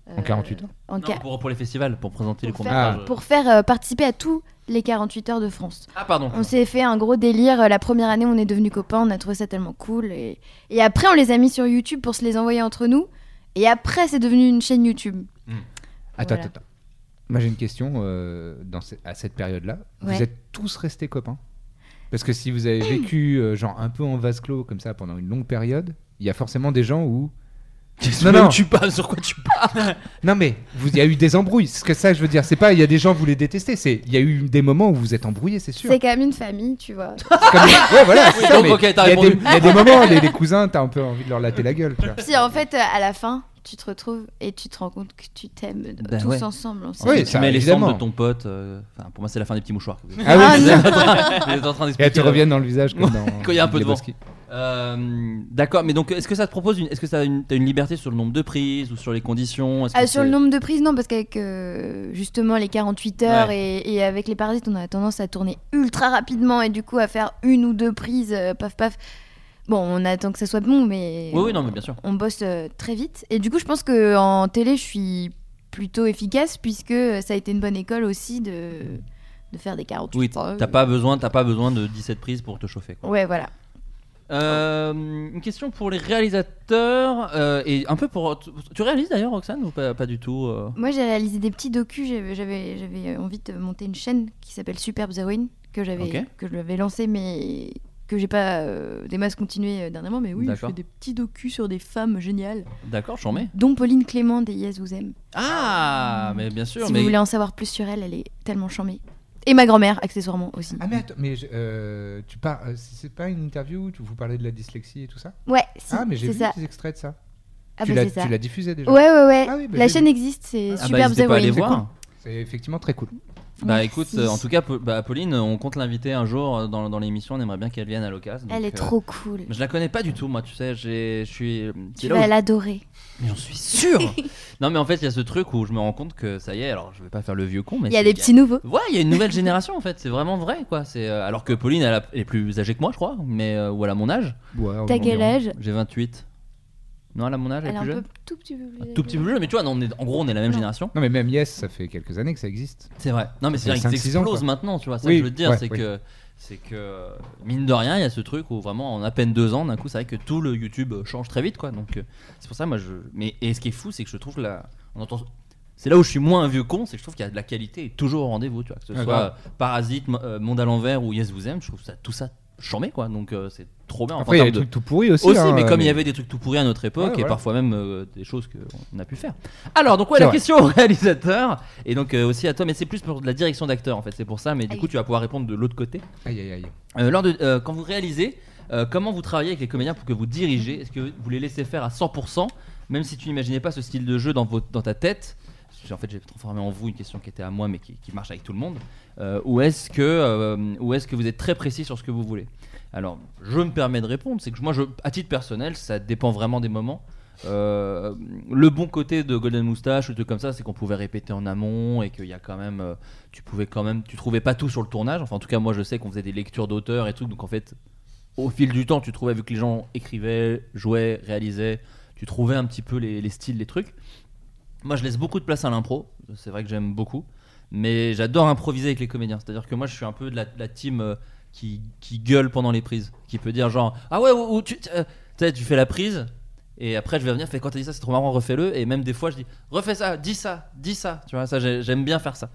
K: euh,
H: En 48 heures
K: en ca-
H: pour, pour les festivals, pour présenter les courts
K: faire-
H: métrages.
K: pour faire euh, participer à tous les 48 heures de France.
H: Ah, pardon.
K: On s'est fait un gros délire. euh, La première année, on est devenus copains, on a trouvé ça tellement cool. Et, et après, on les a mis sur YouTube pour se les envoyer entre nous. Et après, c'est devenu une chaîne YouTube.
J: Attends,
K: Voilà.
J: attends, attends. Moi j'ai une question euh, dans ce- à cette période-là.
K: Ouais.
J: Vous êtes tous restés copains Parce que si vous avez vécu euh, genre un peu en vase clos comme ça pendant une longue période, il y a forcément des gens où
H: Non, non. Tu parles sur quoi tu parles
J: Non mais vous- il y a eu des embrouilles. C'est ce que ça que je veux dire. C'est pas il y a des gens vous les détestez. C'est il y a eu des moments où vous êtes embrouillés, c'est sûr.
K: C'est quand même une famille, tu vois.
J: Ouais voilà. c'est
H: Oui,
J: ça,
H: donc,
J: mais
H: ok, t'as
J: il y a des-
H: répondu.
J: Il y a des moments les, les cousins t'as un peu envie de leur latter la gueule. tu vois.
K: Puis en fait, euh, à la fin, tu te retrouves et tu te rends compte que tu t'aimes euh,
H: Bah
K: tous
H: ouais.
K: ensemble.
H: Ensuite,
J: Ben Oui,
H: tu
J: ça,
H: mets les
J: évidemment.
H: cendres de ton pote. euh, enfin, pour moi, c'est la fin des petits mouchoirs.
J: Ah oui.
H: Vous êtes en train- vous êtes en train
J: Et elles te
H: d'expliquer, euh,
J: reviennent dans le visage comme dans
H: quand il y a un peu de vent.
J: Lebowski.
H: Euh, D'accord, mais donc est-ce que ça te propose une, est-ce que ça a une, t'as une liberté sur le nombre de prises ou sur les conditions Est-ce que
K: Ah, sur
H: c'est-
K: le nombre de prises, non, parce qu'avec euh, justement les 48 heures
H: Ouais.
K: et, et avec les parasites, on a tendance à tourner ultra rapidement et du coup à faire une ou deux prises, euh, paf paf. Bon, on attend que ça soit bon, mais.
H: Oui, oui, non, mais bien sûr.
K: On bosse euh, très vite. Et du coup, je pense que en télé, je suis plutôt efficace puisque euh, ça a été une bonne école aussi de, de faire des 48
H: Oui,
K: heures.
H: t'as pas besoin, t'as pas besoin de 17 prises pour te chauffer. Quoi.
K: Ouais, voilà.
H: Euh, une question pour les réalisateurs euh, et un peu pour. Tu, tu réalises d'ailleurs, Roxane, ou pas, pas du tout euh
K: Moi, j'ai réalisé des petits docus. J'avais- J'avais j'avais euh, envie de monter une chaîne qui s'appelle Superbe Heroine que j'avais
H: Ok.
K: que je l'avais lancée, mais que j'ai pas euh, des masses continuées euh, dernièrement. Mais oui, je
H: D'accord.
K: fais des petits docus sur des femmes géniales,
H: D'accord, j'en mets.
K: dont Pauline Clément des Yes Vous Aime.
H: Ah, mais bien sûr.
K: si
H: mais...
K: vous voulez en savoir plus sur elle, elle est tellement charmée. Et ma grand-mère, accessoirement aussi.
J: Ah mais attends, mais je- euh, tu pars, euh, c'est c'est pas une interview où tu- vous parlez de la dyslexie et tout ça
K: Ouais, si,
J: Ah mais j'ai
K: c'est
J: vu
K: ça.
J: des extraits de ça.
K: Ah
J: tu
K: bah,
J: l'as-
K: c'est ça.
J: tu l'as diffusé déjà
K: Ouais, ouais, ouais.
J: Ah oui, bah,
K: La
J: j'ai
K: chaîne
J: vu.
K: existe, c'est
H: Ah bah,
K: Superbe
H: n'hésitez pas à aller
J: C'est
H: voir.
J: cool. C'est effectivement très cool.
H: Bah
K: Merci.
H: écoute, euh, en tout cas, Po- bah, Pauline, on compte l'inviter un jour euh, dans, dans l'émission. On aimerait bien qu'elle vienne à l'occasion.
K: Elle
H: donc, euh,
K: est trop cool.
H: Je la connais pas du tout, moi, tu sais. j'ai- Je suis.
K: Tu
H: c'est là où
K: vas
H: je-
K: l'adorer.
H: Mais j'en suis sûr Non, mais en fait, il y a ce truc où je me rends compte que ça y est, alors je vais pas faire le vieux con, mais.
K: Il y a
H: c'est-
K: des petits nouveaux.
H: Ouais, il y a une nouvelle génération en fait, c'est vraiment vrai quoi. C'est, euh, alors que Pauline, elle, a- elle est plus âgée que moi, je crois, mais euh, ou elle a mon âge.
J: Ouais,
K: T'as quel âge
H: J'ai 28. Non, elle a mon âge, elle,
K: Elle
H: est
K: a
H: plus
K: un
H: jeune.
K: peu tout petit peu plus
H: Tout petit peu plus jeune, mais tu vois, non, on est- en gros, on est la même génération.
J: Non mais même Yes, ça fait quelques années que ça existe.
H: C'est vrai. Non, mais
J: Ça
H: c'est
J: fait
H: vrai qu'ils
J: cinq, six ans,
H: explosent
J: quoi.
H: maintenant, tu vois. Ça
J: Oui,
H: que je veux te dire,
J: ouais,
H: c'est
J: oui.
H: que. C'est que, mine de rien, il y a ce truc où vraiment, en à peine deux ans, d'un coup, c'est vrai que tout le YouTube change très vite, quoi. Donc, euh, c'est pour ça, moi, je. Mais, et ce qui est fou, c'est que je trouve que la. On entend. C'est là où je suis moins un vieux con, c'est que je trouve qu'il y a de la qualité et toujours au rendez-vous, tu vois. Que ce
J: Ah,
H: soit
J: grave.
H: euh, Parasite, M- euh, Monde à l'envers ou Yes Vous Aime, je trouve ça, tout ça chambé, quoi. Donc, euh, c'est trop bien. Enfin,
J: Après, il y a
H: en termes
J: des
H: de-
J: trucs tout pourris aussi, hein,
H: mais comme il y
J: mais-
H: avait des trucs tout pourris à notre époque
J: Ouais,
H: et
J: voilà.
H: parfois même euh, des choses qu'on a pu faire. Alors, donc, ouais,
J: C'est
H: la
J: vrai.
H: question au réalisateur et donc euh, aussi à toi, mais c'est plus pour de la direction d'acteur en fait, c'est pour ça, mais du coup, tu vas pouvoir répondre de l'autre côté.
J: Aïe aïe aïe.
H: Euh, lors de, euh, quand vous réalisez, euh, comment vous travaillez avec les comédiens pour que vous dirigez Est-ce que vous les laissez faire à 100% même si tu n'imaginais pas ce style de jeu dans, votre, dans ta tête Parce que, En fait, j'ai transformé en vous une question qui était à moi mais qui, qui marche avec tout le monde. Euh, ou est-ce que, euh, ou est-ce que vous êtes très précis sur ce que vous voulez Alors, je me permets de répondre, c'est que moi, je, à titre personnel, ça dépend vraiment des moments. Euh, le bon côté de Golden Moustache ou des trucs comme ça, c'est qu'on pouvait répéter en amont et qu'il y a quand même, euh, tu pouvais quand même, tu trouvais pas tout sur le tournage. Enfin, en tout cas, moi, je sais qu'on faisait des lectures d'auteurs et tout, donc en fait, au fil du temps, tu trouvais vu que les gens écrivaient, jouaient, réalisaient, tu trouvais un petit peu les, les styles, les trucs. Moi, je laisse beaucoup de place à l'impro. C'est vrai que j'aime beaucoup, mais j'adore improviser avec les comédiens. C'est-à-dire que moi, je suis un peu de la, la team euh, qui, qui gueule pendant les prises, qui peut dire genre ah ouais ou, ou tu tu- euh, tu sais, tu fais la prise et après je vais venir faire quand t'as dit ça c'est trop marrant refais-le et même des fois je dis refais ça dis ça dis ça tu vois ça j'ai- j'aime bien faire ça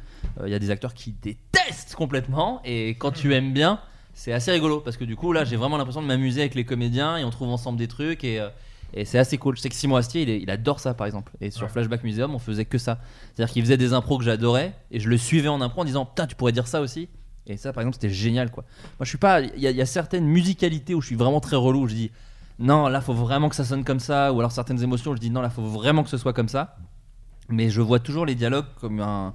H: il y a des acteurs qui détestent complètement et quand tu aimes bien c'est assez rigolo parce que du coup là j'ai vraiment l'impression de m'amuser avec les comédiens et on trouve ensemble des trucs et euh, Et c'est assez cool. Je sais que Simon Astier, il, est- il adore ça par exemple. Et sur Flashback Museum, on faisait que ça. C'est-à-dire qu'il faisait des impros que j'adorais et je le suivais en impro en disant Putain, tu pourrais dire ça aussi. Et ça, par exemple, c'était génial quoi. Moi, je suis pas. Il y, a- il y a certaines musicalités où je suis vraiment très relou. où Je dis Non, là, faut vraiment que ça sonne comme ça. Ou alors certaines émotions, où je dis Non, là, faut vraiment que ce soit comme ça. Mais je vois toujours les dialogues comme un.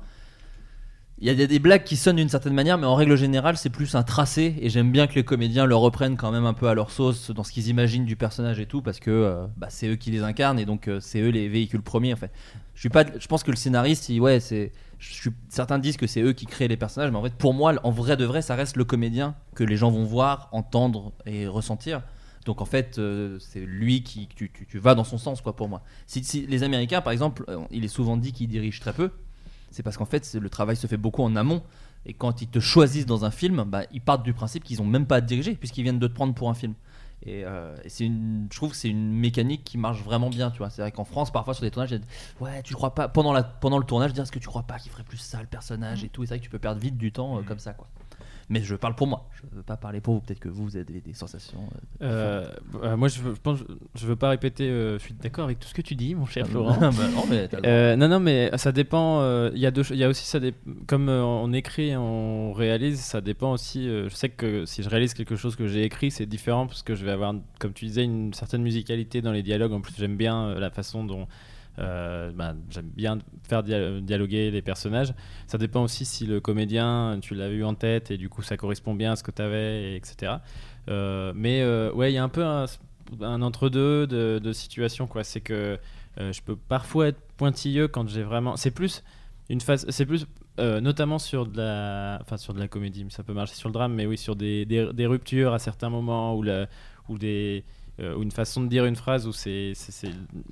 H: Il y a des, des blagues qui sonnent d'une certaine manière, mais en règle générale, c'est plus un tracé. Et j'aime bien que les comédiens le reprennent quand même un peu à leur sauce, dans ce qu'ils imaginent du personnage et tout, parce que euh, bah, c'est eux qui les incarnent et donc euh, c'est eux les véhicules premiers. En fait, je suis pas, je pense que le scénariste, il- ouais, c'est, je suis, certains disent que c'est eux qui créent les personnages, mais en fait, pour moi, en vrai de vrai, ça reste le comédien que les gens vont voir, entendre et ressentir. Donc en fait, euh, c'est lui qui tu, tu, tu vas dans son sens quoi pour moi. Si, si les Américains par exemple, euh, il est souvent dit qu'ils dirigent très peu, c'est parce qu'en fait c'est- le travail se fait beaucoup en amont. Et quand ils te choisissent dans un film, bah, ils partent du principe qu'ils ont même pas à te diriger puisqu'ils viennent de te prendre pour un film. Et, euh, et c'est une, je trouve que c'est une mécanique qui marche vraiment bien, tu vois. C'est vrai qu'en France, parfois sur des tournages, il y a des- ouais, tu crois pas pendant la pendant le tournage, dire est-ce que tu crois pas qu'il ferait plus ça le personnage et tout. Et c'est vrai que tu peux perdre vite du temps euh,
I: Mm.
H: comme ça, quoi. Mais je parle pour moi, je veux pas parler pour vous. Peut-être que vous, vous avez des, des sensations. euh,
I: Euh, euh, moi, je, veux- je pense, je veux pas répéter. euh, je suis d'accord avec tout ce que tu dis, mon cher
H: Ah,
I: Florent.
H: bah non, mais t'as le droit.
I: Euh, non, non, mais ça dépend. euh, Il y a deux, cho- il y a aussi ça. dé- Comme euh, on écrit, on réalise. Ça dépend aussi. euh, je sais que si je réalise quelque chose que j'ai écrit, c'est différent parce que je vais avoir, comme tu disais, une certaine musicalité dans les dialogues. En plus, j'aime bien euh, la façon dont. euh, bah, j'aime bien faire dia- dialoguer les personnages. Ça dépend aussi si le comédien, tu l'as eu en tête et du coup ça correspond bien à ce que tu avais, et etc. Euh, mais euh, ouais, il y a un peu un, un entre-deux de, de situation, quoi. C'est que euh, je peux parfois être pointilleux quand j'ai vraiment. C'est plus une phase. C'est plus euh, notamment sur de la, enfin sur de la comédie, mais ça peut marcher sur le drame, mais oui, sur des, des- des ruptures à certains moments ou la, ou des. euh, ou une façon de dire une phrase où c'est c'est- c'est-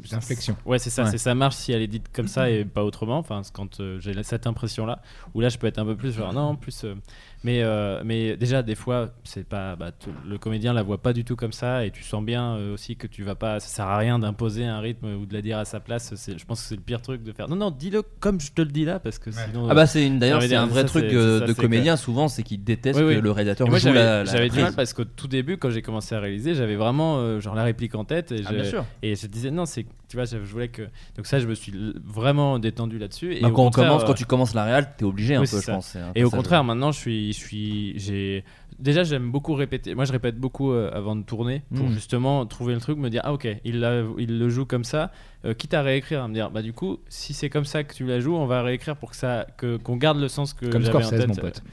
J: Des inflexions.
I: ouais c'est ça
J: Ouais.
I: c'est ça marche si elle est dite comme ça et pas autrement enfin c'est quand euh, j'ai la- cette impression là où là je peux être un peu plus genre non plus euh, mais euh, mais déjà des fois c'est pas bah, tu- le comédien la voit pas du tout comme ça et tu sens bien euh, aussi que tu vas pas ça sert à rien d'imposer un rythme ou de la dire à sa place c'est je pense que c'est le pire truc de faire non non dis-le comme je te le dis là parce que sinon
H: Ah bah c'est une- d'ailleurs,
I: ça veut
H: c'est
I: dire-
H: un vrai
I: ça,
H: truc,
I: c'est-
H: euh,
I: c'est
H: de
I: c'est
H: comédien, souvent, c'est qu'ils détestent que le réalidateur
I: Et moi,
H: joue
I: j'avais-
H: la- la
I: j'avais du mal
H: phrase.
I: parce qu'au tout début quand j'ai commencé à réaliser j'avais vraiment euh, genre la réplique en tête et
H: Ah,
I: je-
H: bien sûr.
I: et je disais non c'est tu vois je je voulais que donc ça je me suis l- vraiment détendu là-dessus et
H: Bah,
I: au
H: quand on
I: contraire,
H: commence-
I: euh,
H: quand tu commences la réal, t'es obligé un
I: oui,
H: peu,
I: c'est
H: je
I: ça.
H: pense, c'est un
I: et
H: passage.
I: au
H: euh,
I: contraire maintenant je suis je suis j'ai déjà j'aime beaucoup répéter moi je répète beaucoup euh, avant de tourner pour
H: Mm.
I: justement trouver le truc me dire ah ok il, l'a- il le joue comme ça euh, quitte à réécrire à me dire bah du coup si c'est comme ça que tu la joues on va réécrire pour que ça que qu'on garde le sens que
J: Comme
I: j'avais en
J: Scorsese,
I: tête.
J: mon pote.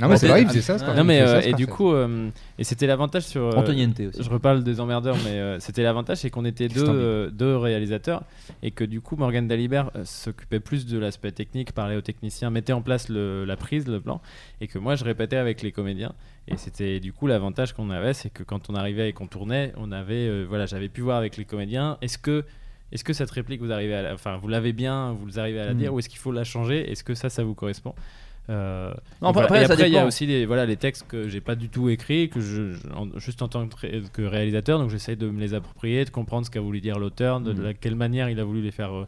J: Non, mais c'est vrai, il faisait ça, Scorsese.
I: non mais
J: Il faisait
I: euh,
J: ça,
I: et du
J: Scorsese.
I: coup euh, et c'était l'avantage sur euh,
H: Antoniente aussi.
I: je reparle des emmerdeurs mais euh, c'était l'avantage c'est qu'on était deux
H: Christian Bip.
I: euh, deux réalisateurs et que du coup Morgan Dalibert euh, s'occupait plus de l'aspect technique, parlait aux techniciens, mettait en place le- la prise, le plan, et que moi je répétais avec les comédiens. Et c'était du coup l'avantage qu'on avait, c'est que quand on arrivait et qu'on tournait, on avait euh, voilà, j'avais pu voir avec les comédiens, est-ce que est-ce que cette réplique vous arrivez à la- enfin vous l'avez bien, vous arrivez à la
H: Mm.
I: dire, ou est-ce qu'il faut la changer, est-ce que ça ça vous correspond Euh,
H: Non,
I: et
H: après-
I: voilà.
H: après,
I: Et
H: ça
I: il y a
H: dépend.
I: aussi les, voilà, les textes que j'ai pas du tout écrits, que je, je- en- juste en tant que, ré- que réalisateur, donc j'essaye de me les approprier, de comprendre ce qu'a voulu dire l'auteur, de,
H: Mm.
I: la- quelle manière il a voulu les faire. euh,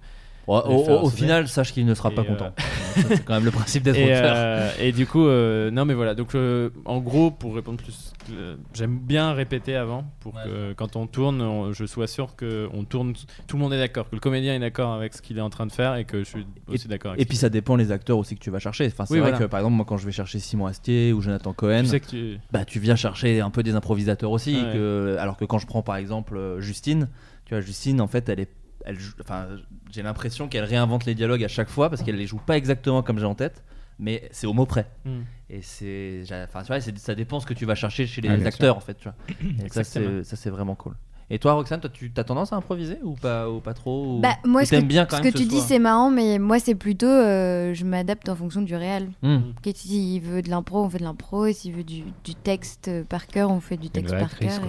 H: Ouais,
I: les
H: au-
I: faire
H: au- au
I: sonner.
H: final, sache qu'il ne sera pas
I: euh,
H: content. C'est quand même le principe d'être
I: et,
H: auteur.
I: euh, et du coup, euh, non mais voilà, donc euh, en gros, pour répondre plus, euh, j'aime bien répéter avant pour que quand on tourne, on- je sois sûr que on tourne, tout le monde est d'accord, que le comédien est d'accord avec ce qu'il est en train de faire et que je suis aussi d'accord. avec
H: Et
I: ce
H: puis
I: qu'il
H: ça dépend les acteurs aussi que tu vas chercher. Enfin, c'est
I: Oui,
H: vrai
I: voilà.
H: que par exemple, moi quand je vais chercher Simon Astier ou Jonathan Cohen,
I: Tu sais que tu-
H: bah, tu viens chercher un peu des improvisateurs aussi.
I: Ouais.
H: que- alors que quand je prends par exemple euh, Justine, tu vois, Justine en fait, elle est. Elle, joue- enfin, j'ai l'impression qu'elle réinvente les dialogues à chaque fois parce qu'elle les joue pas exactement comme j'ai en tête, mais c'est au mot près.
I: Mm.
H: Et c'est. j'a- Enfin, tu vois, c'est- ça dépend ce que tu vas chercher chez les
I: Ouais, Ah, bien
H: acteurs
I: sûr.
H: en fait. Tu vois. Et ça,
I: Exactement.
H: c'est- ça, c'est vraiment cool. Et toi, Roxane, toi, tu as tendance à improviser ou pas, ou pas trop ou-
K: Bah, moi,
H: ou
K: ce que,
H: t'aimes bien quand
K: ce
H: même
K: que tu dis,
H: soit-
K: c'est marrant, mais moi, c'est plutôt. euh, je m'adapte en fonction du réel.
H: Hmm.
K: Que S'il veut de l'impro, on fait de l'impro. Et s'il veut du, du texte euh, par cœur, on fait du texte
J: vraie
K: par
J: actrice,
K: cœur.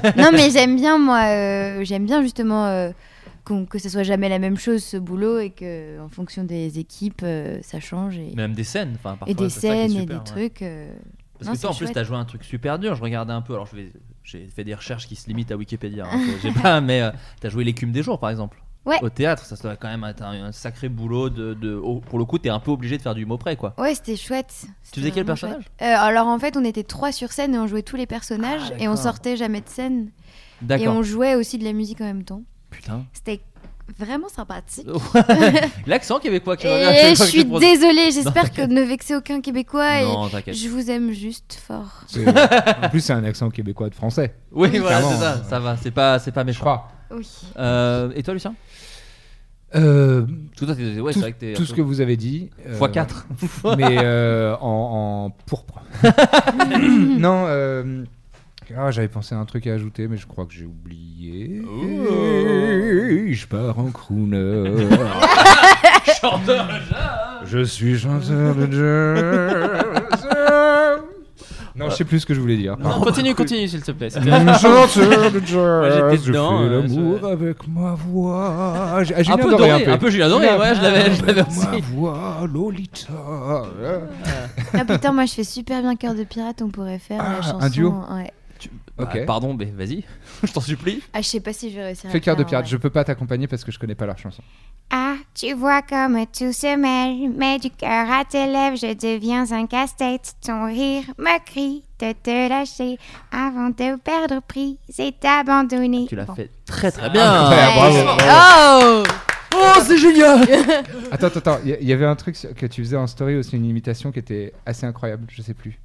J: quoi.
K: et- non, mais j'aime bien, moi. euh, j'aime bien, justement, euh, qu'on- que ce soit jamais la même chose, ce boulot, et que en fonction des équipes, euh, ça change. Et,
H: Même des scènes, enfin, Ah, parfois,
K: Et des
H: c'est ça qui est
K: scènes et
H: super,
K: des
H: ouais.
K: trucs. euh,
H: Parce
K: non,
H: que toi, en
K: c'est
H: plus,
K: chouette.
H: t'as joué un truc super dur. Je regardais un peu. Alors, je vais- j'ai fait des recherches qui se limitent à Wikipédia. hein, j'ai pas, mais euh, t'as joué l'écume des jours, par exemple.
K: Ouais.
H: Au théâtre, ça doit quand même être un, un sacré boulot. De, de- oh, pour le coup, t'es un peu obligé de faire du mot près, quoi.
K: Ouais, c'était chouette. C'était
H: faisais quel
K: vraiment
H: personnage
K: chouette. Euh, Alors en fait, on était trois sur scène et on jouait tous les personnages et on
H: Ah, d'accord.
K: sortait jamais de scène. Et
H: D'accord.
K: on jouait aussi de la musique en même temps.
H: Putain.
K: C'était vraiment sympathique.
H: L'accent québécois qui revient à
K: Et Eh,
H: chaque
K: je
H: fois que
K: suis
H: tu prononces-
K: désolée,
H: Non,
K: j'espère que
H: t'inquiète.
K: ne vexez aucun Québécois
H: Non,
K: et
H: t'inquiète.
K: je vous aime juste fort.
J: C'est- en plus, c'est un accent québécois de français.
H: Oui, voilà,
J: Clairement,
H: c'est ça. Ça va, c'est pas, c'est pas méchant.
K: Oui.
H: Euh, et toi, Lucien
J: Euh,
H: Tout, toi, t'es-
J: tout-
H: ouais, c'est vrai que t'es-
J: tout ce que vous avez dit. euh,
H: Fois quatre.
J: mais euh, en, en pourpre. non, euh, ah, j'avais pensé à un truc à ajouter, mais je crois que j'ai oublié.
I: Oh.
J: Je pars en crooner.
L: Chanteur
J: Je suis chanteur de jazz. Non, je sais plus ce que je voulais dire.
I: Non, continue, continue, s'il te plaît. C'était-
J: Chanteur de
I: Moi,
J: jazz.
I: bah, j'étais
J: je
I: dedans,
J: fais
I: euh,
J: l'amour avec ma voix. J'ai- ah, Julien
I: Un peu
J: Doré,
I: doré, un peu Julien Doré, ouais, je l'avais- je l'avais aussi.
J: Ma voix, Lolita.
K: Ah putain, moi je fais super bien Cœur de Pirate, on pourrait faire la chanson.
J: Ah, un duo
K: ouais.
H: Bah, pardon, mais vas-y, je t'en supplie.
K: Ah, je sais pas si je vais réussir à
J: Fais
K: le
J: cœur de
K: faire,
J: pirate,
K: ouais.
J: je peux pas t'accompagner parce que je connais pas leur chanson.
M: Ah, tu vois comme tout se mêle, mais du cœur à tes lèvres, je deviens un casse-tête. Ton rire me crie de te lâcher avant de perdre prise et t'abandonner.
H: Tu l'as
M: Bon.
H: fait très très
J: Ah,
H: bien.
J: incroyable,
M: bravo.
J: bravo,
H: Oh, c'est génial.
J: Attends, attends, attends, il y- il y avait un truc sur- que tu faisais en story aussi, une imitation qui était assez incroyable, je sais plus.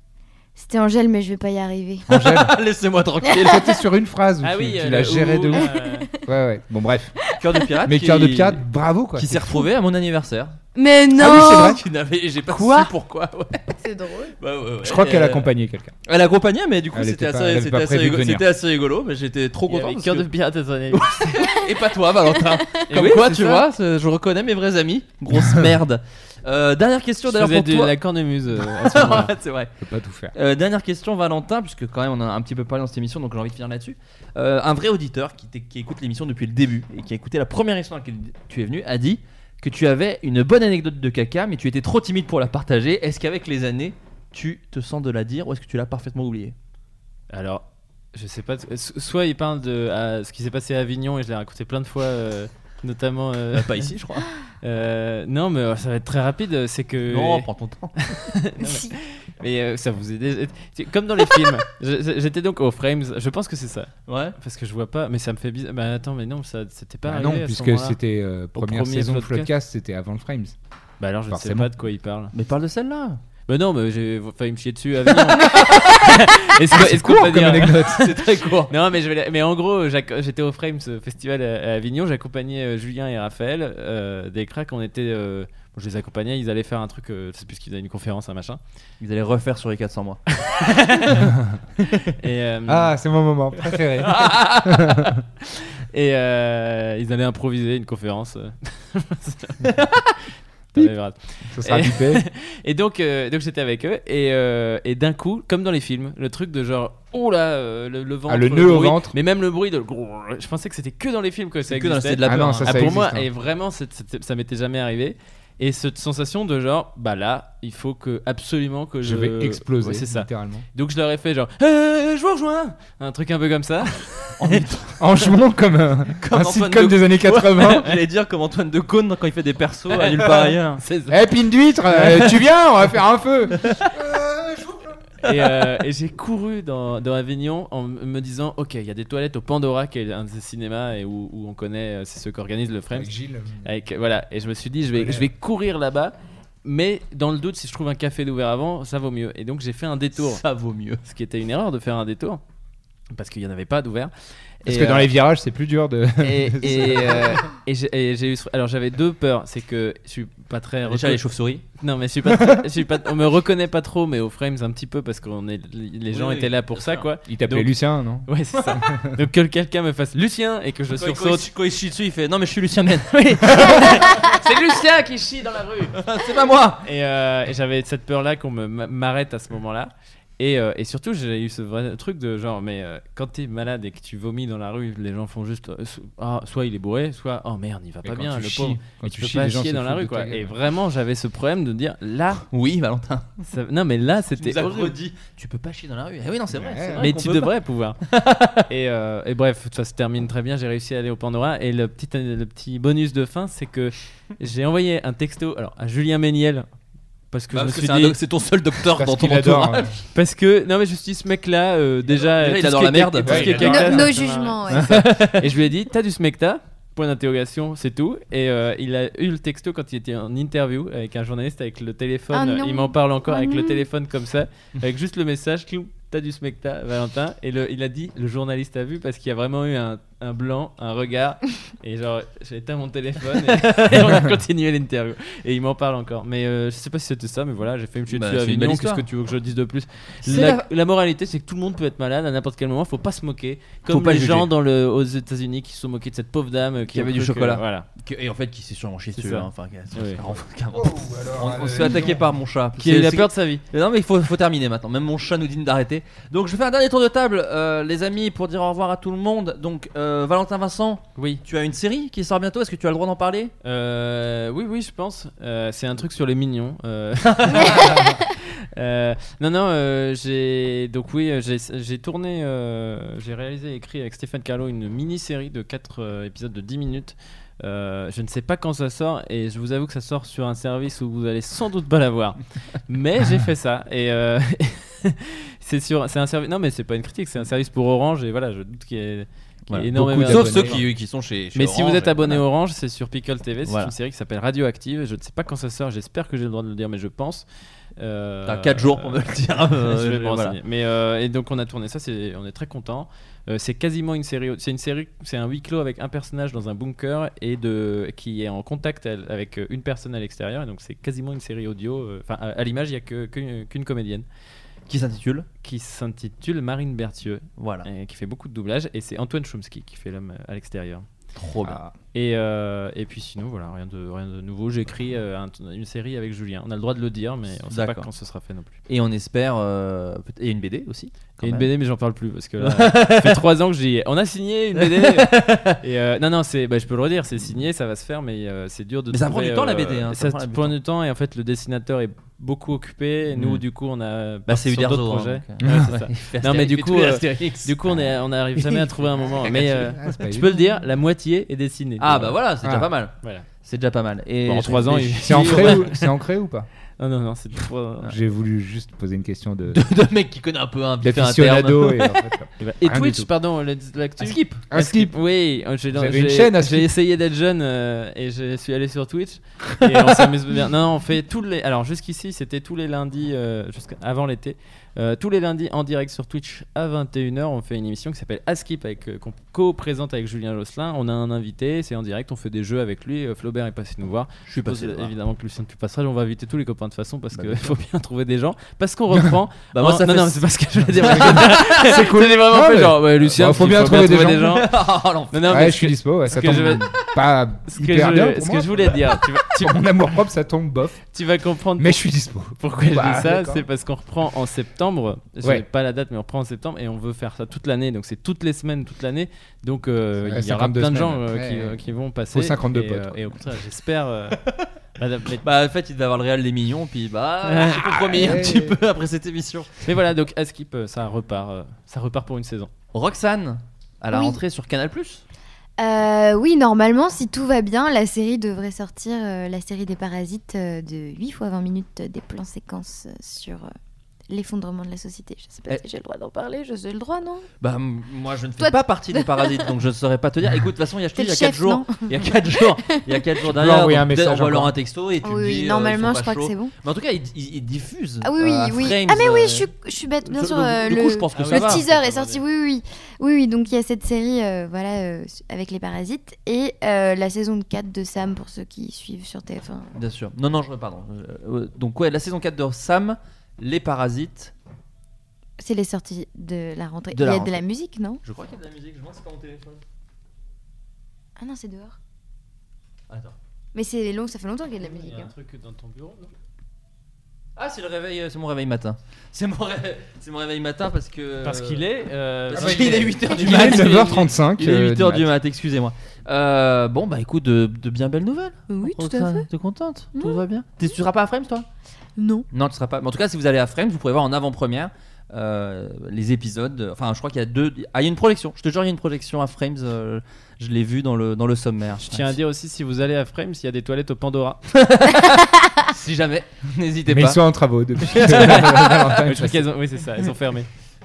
K: C'était Angèle, mais je vais pas y arriver.
J: Angèle.
H: Laissez-moi tranquille.
J: C'était sur une phrase où
H: Ah
J: tu,
H: oui,
J: tu
H: euh,
J: la
H: le
J: gérais de
H: ouh,
J: ouf.
H: euh.
J: Ouais, ouais, bon, bref.
H: Cœur de pirate.
J: Mais
H: qui-
J: cœur de pirate, bravo quoi.
H: Qui
J: c'est
H: s'est
J: fou.
H: retrouvé à mon anniversaire.
K: Mais non
H: ah oui, c'est vrai. Qui n'avait- J'ai pas
K: Quoi
H: su pourquoi. Ouais.
K: C'est drôle.
H: Bah, ouais, ouais.
J: Je crois
H: Et,
J: qu'elle
H: euh,
J: accompagnait quelqu'un.
H: Elle accompagnait, mais du coup
J: Elle
H: c'était
J: était pas- elle
H: assez,
J: avait
H: c'était
J: pas
H: assez
J: prévu de
H: rigolo-
J: venir.
H: c'était assez rigolo, mais j'étais trop
I: Il y
H: content.
I: avait
H: parce
I: Cœur
H: que-
I: de pirate à ton
H: Et pas toi, Valentin.
I: Et
H: Comme
I: Eh oui,
H: quoi,
I: c'est
H: tu
I: ça.
H: vois, c'est- je reconnais mes vrais amis. Grosse merde. Euh, dernière question
I: Je
H: d'ailleurs
I: faisais
H: pour
I: de
H: toi.
I: la cornemuse, euh, à ce moment-là.
H: Ouais, c'est vrai.
I: Je peux pas tout faire.
H: Euh, dernière question, Valentin, puisque quand même on en a un petit peu parlé dans cette émission, donc j'ai envie de finir là-dessus. Euh, un vrai auditeur qui, t'é- qui écoute l'émission depuis le début et qui a écouté la première émission à laquelle tu es venu a dit que tu avais une bonne anecdote de caca, mais tu étais trop timide pour la partager. Est-ce qu'avec les années, tu te sens de la dire ou est-ce que tu l'as parfaitement oubliée
I: Alors, je sais pas. euh, so- Soit il parle de à ce qui s'est passé à Avignon et je l'ai raconté plein de fois, euh, notamment. euh,
H: Bah, pas ici, je crois.
I: Euh, non, mais euh, ça va être très rapide. C'est que.
H: Non, prends ton temps.
I: Non, mais- mais euh, ça vous est déjà- c'est Comme dans les films. Je- J'étais donc au Frames. Je pense que c'est ça.
H: Ouais.
I: Parce que je vois pas. Mais ça me fait bizarre. Bah attends, mais non, ça c'était pas.
J: Bah
I: arrivé
J: non,
I: à ce
J: puisque
I: moment-là.
J: c'était euh,
I: Au
J: première
I: premier
J: saison de
I: podcast.
J: Floodcast, c'était avant le Frames.
I: Bah alors, je ne sais
J: Forcément.
I: pas de quoi il parle.
H: Mais parle de celle-là.
I: Bah non, mais j'ai failli me chier dessus à Avignon.
H: Ah,
I: qu'on-
H: c'est
I: qu'on
H: court
I: peut
H: comme anecdote.
I: C'est très court. Non, mais, je vais la- mais en gros, j'ac- j'étais au Frames euh, Festival à à Avignon. J'accompagnais euh, Julien et Raphaël euh, des cracks. On était, euh, bon, je les accompagnais. Ils allaient faire un truc. euh, je sais plus ce qu'ils faisaient, une conférence, un machin.
H: Ils allaient refaire sur les 400 mois.
I: et, euh,
J: Ah, c'est mon moment préféré.
I: et euh, ils allaient improviser une conférence. Putain, mais bref.
J: Ça sera
I: et,
J: bipé.
I: et donc, euh, donc j'étais avec eux et, euh, et d'un coup, comme dans les films, le truc de genre oh là euh, le, ventre,
J: Ah, le nœud au
I: bruit,
J: ventre.
I: mais même le bruit de grrr, je pensais que c'était que dans les films que ça
H: C'est que dans-
I: existait.
H: c'est de la Ah peur, non, hein. ça, ça
I: pour
H: existe,
I: moi
H: hein.
I: et vraiment c'est- c'est- ça m'était jamais arrivé et cette sensation de genre bah là il faut que absolument que je,
J: Je vais exploser,
I: Ouais, c'est ça
J: littéralement.
I: donc je leur ai fait genre Euh, je vous rejoins un truc un peu comme ça
J: En jouant comme un, un
I: Antoine
J: sitcom
I: de-
J: des années 80.
H: J'allais dire comme Antoine de Caunes quand il fait des persos à nulle part ailleurs.
I: C'est
J: Eh, pine d'huître, euh, tu viens, on va faire un feu.
I: et, euh, et j'ai couru dans, dans Avignon en m- me disant ok il y a des toilettes au Pandora qui est un des cinémas et où, où on connaît euh, c'est ceux qui organisent le frame
J: Avec Gilles, euh,
I: Avec- voilà et je me suis dit je vais, je vais courir là-bas mais dans le doute si je trouve un café d'ouvert avant ça vaut mieux et donc j'ai fait un détour
H: ça vaut mieux
I: ce qui était une erreur de faire un détour parce qu'il n'y en avait pas d'ouvert
J: Parce
I: Et,
J: que dans
I: euh,
J: les virages, c'est plus dur de.
I: et, et, euh, et j'ai- et j'ai eu ce- alors j'avais deux peurs c'est que je suis pas très
H: Déjà,
I: reco-
H: les chauves-souris.
I: non mais je suis pas, très- je suis pas on me reconnaît pas trop mais au frames un petit peu parce que les gens
J: Oui,
I: étaient là pour ça quoi
J: Il t'appelait
I: Donc-
J: Lucien, non
I: ouais c'est ça donc que quelqu'un me fasse Lucien et que je
H: Quand il-
I: sursaute
H: quand il- Quand il chie dessus, il fait Non, mais je suis Lucien Ben. Men.
I: c'est Lucien qui chie dans la rue.
H: c'est pas moi.
I: Et, euh, et j'avais cette peur-là qu'on me- m'arrête à ce moment-là. Et, euh, et surtout, j'ai eu ce vrai truc de genre, mais euh, quand t'es malade et que tu vomis dans la rue, les gens font juste, euh, so- ah, soit il est bourré, soit oh merde, il va
H: Et
I: pas
H: quand
I: bien,
H: tu
I: le
H: chies,
I: pauvre.
H: quand
I: Et
H: tu
I: tu peux
H: chies,
I: pas
H: les gens
I: chier
H: se
I: dans la
H: foutent
I: rue,
H: de ta
I: quoi.
H: gueule.
I: Et vraiment, j'avais ce problème de dire là.
H: Oui, Valentin.
I: ça- non, mais là, c'était.
H: nous as
I: horrible.
H: redit, tu peux pas chier dans la rue. Eh oui, non, c'est vrai, c'est vrai
I: mais
H: qu'on
I: tu
H: peut
I: devrais
H: pas.
I: pouvoir. et, euh, et bref, ça se termine très bien. J'ai réussi à aller au Pandora. Et le petit, le petit bonus de fin, c'est que j'ai envoyé un texto alors, à Julien Méniel, Parce que
H: Bah,
I: je me
H: parce que
I: suis
H: c'est un
I: dit-
H: doc- c'est ton seul docteur Parce dans ton qu'il adore, entourage. hein.
I: Parce que non mais je me suis dit ce mec là déjà,
H: Déjà, il
I: tout ce
H: adore
I: qui
H: la
I: est-
H: merde.
I: tout ce
H: Ouais,
I: qui est
H: il adore.
I: cacta-
H: Nos- nos
I: Ouais,
H: jugements,
I: c'est
H: ouais.
I: ça. Et je lui ai dit t'as du smecta Point d'interrogation, c'est tout. Et euh, il a eu le texto quand il était en interview avec un journaliste avec le
H: Ah
I: téléphone.
H: non.
I: il m'en parle encore
H: Ah
I: avec le
H: non.
I: téléphone comme ça, avec juste le message clou, t'as du smecta, Valentin. Et le- il a dit le journaliste a vu parce qu'il y a vraiment eu un, un blanc, un regard. Et genre, j'ai éteint mon téléphone et, et on a continué l'interview. Et il m'en parle encore. Mais euh, je sais pas si c'était ça, mais voilà, j'ai fait une chute
H: Bah,
I: dessus à
H: c'est une belle
I: Avignon.
H: histoire.
I: Qu'est-ce que tu veux que je dise de plus
H: C'est
I: la,
H: la-
I: la moralité, c'est que tout le monde peut être malade à n'importe quel moment. Faut pas se moquer. Comme
H: Faut pas
I: les
H: juger.
I: gens dans le, aux États-Unis qui se sont moqués de cette pauvre dame euh, qui,
H: Qui avait
I: a
H: du
I: cru que-
H: chocolat.
I: voilà.
H: Que- et en fait, qui s'est sûrement chié
I: C'est
H: dessus,
I: ça.
H: hein, enfin, qui a-
I: Oui. Oh,
H: carrément- carrément.
I: alors,
H: On- on se fait
I: euh,
H: attaquer
I: non.
H: par mon chat.
I: Qui a eu
H: C'est-
I: la
H: c'est-
I: peur de sa vie.
H: Mais Non, mais il faut, faut terminer maintenant. Même mon chat nous dit d'arrêter. Donc, je fais un dernier tour de table, euh, les amis, pour dire au revoir à tout le monde. Donc, euh, Valentin Vincent,
I: oui.
H: tu as une série qui sort bientôt. Est-ce que tu as le droit d'en parler
I: Euh, oui, oui, je pense. Euh, c'est un truc sur les mignons. euh. Euh, non, non, euh, j'ai donc oui, euh, j'ai j'ai tourné, euh, j'ai réalisé et écrit avec Stéphane Carlo une mini-série de 4 épisodes de 10 minutes. Euh, je ne sais pas quand ça sort et je vous avoue que ça sort sur un service où vous allez sans doute pas l'avoir. mais j'ai fait ça et euh, c'est sur, c'est un service. Non, mais c'est pas une critique, c'est un service pour Orange et voilà, je doute qu'il y ait. qu'il y ait
H: Voilà,
I: énormément
H: beaucoup
I: d'abonnés.
H: d'abonnés. Sauf ceux qui- qui sont chez- chez
I: mais si vous
H: Orange,
I: êtes abonné
H: voilà.
I: Orange, c'est sur Pickle TV. C'est
H: Voilà.
I: une série qui s'appelle Radioactive. Je ne sais pas quand ça sort. J'espère que j'ai le droit de le dire, mais je pense. Euh,
H: T'as quatre jours pour me le dire.
I: je vais
H: Euh,
I: me
H: voilà.
I: renseigner. Mais euh, et donc on a tourné ça. C'est, on est très content. c'est quasiment une série. C'est une série. C'est un huis clos avec un personnage dans un bunker et de qui est en contact elle, avec euh, une personne à l'extérieur. Et donc c'est quasiment une série audio. euh, Enfin, à, à l'image, il y a que- que- qu'une comédienne.
H: Qui s'intitule
I: Qui s'intitule Marine Berthieux.
H: Voilà.
I: Et qui fait beaucoup de doublage. Et c'est Antoine Chomsky qui fait l'homme euh, à l'extérieur. Ah.
H: Trop bien.
I: Et, euh, et puis sinon, voilà, rien de, rien de nouveau. J'écris euh, un- une série avec Julien. On a le droit de le dire, mais on ne sait pas
H: D'accord.
I: quand ce sera fait non plus.
H: Et on espère. euh, peut- et une BD aussi. quand
I: Et une
H: même.
I: BD, mais j'en parle plus parce
H: euh,
I: que là, ça fait trois ans que j'y ai. On a signé une BD. et euh, non, non, c'est, bah, je peux le redire, c'est signé, ça va se faire, mais euh, c'est dur de.
H: Mais ça
I: trouver,
H: prend du temps, la
I: euh,
H: BD, hein, ça
I: ça
H: prend du
I: prend du temps et en fait, le dessinateur est beaucoup occupé. Et nous,
H: Mm.
I: du coup, on a.
H: Bah, c'est
I: sur
H: Uderzo,
I: d'autres
H: hein,
I: projets.
H: donc, euh,
I: Ouais, c'est
H: ouais,
I: ça.
H: il fait
I: Non, mais
H: Astérix,
I: du
H: il fait
I: coup,
H: tous les
I: euh,
H: Astérix.
I: du coup, on est- on n'arrive jamais à trouver un moment. Mais euh,
H: Ah, c'est pas
I: je
H: évident.
I: peux le dire, la moitié est dessinée.
H: Ah bah voilà, c'est déjà
I: Ah.
H: pas mal.
I: Voilà.
H: C'est déjà pas mal. Et
I: Bon, en
H: je
I: trois ans,
H: réfléchis-
I: il- C'est ancré ou-
J: C'est ancré ou pas
I: Non, non, non, c'est euh, de trois-
J: J'ai voulu juste poser une question de.
H: de mec qui connaît un
I: hein,
H: peu un vite fait un
J: D'aficionado
H: terme.
J: et en fait, euh,
H: Eh ben,
I: Et, bah,
J: rien
I: et
J: du
I: Twitch,
J: tout.
I: pardon, l'actu.
H: Un skip.
J: Un skip.
I: Oui, euh, j'ai
J: Vous avez
I: j'ai-
J: une chaîne à
I: j'ai
J: skip.
I: essayé d'être jeune euh, et je suis allé sur Twitch et on s'amuse bien. Non, non, on fait tous les. Alors jusqu'ici, c'était tous les lundis, euh, jusqu'à- avant l'été, Euh, tous les lundis en direct sur Twitch à 21h. On fait une émission qui s'appelle Askip avec euh, qu'on co-présente avec Julien Josselin. On a un invité, c'est en direct, on fait des jeux avec lui. Euh, Flaubert est passé nous voir. Je
H: suis
I: suppose,
H: passé le voir.
I: Évidemment que Lucien, tu passeras. On va inviter tous les copains de toute façon parce
H: Bah,
I: qu'il
H: bien
I: faut bien trouver des gens. Parce qu'on reprend.
H: Bah, moi,
I: Non,
H: ça
I: non,
H: fait-
I: non, c'est parce que je veux dire.
H: C'est cool.
I: C'était vraiment
H: Non,
I: fait
H: mais-
I: genre, ouais, Lucien,
J: Bah, faut
I: il
J: bien trouver des gens.
I: gens.
J: Oh, l'enfer. Ouais,
I: mais
J: je
I: ce
J: suis
I: que-
J: dispo, ouais,
I: ce
J: ça
I: que
J: tombe
I: je-
J: pas
I: ce que
J: hyper
I: je-
J: bien pour
I: Ce que
J: moi.
I: je voulais dire, tu vas, tu vas-
J: Mon amour propre, ça tombe bof.
I: tu vas comprendre.
J: Mais je suis dispo.
I: Pourquoi je
J: Bah,
I: dis ça
J: d'accord.
I: C'est parce qu'on reprend en septembre. Je
J: Ouais.
I: n'ai pas la date, mais on reprend en septembre et on veut faire ça toute l'année. Donc c'est toutes les semaines, toute l'année. Donc euh,
J: Ouais,
I: il y aura
J: 52
I: plein de gens
J: semaines.
I: euh, qui,
J: Ouais.
I: euh, qui vont passer.
J: Faut 52
I: et,
J: potes,
I: euh,
J: quoi.
I: Et au contraire, j'espère. euh,
H: Bah en fait il devait avoir le Real des Mignons puis bah j'ai compromis un petit peu après cette émission.
I: Mais voilà, donc Askip, euh, ça repart, euh, ça repart pour une saison.
H: Roxane, à la
K: Oui.
H: rentrée sur Canal+.
K: Euh, oui, normalement, si tout va bien, la série devrait sortir, euh, la série des parasites euh, de 8 fois 20 minutes euh, des plans séquences euh, sur euh, l'effondrement de la société. Je sais pas
H: Eh.
K: si j'ai le droit d'en parler, je sais le droit, non
H: Bah m- moi je ne fais
K: Toi,
H: pas partie des parasites donc je ne saurais pas te dire. Écoute de toute façon il y a je te
K: T'es
H: dis, il y a
K: le
H: 4
K: chef,
H: jours,
K: non
H: il y a 4 jours, il y a 4
J: Ah. Je
H: jours
J: peux
H: derrière.
J: envoyer un
H: donc peut-être
J: message
H: envoie-leur
J: encore.
H: un texto et tu me
K: Oui,
H: dis, euh, ils
K: normalement,
H: sont
K: je
H: pas
K: crois que
H: chauds.
K: c'est bon.
H: Mais en tout cas ils ils- ils diffusent.
K: Ah oui, oui,
H: euh,
K: oui.
H: Frames,
K: ah mais oui,
H: euh,
K: je suis, je suis bête, bien
H: le-
K: sûr.
H: le-
K: euh,
H: du coup, je pense que ça
K: le
H: va.
K: teaser est sorti, oui, oui, oui, oui. Donc il y a cette série, euh, voilà, euh, avec les parasites et euh, la saison 4 de Sam pour ceux qui suivent sur TF1.
H: euh, Bien sûr. Non, non, je pardon. Euh, Donc ouais, la saison 4 de Sam, Les Parasites.
K: C'est les sorties de la rentrée.
H: De la
K: il y a
H: rentrée.
K: de la musique, non
H: Je crois qu'il y a de la musique, je pense que c'est pas mon téléphone.
K: Ah non, c'est dehors.
H: Attends.
K: Mais c'est long, ça fait longtemps qu'il y a de la
I: Il
K: musique.
I: y a un
K: hein.
I: truc dans ton bureau.
H: Ah, c'est le réveil, euh, c'est mon réveil matin. C'est mon, ré- c'est mon réveil matin parce que.
I: Parce qu'il est, euh,
H: Parce
I: ah bah,
H: qu'il
I: il
H: est
I: est-
H: 8h du
I: il est
H: mat.
J: 9h35,
H: Il est
J: euh,
H: 8h
J: du
H: du
J: mat.
H: mat, excusez-moi. Euh, bon, bah écoute, de, de bien belles nouvelles.
K: Oui, tout à
H: Roxane,
K: fait. Hmm.
H: T'es contente Tout va bien T'es- Tu seras pas à Frames toi
K: Non.
H: Non, tu seras pas. Mais en tout cas, si vous allez à Frames, vous pourrez voir en avant-première euh, les épisodes. euh, Enfin, je crois qu'il y a deux. Ah, il y a une projection. Je te jure, il y a une projection à Frames. euh, je l'ai vu dans le, dans le sommaire.
I: Je tiens à dire aussi, si vous allez à Frames, il y a des toilettes au Pandora.
H: si jamais, n'hésitez
J: Mais
H: pas.
J: ils sont en travaux depuis.
I: Je crois qu'elles ont- oui, c'est ça, elles ont fermé.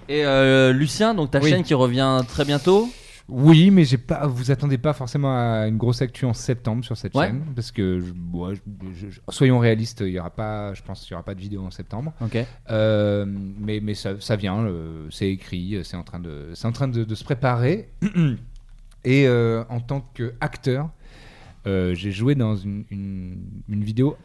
H: Et euh, Lucien, donc ta
J: Oui.
H: chaîne qui revient très bientôt.
J: Oui, mais j'ai pas. Vous attendez pas forcément à une grosse actu en septembre sur cette
H: Ouais.
J: chaîne, parce que je- moi, je- je- je- soyons réalistes, il y aura pas. Je pense qu'il y aura pas de vidéo en septembre.
H: Ok.
J: Euh, mais mais ça, ça vient, euh, c'est écrit, c'est en train de, c'est en train de, de se préparer. Et euh, en tant qu'acteur, euh, j'ai joué dans une, une- une vidéo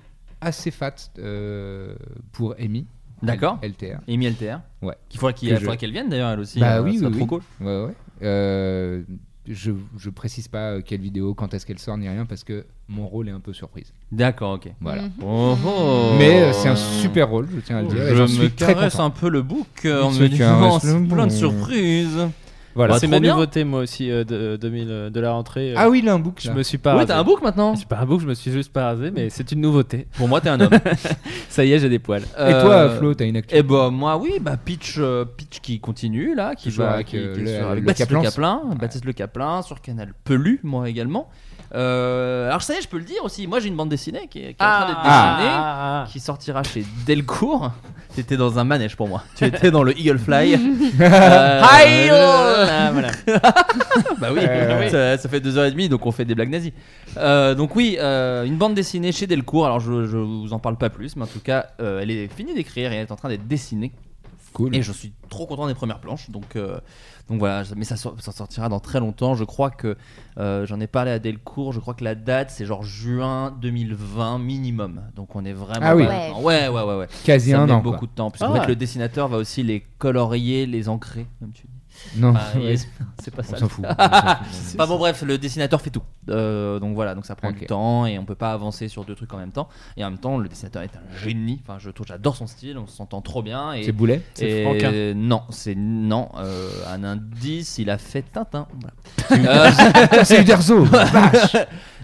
J: assez fat euh, pour Amy.
H: D'accord.
J: LTR.
H: Amy LTR.
J: Ouais.
H: Qu'il faudrait qu'il-
J: Que
H: faudrait qu'elle vienne, d'ailleurs, elle aussi,
J: Bah
H: euh,
J: oui,
H: ça
J: oui,
H: serait
J: oui.
H: trop cool.
J: Ouais, ouais. Euh, je, je précise pas euh, quelle vidéo, quand est-ce qu'elle sort, ni rien, parce que mon rôle est un peu surprise.
H: D'accord, ok.
J: Voilà.
H: Oh, oh.
J: Mais euh, c'est un super rôle, je tiens à le dire. et
H: Je
J: j'en
H: me
J: suis très
H: caresse
J: content.
H: un peu le bouc euh, en
J: Je
H: me
J: caresse
H: disant
J: le
H: c'est plein de
J: bouc.
H: surprises.
J: Voilà.
H: Bah,
I: c'est
H: trop
I: ma
H: bien.
I: nouveauté, moi aussi, euh, de, 2000, euh, de la rentrée. euh.
J: Ah oui, il a un book,
I: Je
J: là.
I: me suis pas.
J: Oui,
I: rasé.
J: t'as un
H: book, maintenant.
I: J'ai pas un book, je me suis juste pas rasé, mais c'est une nouveauté.
H: Pour moi, t'es un homme.
I: ça y est, j'ai des poils.
H: Euh,
J: toi, Flo, t'as une actu
H: Eh ben moi, oui, bah Pitch, euh, Pitch qui continue là, qui
J: Qui joue
H: va
J: avec,
H: qui-
J: euh,
H: qui est
J: le-
H: sur- avec
J: le
H: Baptiste Le
J: Caplin.
H: Caplin, Baptiste Le Caplin sur Canal Pelu, moi également. Euh, alors ça y est, je peux le dire aussi. Moi, j'ai une bande dessinée qui, est- qui est en train d'être
I: Ah.
H: dessinée, qui sortira chez Delcourt. T'étais dans un manège pour moi. Tu étais dans le Eagle Fly. Euh,
I: Hi-yo
H: voilà, voilà. bah oui,
I: Euh, oui.
H: ça, ça fait deux heures et demie, donc on fait des blagues nazies. Euh, donc oui, euh, une bande dessinée chez Delcourt. Alors je, je vous en parle pas plus, mais en tout cas, euh, elle est finie d'écrire et elle est en train d'être dessinée.
J: Cool.
H: Et je suis trop content des premières planches. Donc, euh, donc voilà, mais ça, sort- ça sortira dans très longtemps. Je crois que euh, j'en ai parlé à Delcourt. Je crois que la date c'est genre juin 2020 minimum. Donc on est vraiment
J: Ah oui.
H: pas là-dedans. ouais ouais ouais ouais.
J: Quasi
H: Ça
J: un
H: met
J: an,
H: beaucoup
J: quoi.
H: de temps. Puisqu'en
J: Ah.
H: fait le dessinateur va aussi les colorier, les ancrer, comme tu dis.
J: Non,
H: Ah,
J: ouais.
H: yes. c'est pas
J: On
H: ça.
J: s'en fout. On s'en fout.
H: Pas bon bref, le dessinateur fait tout. Euh, donc voilà, donc ça prend du temps et on peut pas avancer sur deux trucs en même temps. Et en même temps, le dessinateur est un génie. Enfin, je trouve, j'adore son style, on s'entend trop bien. et-
J: C'est Boulet C'est
H: et-
J: Franquin.
H: Non, c'est non. euh, un indice, il a fait Tintin. Voilà.
J: Putain, c'est Uderzo, la vache.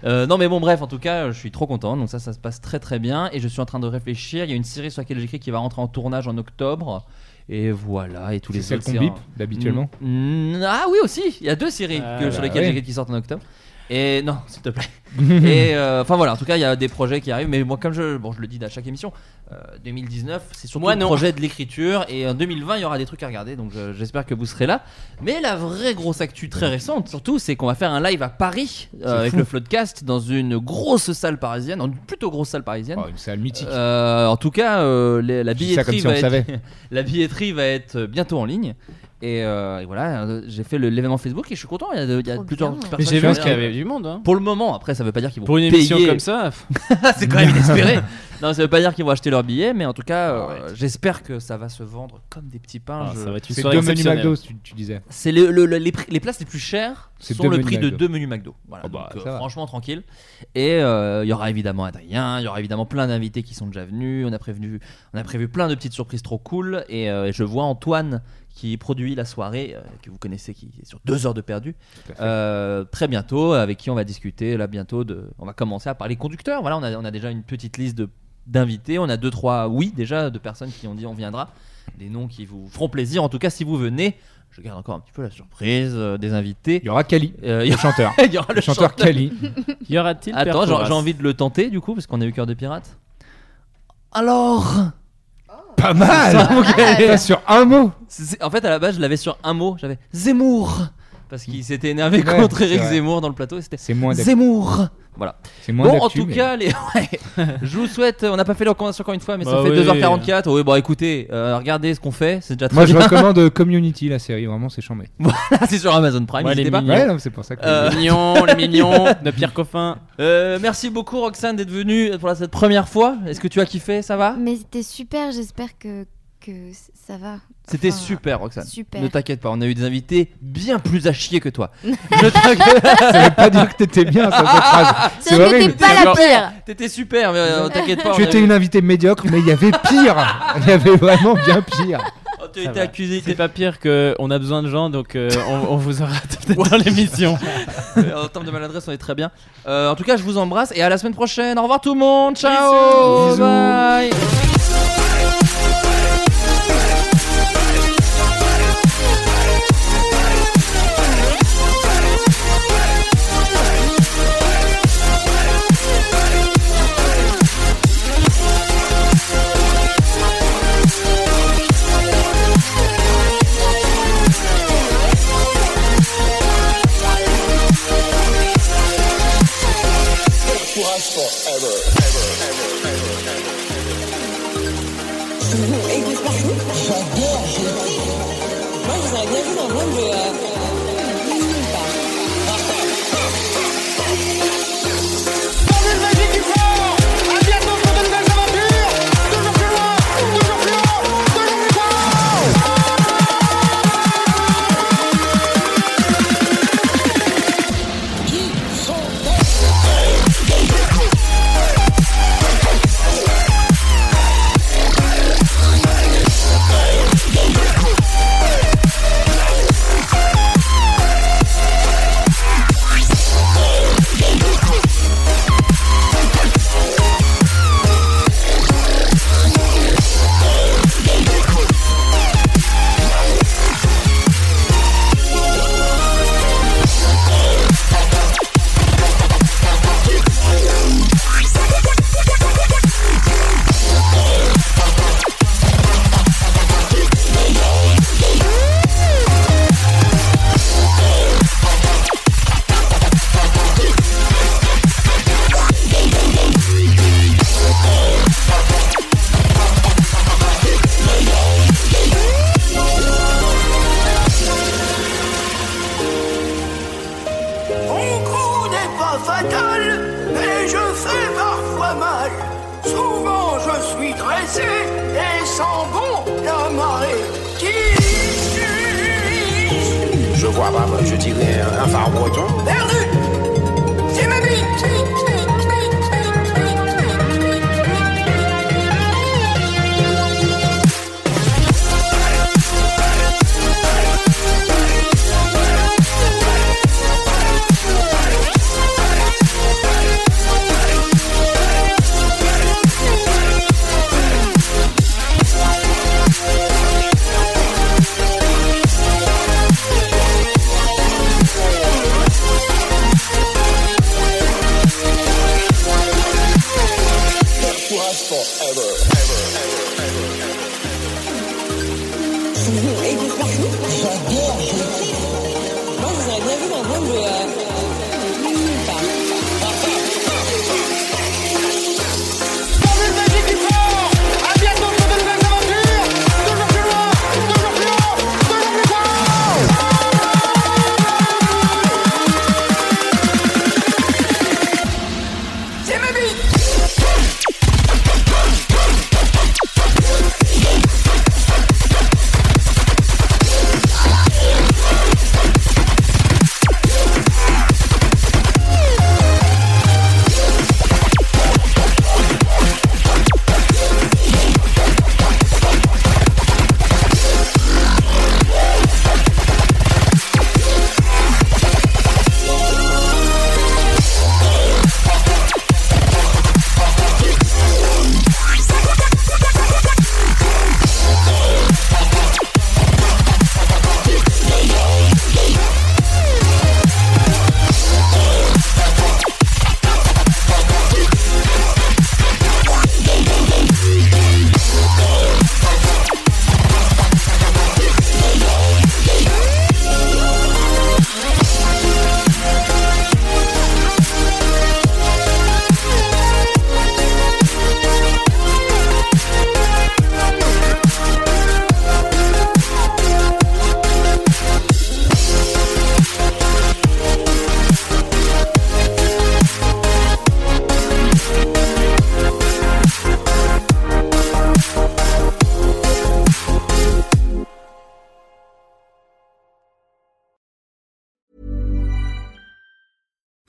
H: Euh, non mais bon bref en tout cas euh, je suis trop content donc ça ça se passe très très bien et je suis en train de réfléchir il y a une série sur laquelle j'écris qui va rentrer en tournage en octobre et voilà et tous les
J: C'est celle
H: autres
J: qu'on
H: c'est un-
J: bip, d'habituellement
H: Mm, Ah oui aussi, il y a deux séries
J: Ah,
H: que- sur
J: bah
H: lesquelles
J: oui.
H: j'écris qui sortent en octobre. Et non, s'il te plaît. et euh, enfin voilà, en tout cas, il y a des projets qui arrivent, mais moi, comme je, bon, je le dis à chaque émission, euh, 2019, c'est surtout
I: Moi,
H: le
I: non.
H: projet de l'écriture, et en 2020, il y aura des trucs à regarder, donc je- j'espère que vous serez là. Mais la vraie grosse actu très récente, surtout, c'est qu'on va faire un live à Paris euh,
J: C'est
H: avec
J: fou.
H: le Floodcast dans une grosse salle parisienne, dans une plutôt grosse salle parisienne.
J: Oh, une salle mythique.
H: en tout cas, euh, les- la
J: Je dis ça comme
H: billetterie
J: si
H: va
J: on le savait.
H: être la billetterie va être bientôt en ligne. Et, euh, et voilà, euh, j'ai fait le- l'événement Facebook et je suis content. Il y a, de- il y a plusieurs
I: bien.
H: personnes.
I: Mais j'ai
H: qui
I: vu
H: ont-
I: qu'il y avait du monde, hein.
H: Pour le moment, après, ça veut pas dire qu'ils vont
I: Pour une
H: payer.
I: émission comme ça,
H: c'est quand même inespéré. non, ça veut pas dire qu'ils vont acheter leurs billets, mais en tout cas, euh, j'espère que ça va se vendre comme des petits pains.
I: Ah,
H: Je-
I: ça va être une
J: C'est deux menus McDo, tu, tu disais.
H: C'est le- le- le- les, pri- les places les plus chères
J: C'est
H: sont
J: deux
H: le
J: menus
H: prix de
J: McDo.
H: deux menus McDo. Voilà,
J: Oh bah,
H: donc, euh,
J: ça va.
H: franchement tranquille. Et euh, il y aura évidemment Adrien, il y aura évidemment plein d'invités qui sont déjà venus. On a prévenu, on a prévu plein de petites surprises trop cool. Et euh, je vois Antoine qui produit la soirée euh, que vous connaissez, qui est sur deux heures de perdu, euh, très bientôt, avec qui on va discuter là bientôt. De, on va commencer à parler conducteurs. Voilà, on a, on a déjà une petite liste de d'invités. On a deux trois oui déjà de personnes qui ont dit on viendra. Des noms qui vous feront plaisir. En tout cas, si vous venez, je garde encore un petit peu la surprise euh, des invités. Il
J: y aura Kali,
H: le
J: chanteur.
H: Euh, il y aura le,
J: Le chanteur Kali.
I: Y aura-t-il
H: Attends,
I: Père
H: j'ai
I: Thomas
H: j'ai envie de le tenter du coup parce qu'on a eu cœur de pirate.
N: Alors
J: Pas mal
I: Ah,
H: Ok.
J: Pas Sur un mot
H: C'est- c'est- En fait, à la base, je l'avais sur un mot. J'avais Zemmour parce qu'il s'était énervé
J: Ouais,
H: contre
J: c'est
H: Eric
J: vrai.
H: Zemmour dans le plateau. et C'était
J: C'est moins d'actu.
H: Zemmour. Voilà.
J: C'est moins
H: bon, en
J: d'actu,
H: tout
J: mais-
H: cas, les... ouais. je vous souhaite. euh, On n'a pas fait les recommandations encore une fois, mais ça
J: Bah
H: fait
J: oui.
H: 2h44. Oui, bon, écoutez, euh, regardez ce qu'on fait. C'est déjà très
J: Moi, je
H: bien.
J: recommande euh, Community, la série. Vraiment, c'est chambé.
H: Voilà, c'est sur Amazon Prime,
J: Ouais,
H: n'hésitez
J: les
H: pas.
J: mignons. Ouais, non, c'est pour ça que- Les
I: mignons, les mignons, de Pierre Coffin.
H: Euh, merci beaucoup Roxane d'être venue pour la- cette première fois. Est-ce que tu as kiffé Ça va
K: Mais c'était super, j'espère que, que c- ça va.
H: C'était
K: Enfin,
H: super Roxane.
K: Super.
H: Ne t'inquiète pas, on a eu des invités bien plus à chier que toi.
J: Ça veut pas dire que t'étais bien, ça, cette phrase. C'est C'est que horrible. t'es pas la pire.
H: T'étais super, mais euh, t'inquiète pas.
J: tu
H: on a
J: étais
H: eu-
J: une invitée médiocre, mais il y avait pire. Il y avait vraiment bien pire.
H: Tu as été accusé.
I: C'est pas pire que on a besoin de gens, donc euh, on, on vous aura peut-être dans l'émission.
H: Euh, en termes de maladresse, on est très bien. Euh, en tout cas, je vous embrasse et à la semaine prochaine. Au revoir tout le monde. Ciao. Bye.
O: Moi, je vous aurais bien vu dans le monde de.
L: Mon coup n'est pas fatal, mais je fais parfois mal. Souvent je suis dressé et sans bon la marée. Qui
P: Je vois pas, moi, je dirais un, un phare breton.
L: Perdu C'est ma bite
O: Moi, je vous aurais bien vu dans le monde de.
L: C'est ma bite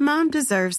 Q: Mom deserves